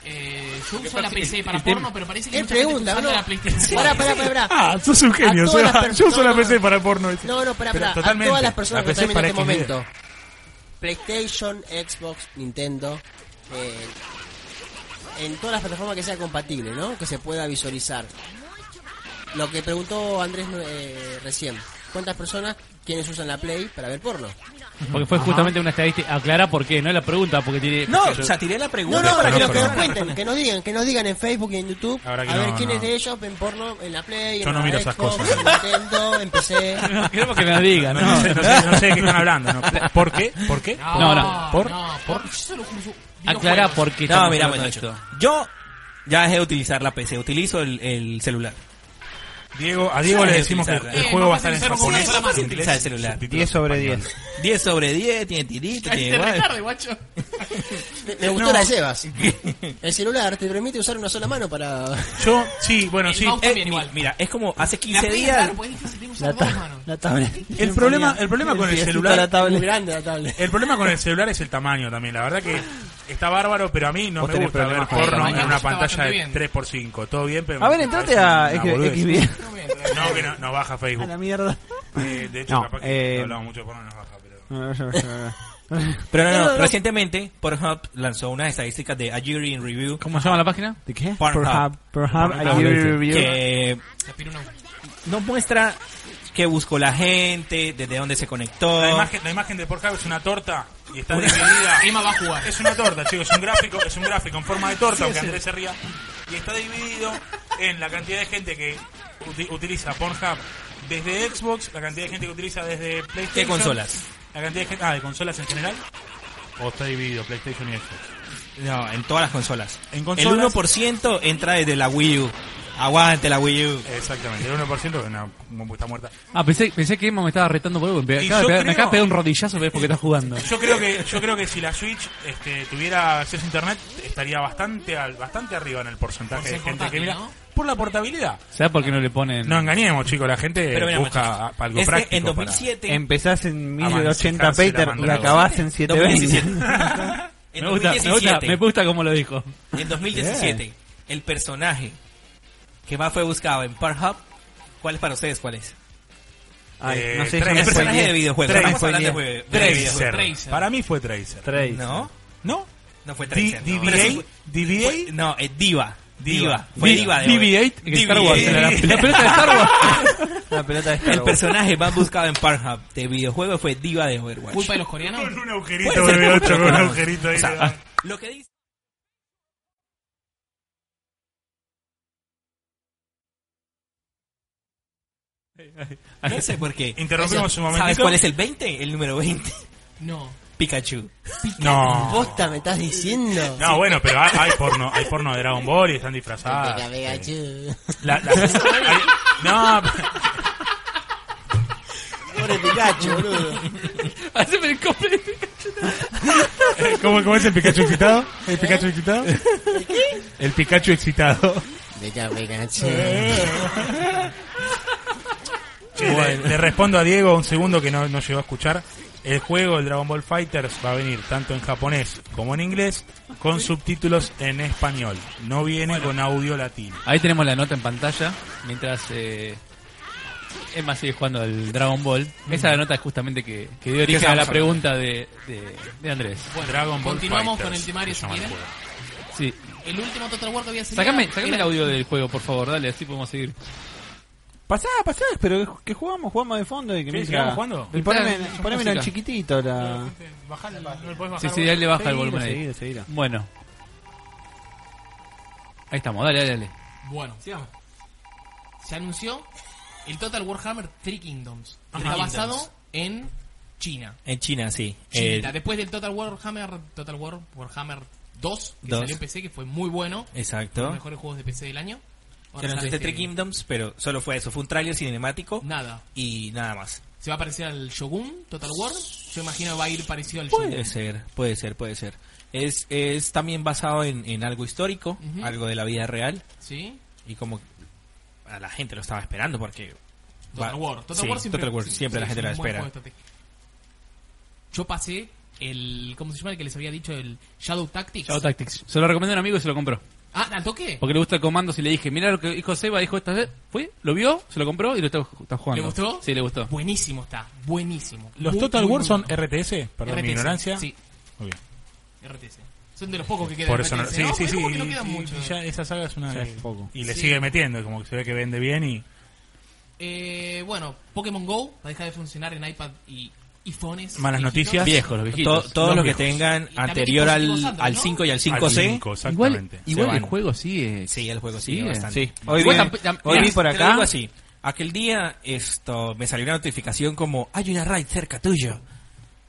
Eh, yo uso la PC para porno, pero parece que ¿Qué mucha gente Eh, pregunta, está usando bro? la PlayStation. Pará, pará, pará. Ah, sos un genio, A todas las Yo uso la personas- PC para porno. dice. No, no, pará, Pero pará. A totalmente, todas las personas la que PC están viendo en este para XD. momento. PlayStation, Xbox, Nintendo. eh, en todas las plataformas que sea compatible, ¿no? Que se pueda visualizar. Lo que preguntó Andrés eh, recién. ¿Cuántas personas quienes usan la Play para ver porno? Porque fue justamente una estadística. Aclara por qué, no es la pregunta. Porque tiene. No, porque o sea, tiré la No, pregunta no, para pero que que nos, los que nos cuenten, que nos digan, que nos digan en Facebook y en YouTube. A Ahora ver que no, quiénes no. de ellos ven porno en la Play, Yo en no la miro esas Xbox, cosas. en Nintendo, en PC. No queremos que me lo diga, No, no. sé, no sé- no sé de qué están hablando. ¿no? ¿Por qué? ¿Por qué? No, no. ¿Por? No, por. Yo solo uso Aclara videojuegos. por qué. No, estamos mira, hablando de muchacho. Yo ya dejé de utilizar la PC, utilizo el, el celular. Diego, a Diego Sí, le decimos que utilizarla. el Eh, juego va a vamos a estar en utilizarlo como japonés. una sola en mano. inglés, Utilizar el celular. subtítulos 10 sobre en 10. español. 10 sobre 10, tiene tirito, Ahí tiene te guay. retarde, guacho. Me, me gustó la de Sebas. El celular te permite usar una sola mano para. Yo, sí, bueno, El sí. mouse eh, también igual. Mira, es como hace La 15 Play, días. claro, porque es difícil de usar dos manos. La tabla. El problema, el problema con el celular, Muy grande la tablet. el problema con el celular es el tamaño también. La verdad que está bárbaro, pero a mí no Vos me tenés gusta ver problemas con el porno tamaño. en Está una pantalla bastante de bien. 3x5. Todo bien, pero A ver, me entrate parece a una boludez. Xvideo. No me entra. No, que no, nos baja A Facebook. la mierda. Eh, de hecho, No, capaz que eh, hablamos mucho de porno nos baja, pero Pero no, no, recientemente Pornhub lanzó unas estadísticas de Ajiri in Review ¿Cómo se llama la página? ¿De qué? Pornhub. Perhaps, perhaps I give you a review. que Se aspira una- nos muestra qué buscó la gente, desde dónde se conectó. la imagen, la imagen de Pornhub es una torta y está dividida. Emma va a jugar. Es una torta, chicos, es un gráfico, es un gráfico en forma de torta, aunque Andrés se ría. Y está dividido en la cantidad de gente que uti- utiliza Pornhub desde Xbox, la cantidad de gente que utiliza desde PlayStation. ¿Qué consolas? La cantidad de gente, ah, de consolas en general. O está dividido PlayStation y Xbox. No, en todas las consolas. En consolas- El 1% entra desde la Wii U. Aguante la Wii U. Exactamente, el 1% que no, como está muerta. Ah, pensé, pensé que Emma me estaba retando por algo. Me Y acaba, de yo pegar, me creo- acaba de pegar un rodillazo ¿ves? porque está jugando. Yo creo que yo creo que si la Switch este, tuviera acceso a internet estaría bastante al, bastante arriba en el porcentaje Por de ser gente que portátil, mira ¿no? por la portabilidad. ¿Sabes por qué no le ponen.? No engañemos, chicos, la gente Pero mira, busca muchachos, algo es que práctico. en para- 2007, Empezás en Avanzar, 1080 se la Peter y mandaron. acabás en 2017. 720. en me, gusta, me, 2017, gusta, me gusta cómo lo dijo. en 2017, el personaje que más fue buscado en Pornhub, ¿cuál es para ustedes? ¿Cuál es? Ay, Eh, no sé, Tracer. yo me El personaje spoileé. de videojuegos. Tracer. Estamos hablando de jue- de videojuegos. Tracer. Tracer. Para mí fue Tracer. Tracer. ¿No? ¿No? No fue D- Tracer. no. DBA, Pero sí fue- DBA, fue- no, es Diva. Diva. Diva. Fue Diva de hoy. DB8 en Star Wars. DB8. La, la pelota de Star Wars. La pelota de Star El Wars. personaje más buscado en Pornhub de videojuegos fue Diva de Overwatch. ¿Culpa de los coreanos? con un Puede agujerito ser, BB8 pero con un no. agujerito ahí. O sea, ¿no? Lo que dice... No sé por qué. Interrumpimos un ¿Sabes momentito. cuál es el 20? El número 20. No. Pikachu. No. Posta, me estás diciendo. No, bueno, pero hay, hay porno, hay porno de Dragon Ball y están Ah, disfrazadas. Venga, venga, chu. La- la- hay- no, Pobre Pikachu, boludo. Haceme el copy. ¿Cómo, ¿Cómo es el Pikachu excitado? ¿El Pikachu excitado? ¿Eh? El Pikachu excitado. Venga, venga, chu. Eh. Che, le, le respondo a Diego un segundo que no, no llegó a escuchar. El juego, el Dragon Ball Fighters, va a venir tanto en japonés como en inglés, con subtítulos en español. No viene con audio latino. Ahí tenemos la nota en pantalla, mientras eh, Emma sigue jugando al Dragon Ball. Esa es la nota justamente que, que dio origen a la estábamos pregunta de, de- de Andrés. Bueno, Dragon Ball continuamos Fighters, con el temario se si llama el quieren. juego. Sí. El último Total War que había salido. Sácame, sácame el era- audio del juego, por favor, dale, así podemos seguir. Pasá, pasá, pero que jugamos, jugamos de fondo y que ¿Qué, me diga- sigamos jugando? Y poneme, Música. ponémelo en chiquitito la. Bajale, no le podés Sí, bajar. sí, ahí le baja el Seguilo, volumen ahí. seguilo, seguilo. Bueno. Ahí estamos, dale, dale, dale. Bueno, sigamos. Se anunció el Total Warhammer Three Kingdoms. Ajá. Está Kingdoms. basado en China. En China, sí. Chinita. Eh, Después del Total Warhammer, Total War Warhammer 2, que Dos. salió en PC, que fue muy bueno. Eh, Uno de los exacto. mejores juegos de PC del año. Se Ahora anunció sale este este- Three Kingdoms, pero solo fue eso. Fue un tráiler cinemático Nada. y nada más. ¿Se va a parecer al Shogun Total War? Yo imagino que va a ir parecido al Shogun. Puede ser, puede ser, puede ser. Es, es también basado en, en algo histórico, Ujú. algo de la vida real. ¿Sí? Y como a la gente lo estaba esperando porque... Total va- War. Total sí, War siempre, Total War, sí, siempre sí, la gente es lo un buen espera. juego de estrategia. Yo pasé el. ¿Cómo se llama el que les había dicho? El Shadow Tactics. Shadow Tactics. Se lo recomendé a un amigo y se lo compró. ah, ¿al toque? Porque le gusta el comando y le dije, mira lo que dijo Seba, dijo esta vez, fue, lo vio, se lo compró y lo está, está jugando. ¿Le gustó? Sí, le gustó. Buenísimo está, buenísimo. ¿Los Muy, Total muy, War muy son bueno. RTS? Perdón, mi RTS, ignorancia. Sí, Muy bien. RTS. Son de los pocos que quedan. Por eso no, RTS, sí, ¿no? sí, Es sí. como que no y- quedan y- muchos. y ya esa saga es una Ya de- es poco. Y le Sí. sigue metiendo, como que se ve que vende bien y Eh, bueno, Pokémon Go va a dejar de funcionar en iPad y iPhones. Malas noticias. Viejos, los To- viejitos. todo los lo que viejos. tengan también anterior dispositivos al, Android, al ¿no? 5 y al Al 5C. cinco, igual exactamente. igual Se el van. juego sigue. Sí, el juego sigue Sí, bastante. Sí, hoy, Igual vi- tamp- tam- hoy vi Mira, por Te lo digo acá. así. Aquel día esto me salió una notificación como hay una raid cerca tuyo.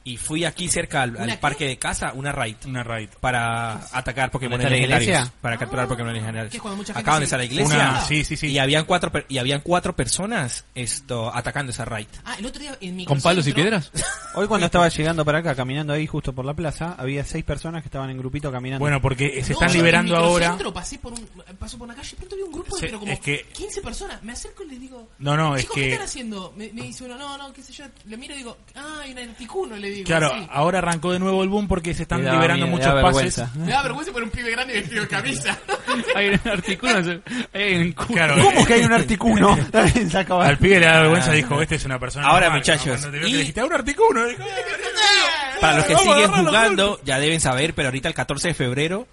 Y fui aquí cerca al, al ¿Una qué? parque de casa, una raid. Una raid. Para atacar Pokémon ¿Está la legendarios. iglesia? Para capturar Pokémon legendarios. Ah, que es cuando mucha gente Acaban de se- estar a la iglesia. Una, sí, sí, sí. Y habían cuatro per- y habían cuatro personas esto atacando esa raid. Ah, el otro día en mi ¿Con palos y piedras? Hoy cuando estaba llegando para acá, caminando ahí justo por la plaza, había seis personas que estaban en grupito caminando. Bueno, porque se No, están yo liberando en ahora. microcentro pasé por, un, eh, paso por una calle y pronto vi un grupo de Sí, pero como es que- 15 personas. Me acerco y les digo, No, no, es chicos, que- ¿qué están haciendo? Me, me dice uno, no, no, qué sé yo. Le miro y digo, ah, hay un anticuno, le digo. Claro, sí. ahora arrancó de nuevo el boom porque se están Me daba liberando miedo, me muchos daba pases. vergüenza. Me da vergüenza por un pibe grande vestido de camisa. hay un artículo, hay un culo. Claro, ¿Cómo eh, que hay un articuno? Saca- Al pibe le da vergüenza, dijo, este es una persona. Ah. Ahora, normal". muchachos, Cuando te vio que y- dijiste, "Ah, un articuno. dijo, "Eh, Ah, Para los que Vamos a siguen agarrarlo, jugando, ya deben saber, pero ahorita el 14 de febrero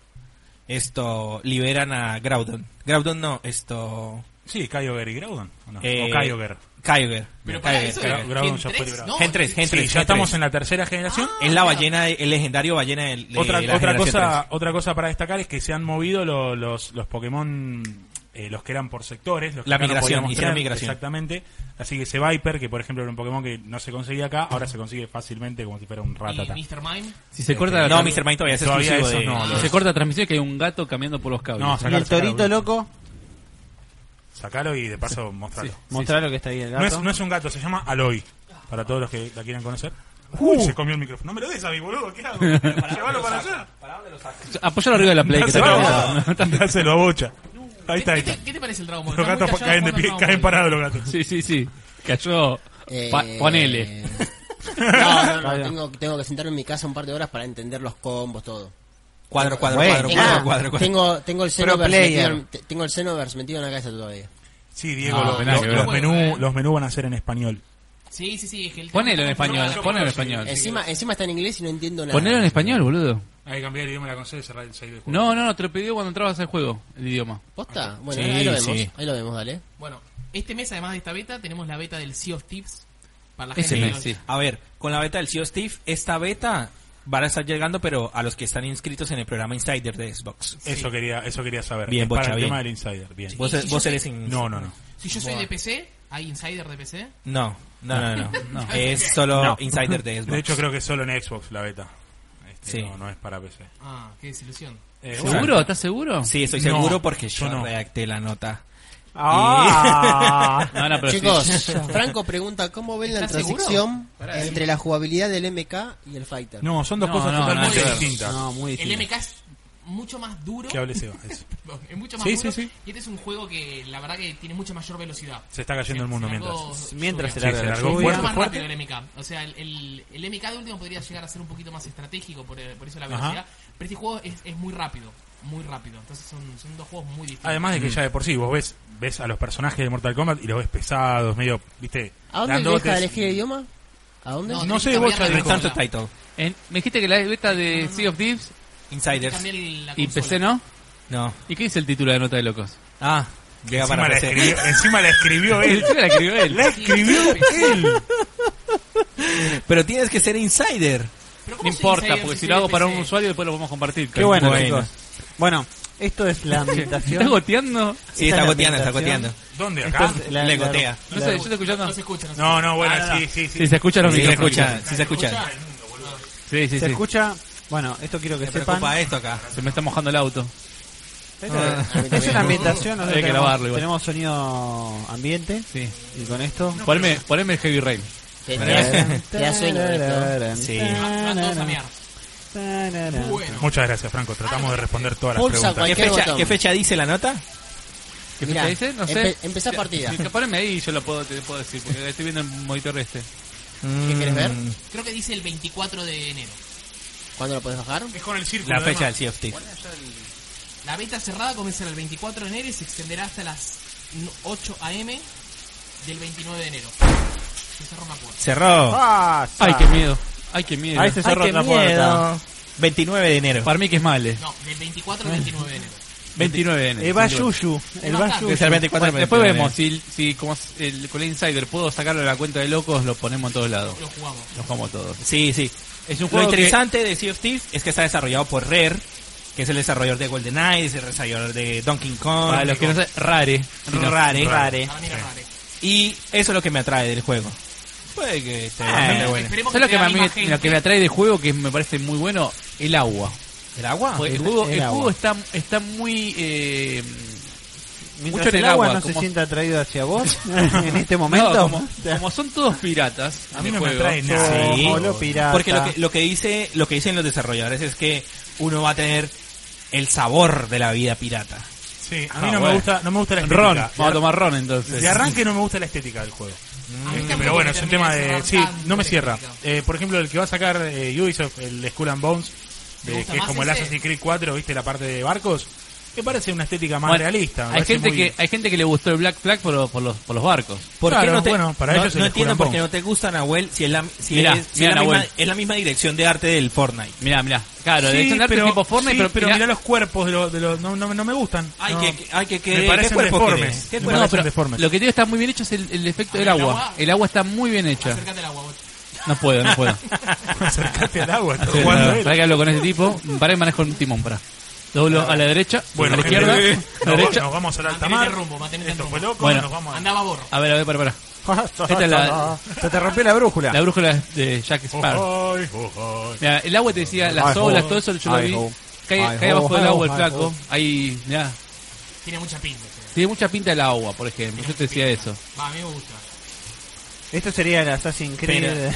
esto liberan a Groudon. Groudon no, esto Sí, Kyogre y Groudon. ¿O, no? eh, o Kyogre. Kyogre. Pero para Kyogre, eso Kyogre. era- Groudon Gen ya fue tres, liberado. ¿no? Gen 3, Gen 3. Sí, ya estamos en la tercera generación. Es la ballena, el legendario ballena del de otra, la otra generación cosa otra cosa para destacar es que se han movido lo- los, los Pokémon eh, los que eran por sectores los que La acá no migración, podíamos hicieron tener, migración. exactamente así que ese Viper que por ejemplo era un Pokémon que no se conseguía acá ahora se consigue fácilmente como si fuera un Y ratata Mr. Mime. Si se corta la tres. No, transmisión- Mr. Mime todavía es Todavía exclusivo esos de... no, si se corta la transmisión es que hay un gato caminando por los cables. No, y sacalo, el torito sacalo, loco, sacalo y de paso mostralo mostrar lo que está ahí el no, gato. es, no es un gato se llama Aloy para todos los que la quieran conocer Uh. Uy, se comió el micrófono. No me lo des a mi boludo, ¿qué hago? Llévalo para allá. Apoyalo arriba de la play que está Dáselo a colgada. bocha. Dáselo a bocha. Ahí está, ahí ¿Qué está. te, qué te parece el Dragon Ball? Los este Está muy gatos callado caen de jugando pie, al Dragon caen Ball. parados los gatos. Sí, sí, sí. Cayó Eh, pa- ponele. No, no, no, Vaya. tengo, tengo que sentarme en mi casa un par de horas para entender los combos, todo. Cuadro, cuadro, Bueno. cuadro, Tengo, cuadro, cuadro, cuadro. tengo, tengo el Pro Xenoverse metido, player. en- te- tengo el Xenoverse metido en la cabeza todavía. Sí, Diego, No, lo- penal, lo- que los, ver. menú, los menús van a ser en español. Sí, sí, sí. Es que el Ponelo en español, ponelo en español. Encima, encima está en inglés y no entiendo nada. Ponelo en español, boludo. Hay que cambiar el idioma de la consola y cerrar el save de No, no, no, te lo pidió cuando entrabas al juego, el idioma. ¿Posta? Bueno, Sí, ahí lo vemos, sí. ahí lo vemos, dale. Bueno, este mes, además de esta beta, tenemos la beta del Sea of Tips. Para la Ese gente mes, que sí. A ver, con la beta del CEO Steve, esta beta van a estar llegando, pero a los que están inscritos en el programa Insider de Xbox. Eso quería, eso quería saber. Bien, Es para Bocha, el bien. tema del insider, bien. ¿Vos, Sí, vos sí, eres sí. in- No, no, no. Si yo soy de PC, ¿hay insider de PC? No, no, no, no. no. Es solo Insider de Xbox. De hecho creo que es solo en Xbox la beta. Este, Sí. No, no es para PC. Ah, qué desilusión. Eh, ¿Seguro? ¿Estás seguro? sí, estoy No, seguro porque yo yo no. redacté la nota. Ah. No, no, pero sí. Chicos, Franco pregunta, ¿cómo ven la ¿Estás seguro? eh. transición entre la jugabilidad del MK y el Fighter? No, son dos No, cosas no, totalmente nada que ver. distintas. No, muy El difícil. MK es mucho más duro. Que hable Seba. eso. Es mucho más Sí, duro. sí, sí. Y este es un juego que la verdad que tiene mucha mayor velocidad. Se está cayendo el mundo mientras. Mientras se Sí, larga se la largó lluvia. Mucho fuerte, más rápido fuerte. el MK. O sea, el, el, el MK de último podría llegar a ser un poquito más estratégico por, por eso la Ajá. velocidad. Pero este juego es, es muy rápido. Muy rápido. Entonces son, son dos juegos muy distintos. Además de que ya de por sí vos ves, ves a los personajes de Mortal Kombat y los ves pesados, medio, viste, ¿A dónde le grandotes. deja elegir el idioma? ¿A dónde? No sé, tenés que vos cambiar ya la dijo. consola. Tanto title. En- me dijiste que la beta de Sea of Thieves Tenés que Insiders. cambiar la y consola. PC no. No. ¿Y qué dice el título de Nota de Locos? Ah, llega Encima para la, PC. escribió, encima la escribió él. Encima la escribió él. La escribió él. Pero tienes que ser insider. No Pero ¿cómo se importa, dice porque si si soy lo hago de para PC? un usuario después lo podemos compartir. Qué bueno, Bueno. chicos. Bueno, esto es la ambientación. ¿Estás goteando? Sí, está Esta es la goteando, está ambientación. goteando. ¿Dónde Esto acá? es la- Le la- gotea. No sé, yo estoy escuchando. No se escucha, no se No, no, bueno, Ah, no, sí, no. sí, sí. Sí, se escucha los Sí, se micrófonos. escucha, sí se escucha. Sí, sí, Se sí. ¿eh? escucha. Bueno, esto quiero que Me sepan. Eh, preocupa esto acá. Se me está mojando el auto. Es una ambientación. nosotros Hay Ah. que tenemos- grabarlo igual. Tenemos sonido ambiente. Sí. Y con esto. Poneme, poneme el Heavy Rain. Te da- te da sueño con esto. Sí. escucha. Ah, Van todos a mear. Bueno. Muchas gracias, Franco. Tratamos de responder todas las Pulsa preguntas. ¿Qué Cualquier fecha, botón. ¿Qué fecha dice la nota? ¿Qué Mirá, fecha dice? No sé. empe- empezá partida. Sí, Poneme ahí y yo lo puedo, te puedo decir, porque estoy viendo el monitor este. ¿Qué querés ver? Creo que dice el 24 de enero. ¿Cuándo lo podés bajar? Es con el círculo. La fecha del Sea of Thieves. La beta cerrada comenzará el 24 de enero y se extenderá hasta las 8 am del 29 de enero. Se cerró una puerta. Cerró. Ay, qué miedo. Ah. Ay, qué miedo. Ahí se cerró otra puerta. 29 de enero. Para mí que es eh. male. No, del 24 Ah. al 29 de enero. 29 de enero. El Bayuyu. El Es bastante. Debe ser Bayuyu. 24 Bueno, después 29. vemos si, si como s- el, con el Insider puedo sacarlo de la cuenta de locos, lo ponemos en todos lados. Lo jugamos. Lo jugamos todos. Sí, sí. Es un Lo juego que- interesante de Sea of Thieves es que está desarrollado por Rare, que es el desarrollador de GoldenEye, es el desarrollador de Donkey Kong. Para los que no saben, rare. Rare. Rare. Para mí era raro. Y eso es lo que me atrae del juego. Puede que esté bastante bueno. Esperemos ¿Sabes lo que, sea a la mí- misma gente. lo que me atrae de juego que me parece muy bueno? El agua. ¿El Ah, agua? Porque el, el- juego, el el agua. juego está, está muy... Eh, Mientras mucho en el agua, no como- se sienta atraído hacia vos en este no, momento. como, como son todos piratas, A mí no me juego, atrae nada. Sí. Ojo, lo pirata. Porque lo que, lo que dice, lo que dicen los desarrolladores es que uno va a tener el sabor de la vida pirata. Sí, a mí Ah, no, me bueno. gusta, no me gusta la Ron, estética. vamos a tomar ron entonces. De arranque no me gusta la estética del juego. A mí Este, tampoco pero bueno, me es un termina tema de... cerrar Sí, tanto no me la cierra. estética. Eh, por ejemplo, el que va a sacar eh, Ubisoft, el Skull and Bones, Me eh, gusta que es más como el ese. Assassin's Creed 4, ¿viste? La parte de barcos, que parece una estética más Bueno, realista. me Hay parece gente, muy- que, hay gente que le gustó el Black Flag por, lo- por, los, por los barcos. ¿Por Claro, qué no te, bueno, para no, ellos se no les entiendo curan por qué pong. no te gusta Nahuel si es la, si Mirá, es, si mirá, es la misma, Nahuel. es la misma dirección de arte del Fortnite. Mirá, mirá. Claro, Sí, de hecho, pero, es tipo Fortnite, sí, pero, pero mirá- mirá los cuerpos de los... De los no, no, no me gustan. Hay No. que, hay que, Me que parecen ¿qué cuerpo deformes. querés? ¿Qué Me cuerpo? No, pero deformes. lo que digo está muy bien hecho es el, el efecto A del ver, el agua. agua. El agua está muy bien hecha. Acércate al agua, bot. No puedo, no puedo. Acercate al agua, está Sí, jugando no, él. pará que hablo con ese tipo? Para que manejo un timón, para. Doblo a la derecha, Bueno, a la gente, izquierda, a la nos, derecha. nos vamos al alta Mantenete mar. el rumbo, mantenete el Esto rumbo. fue loco, Bueno. nos vamos a... Andaba borro. A ver, a ver, pará, pará. Esta es la- Se te rompió la brújula. La brújula de Jack Sparrow. Ojoy, ojoy. Mirá, el agua te decía, las Ay, olas, Oh. ho. todo eso yo lo Ay, vi. ho. Cae, Ay, cae ho, abajo del ay, agua ho, el ay, flaco. ho. Ahí, mirá. Tiene mucha pinta. ese. Tiene mucha pinta el agua, por ejemplo. Yo te decía eso. Va, a mí me gusta. Esto sería el Assassin's Creed.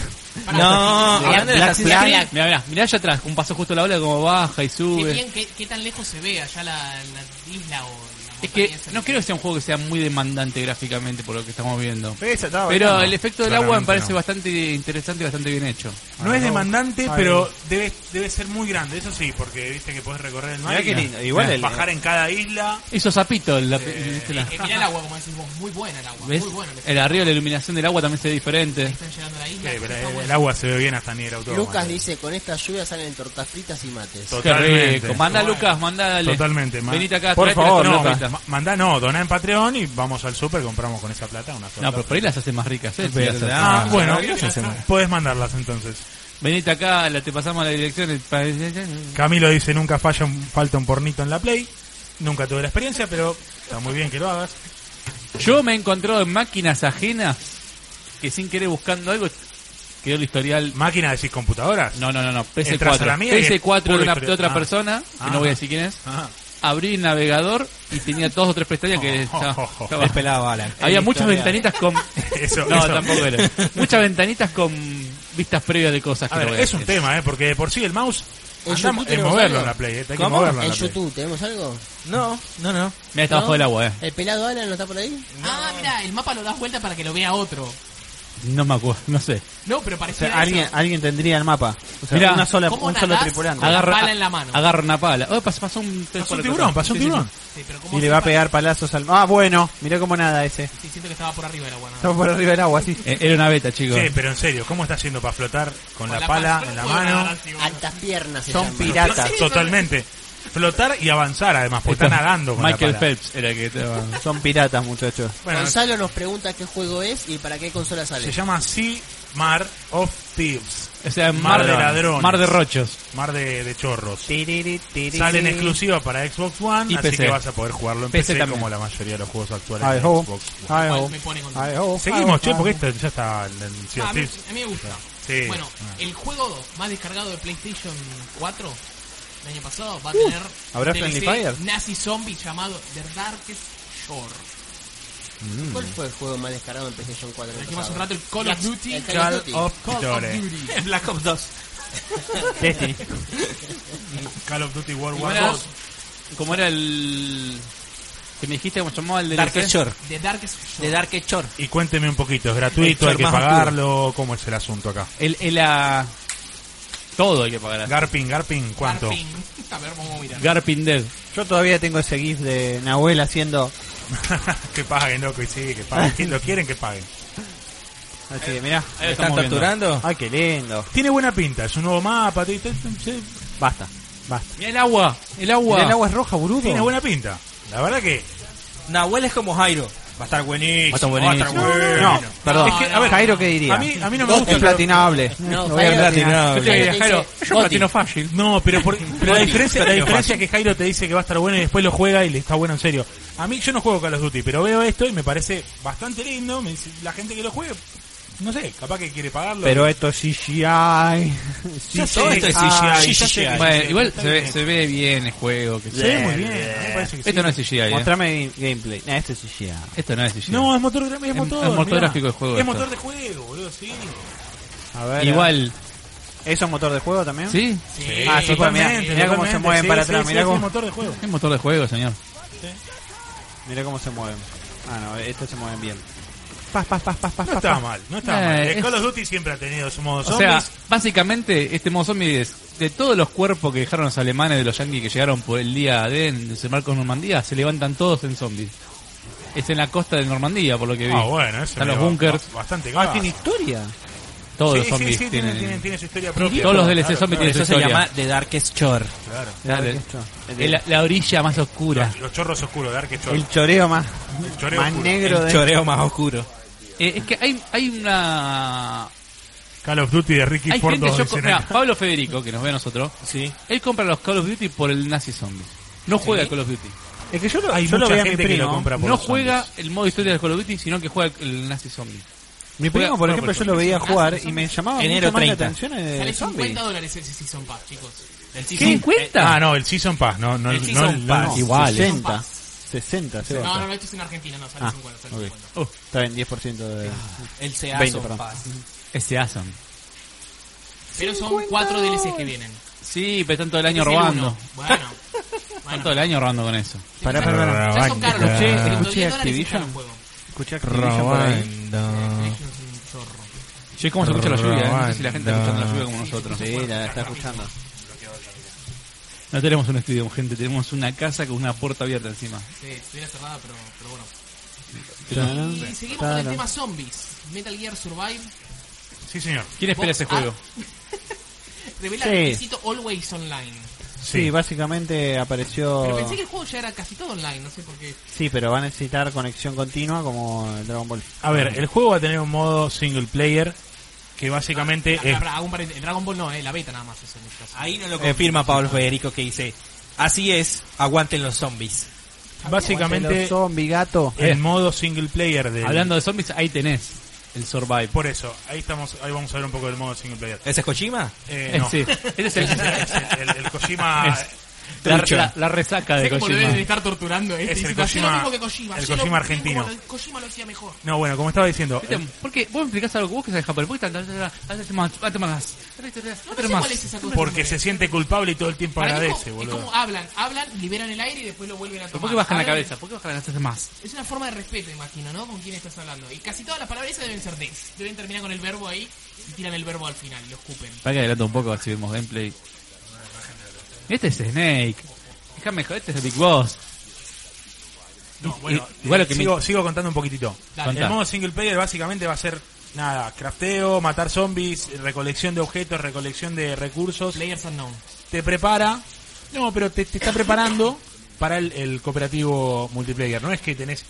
Pará, No, hablando de Black Assassin's Flag. Creed, Mirá, mirá, mirá allá atrás, como pasó justo la ola, como baja y Qué sube. bien, qué, qué tan lejos se ve allá la, la isla o la montaña Es que esa no creo que sea un juego que sea muy demandante gráficamente por lo que estamos viendo. Esa, estaba Pero bailando. el efecto del agua me Claramente parece no. bastante interesante y bastante bien hecho. No es demandante, Ay, pero no. debe, debe ser muy grande, eso sí, porque viste que podés recorrer el mar. Mirá y qué nada. lindo, igual el- bajar en cada isla. Hizo zapito el, la- Eh, la- eh, mirá el agua, como decís vos, muy buena el agua, ¿ves? muy buena. El arriba, la iluminación del agua también se ve diferente. Están llegando a la Sí, isla. Eh, pero está el, bueno. el agua se ve bien hasta ni el autódromo. Lucas dice, con esta lluvia salen tortas fritas y mates. Qué Totalmente. rico. Mandá, Lucas, mandá, dale. Totalmente, ma- Venite acá, Por traete la favor, torta No, Lucas. frita. ma- mandá no, doná en Patreon y vamos al super, compramos con esa plata una torta. No, pero por ahí las hace más ricas, ¿eh? Pero, Sí, las hace. ah, Ah, bueno, no se hace mal. podés mandarlas entonces. Venite acá, la- te pasamos la dirección. el pa- Camilo dice, nunca falla un, falta un pornito en la Play. Nunca tuve la experiencia, pero está muy bien que lo hagas. Yo me he encontrado en máquinas ajenas que sin querer buscando algo quedó el historial Máquina decís computadoras. No, no, no, no. Entras a la PS4. mía y es PS4 de, puro una- historia. de otra Ah. persona, que Ah. no voy a decir quién es. Ajá. Abrí el navegador y tenía dos o tres pestañas que estaba- estaba- Despelado, Alan. Había muchas ventanitas con... Eso, no, eso. tampoco era. Muchas ventanitas con vistas previas de cosas que A no ver, voy a es un decir. tema, ¿eh? porque de por sí el mouse En Andamos- YouTube es tenemos moverlo algo. en la Play, eh, hay que ¿Cómo? moverlo en En la Play. YouTube, ¿tenemos algo? No, no, no. Mira, está bajo ¿No? del agua, eh. ¿El pelado Alan no está por ahí? Ah, mira, el mapa lo das vuelta para que lo vea otro. No me acuerdo, no sé. No, pero O pareciera sea, alguien, eso. alguien tendría el mapa. O sea, Mirá, una sola, ¿cómo un solo nadás? tripulante. Agarra- Agarra, Pala en la mano. agarra una pala. Oh, pasó, pasó un, Pasó un tiburón, pasó un Sí, sí, tiburón. Sí, pero ¿cómo Y le se va a pa- pegar palazos al. Ah, bueno, mirá cómo nada ese. Sí, siento que estaba por arriba de la guana. Estaba por arriba del agua, así. sí. Eh, Era una beta, chicos. Che, pero en serio, ¿cómo está haciendo para flotar con, la, la pala pala, en la no puedo mano? nadar así, boludo. Altas piernas. se Son llama. piratas. Totalmente. Flotar y avanzar además, porque está nadando con Michael la pala. Phelps era el que estaba. Son piratas, muchachos. Bueno, Gonzalo nos pregunta qué juego es y para qué consola sale. se llama Sea Mar of Thieves. O sea, Mar de ladrones. Mar de rochos. Mar de, de chorros. Sale en exclusiva para Xbox One, Y así PC. que vas a poder jugarlo en PC PC, también. como la mayoría de los juegos actuales Ay, de ho. Xbox One. Ay, Ah. Igual ho. me pone contento. Ay, ho. Seguimos, che, Ay, porque este- ho. esto ya está en en Sea Ah, of a, mí, Thieves. a mí me gusta. Sí. Bueno, Ah. el juego más descargado de PlayStation 4 el año pasado va a tener Uh, ¿habrá Friendly DLC Fire? Nazi Zombie llamado The Darkest Shore. ¿Cuál fue el juego más descargado en PlayStation 4? el Trajimos hace un pasado? rato el Call of Duty. El Call Call of Duty. of Call of Llore. Duty. Black Ops 2. Destiny. Call of Duty World ¿Cómo War era, 2. cómo era el. que me dijiste cómo se llamaba el de Darkest Shore. The Darkest Shore. De Darkest Shore. Y cuénteme un poquito, ¿es gratuito? El ¿Hay que más pagarlo? ¿Cómo es el asunto acá? El, el, ah, Todo hay que pagar. Garping, Garping, ¿cuánto? Darping. A ver, vamos a mirar. Garpin Dead. Yo todavía tengo ese gif de Nahuel haciendo. que paguen, loco, y sí, que paguen. ¿Quién lo quieren que paguen? Así que mirá. Ahí ¿Están lo estamos viendo. torturando? Ay, qué lindo. Tiene buena pinta, es un nuevo mapa, te- te- se- Basta, basta. Mirá el agua. El agua. El agua es roja, boludo. tiene buena pinta. La verdad que... eh, Nahuel es como Jairo. Va a estar buenísimo. Va a estar buenísimo. Va a estar No, bueno. No, perdón. No, no, Jairo, ¿qué diría? A mí, a mí no me gusta... es platinable. No, Lo voy a Jairo platinar. tiene- Yo te Jairo te diría, Jairo, dice, yo Goti. platino fácil. Ah, No, pero, por- pero la diferencia, la diferencia es que Jairo te dice que va a estar bueno y después lo juega y le está bueno en serio. A mí yo no juego Call of Duty, pero veo esto y me parece bastante lindo. me dice- la gente que lo juegue, no sé, capaz que quiere pagarlo. Pero esto es CGI. Ya sé, todo esto es ah, CGI, ya sé que- Bueno, igual está se ve, bien. se ve bien el juego. Que Se sé. ve muy bien. a mí me parece que Esto sí. no es CGI, eh. Mostrame gameplay. Nah, esto es CGI. Esto no es CGI. No, es motor, gra- es Es- motor. es motor mirá. gráfico de juego Es esto. motor de juego, boludo, sí. A ver. Igual, ¿Eso es motor de juego también? ¿sí? Ah, sí, pues mirá, totalmente, mirá cómo se totalmente, mueven sí, para sí, atrás. sí, mirá, sí, es cómo, motor de juego. Es motor de juego, señor. mirá cómo se mueven. Ah, no, estos se mueven bien. Pas, pas, pas, pas, pas. No pas, está pas. mal, no está Eh, mal. El es- Call of Duty siempre ha tenido su modo O zombies. sea, básicamente, este modo zombie es de todos los cuerpos que dejaron los alemanes de los yanquis que llegaron por el día de en ese marco de Normandía, se levantan todos en zombies. Es en la costa de Normandía, por lo que vi. ah, bueno, eso Están me los va- bunkers, ba- Bastante Ah, gas. tiene historia. todos Sí, los sí, zombies sí, tiene, tienen... tiene- tiene su historia propia. Todos los DLC zombies Por tienen su eso se historia. llama The Darkest Shore. Claro. Dale. Esto. El, Es la, la orilla más oscura. Los chorros oscuros, Dark Chor. el choreo más, El choreo más oscuro. negro El de... choreo más oscuro. Eh, es que hay, hay una... Call of Duty de Ricky Hay Ford gente, dos yo... dicen co- mirá, acá. Pablo Federico, que nos ve a nosotros, Sí. él compra los Call of Duty por el Nazi Zombie. No juega Call of Duty. Es que yo lo, Hay yo lo mucha veía a mi gente que lo primo. compra por No los juega zombies. el modo historia de Call of Duty, sino que juega el Nazi Zombie. Mi Juega- primo, por juega ejemplo, por yo lo veía jugar y me llamaba Enero mucho más la 30. atención Sale el 50 Eh, zombie. dólares el Season Pass, chicos. El ¿Qué? ¿50? Ah, no, el Season Pass, no, no, El no- Season no- Pass. no. Igual. Iguales. 60. 60, se No, va. no, no, esto es en Argentina, no, sale Ah, 50. Sale ok. 50. Uh, Está en 10% de... El 20, Season perdón. Pass. Ese Asan. Pero son 4 DLCs que vienen. Sí, pero están todo el Es año el robando. uno. Bueno, Están bueno. todo el año robando con eso. Pará, pará, pará. Ya son caros los Che, juegos, escuché 110 dólares y Activision. Ah. sale un juego. Escuché Activision por ahí. Activision es un chorro. Che, cómo se escucha la lluvia. eh? No sé si la gente está escuchando la lluvia como nosotros. Sí, la está escuchando. No tenemos un estudio, gente. Tenemos una casa con una puerta abierta encima. Sí, estuviera cerrada, pero, pero bueno. Claro. Y seguimos con el Claro. tema zombies. Metal Gear Survive Sí, señor. ¿Quién espera ese juego? revela Sí. el requisito Always Online. Sí, Sí. básicamente apareció... Pero pensé que el juego ya era casi todo online, no sé por qué. Sí, pero va a necesitar conexión continua como el Dragon Ball. A ver, el juego va a tener un modo single player que básicamente eh. Ah, es habrá algún pare- el Dragon Ball no, eh, la beta nada más. Eso en este caso. Ahí no lo confirma Eh, Pablo Federico que dice, así es, aguanten los zombies. básicamente zombie gato. el modo single player de ah, Hablando de zombies, ahí tenés el Survive. por eso, ahí estamos, ahí vamos a ver un poco del modo single player. ¿Ese es Kojima? Eh, Eh, no. sí. Ese es el- Es el, el- el Kojima Es- La, Trucho. la- la resaca de Sé cómo lo deben Kojima. estar torturando este. Es el diciendo, "Hacé lo Kojima- mismo que Kojima, el hacé lo- Kojima mirá cómo argentino. lo- Kojima lo hacía mejor. No, bueno, como estaba diciendo, ¿Viste? ¿Por qué? Vos me explicás algo, vos que sabés Japón. ¿Por qué tantas veces? Hazte más, hazte más, hazte más, No hazte sé más. cuál es esa cosa. porque se siente culpable y todo el tiempo Para mí es agradece, como- es boludo. como hablan, hablan, liberan el aire y después lo vuelven a tomar. ¿Por qué bajan la Hablan- cabeza? ¿Por qué bajan la cabeza más? Es una forma de respeto, imagino, ¿no? Con quién estás hablando. Y casi todas las palabras esas deben ser des. Deben terminar con el verbo ahí y tiran el verbo al final y lo escupen. Para que adelanto un poco, a ver si vemos gameplay. Este es Snake. Déjame joder, este es Big Boss. No, bueno, y- igual eh, lo que me- sigo, sigo contando un poquitito. Dale. El modo single player básicamente va a ser nada, crafteo, matar zombies, recolección de objetos, recolección de recursos. Players unknown. te prepara. No, pero te, te está preparando para el, el cooperativo multiplayer. No es que tenés.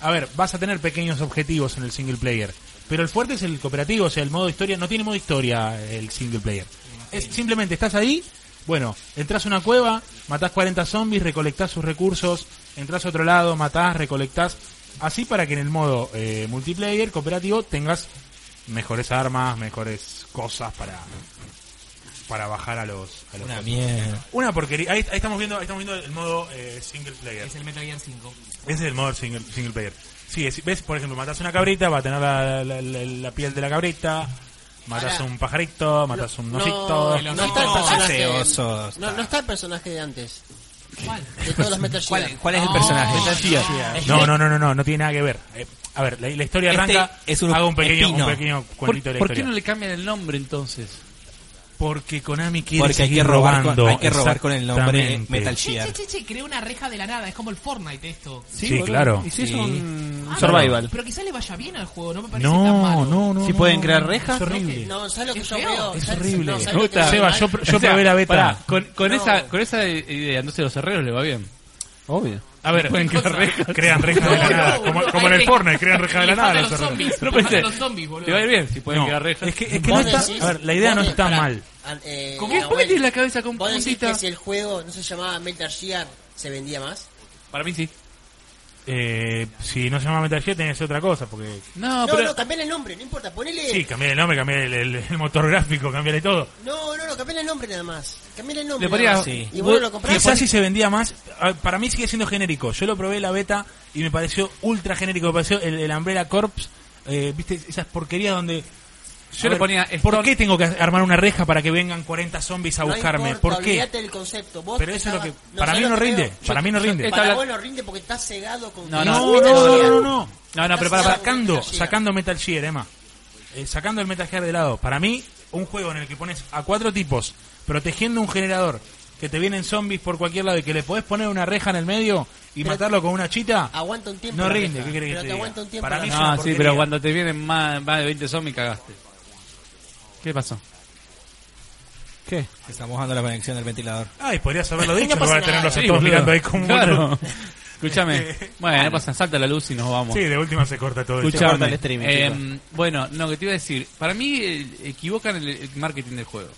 A ver, vas a tener pequeños objetivos en el single player. Pero el fuerte es el cooperativo, o sea, el modo historia. No tiene modo historia el single player. Es simplemente estás ahí. Bueno, entras a una cueva, matás 40 zombies, recolectás sus recursos, entras a otro lado, matás, recolectás. Así para que en el modo eh, multiplayer cooperativo tengas mejores armas, mejores cosas para, para bajar a los, a los Una otros. mierda. Una porquería. Ahí, ahí estamos viendo, ahí estamos viendo el modo eh, single player. Es el Metal Gear 5. Ese es el modo single, single player. Sí, es- ves, por ejemplo, matas una cabrita, va a tener la, la- la- la piel de la cabrita. Matas Ahora, un pajarito, matas un osito. No, no, está el No, personaje. ese oso está. No, no está el personaje de antes. ¿Cuál? De todos los Metal Gear. ¿Cuál, cuál Oh, es el personaje? No, no, no, no, no, no tiene nada que ver. Eh, a ver, la, la historia Este arranca. es un hago un pequeño, un espino. pequeño ¿Por, cuentito de la por qué no historia. le cambian el nombre entonces? Porque Konami quiere Porque hay que seguir robar, robando. con, hay que robar con el nombre Exactamente. Metal Che, Gear. che, che, che, creó una reja de la nada. Es como el Fortnite esto. Sí, claro. Y si es Sí. un Ah, survival. pero- Pero quizás le vaya bien al juego, no me parece tan No, malo. no, no. Si no, pueden no, crear no, rejas, Es horrible. No, ¿sabes lo que Es yo feo, veo? es ¿Sabes- horrible. no, ¿sabes lo que yo Seba, veo yo, mal? pr- yo probé la beta. Pará, con, con, No. esa, con esa idea, no sé, los herreros le va bien. Obvio. A ver, Pueden crear rejas. crean rejas de la No, nada. no, Como, no, como en hay el que- porno, crean rejas de la Le nada. faltan los los zorros. zombies. No Le pensé. faltan los zombies, boludo. Te va a ir bien si pueden No, crear rejas. Es que, es que no Vos está. decís- A ver, la idea no vos está decís- mal. An- eh, ¿Cómo? ¿Qué? ¿Por qué Nahuel, tiene la cabeza con ¿Vos decís puntita? que si el juego no se llamaba Metal Gear, se vendía más? Para mí sí. Eh, si no se llama Metal Gear, tiene que ser otra cosa. Porque. No, No, no, pero... cambiale el nombre, no importa, ponele... Sí, cambiar el nombre, cambiar el, el- el motor gráfico, cambiarle todo. No, no, no, cambiale el nombre nada más. Cambiale el nombre Le nada ponía- más. sí. Y vos lo comprás. Quizás si se vendía más. a ver, Para mí sigue siendo genérico. Yo lo probé la beta y me pareció ultra genérico. Me pareció el, el Umbrella Corps. eh, ¿Viste? Esas porquerías donde. Yo A le ver, ponía ¿Por Stone- qué tengo que armar una reja para que vengan 40 zombies a No buscarme? importa, ¿Por qué? olvídate del concepto. Vos Pero eso es lo que. pensabas- para mí ¿sabés no lo que rinde. creo? Para mí no rinde. Está Para la- vos no rinde porque estás cegado con... No, No, con no, Metal no, Gear. no, no. No, no, pero para, para. Sacando, Metal Gear. sacando Metal Gear, Emma. Eh, sacando el Metal Gear de lado. Para mí, un juego en el que pones a cuatro tipos protegiendo un generador, que te vienen zombies por cualquier lado y que le podés poner una reja en el medio y Pero- Ah, matarlo con una chita. Aguanta un tiempo. No la rinde, reja, ¿qué querés que Pero te te diga? aguanta un tiempo. Para la mí reja. es una No, sí, porquería. pero cuando te vienen más, más de 20 zombies cagaste. ¿Qué pasó? ¿Qué? Se está mojando la conexión del ventilador. Ay, podrías haberlo dicho, No no pasa van a tener nada. los Sí, otros boludo. mirando ahí como un Claro. boludo. Escúchame. Bueno, no pasa, salta la luz y nos vamos. Sí, de última se corta todo esto. Se corta Escuchame. el streaming, Eh, chicos. bueno, no, que te iba a decir. Para mí eh, equivocan el, el marketing del juego.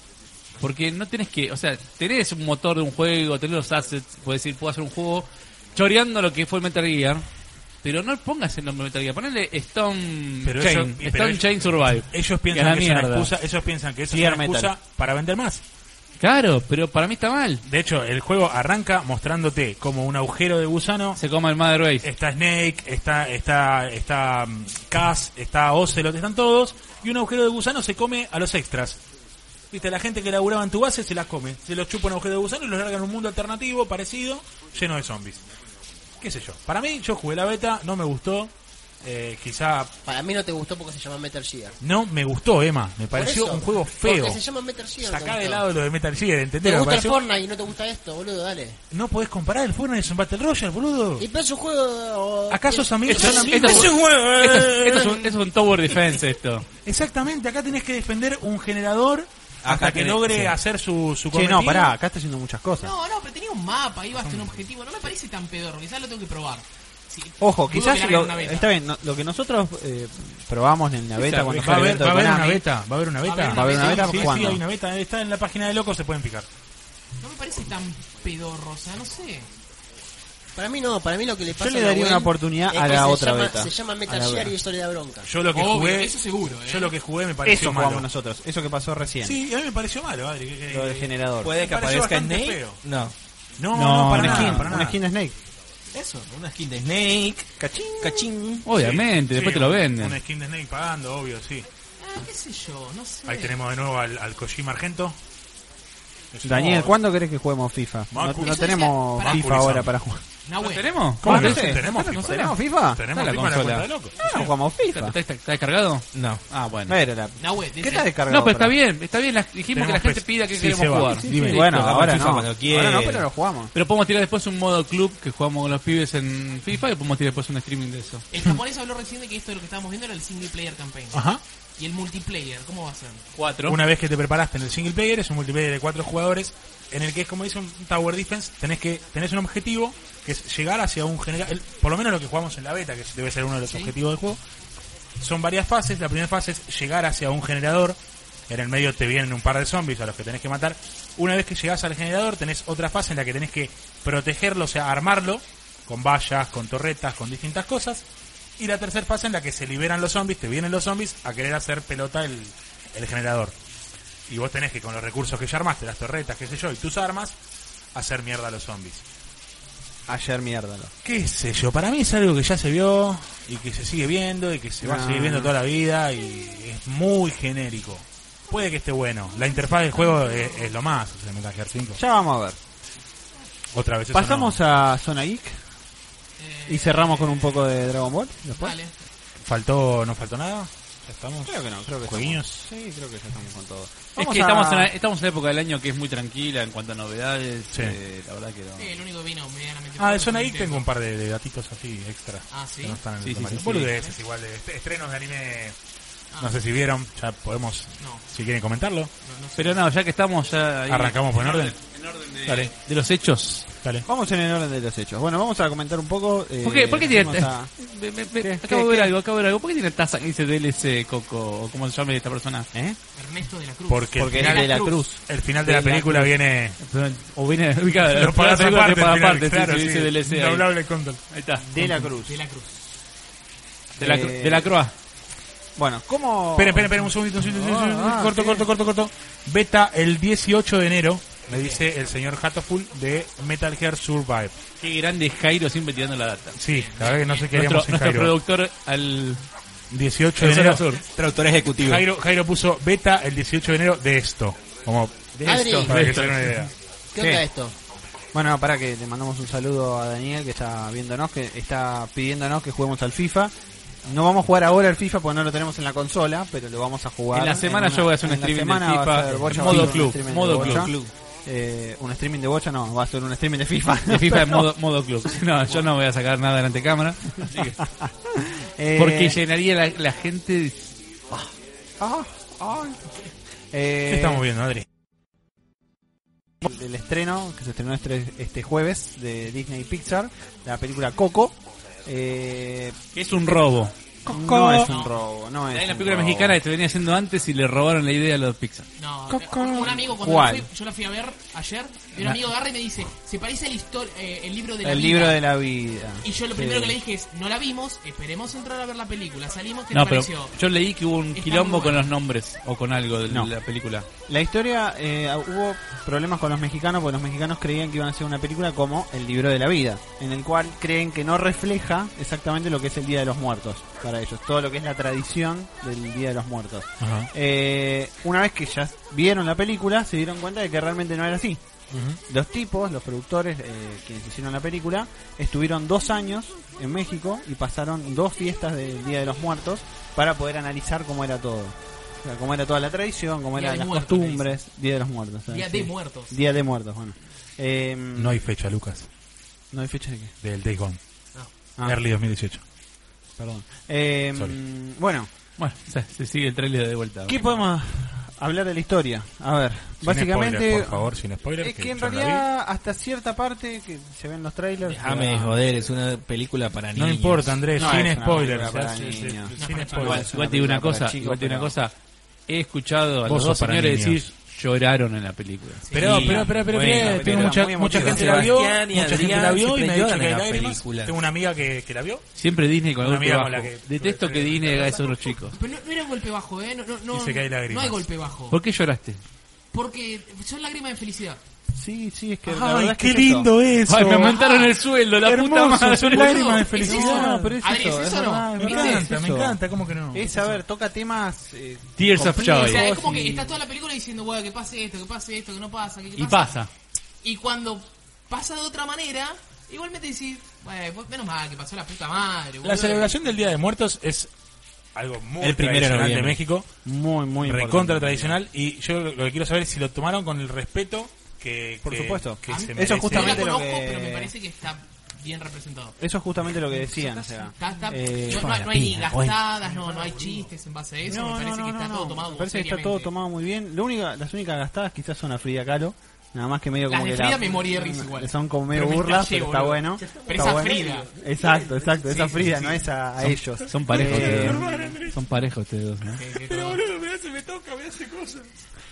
Porque no tenés que, o sea, tenés un motor de un juego, tenés los assets, puedes decir, puedo hacer un juego choreando lo que fue el Metal Gear, pero no pongas el nombre Metal Gear, ponle Stone Pero eso- Chain, pero Stone ellos- Chain Survive. Ellos Y a piensan la que es una mierda. excusa, ellos piensan que eso es Gear una Metal. excusa para vender más. Claro, pero para mí está mal. De hecho, el juego arranca mostrándote como un agujero de gusano Se coma el Mother Base. Está Snake, está, está, está mm, Cass, está Ocelot, están todos. Y un agujero de gusano se come a los extras. Viste, la gente que laburaba en tu base se las come. Se los chupa un agujero de gusano y los largan a un mundo alternativo, parecido, lleno de zombies. Qué sé yo. Para mí, yo jugué la beta, no me gustó. Eh, quizá Para mí no te gustó porque se llama Metal Gear. Por no me gustó, Emma. Me pareció eso, un juego feo. Porque se llama Metal Gear. no te Sacá de gustó. lado lo de Metal Gear, Te ¿entendés? Me gusta el pareció- Fortnite y no te gusta esto, boludo, dale. No podés comparar el Fortnite es un Battle Royale, boludo. Y pero es un juego... eh, ¿Acaso son amigos? Esto es- son amigos? esto es un eh. Esto, es- esto es un, es un Tower Defense esto. Exactamente, acá tenés que defender un generador Acá hasta que tenés- logre sí. hacer su, su Che, cometido. no, pará, acá está haciendo muchas cosas. No, no, pero tenía un mapa, ibas a un objetivo. No me parece tan pedorro, quizás lo tengo que probar. Sí, Ojo, dudo que quizás hagan lo, una beta. está bien, no- lo que nosotros eh, probamos en la beta sea, cuando Va fue a el haber, evento va a de haber una Konami. beta, va a haber una beta. Va a haber una beta, sí, sí, ¿cuándo? hay una beta. Está en la página de Locos, se pueden picar. No me parece tan pedorro, o sea, no sé. Para mí no, para mí lo que le pasa le a daría Nahuel una oportunidad es a que la se otra llama- beta. Se llama Metal A la Gear y beta. eso le da bronca. Yo lo que Obvio, jugué, eso seguro, ¿eh? yo lo que jugué me pareció Eso malo. jugamos nosotros, eso que pasó recién. Sí, a mí me pareció malo, Adri. que- que- Lo del generador. Puede que Me pareció aparezca bastante Snake. feo. No. No, no, para una nada, skin, para nada. una skin de Snake. Eso, una skin de Snake. Cachín. Cachín. Obviamente, Sí, después te un- lo venden. Un skin de Snake pagando, obvio, sí. Ah, qué sé yo, no sé. Ahí tenemos de nuevo al, al Kojima Argento. Es- Daniel, no, ¿cuándo querés que juguemos FIFA? No, Macu- no Eso tenemos decía- FIFA Macu- ahora para jugar. Nahue, ¿Tenemos? ¿Cómo Ah, que no sí? sé. ¿Tenemos ¿No FIFA? tenemos FIFA? Tenemos Está FIFA la en la consola. cuenta de loco. No, jugamos FIFA. ¿Está, está- está descargado? No. Ah, bueno. Pero la- Nahue, ¿Qué está descargado? No, pero está para- bien, está bien. la- dijimos que la Tenemos gente pes- pida que sí, queremos se va. jugar. Sí, Sí, Listo, bueno, hagamos ahora FIFA no. cuando- Ahora no, pero lo jugamos. Pero podemos tirar después un modo club que jugamos con los pibes en FIFA y podemos tirar después un streaming de eso. El japonés habló recién de que esto de lo que estábamos viendo era el single player campaign. Ajá. Y el multiplayer, ¿cómo va a ser? Cuatro. Una vez que te preparaste en el single player, es un multiplayer de cuatro jugadores, en el que es como dice un Tower Defense, tenés que tenés un objetivo, que es llegar hacia un general, el- por lo menos lo que jugamos en la beta, que debe ser uno de los objetivos del juego. Son varias fases, la primera fase es llegar hacia un generador, en el medio te vienen un par de zombies a los que tenés que matar. Una vez que llegás al generador, tenés otra fase en la que tenés que protegerlo, o sea, armarlo, con vallas, con torretas, con distintas cosas. Y la tercera fase en la que se liberan los zombies, te vienen los zombies a querer hacer pelota el, el generador. Y vos tenés que con los recursos que ya armaste, las torretas, qué sé yo, y tus armas, hacer mierda a los zombies. Ayer miérdalo. Qué sé yo, para mí es algo que ya se vio y que se sigue viendo y que se va a Ah. seguir viendo toda la vida y es muy genérico. Puede que esté bueno. La interfaz del juego es, es lo más, o sea, Metal Gear 5. Ya vamos a ver. Otra vez eso Pasamos a Zona Geek Eh, y cerramos con un poco de Dragon Ball después. Vale. no. ¿Faltó, no faltó nada? Ya estamos. Creo que no, creo que Jueguinos. estamos- Sí, creo que ya estamos con todo. Es Vamos que a- estamos, en la, estamos en la época del año que es muy tranquila en cuanto a novedades. Sí. eh, la verdad que no. Sí, el único que vino medianamente. Ah, de fuerte Zona fue Geek tengo Nintendo. un par de, de datitos así extra. Ah, ¿sí? Que no están en Sí, el sí, temario. sí, sí. Boludeces igual, de est- estrenos de anime. Ah. No sé si vieron, ya podemos, No. si quieren comentarlo. No, no sé. Pero no, ya que estamos ya ahí- Arrancamos por en orden. En orden de, Dale. de los hechos. Dale. Vamos en el orden de los hechos. Bueno, vamos a comentar un poco. eh, ¿Por qué, ¿Por qué tiene.? vamos a- me- me- me- ¿Qué, acabo qué, de ver qué? algo, acabo de ver algo. ¿Por qué tiene taza que dice DLC Coco o cómo se llama esta persona? ¿Eh? Ernesto de la Cruz. Porque, Porque el es final, de la Cruz. el final de la De la película viene. O viene ubicada. Lo pagas aparte, te paga al final, aparte, sí, claro, sí, sí. dice DLC. Ahí. Doblable control. Ahí está. De la Cruz. De la Cruz. De la, Eh, de la Croa. Bueno, ¿cómo.? Esperen, esperen, esperen un segundito, un segundito, un segundito. Ah, ah, corto, sí. corto, corto, corto. Beta el 18 de enero, me dice el señor Hatoful de Metal Gear Survive. Qué grande Jairo siempre tirando la data. Sí, la verdad que no sé qué Nuestro, haríamos en nuestro Jairo. productor al 18 de al enero. Sur. Traductor ejecutivo. Jairo, Jairo puso beta el 18 de enero de esto. Como Adri, para que se den una idea. ¿qué Sí. onda esto? Bueno, para que le mandamos un saludo a Daniel que está viéndonos, que está pidiéndonos que juguemos al FIFA. No vamos a jugar ahora al FIFA porque no lo tenemos en la consola, pero lo vamos a jugar. En la semana una- yo voy a hacer un en la streaming semana de va a FIFA, ser Bocha, en va a modo ser un club, streaming modo de Bocha. club. Eh, un streaming de bocha no, va a ser un streaming de FIFA. De FIFA en Pero- modo, modo club. No, yo no voy a sacar nada delante cámara. así que- Eh, Porque llenaría la, la gente. de- ah, ah. Eh, ¿Qué estamos viendo, Adri? el estreno que se estrenó este, este jueves de Disney Pixar, la película Coco. Eh, que es un robo. no es un robo, no es. En la un película robo. mexicana que te venía haciendo antes y le robaron la idea a los Pixar. No, Coco. un un amigo cuando ¿Cuál? la fui- yo la fui a ver ayer, y un amigo agarra y me dice, se parece al histo- eh, el libro de la El vida". libro de la vida. Y yo lo Sí. primero que le dije es, no la vimos, esperemos entrar a ver la película, salimos, ¿qué No, te pero pareció? yo leí que hubo un Está quilombo muy con bueno. los nombres o con algo de No. la película. La historia, eh, hubo problemas con los mexicanos porque los mexicanos creían que iban a hacer una película como El libro de la vida, en el cual creen que no refleja exactamente lo que es el Día de los Muertos para ellos, todo lo que es la tradición del Día de los Muertos. Ajá. Eh, una vez que ya vieron la película, se dieron cuenta de que realmente no era así. Los tipos, los productores, eh, quienes hicieron la película, estuvieron dos años en México y pasaron dos fiestas del Día de los Muertos para poder analizar cómo era todo. O sea, cómo era toda la tradición, cómo Día eran de las Muertos, costumbres. Día de los Muertos. ¿sabes? Día de Sí. muertos. Día de Muertos, bueno. Eh, No hay fecha, Lucas, no hay fecha de qué. del Day Gone. Ah, Early 2018. perdón. Eh, Sorry. bueno, Bueno, se, se sigue el trailer de vuelta. ¿qué podemos hablar de la historia? A ver, Sin básicamente... spoiler, por favor, sin spoiler. Es que en yo no la vi. realidad hasta cierta parte que se ven los trailers. Déjame pero- joder, es una película para No niños. importa, Andrés, No, sin es una spoilers. película o sea, para sí, sí, niños. sin Igual, spoilers. igual te digo una para cosa, chicos, igual te digo una pero- cosa. He escuchado a Vos los sos dos para señores niños. decir lloraron en la película. Pero, Sí, pero, pero, pero, bueno, pero, pero tengo era mucha, muy mucha emotiva. gente la vio, mucha Sebastián y gente Adrián la se vio y me ha dicho prendieron que en hay la lágrimas. película. Tengo una amiga que, que la vio. Siempre Disney con Una el golpe amiga bajo. con la que- Detesto que Disney haga eso a los chicos. Pero no, no era golpe bajo, ¿eh? No, no, no, Dice que hay lágrimas. no hay golpe bajo. ¿Por qué lloraste? Porque son lágrimas de felicidad. Sí, sí, es que la Ay, verdad es que qué es eso. lindo eso. Ay, me aumentaron el sueldo, la puta Hermoso, madre. son lágrimas de ¿Es eso? felicidad. No, pero es Adri, eso, ¿es es eso o no? verdad, es Me verdad, es encanta, me eso. encanta, ¿cómo que no? Es, a ver, toca temas. eh, Tears of complejos O sea, Joy. es como y- que está toda la película diciendo, bueno, que pase esto, que pase esto, que no pasa, que, que Y pasa. Y cuando pasa de otra manera, igualmente decís, bueno, pues, menos mal que pasó la puta madre. La boludo". celebración del Día de Muertos es algo muy El primero de tradicional de noviembre. México, Muy, muy recontra importante. tradicional, y yo lo que quiero saber es si lo tomaron con el respeto que, Por que- supuesto. que A mí- se Eso merece. justamente no la lo conozco, que- pero me parece que está bien representado. Eso es justamente lo que decían. O sea, Está- está- eh, no, no hay- no hay ni gastadas, no, no hay chistes en base a eso. No, me parece no, que no, está no, todo no. tomado. Me parece que está todo seriamente. tomado muy bien. Lo única, las únicas gastadas quizás son a Frida Kahlo. Nada más que medio Las como de que Frida la- me morí de risa igual. Son como medio Pero me burlas, estallé, pero está boludo. bueno. Pero Está esa bueno. Frida. Exacto, exacto. Esa sí, Frida, sí, no sí. es a, a ellos. Son parejos. Eh, ustedes dos. son parejos ustedes dos, ¿no? Sí, que todo- Boludo, me hace, me toca, me hace cosas.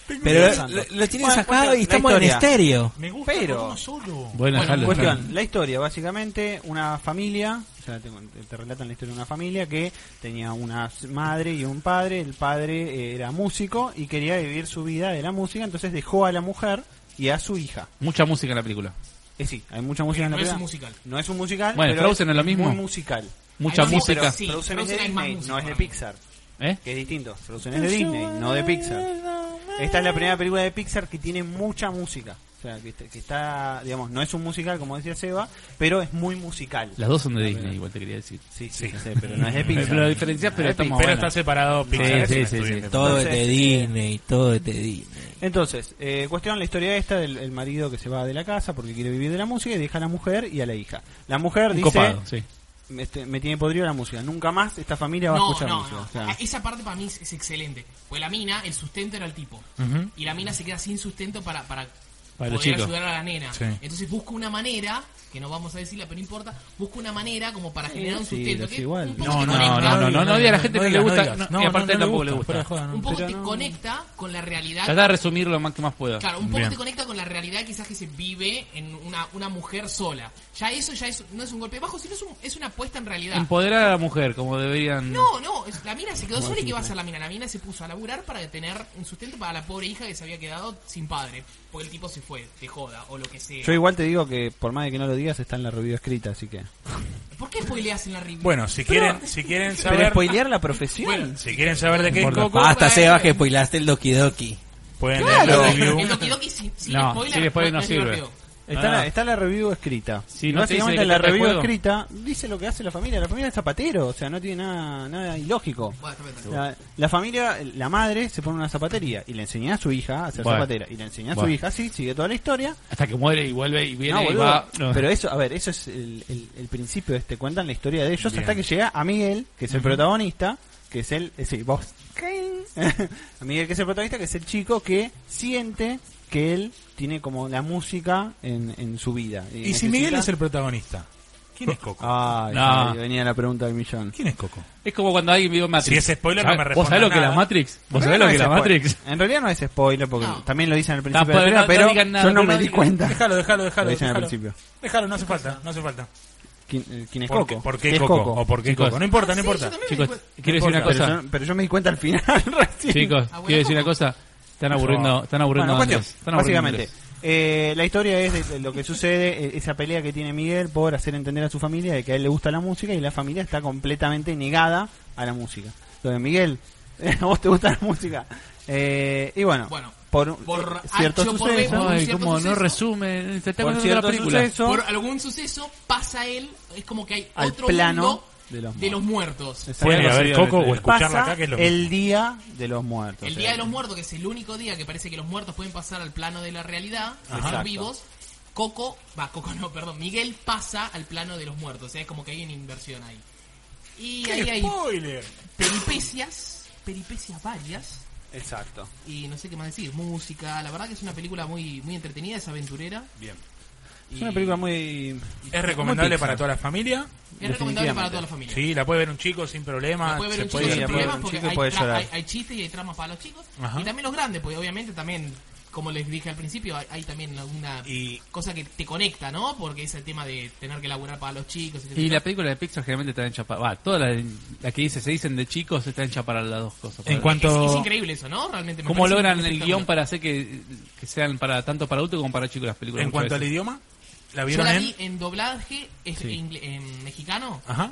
Tengo- Pero lo, Santo. lo tienen eh, Bueno, sacado cuestión, y la estamos en historia. estéreo. me gusta pero- uno solo. Bueno, Bueno, dejalo, Cuestión, dejalo. la historia, básicamente, una familia, o sea, te, te relatan la historia de una familia que tenía una madre y un padre, el padre eh, era músico y quería vivir su vida de la música, entonces dejó a la mujer y a su hija. Mucha música en la película. Eh, sí, hay mucha música en la no es película. un musical. No es un musical, Bueno, pero Frozen es lo mismo. muy musical. Mucha Hay música. pero sí, Frozen es de Frozen hay más Disney, música no es de para mí. Pixar, ¿Eh? que es distinto. Frozen es de Disney, no de Pixar. Esta es la primera película de Pixar que tiene mucha música. O sea, que, que está, digamos, no es un musical, como decía Seba, pero es muy musical. Las dos son de Disney, igual te quería decir. Sí, sí, ya sé, pero no es de Pixar. Pero la diferencia, pero Es estamos Pero bueno. está separado Pixar. Sí, es sí, un estudio sí, sí. independiente. Todo es Entonces, de Disney, todo es de Disney. Entonces, eh, cuestión la historia esta del el marido que se va de la casa porque quiere vivir de la música y deja a la mujer y a la hija. La mujer Un dice, copado, sí. este, me tiene podrido la música, nunca más esta familia va a No, escuchar no, música. no. O sea, Ah, Esa parte para mí es, es excelente. Pues la mina, el sustento era el tipo. Ujú. Y la mina se queda sin sustento para, para, Para los poder chicos. ayudar a la nena. Sí. Entonces busca una manera, que no vamos a decirla, pero no importa, busca una manera como para generar un sí, sustento. es Que igual. un poco No, te no, conecta, no, no, no, no, odia a la gente no que le digas, gusta, no digas. no, y No, aparte no, no tampoco le le gusta, gusta. fuera de joda, no. Un poco Pero te no. conecta con la realidad. Trata de resumir lo más que más pueda. Claro, un poco Bien. te conecta con la realidad quizás que se vive en una, una mujer sola. Ya eso ya es, no es un golpe bajo, sino es, un- es una apuesta en realidad. Empoderar a la mujer, como deberían. No, no, es- la mina se quedó sola y ¿qué va a hacer la mina? La mina se puso a laburar para tener un sustento para la pobre hija que se había quedado sin padre. Porque el tipo se fue, te joda, o lo que sea. yo igual te digo que por más de que no lo digas está en la review escrita, así que. ¿Por qué spoileas en la review? Bueno, si quieren, si quieren Pero saber, spoilear la profesión. si quieren saber de qué es Por la Coco, Basta, Seba, que spoilaste el Doki Doki. pueden Claro, leer la el review. Doki Doki sin, sin No, spoiler, sin spoiler no es sirve. divertido. Está, Ah. la, está la review escrita. Sí, y no te dicen básicamente de qué la trata el review juego. escrita dice lo que hace la familia. La familia es zapatero, o sea, no tiene nada, nada ilógico. Bueno, está bien, está bien. La, la familia, la madre se pone en una zapatería y le enseña a su hija a ser Bueno. zapatera. Y le enseña a su Bueno. hija, sí, sigue toda la historia. Hasta que muere y vuelve y viene No, y boludo, va. No. Pero eso, a ver, eso es el, el- el principio de este. Cuentan la historia de ellos Bien. hasta que llega a Miguel, que es el protagonista, que es el. eh, sí, vos. a Miguel, que es el protagonista, que es el chico que siente que él tiene como la música en, en su vida. Y si Miguel es necesita- el protagonista, ¿quién es Coco? Ay, No. ahí venía la pregunta del millón. ¿Quién es Coco? Es como cuando alguien vio Matrix. Si es spoiler, no ¿Sabes- me ¿Vos sabés lo que respondas es la nada. Matrix? ¿Vos En sabés realidad lo que no es la es spoiler. Matrix? En realidad no es spoiler porque No. también lo dicen al principio Tampoco- de la no- no película, pero digan nada, yo no no me di digan- cuenta. Déjalo, déjalo, Lo déjalo. dicen al Déjalo, principio. Déjalo, no hace falta, no hace falta. ¿Quién, eh, quién es ¿Por Coco? qué, por qué ¿Qué es Coco? ¿O por qué Chicos. Coco? No importa, no Sí, importa. yo también me Chicos, di cuenta. quiero decir una importa, Pero cosa. yo, pero yo me di cuenta al final recién. Chicos, Ah, bueno, quiero decir una ¿cómo? cosa. Están aburriendo, están aburriendo Bueno, a Andrés. cuestión, Están aburriendo a básicamente. Andrés. eh, la historia es de- de lo que sucede, eh, esa pelea que tiene Miguel por hacer entender a su familia de que a él le gusta la música y la familia está completamente negada a la música. Entonces, Miguel, ¿a vos te gusta la música? Eh, y bueno, Bueno, por, eh, un- por cierto H o por B, suceso, por- por, un Ay, cierto cómo no suceso. resume. Te está contando la cierto película. suceso, Por algún suceso pasa él, es como que hay Al otro plano mundo de los muertos. Exacto. Pueden ir a ver Exacto. Coco o escucharla pasa acá, que es lo mismo. el día de los muertos. eh. El o Día sea, de los Muertos, que es el único día que parece que los muertos pueden pasar al plano de la realidad, de Exacto. los vivos, Coco, va, Coco no, perdón, Miguel pasa al plano de los muertos, o sea, es como que hay una inversión ahí. Y ahí hay spoiler! peripecias, peripecias varias, Exacto. y no sé qué más decir, música, la verdad que es una película muy, muy entretenida, es aventurera. Bien. Es una película muy... ¿Es recomendable Pixar. para toda la familia? Es recomendable para definitivamente. toda la familia. Sí, la puede ver un chico sin problema. La puede ver se un chico puede sin la divertir. puede ver problemas un porque chico y hay, puede tra- llorar. hay- hay chistes y hay tramas para los chicos Ajá. y también los grandes, porque obviamente también como les dije al principio, hay, hay también alguna Y- cosa que te conecta, ¿no? Porque es el tema de tener que laburar para los chicos. Y etcétera. la película de Pixar generalmente está hecha para... Va, todas las las que dice, se dicen de chicos, está hecha para las dos cosas. En Para- cuanto. es, es increíble eso, ¿no? Realmente. me ¿Cómo parece logran el espectacular. guión para hacer que, que sean para tanto para adultos como para chicos las películas? En muchas cuanto al veces? idioma, la Yo vieron la en. vi en doblaje es- Sí. Ah, ingle- en mexicano, Ajá.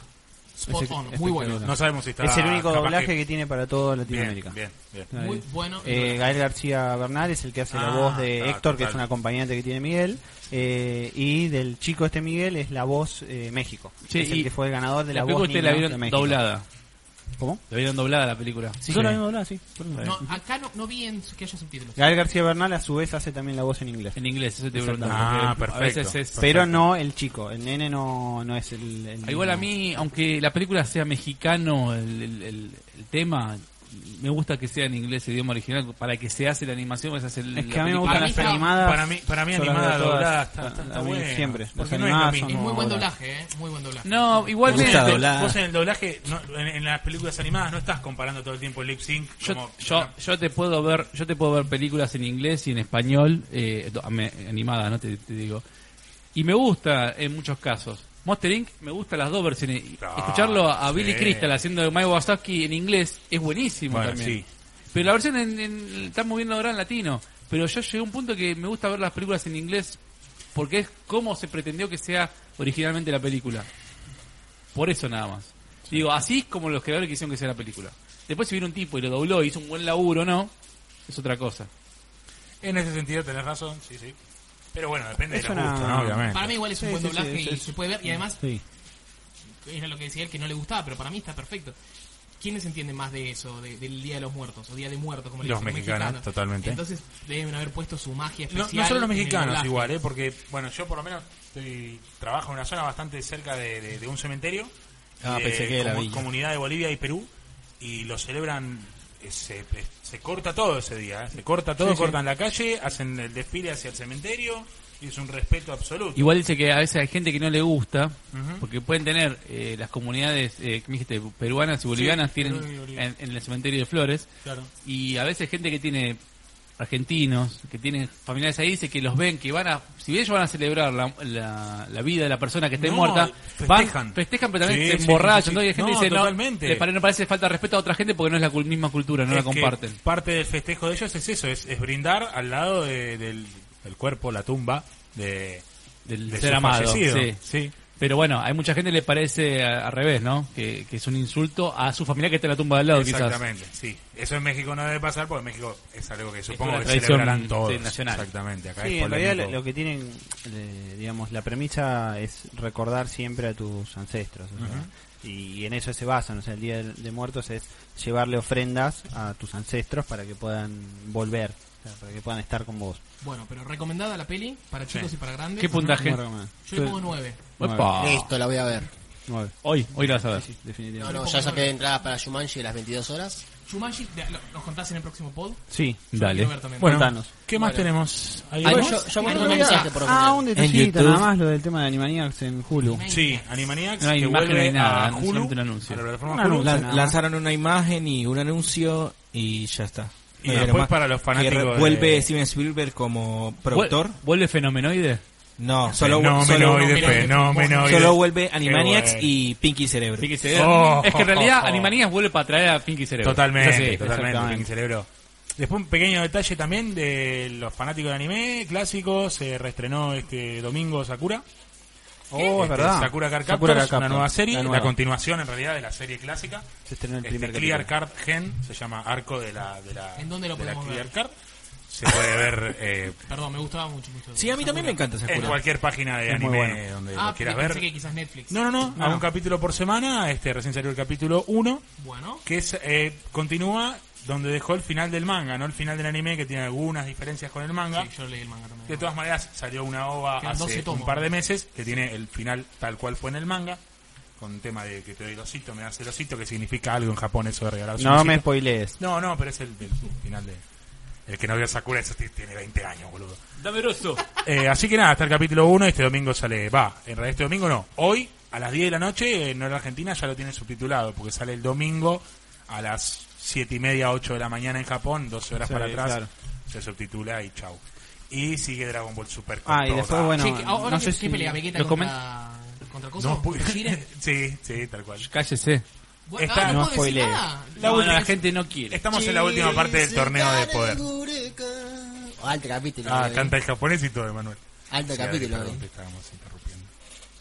spot on, este muy bueno. No sabemos si está. es el único Ah, capaz doblaje que... que- tiene para toda Bien, Latinoamérica. bien, bien. Ahí. Muy bueno. Eh, Gael García Bernal es el que hace la Ah, voz de claro, Héctor, que total. es un acompañante que tiene Miguel. eh, y del chico este Miguel es la voz eh, México. Sí, es el y que fue el ganador de la, La voz este película ustedes la Niños de vieron México. doblada. ¿Cómo? La vieron doblada la película. Yo la vi doblada, sí. eh. no, acá no, no vi en su- que haya subtítulos. Gael García Bernal a su vez hace también la voz en inglés. En inglés, eso te iba a preguntar, Exactamente. Ah, porque perfecto. A veces es- Pero no el chico, el nene no, no es el, el- Ah, Igual a mí, aunque la película sea mexicano, el, el- el- el tema, me gusta que sea en inglés, el idioma original, para que se hace la animación, pues, se hace el- Es que la a mí me película. gustan Para las mí no. animadas. Para mí, para mí Yo las animada veo todas. doblada está, está, está A mí buena. Siempre. Las Porque no es lo animadas mismo. son Es muy buen buenas. doblaje, ¿eh? Muy buen doblaje. No, igual Vos me- en el- doblar. Vos en el doblaje, no, en, en las películas animadas no estás comparando todo el tiempo el lip sync. yo, como- yo, yo te puedo ver yo te puedo ver películas en inglés y en español eh, do- me- animadas no te, te digo y me gusta en muchos casos Monster Inc me gusta las dos versiones Y Ah, escucharlo a, a sí. Billy Crystal haciendo de Mike Wazowski en inglés es buenísimo Bueno, también sí. pero la versión en, en- estamos viendo ahora en latino pero yo llegué a un punto que me gusta ver las películas en inglés porque es como se pretendió que sea originalmente la película por eso nada más. Digo, así es como los creadores quisieron que sea la película. Después si viene un tipo y lo dobló y hizo un buen laburo, ¿no? Es otra cosa. En ese sentido tenés razón, sí, sí. Pero bueno, depende Es de los una- Ah, gustos, ¿no? Obviamente. Para mí igual es un Sí, buen sí, doblaje sí, y es- se puede ver. Y además, Sí. era lo que decía él que no le gustaba, pero para mí está perfecto. ¿Quiénes entienden más de eso, de- del Día de los Muertos o Día de Muertos? Como le Los dicen, mexicanos, totalmente. Entonces deben haber puesto su magia No, especial. no solo los en el mexicanos doblaje. igual, ¿eh? porque bueno, yo por lo menos estoy- trabajo en una zona bastante cerca de, de- de un cementerio. Ah, de pensé que era comu- Villa. Comunidad de Bolivia y Perú. Y lo celebran, eh, se, eh, se corta todo ese día, ¿eh? se corta todo, cortan la calle, hacen el desfile hacia el cementerio y es un respeto absoluto. Igual dice que a veces hay gente que no le gusta, Ujú. porque pueden tener eh, las comunidades, eh, que me dijiste, peruanas y bolivianas, Sí, tienen Perú y Bolivia. en, en el cementerio de flores, Claro. y a veces gente que tiene argentinos, que tienen familiares ahí, dice que los ven, que van a, si ellos van a celebrar la, la- la vida de la persona que esté No, muerta, festejan. van, festejan pero también Sí, se sí, emborrachan, sí, sí. ¿no? y hay gente No, que dice, totalmente. no, le pare- no parece falta de respeto a otra gente porque no es la cul- misma cultura, no la Es que comparten. Parte del festejo de ellos es eso, es, es brindar al lado de- del, del cuerpo, la tumba de, Del de ser su amado, fallecido. sí. sí. Pero bueno, hay mucha gente que le parece a- al revés, ¿no? Que, que es un insulto a su familia que está en la tumba de al lado, quizás. Exactamente, sí. Eso en México no debe pasar porque en México es algo que una supongo que tradición, celebrarán todos. sí, nacional. Exactamente, acá Sí, es en realidad lo, polémico. lo que tienen, eh, digamos, la premisa es recordar siempre a tus ancestros. o sea, y, y en eso se basan. O sea, el Día de, de Muertos es llevarle ofrendas a tus ancestros para que puedan volver, o sea, para que puedan estar con vos. Bueno, pero recomendada la peli para chicos y para grandes. ¿Qué puntaje? Yo le pongo nueve. Opa. Listo, la voy a ver. Nueve. Hoy, hoy la vas a ver. No, definitivamente. no, ya saqué entradas para Shumanji a las 22 horas. Shumanji, de- lo- nos contás en el próximo pod. Sí. Dale. Quiero ver también. Bueno, Contanos. ¿qué más tenemos? ¿Hay Bueno, más? yo, yo mando no un había- mensaje por lo Ah, menos. un En detallito YouTube. nada más lo del tema de Animaniacs en Hulu. Sí, Animaniacs, No hay que imagen, vuelve no hay nada, a no, Hulu, solamente un anuncio. a la plataforma Un Hulu. anuncio. Lan- nada más. lanzaron una imagen y un anuncio y ya está. Y vieron después más. para los Que fanáticos re- de- Vuelve Steven Spielberg como productor. ¿Vuel- ¿Vuelve fenomenoide? No, solo, Fenómeno, solo- Este y de no, fenómeno, y de- solo vuelve Qué Animaniacs bueno. y Pinky Cerebro. Pinky Cerebro. Oh, es que en realidad oh, oh. Animanías vuelve para traer a Pinky Cerebro. Totalmente, Es así. totalmente, exactamente. mi cerebro. Después un pequeño detalle también de los fanáticos de anime clásicos. Se reestrenó este domingo Sakura. Oh, es Este, verdad. Sakura Card Sakura Card Captors, Captors, una nueva serie, la la, nueva. continuación en realidad de la serie clásica. Se estrenó el Este, primer Clear capítulo. Card Gen, se llama arco de la, de la, ¿En dónde lo de la podemos Clear ver? Card. Se puede ver eh, Perdón, me gustaba mucho. mucho Sí, a mí también me encanta en Sakura. cualquier página de anime donde Ah, lo pensé quieras ver. que quizás Netflix. No, no, no, a un capítulo por semana. Este recién salió el capítulo 1. Bueno, que es, eh, continúa donde dejó el final del manga, no el final del anime que tiene algunas diferencias con el manga. sí, yo leí el manga también. Ah. De todas maneras, salió una ova Quedan 12 hace tomos. un par de meses que tiene el final tal cual fue en el manga, con tema de que te doy el osito, me das el osito, que significa algo en Japón eso de regalar No me spoilees. No, no, pero es el, el final de... El que no vio Sakura, eso t- tiene 20 años, boludo. Dame roso. Eh, así que nada, hasta el capítulo 1, este domingo sale, va, en realidad este domingo no, hoy a las 10 de la noche en hora argentina ya lo tienen subtitulado, porque sale el domingo a las 7 y media, 8 de la mañana en Japón, 12 horas Sí, para atrás, claro. se subtitula y chau. Y sigue Dragon Ball Super con Ah, y toda. después, bueno. Che, que ahora no que, sé que si pelea Vegeta lo comen- contra... ¿Contra cosa? No, pues, pu- ¿Shira? sí, sí, tal cual. Cállese. Bueno, Está- ah, no no, puedo decir spoileo. nada. La No, no, última- la gente no quiere. Estamos en la última parte del torneo de poder. Alto capítulo. Ah, eh. canta el japonés y todo, Emanuel. Alto Sí, capítulo. perdón, eh. te estábamos interrumpiendo.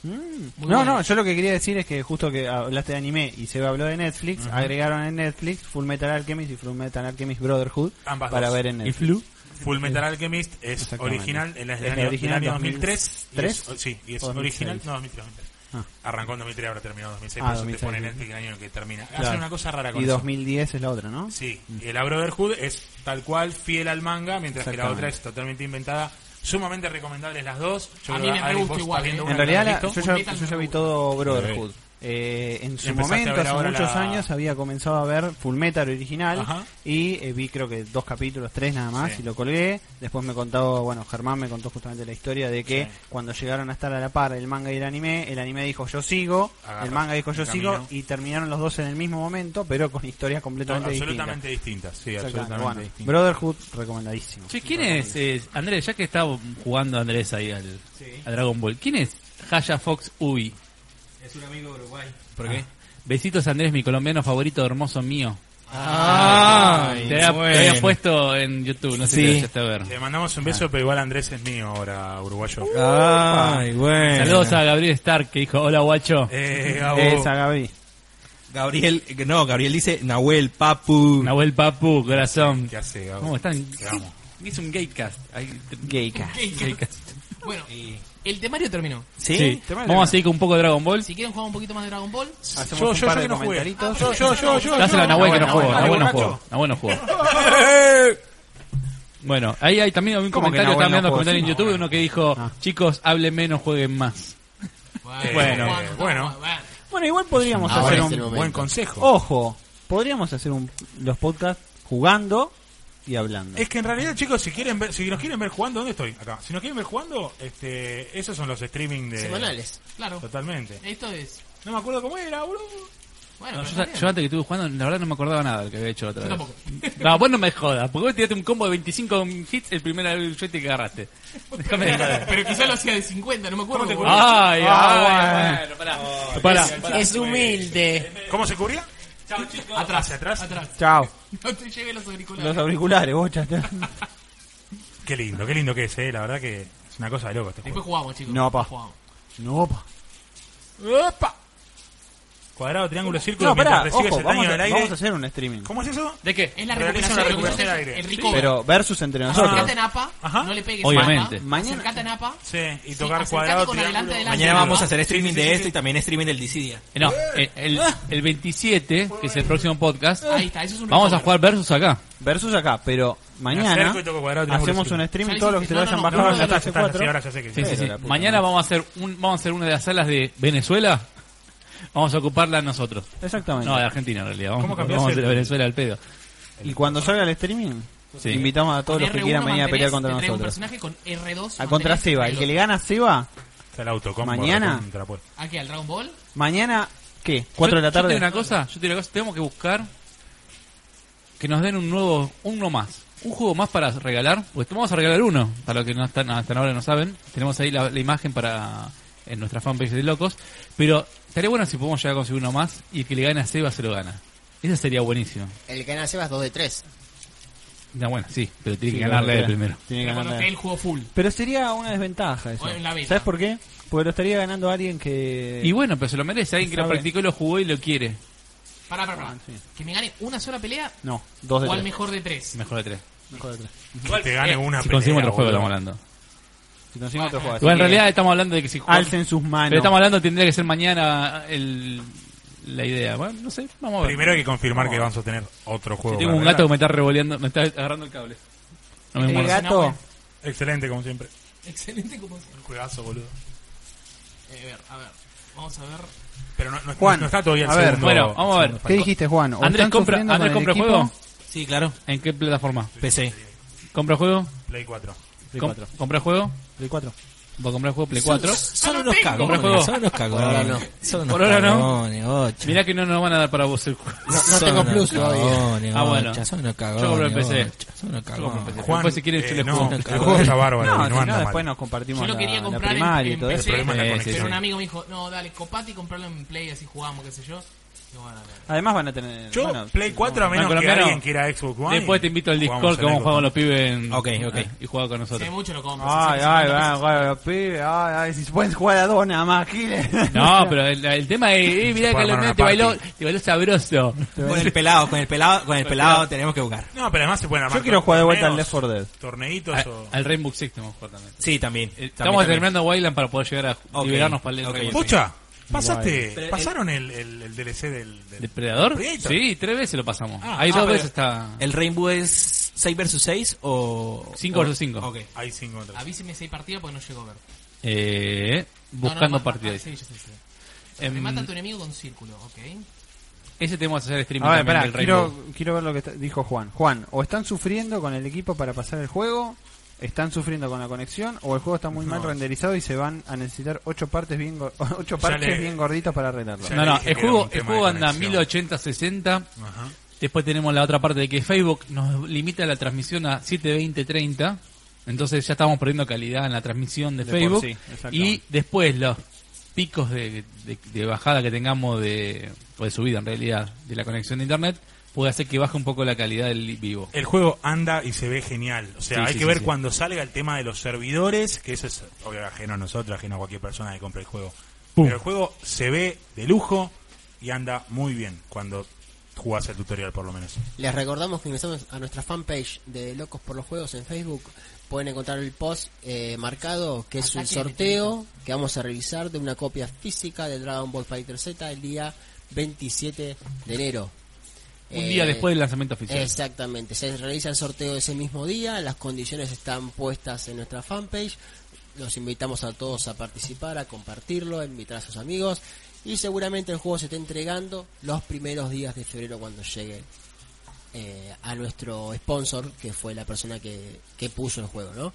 Muy No, bueno. no, yo lo que quería decir es que justo que hablaste de anime y se habló de Netflix, agregaron en Netflix Full Metal Alchemist y Full Metal Alchemist Brotherhood Ambas para dos. ver en ¿Y Netflix. Flu? Full Metal Alchemist es Exactamente. original, es del Es año, del original año 2003, 2003. y es- oh, ¿tres? sí, y es ¿O 2006? original, no, 2003. 2003. Ah. Arrancó en 2003, ahora terminó en 2006, Ah, por eso 2006, te ponen sí. Netflix el año en que termina. Hacen Claro. una cosa rara con Y Mm. eso. 2010 es la otra, ¿no? Sí, y la Brotherhood es tal cual fiel al manga, mientras que la Exactamente. otra es totalmente inventada. Sumamente recomendables las dos. A mí creo me que, Ari, gusta vos igual, estás viendo ¿eh? una En que realidad no has la- visto. yo, ya, yo ya vi todo Brotherhood. Eh, en Empezaste su a momento, ver hace ahora muchos la- años, había comenzado a ver Full Metal original Ajá. y eh, vi creo que dos capítulos, tres nada más Sí. y lo colgué. Después me contó, bueno, Germán me contó justamente la historia de que Sí. cuando llegaron a estar a la par el manga y el anime, el anime dijo yo sigo, Agarra el manga dijo yo el camino. sigo y terminaron los dos en el mismo momento, pero con historias completamente distintas. absolutamente distintas. Sí, Exactamente. absolutamente Bueno, distintas. Brotherhood recomendadísimo. Che, ¿quién es? eh, Andrés, ya que está jugando Andrés ahí al, a Dragon Ball, ¿quién es Haya Fox Ubi? Es un amigo de Uruguay. ¿Por Ah. qué? Besitos Andrés, mi colombiano favorito, hermoso mío. Ah, Ay, te, había, te bueno. había puesto en YouTube, no sé si Sí. te dejaste ver. Le mandamos un Ah. beso, pero igual Andrés es mío ahora, uruguayo. Ay, bueno. Saludos a Gabriel Stark que dijo, hola guacho. Eh, Gabo. Esa Gaby. Gabriel, no, Gabriel dice Nahuel, Papu. Nahuel Papu, corazón. ¿Qué hace, Gabo? ¿Cómo están? Te amo. Hice un gatecast. Ahí- Geika. Gatecast. Bueno, eh, el temario terminó. ¿Sí? Sí. te vale. Vamos a seguir con un poco de Dragon Ball. Si quieren jugar un poquito más de Dragon Ball, Hacemos un yo, par de yo que no jugué. comentaritos. yo, yo, yo, Dásela a Nahuel que no jugó. Nahuel Nahuel, no borracho. jugó. Nahuel no jugó. Bueno, ahí hay también un ¿Cómo que comentario, Nahuel están no viendo jugó? comentarios en Sí, YouTube, uno que dijo, Ah. chicos, hablen menos, jueguen más. Bueno, bueno, bueno. Bueno, igual podríamos Ah, Ahora hacer es un el momento. Buen consejo. Ojo, podríamos hacer un, los podcasts jugando y hablando. Es que en realidad, chicos, si quieren ver, si nos quieren ver jugando, ¿dónde estoy? Acá. Si nos quieren ver jugando, este, esos son los streaming de Semanales. Claro, Totalmente. esto es. No me acuerdo cómo era, boludo. Bueno, No, pero yo, está bien. yo antes que estuve jugando, la verdad no me acordaba nada del que había hecho la otra Yo vez. tampoco. No, vos no me jodas, porque vos tiraste un combo de 25 hits el primer joystick que agarraste. Déjame de joder. Pero quizá lo hacía de 50, no me acuerdo. boludo. Ay, Ah, ay, bueno, pará. Oh, Pará. Es humilde. ¿Cómo se cubría? atrás, hacia atrás. atrás. Chao. No te lleves los auriculares. Los auriculares, bocha. Qué lindo, qué lindo que es, eh. La verdad que es una cosa de loco este Después juego. jugamos, chicos. No, pa. Jugamos. no, pa. Cuadrado, triángulo, círculo, No, pará, mientras recibes ojo, el vamos daño a, del aire. vamos a hacer un streaming. ¿Cómo es eso? ¿De qué? Es la Realiza recuperación, una lo que recuperación haces al aire. es el Sí. recover. Pero versus entre nosotros. Acercate a Napa, Ajá. este no le pegues Obviamente. a Napa. Mañana- Acercate a Napa. Sí, y Sí, tocar acercate cuadrado, con triángulo. adelante, adelante. Mañana vamos a hacer Sí, streaming sí, de sí, esto este, sí. y también streaming del Dissidia. Eh, No, el, el, el 27, que es el próximo podcast, Eh. Ahí está, eso es un vamos a recover. jugar versus acá. Versus acá, pero mañana acerco y toco cuadrado, triángulo, hacemos un círculo. streaming. Ya Todos los que hiciste, se lo no, no, hayan no, bajado en no, la no, Ya está, ya fase está, 4. sí, ahora ya sé que Sí, sí, Pero sí. la puta Mañana vamos a hacer un, vamos a hacer una de las salas de Venezuela. Vamos a ocuparla nosotros. Exactamente. No, eh, de Argentina en realidad. Vamos, ¿Cómo cambiás vamos a el- hacer a Venezuela al pedo. y cuando salga el streaming, Sí. invitamos a todos los Con que R1 quieran venir a pelear mantenés- contra te traigo nosotros. un personaje con R2. A contra mantenés Seba. El que le gana a Seba, Está el autocombo. Mañana. recontra, pues. ¿A qué? ¿Al Dragon Ball? mañana, ¿qué? ¿4 de la Yo- Yo te tarde? digo una cosa, yo te digo una cosa, tenemos que buscar que nos den un nuevo, uno más, un juego más para regalar, pues vamos a regalar uno, para los que no están, hasta ahora no saben, tenemos ahí la, la imagen para en nuestra fanpage de locos, pero estaría bueno si podemos llegar a conseguir uno más y el que le gane a Seba se lo gana. Eso sería buenísimo. El canal Sebas 2 de 3. Ya bueno, sí, pero tiene Sí, que ganarle claro, él primero. Tiene que Pero cuando ganarle. esté el juego full. Pero sería una desventaja eso. O en la beta. ¿Sabes por qué? Porque lo estaría ganando alguien que. Y bueno, pero se lo merece, alguien que lo Sabe. practicó y lo jugó y lo quiere. Pará, pará, pará. Ah, sí. Que me gane una sola pelea No, dos de o al tres. mejor de tres. Mejor de tres. Mejor de tres. Que te gane una Si conseguimos pelea, otro boludo. juego estamos hablando. Si consiguen otro juego. así Igual en que realidad estamos hablando de que si jugamos- Alcen sus Ah, manos. Pero estamos hablando, tendría que ser mañana el, la idea. Bueno, no sé, vamos a ver. Primero hay que confirmar que vamos a tener otro juego. Tengo un para gato que regalar. me está revoleando, me está agarrando el cable. No me El muero. gato. Excelente, como siempre. Excelente como sea. Un juegazo, boludo. Eh, a ver, a ver. Vamos a ver. Pero no, no, Juan, no está todavía el a ver. segundo. Bueno, vamos a ver. ¿Qué dijiste, Juan? ¿O Andrés están compra, sufriendo Andrés con el compra equipo? juego. Sí, claro. ¿En qué plataforma? PC. ¿Compra juego? Play 4. Play Com- 4. ¿Compra juego? Play 4. Voy a comprar el juego Play 4. Son unos Compra juego. cagones, son unos cagones. ahora no. Son unos Por ahora no. cagones, ocho. Mirá que no nos van a dar para vos el juego. No, no Son tengo unos plus todavía. cagones, Ah, bueno. ocho, Son unos cagones. Yo compré el PC. ocho, Son unos Yo compré el cagones. PC. Juan, Después, si quieren, eh, yo les no, juego. el juego está bárbaro, eh, No, no, si no, anda después mal. nos compartimos Yo lo la- quería la, comprar en, primaria y en todo eso. eh, PC, El problema es la pero conexión. un amigo me dijo, no, dale, copate y comprarlo en Play, así jugamos, qué sé yo. Y bueno, dale. Además van a tener... Yo, bueno, Play 4, a menos que colombiano, alguien quiera Xbox One. Después te invito al Discord que vamos a jugar con los pibes en- Ok, ok. y jugar con Si hay nosotros. mucho lo compro. Ay, si- si- ay, si- va, va, los pibes, ay, ay, si se pueden jugar a dos nada más, Giles. No, pero el, el tema es, eh, Se mirá que puede armar Leonel una te bailó, party. te bailó sabroso. Con el pelado, con el pelado, con el pelado tenemos que jugar. No, pero además se pueden armar Yo quiero jugar de vuelta al torneos, Left 4 Dead. Torneitos Al, o... al Rainbow Six tenemos que jugar también. Sí, también. Eh, Estamos terminando Wildland para poder llegar a Ok, liberarnos para el ok. Rainbow Six. Pucha, pasaste, Pero el- pasaron el, el, el DLC del... del- ¿Depredador? Predator. Sí, tres veces lo pasamos. Ah, Ahí ah, dos pero- veces está. ¿El Rainbow es 6 versus 6 o...? Cinco o- versus cinco. Ok. Hay cinco otros. Avíseme si hay partida porque no llego a ver. Eh, buscando No, no, partidas. ah, sí, sí, sí, sí. Em, Te mata a tu enemigo con círculo, ok. Ese tenemos que hacer streaming A ver, también pará, del quiero, Rainbow. quiero ver lo que está- dijo Juan. Juan, o están sufriendo con el equipo para pasar el juego, están sufriendo con la conexión, o el juego está muy mal renderizado y se van a necesitar ocho partes bien, go- ocho Ya parches le- bien gorditos para arreglarlo. Ya No, no, dije el que era juego, un el tema juego de anda a conexión. 1080, 60. Ajá. Después tenemos la otra parte de que Facebook nos limita la transmisión a 720, 30. Entonces ya estamos perdiendo calidad en la transmisión de, De por Facebook. sí, exactamente. y después los picos de, de- de bajada que tengamos de, o de subida en realidad de la conexión de internet puede hacer que baje un poco la calidad del vivo. El juego anda y se ve genial. O sea, Sí, hay sí, que sí, ver sí. cuando salga el tema de los servidores, que eso es obvio ajeno a nosotros, ajeno a cualquier persona que compre el juego. Pero el juego se ve de lujo y anda muy bien cuando jugás el tutorial, por lo menos. Eh, Les recordamos que ingresamos a nuestra fanpage de Locos por los Juegos en Facebook. Pueden encontrar el post eh, marcado, que es un Ataque sorteo que vamos a realizar de una copia física de Dragon Ball Fighter Z el día 27 de enero. Eh, Un día después del lanzamiento oficial. Exactamente, se realiza el sorteo ese mismo día, las condiciones están puestas en nuestra fanpage, los invitamos a todos a participar, a compartirlo, a invitar a sus amigos y seguramente el juego se esté entregando los primeros días de febrero cuando llegue eh, a nuestro sponsor, que fue la persona que, que puso el juego, ¿no?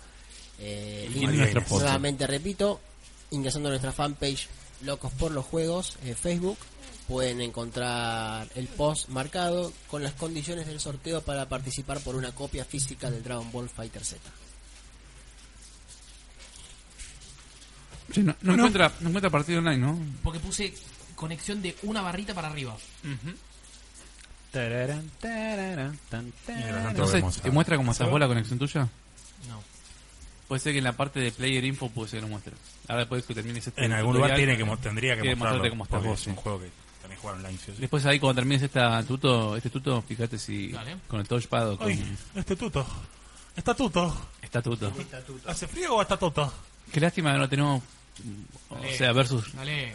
Eh, ¿Quién y- es nuestro sponsor? nuevamente repito, ingresando a nuestra fanpage Locos por los Juegos en Facebook, pueden encontrar el post marcado con las condiciones del sorteo para participar por una copia física del Dragon Ball Fighter Z. Sí, no, no encuentra, no encuentra partido online, ¿no? Porque puse conexión de una barrita para arriba. Tararán, tararán, tan, Mientras tararán. tanto No sé, vemos ¿te a- muestra cómo a estás Seba. vos la conexión tuya? No. Puede ser que en la parte de Player Info puede ser que no muestre. Ahora después que termines este En algún lugar tutorial, tiene que, mo- tendría que tiene mostrarte mostrarlo. cómo estás porque vos, es un sí. juego que también jugaron online. sí o sí. Después ahí cuando termines esta tuto, este tuto, fíjate si Dale. con el touchpad o con... Ay, este tuto. Está tuto. Está tuto. ¿Hace frío o está tuto? Qué lástima que no tenemos... O Dale. sea, versus... Dale.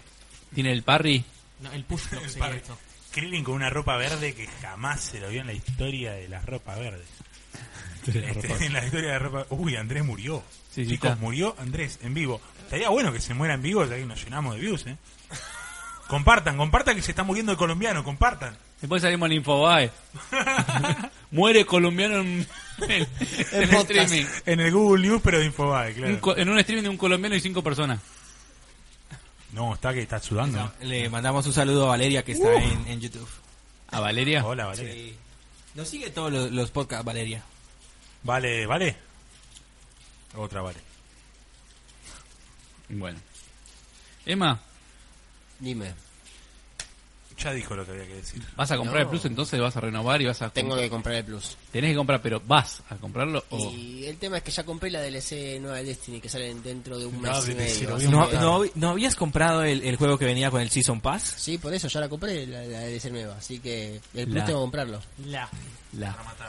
Tiene el parry. No, el push block sería parry. esto. Krillin con una ropa verde que jamás se lo vio en la historia de las ropas verdes. Este, en la historia de la ropa. Uy, Andrés murió. Sí, sí, Chicos, está. murió Andrés en vivo. Estaría bueno que se muera en vivo, ya que nos llenamos de views, ¿eh? Compartan, compartan que se está muriendo el colombiano, compartan. Después salimos en Infobae. Muere colombiano en, en- en el streaming. En el Google News, pero de Infobae, Un claro. co- en un streaming de un colombiano y cinco personas. No, está que está sudando. ¿no? Le mandamos un saludo a Valeria que está en, en YouTube. A Valeria. Hola, Valeria. Sí. Nos sigue todos los, los podcasts, Valeria. Vale, vale. Otra vale. Bueno. Emma, Dime, Ya dijo lo que había que decir. ¿vas a comprar el plus entonces? ¿Vas a renovar y vas a... tengo comp- que comprar el plus. Oh. Tenés que comprar, pero ¿vas a comprarlo o...? Y el tema es que ya compré la DLC nueva de Destiny que salen dentro de un No, mes y de- si medio. lo así vimos ¿No, que- no, no habías comprado el, el juego que venía con el Season Pass? Sí, por eso ya la compré, la, la DLC nueva. Así que el plus La- tengo que comprarlo. La.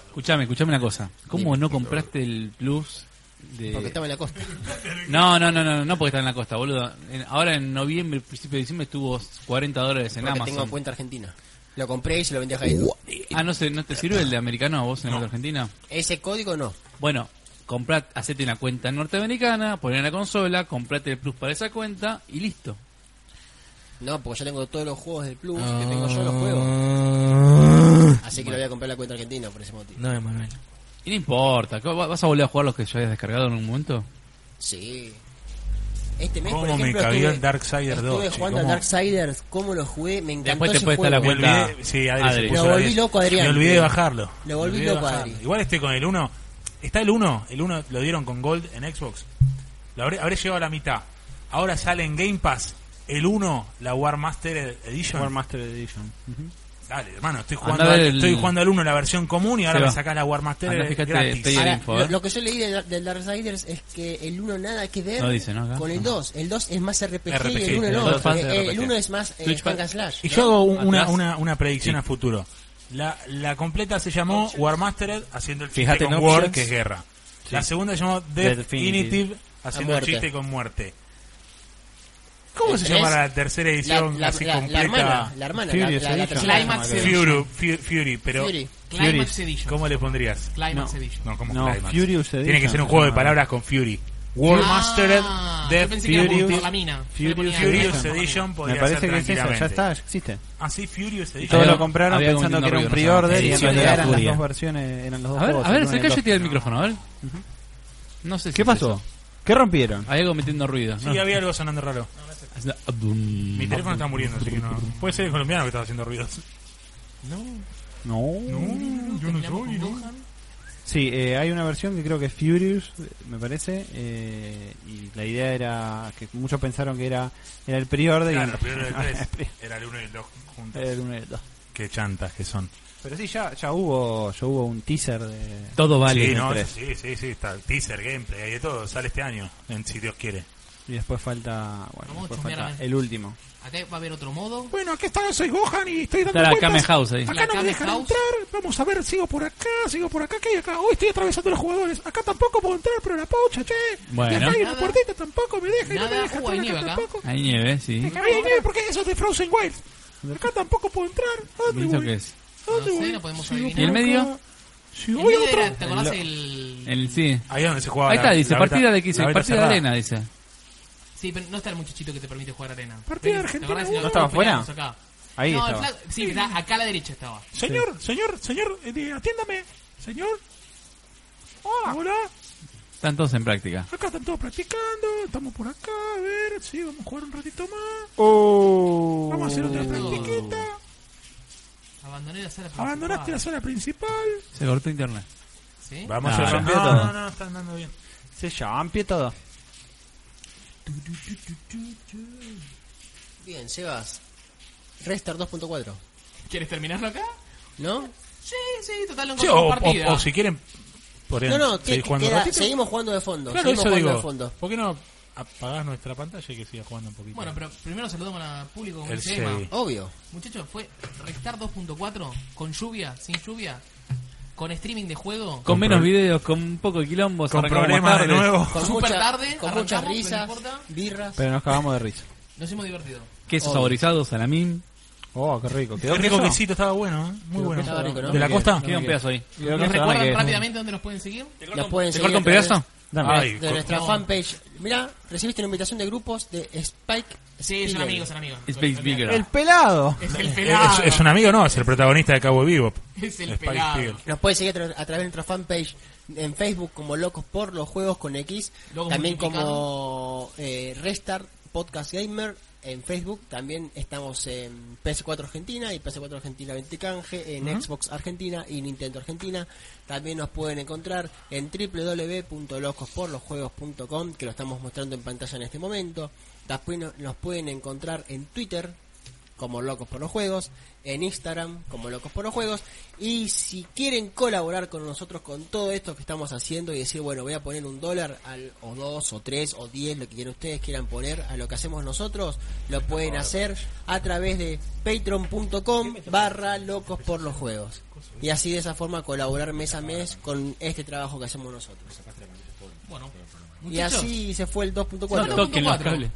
Escuchame, escuchame una cosa. ¿Cómo Dime. no compraste el plus Porque de.? estaba en la costa. No, no, no, no, no porque está en la costa, boludo. En- ahora en noviembre, principio de diciembre estuvo 40 dólares en Porque Amazon. tengo cuenta argentina. Lo compré y se lo vendí a Jairo. Ah, no sé, ¿no te sirve el de americano a vos en la Argentina? Ese código no. Bueno, comprate, hacete una cuenta norteamericana, poné en la consola, comprate el plus para esa cuenta y listo. No, porque yo tengo todos los juegos del Plus, Ah. que tengo yo los juegos. juego. Así que lo voy a comprar la cuenta argentina por ese motivo. No, Emanuel. Y no importa, ¿qué va- ¿vas a volver a jugar los que ya habías descargado en un momento? Sí. Este mes, por ¿Cómo me ejemplo, cabió estuve, en Darksiders 2? estuve che? jugando ¿Cómo? a Darksiders, cómo lo jugué, me encantó Después te ese puedes dar la Me juego. cuenta. olvidé- sí, Adri, se Adri. puso Lo volví Adri. loco, Adrián. Me olvidé de bajarlo. Lo volví Me olvidé de loco, bajarlo. Adri. Igual estoy con el 1. Está el 1. El 1 lo dieron con Gold en Xbox. Lo habré, habré llegado a la mitad. Ahora sale en Game Pass el 1, la War Master Edition. War Master Edition. Dale, hermano, estoy jugando, Andá al, del- estoy jugando al 1 la versión común y ahora Seba. me sacás la War Master Andá, fíjate, gratis. estoy- Ah, Ahora, Ahora, info, lo, ¿eh? lo que yo leí del, del Darksiders es que el 1 nada que ver No dice, ¿no? Acá, con el no. 2. El 2 es más RPG, y RPG, el 1 los no. dos fans Eh, de eh, El RPG. 1 es más eh, Twitch hack fan- and slash. Y yo hago un- una, Atrás. una, una predicción Sí. a futuro. La, la completa se llamó War Mastered haciendo el chiste Fíjate con en War, options. que es guerra. La segunda se llamó Definitive haciendo A el muerte. chiste con muerte. ¿Cómo El se tres, llamará la tercera La, edición la, así la- la hermana, completa? la hermana, la, Furious la- la Edition. tercera Climax hermana. Fury, Fu- Fury, pero Fury. Climax Edition. ¿cómo le pondrías? Climax No. Edition. No, ¿cómo No, Climax? Furious Tiene que Edition ser un se juego de llamaba. palabras con Fury. War Ah, Mastered, yo Death pensé que era por- por Furious, la mina. Yo le Furious- ponía- Furious Edition. Edition Me podría parece ser que es eso, tranquilamente. ya está, existe. Ah, sí, Furious Y Edition. todos Había- lo compraron había pensando un que era un lindo ruido, pre-order ¿no? y en Edición de realidad la eran las furia. dos versiones, eran los dos A ver, juegos. a ver, el uno y el acerca yo dos. tiene el micrófono, a ver. No sé si ¿Qué es pasó? eso. ¿Qué rompieron? Hay algo metiendo ruido. Sí, ¿no? había algo sonando raro. Haciendo- Mi teléfono está muriendo, así que no. Puede ser el colombiano que estaba haciendo ruidos. No. No, yo no soy. Sí, eh, hay una versión que creo que es Furious, eh, me parece, eh, y la idea era que muchos pensaron que era, era el pre-order Claro, y pero era el 3. Era el 1 y el 2 juntos. Era el uno y el dos. Qué chantas que son. Pero sí, ya, ya hubo ya hubo un teaser de... Todo vale. Sí, no, tres. sí, sí, sí. Está teaser, gameplay, hay de todo. Sale este año, en- si Dios quiere. Y después falta, Vamos bueno, a después chusmear falta a ver. el último. Acá va a haber otro modo. Bueno, aquí está, soy Gohan y estoy dando Está la Kame House ahí. Acá La no me Kame dejan House. entrar. Vamos a ver, sigo por acá, sigo por acá, ¿qué hay acá? Hoy estoy atravesando los jugadores. Acá tampoco puedo entrar, pero la pocha, che. Bueno. Y acá hay una Nada. puertita, tampoco me deja. y no me Nada, deja uh, hay entrar nieve acá acá. tampoco. Hay nieve, sí. porque eso es de Frozen Wild. Acá tampoco ah, puedo entrar. ¿Y ¿Eso qué es? No sé, no podemos adivinar. ¿Y el medio? El medio era- ¿Te acordás el...? El sí. Ahí es donde se jugaba. Ahí la- está, dice, la beta- partida de qué dice, la beta partida de cerrada. arena, dice. Sí, pero no está el muchachito que te permite jugar arena. Partida Ven, de Argentina ¿te acordás? uno. ¿No estaba afuera? Acá. Ahí no, el estaba. flaco- sí, está acá a la derecha estaba. Señor, señor, señor, eh, di- atiéndame. Señor. Ah. Hola. Hola. Están todos en práctica. Acá están todos practicando. Estamos por acá. A ver, sí, vamos a jugar un ratito más. Oh. Vamos a hacer Oh. otra practiquita. Abandoné la sala principal. Abandonaste la zona principal. Se cortó internet. ¿Sí? Vamos No, a no, romper no, todo. no, no, está andando bien. Se llampié todo. Bien, Sebas. Restart 2.4. ¿Quieres terminarlo acá? ¿No? Sí, sí, total, lo Sí, o, encontramos o- partida. o si quieren, No, podrían no, seguir que- jugando un queda- ratito. seguimos jugando de fondo. Claro, seguimos eso jugando digo. de fondo. ¿Por qué no apagás nuestra pantalla y que siga jugando un poquito? Bueno, pero primero saludamos al público con El el tema. Shady. Obvio. Muchachos, fue Restar 2.4 con lluvia, sin lluvia, con streaming de juego. Con menos videos, con un poco de quilombo, con arrancamos problemas de tarde. nuevo. Con Súper mucha- tarde, Con muchas arrancamos, risas, pero no importa. birras. Pero nos cagamos de risa. Nos hemos divertido. Quesos Obvio. saborizados, salamín. Oh, qué rico. Quedó Qué rico queso. quesito, estaba bueno, ¿eh? Muy bueno. estaba rico, ¿no? ¿De la costa? Queda un pedazo ahí. Quedó ¿Nos queso, dame recuerdan que- rápidamente dónde nos pueden seguir? Nos pueden ¿Te seguir corto a un través pedazo? dame. Ay, De co- nuestra No. fanpage. Mirá, recibiste una invitación de grupos de Spike. Sí, son Spiegel. amigos, son amigos. It's Big Bigger. El pelado. Es el es, pelado. es un amigo, no, es el protagonista de Cabo Vivo. Es el pelado. Nos pueden seguir a, tra- a través de nuestra fanpage en Facebook como Locos por los Juegos con X. Locos también multiplicados. como eh, Restart Podcast Gamer en Facebook. También estamos en PS4 Argentina y PS4 Argentina 20 Canje, en Xbox Argentina y Nintendo Argentina. También nos pueden encontrar en www.locosporlosjuegos.com que lo estamos mostrando en pantalla en este momento. Después no- nos pueden encontrar en Twitter como Locos por los Juegos, en Instagram como Locos por los Juegos, y si quieren colaborar con nosotros con todo esto que estamos haciendo y decir, bueno, voy a poner un dólar al, o dos o tres o diez, lo que quieran ustedes quieran poner a lo que hacemos nosotros, lo pueden hacer a través de patreon.com barra Locos por los Juegos. Y así de esa forma colaborar mes a mes con este trabajo que hacemos nosotros. Bueno, Y muchachos. así se fue el No 2.4. toquen los 4. cables.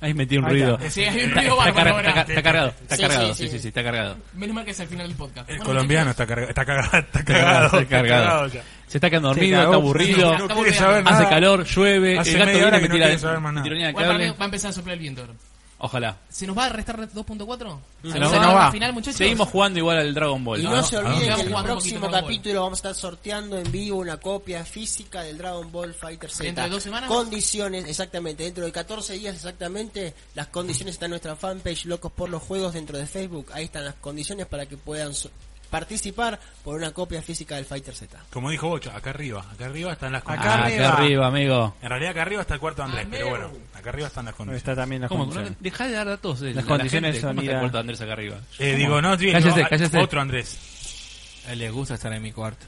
Ahí metí un Ahí está. ruido. Sí, hay un Está, ruido está bárbaro carga- ahora. está- está cargado, está Sí, cargado, sí, sí, sí. sí, sí, está cargado. Menos mal que es al final del podcast. El Bueno, colombiano muchachos, está cargado, está cagado, está cagado, Está cargado. ya. Se está quedando dormido, cagó. está aburrido, No quiere saber hace nada. calor, llueve, Hace el gato media viene hora y me que no tira quiere saber más nada. me tironea el bueno, para mí cable. va a empezar a soplar el viento ahora. Ojalá. ¿Se nos va a restar 2.4? Se nos nos va va. al final, muchachos. Seguimos jugando igual al Dragon Ball. Y Ah, no, se ah, olviden vamos que a en el jugar un poquito próximo más Ball. capítulo vamos a estar sorteando en vivo una copia física del Dragon Ball Fighter Z. ¿Dentro de dos semanas? Condiciones, exactamente, dentro de 14 días exactamente, las condiciones están en nuestra fanpage Locos por los Juegos dentro de Facebook. Ahí están las condiciones para que puedan so- participar por una copia física del Fighter Z. Como dijo Bocho, acá arriba. Acá arriba están las acá arriba. amigo. En realidad acá arriba está el cuarto de Andrés, pero bueno, acá arriba están las Ahí condiciones. Está también la ¿Cómo? condición. Dejá de dar datos de Las de la condiciones gente. ¿Cómo son te ir a- importa Andrés acá arriba? Eh, digo, no, bien, Cállese, no, cállese. otro Andrés. A él le gusta estar en mi cuarto.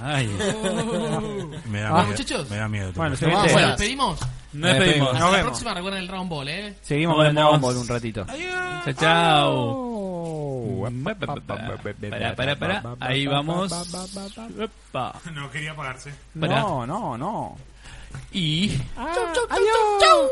Ay. Me da Ah, miedo. muchachos. Me da miedo. Bueno, también. se viste. Bueno, pedimos. No despedimos. Hasta la vemos. próxima, recuerden el Dragon Ball, ¿eh? Seguimos Nos con el vemos. Dragon Ball un ratito. Chao, chao. Para, para, para. Ahí vamos. Epa. no quería pagarse. Para. No, no, no. Y. Adiós.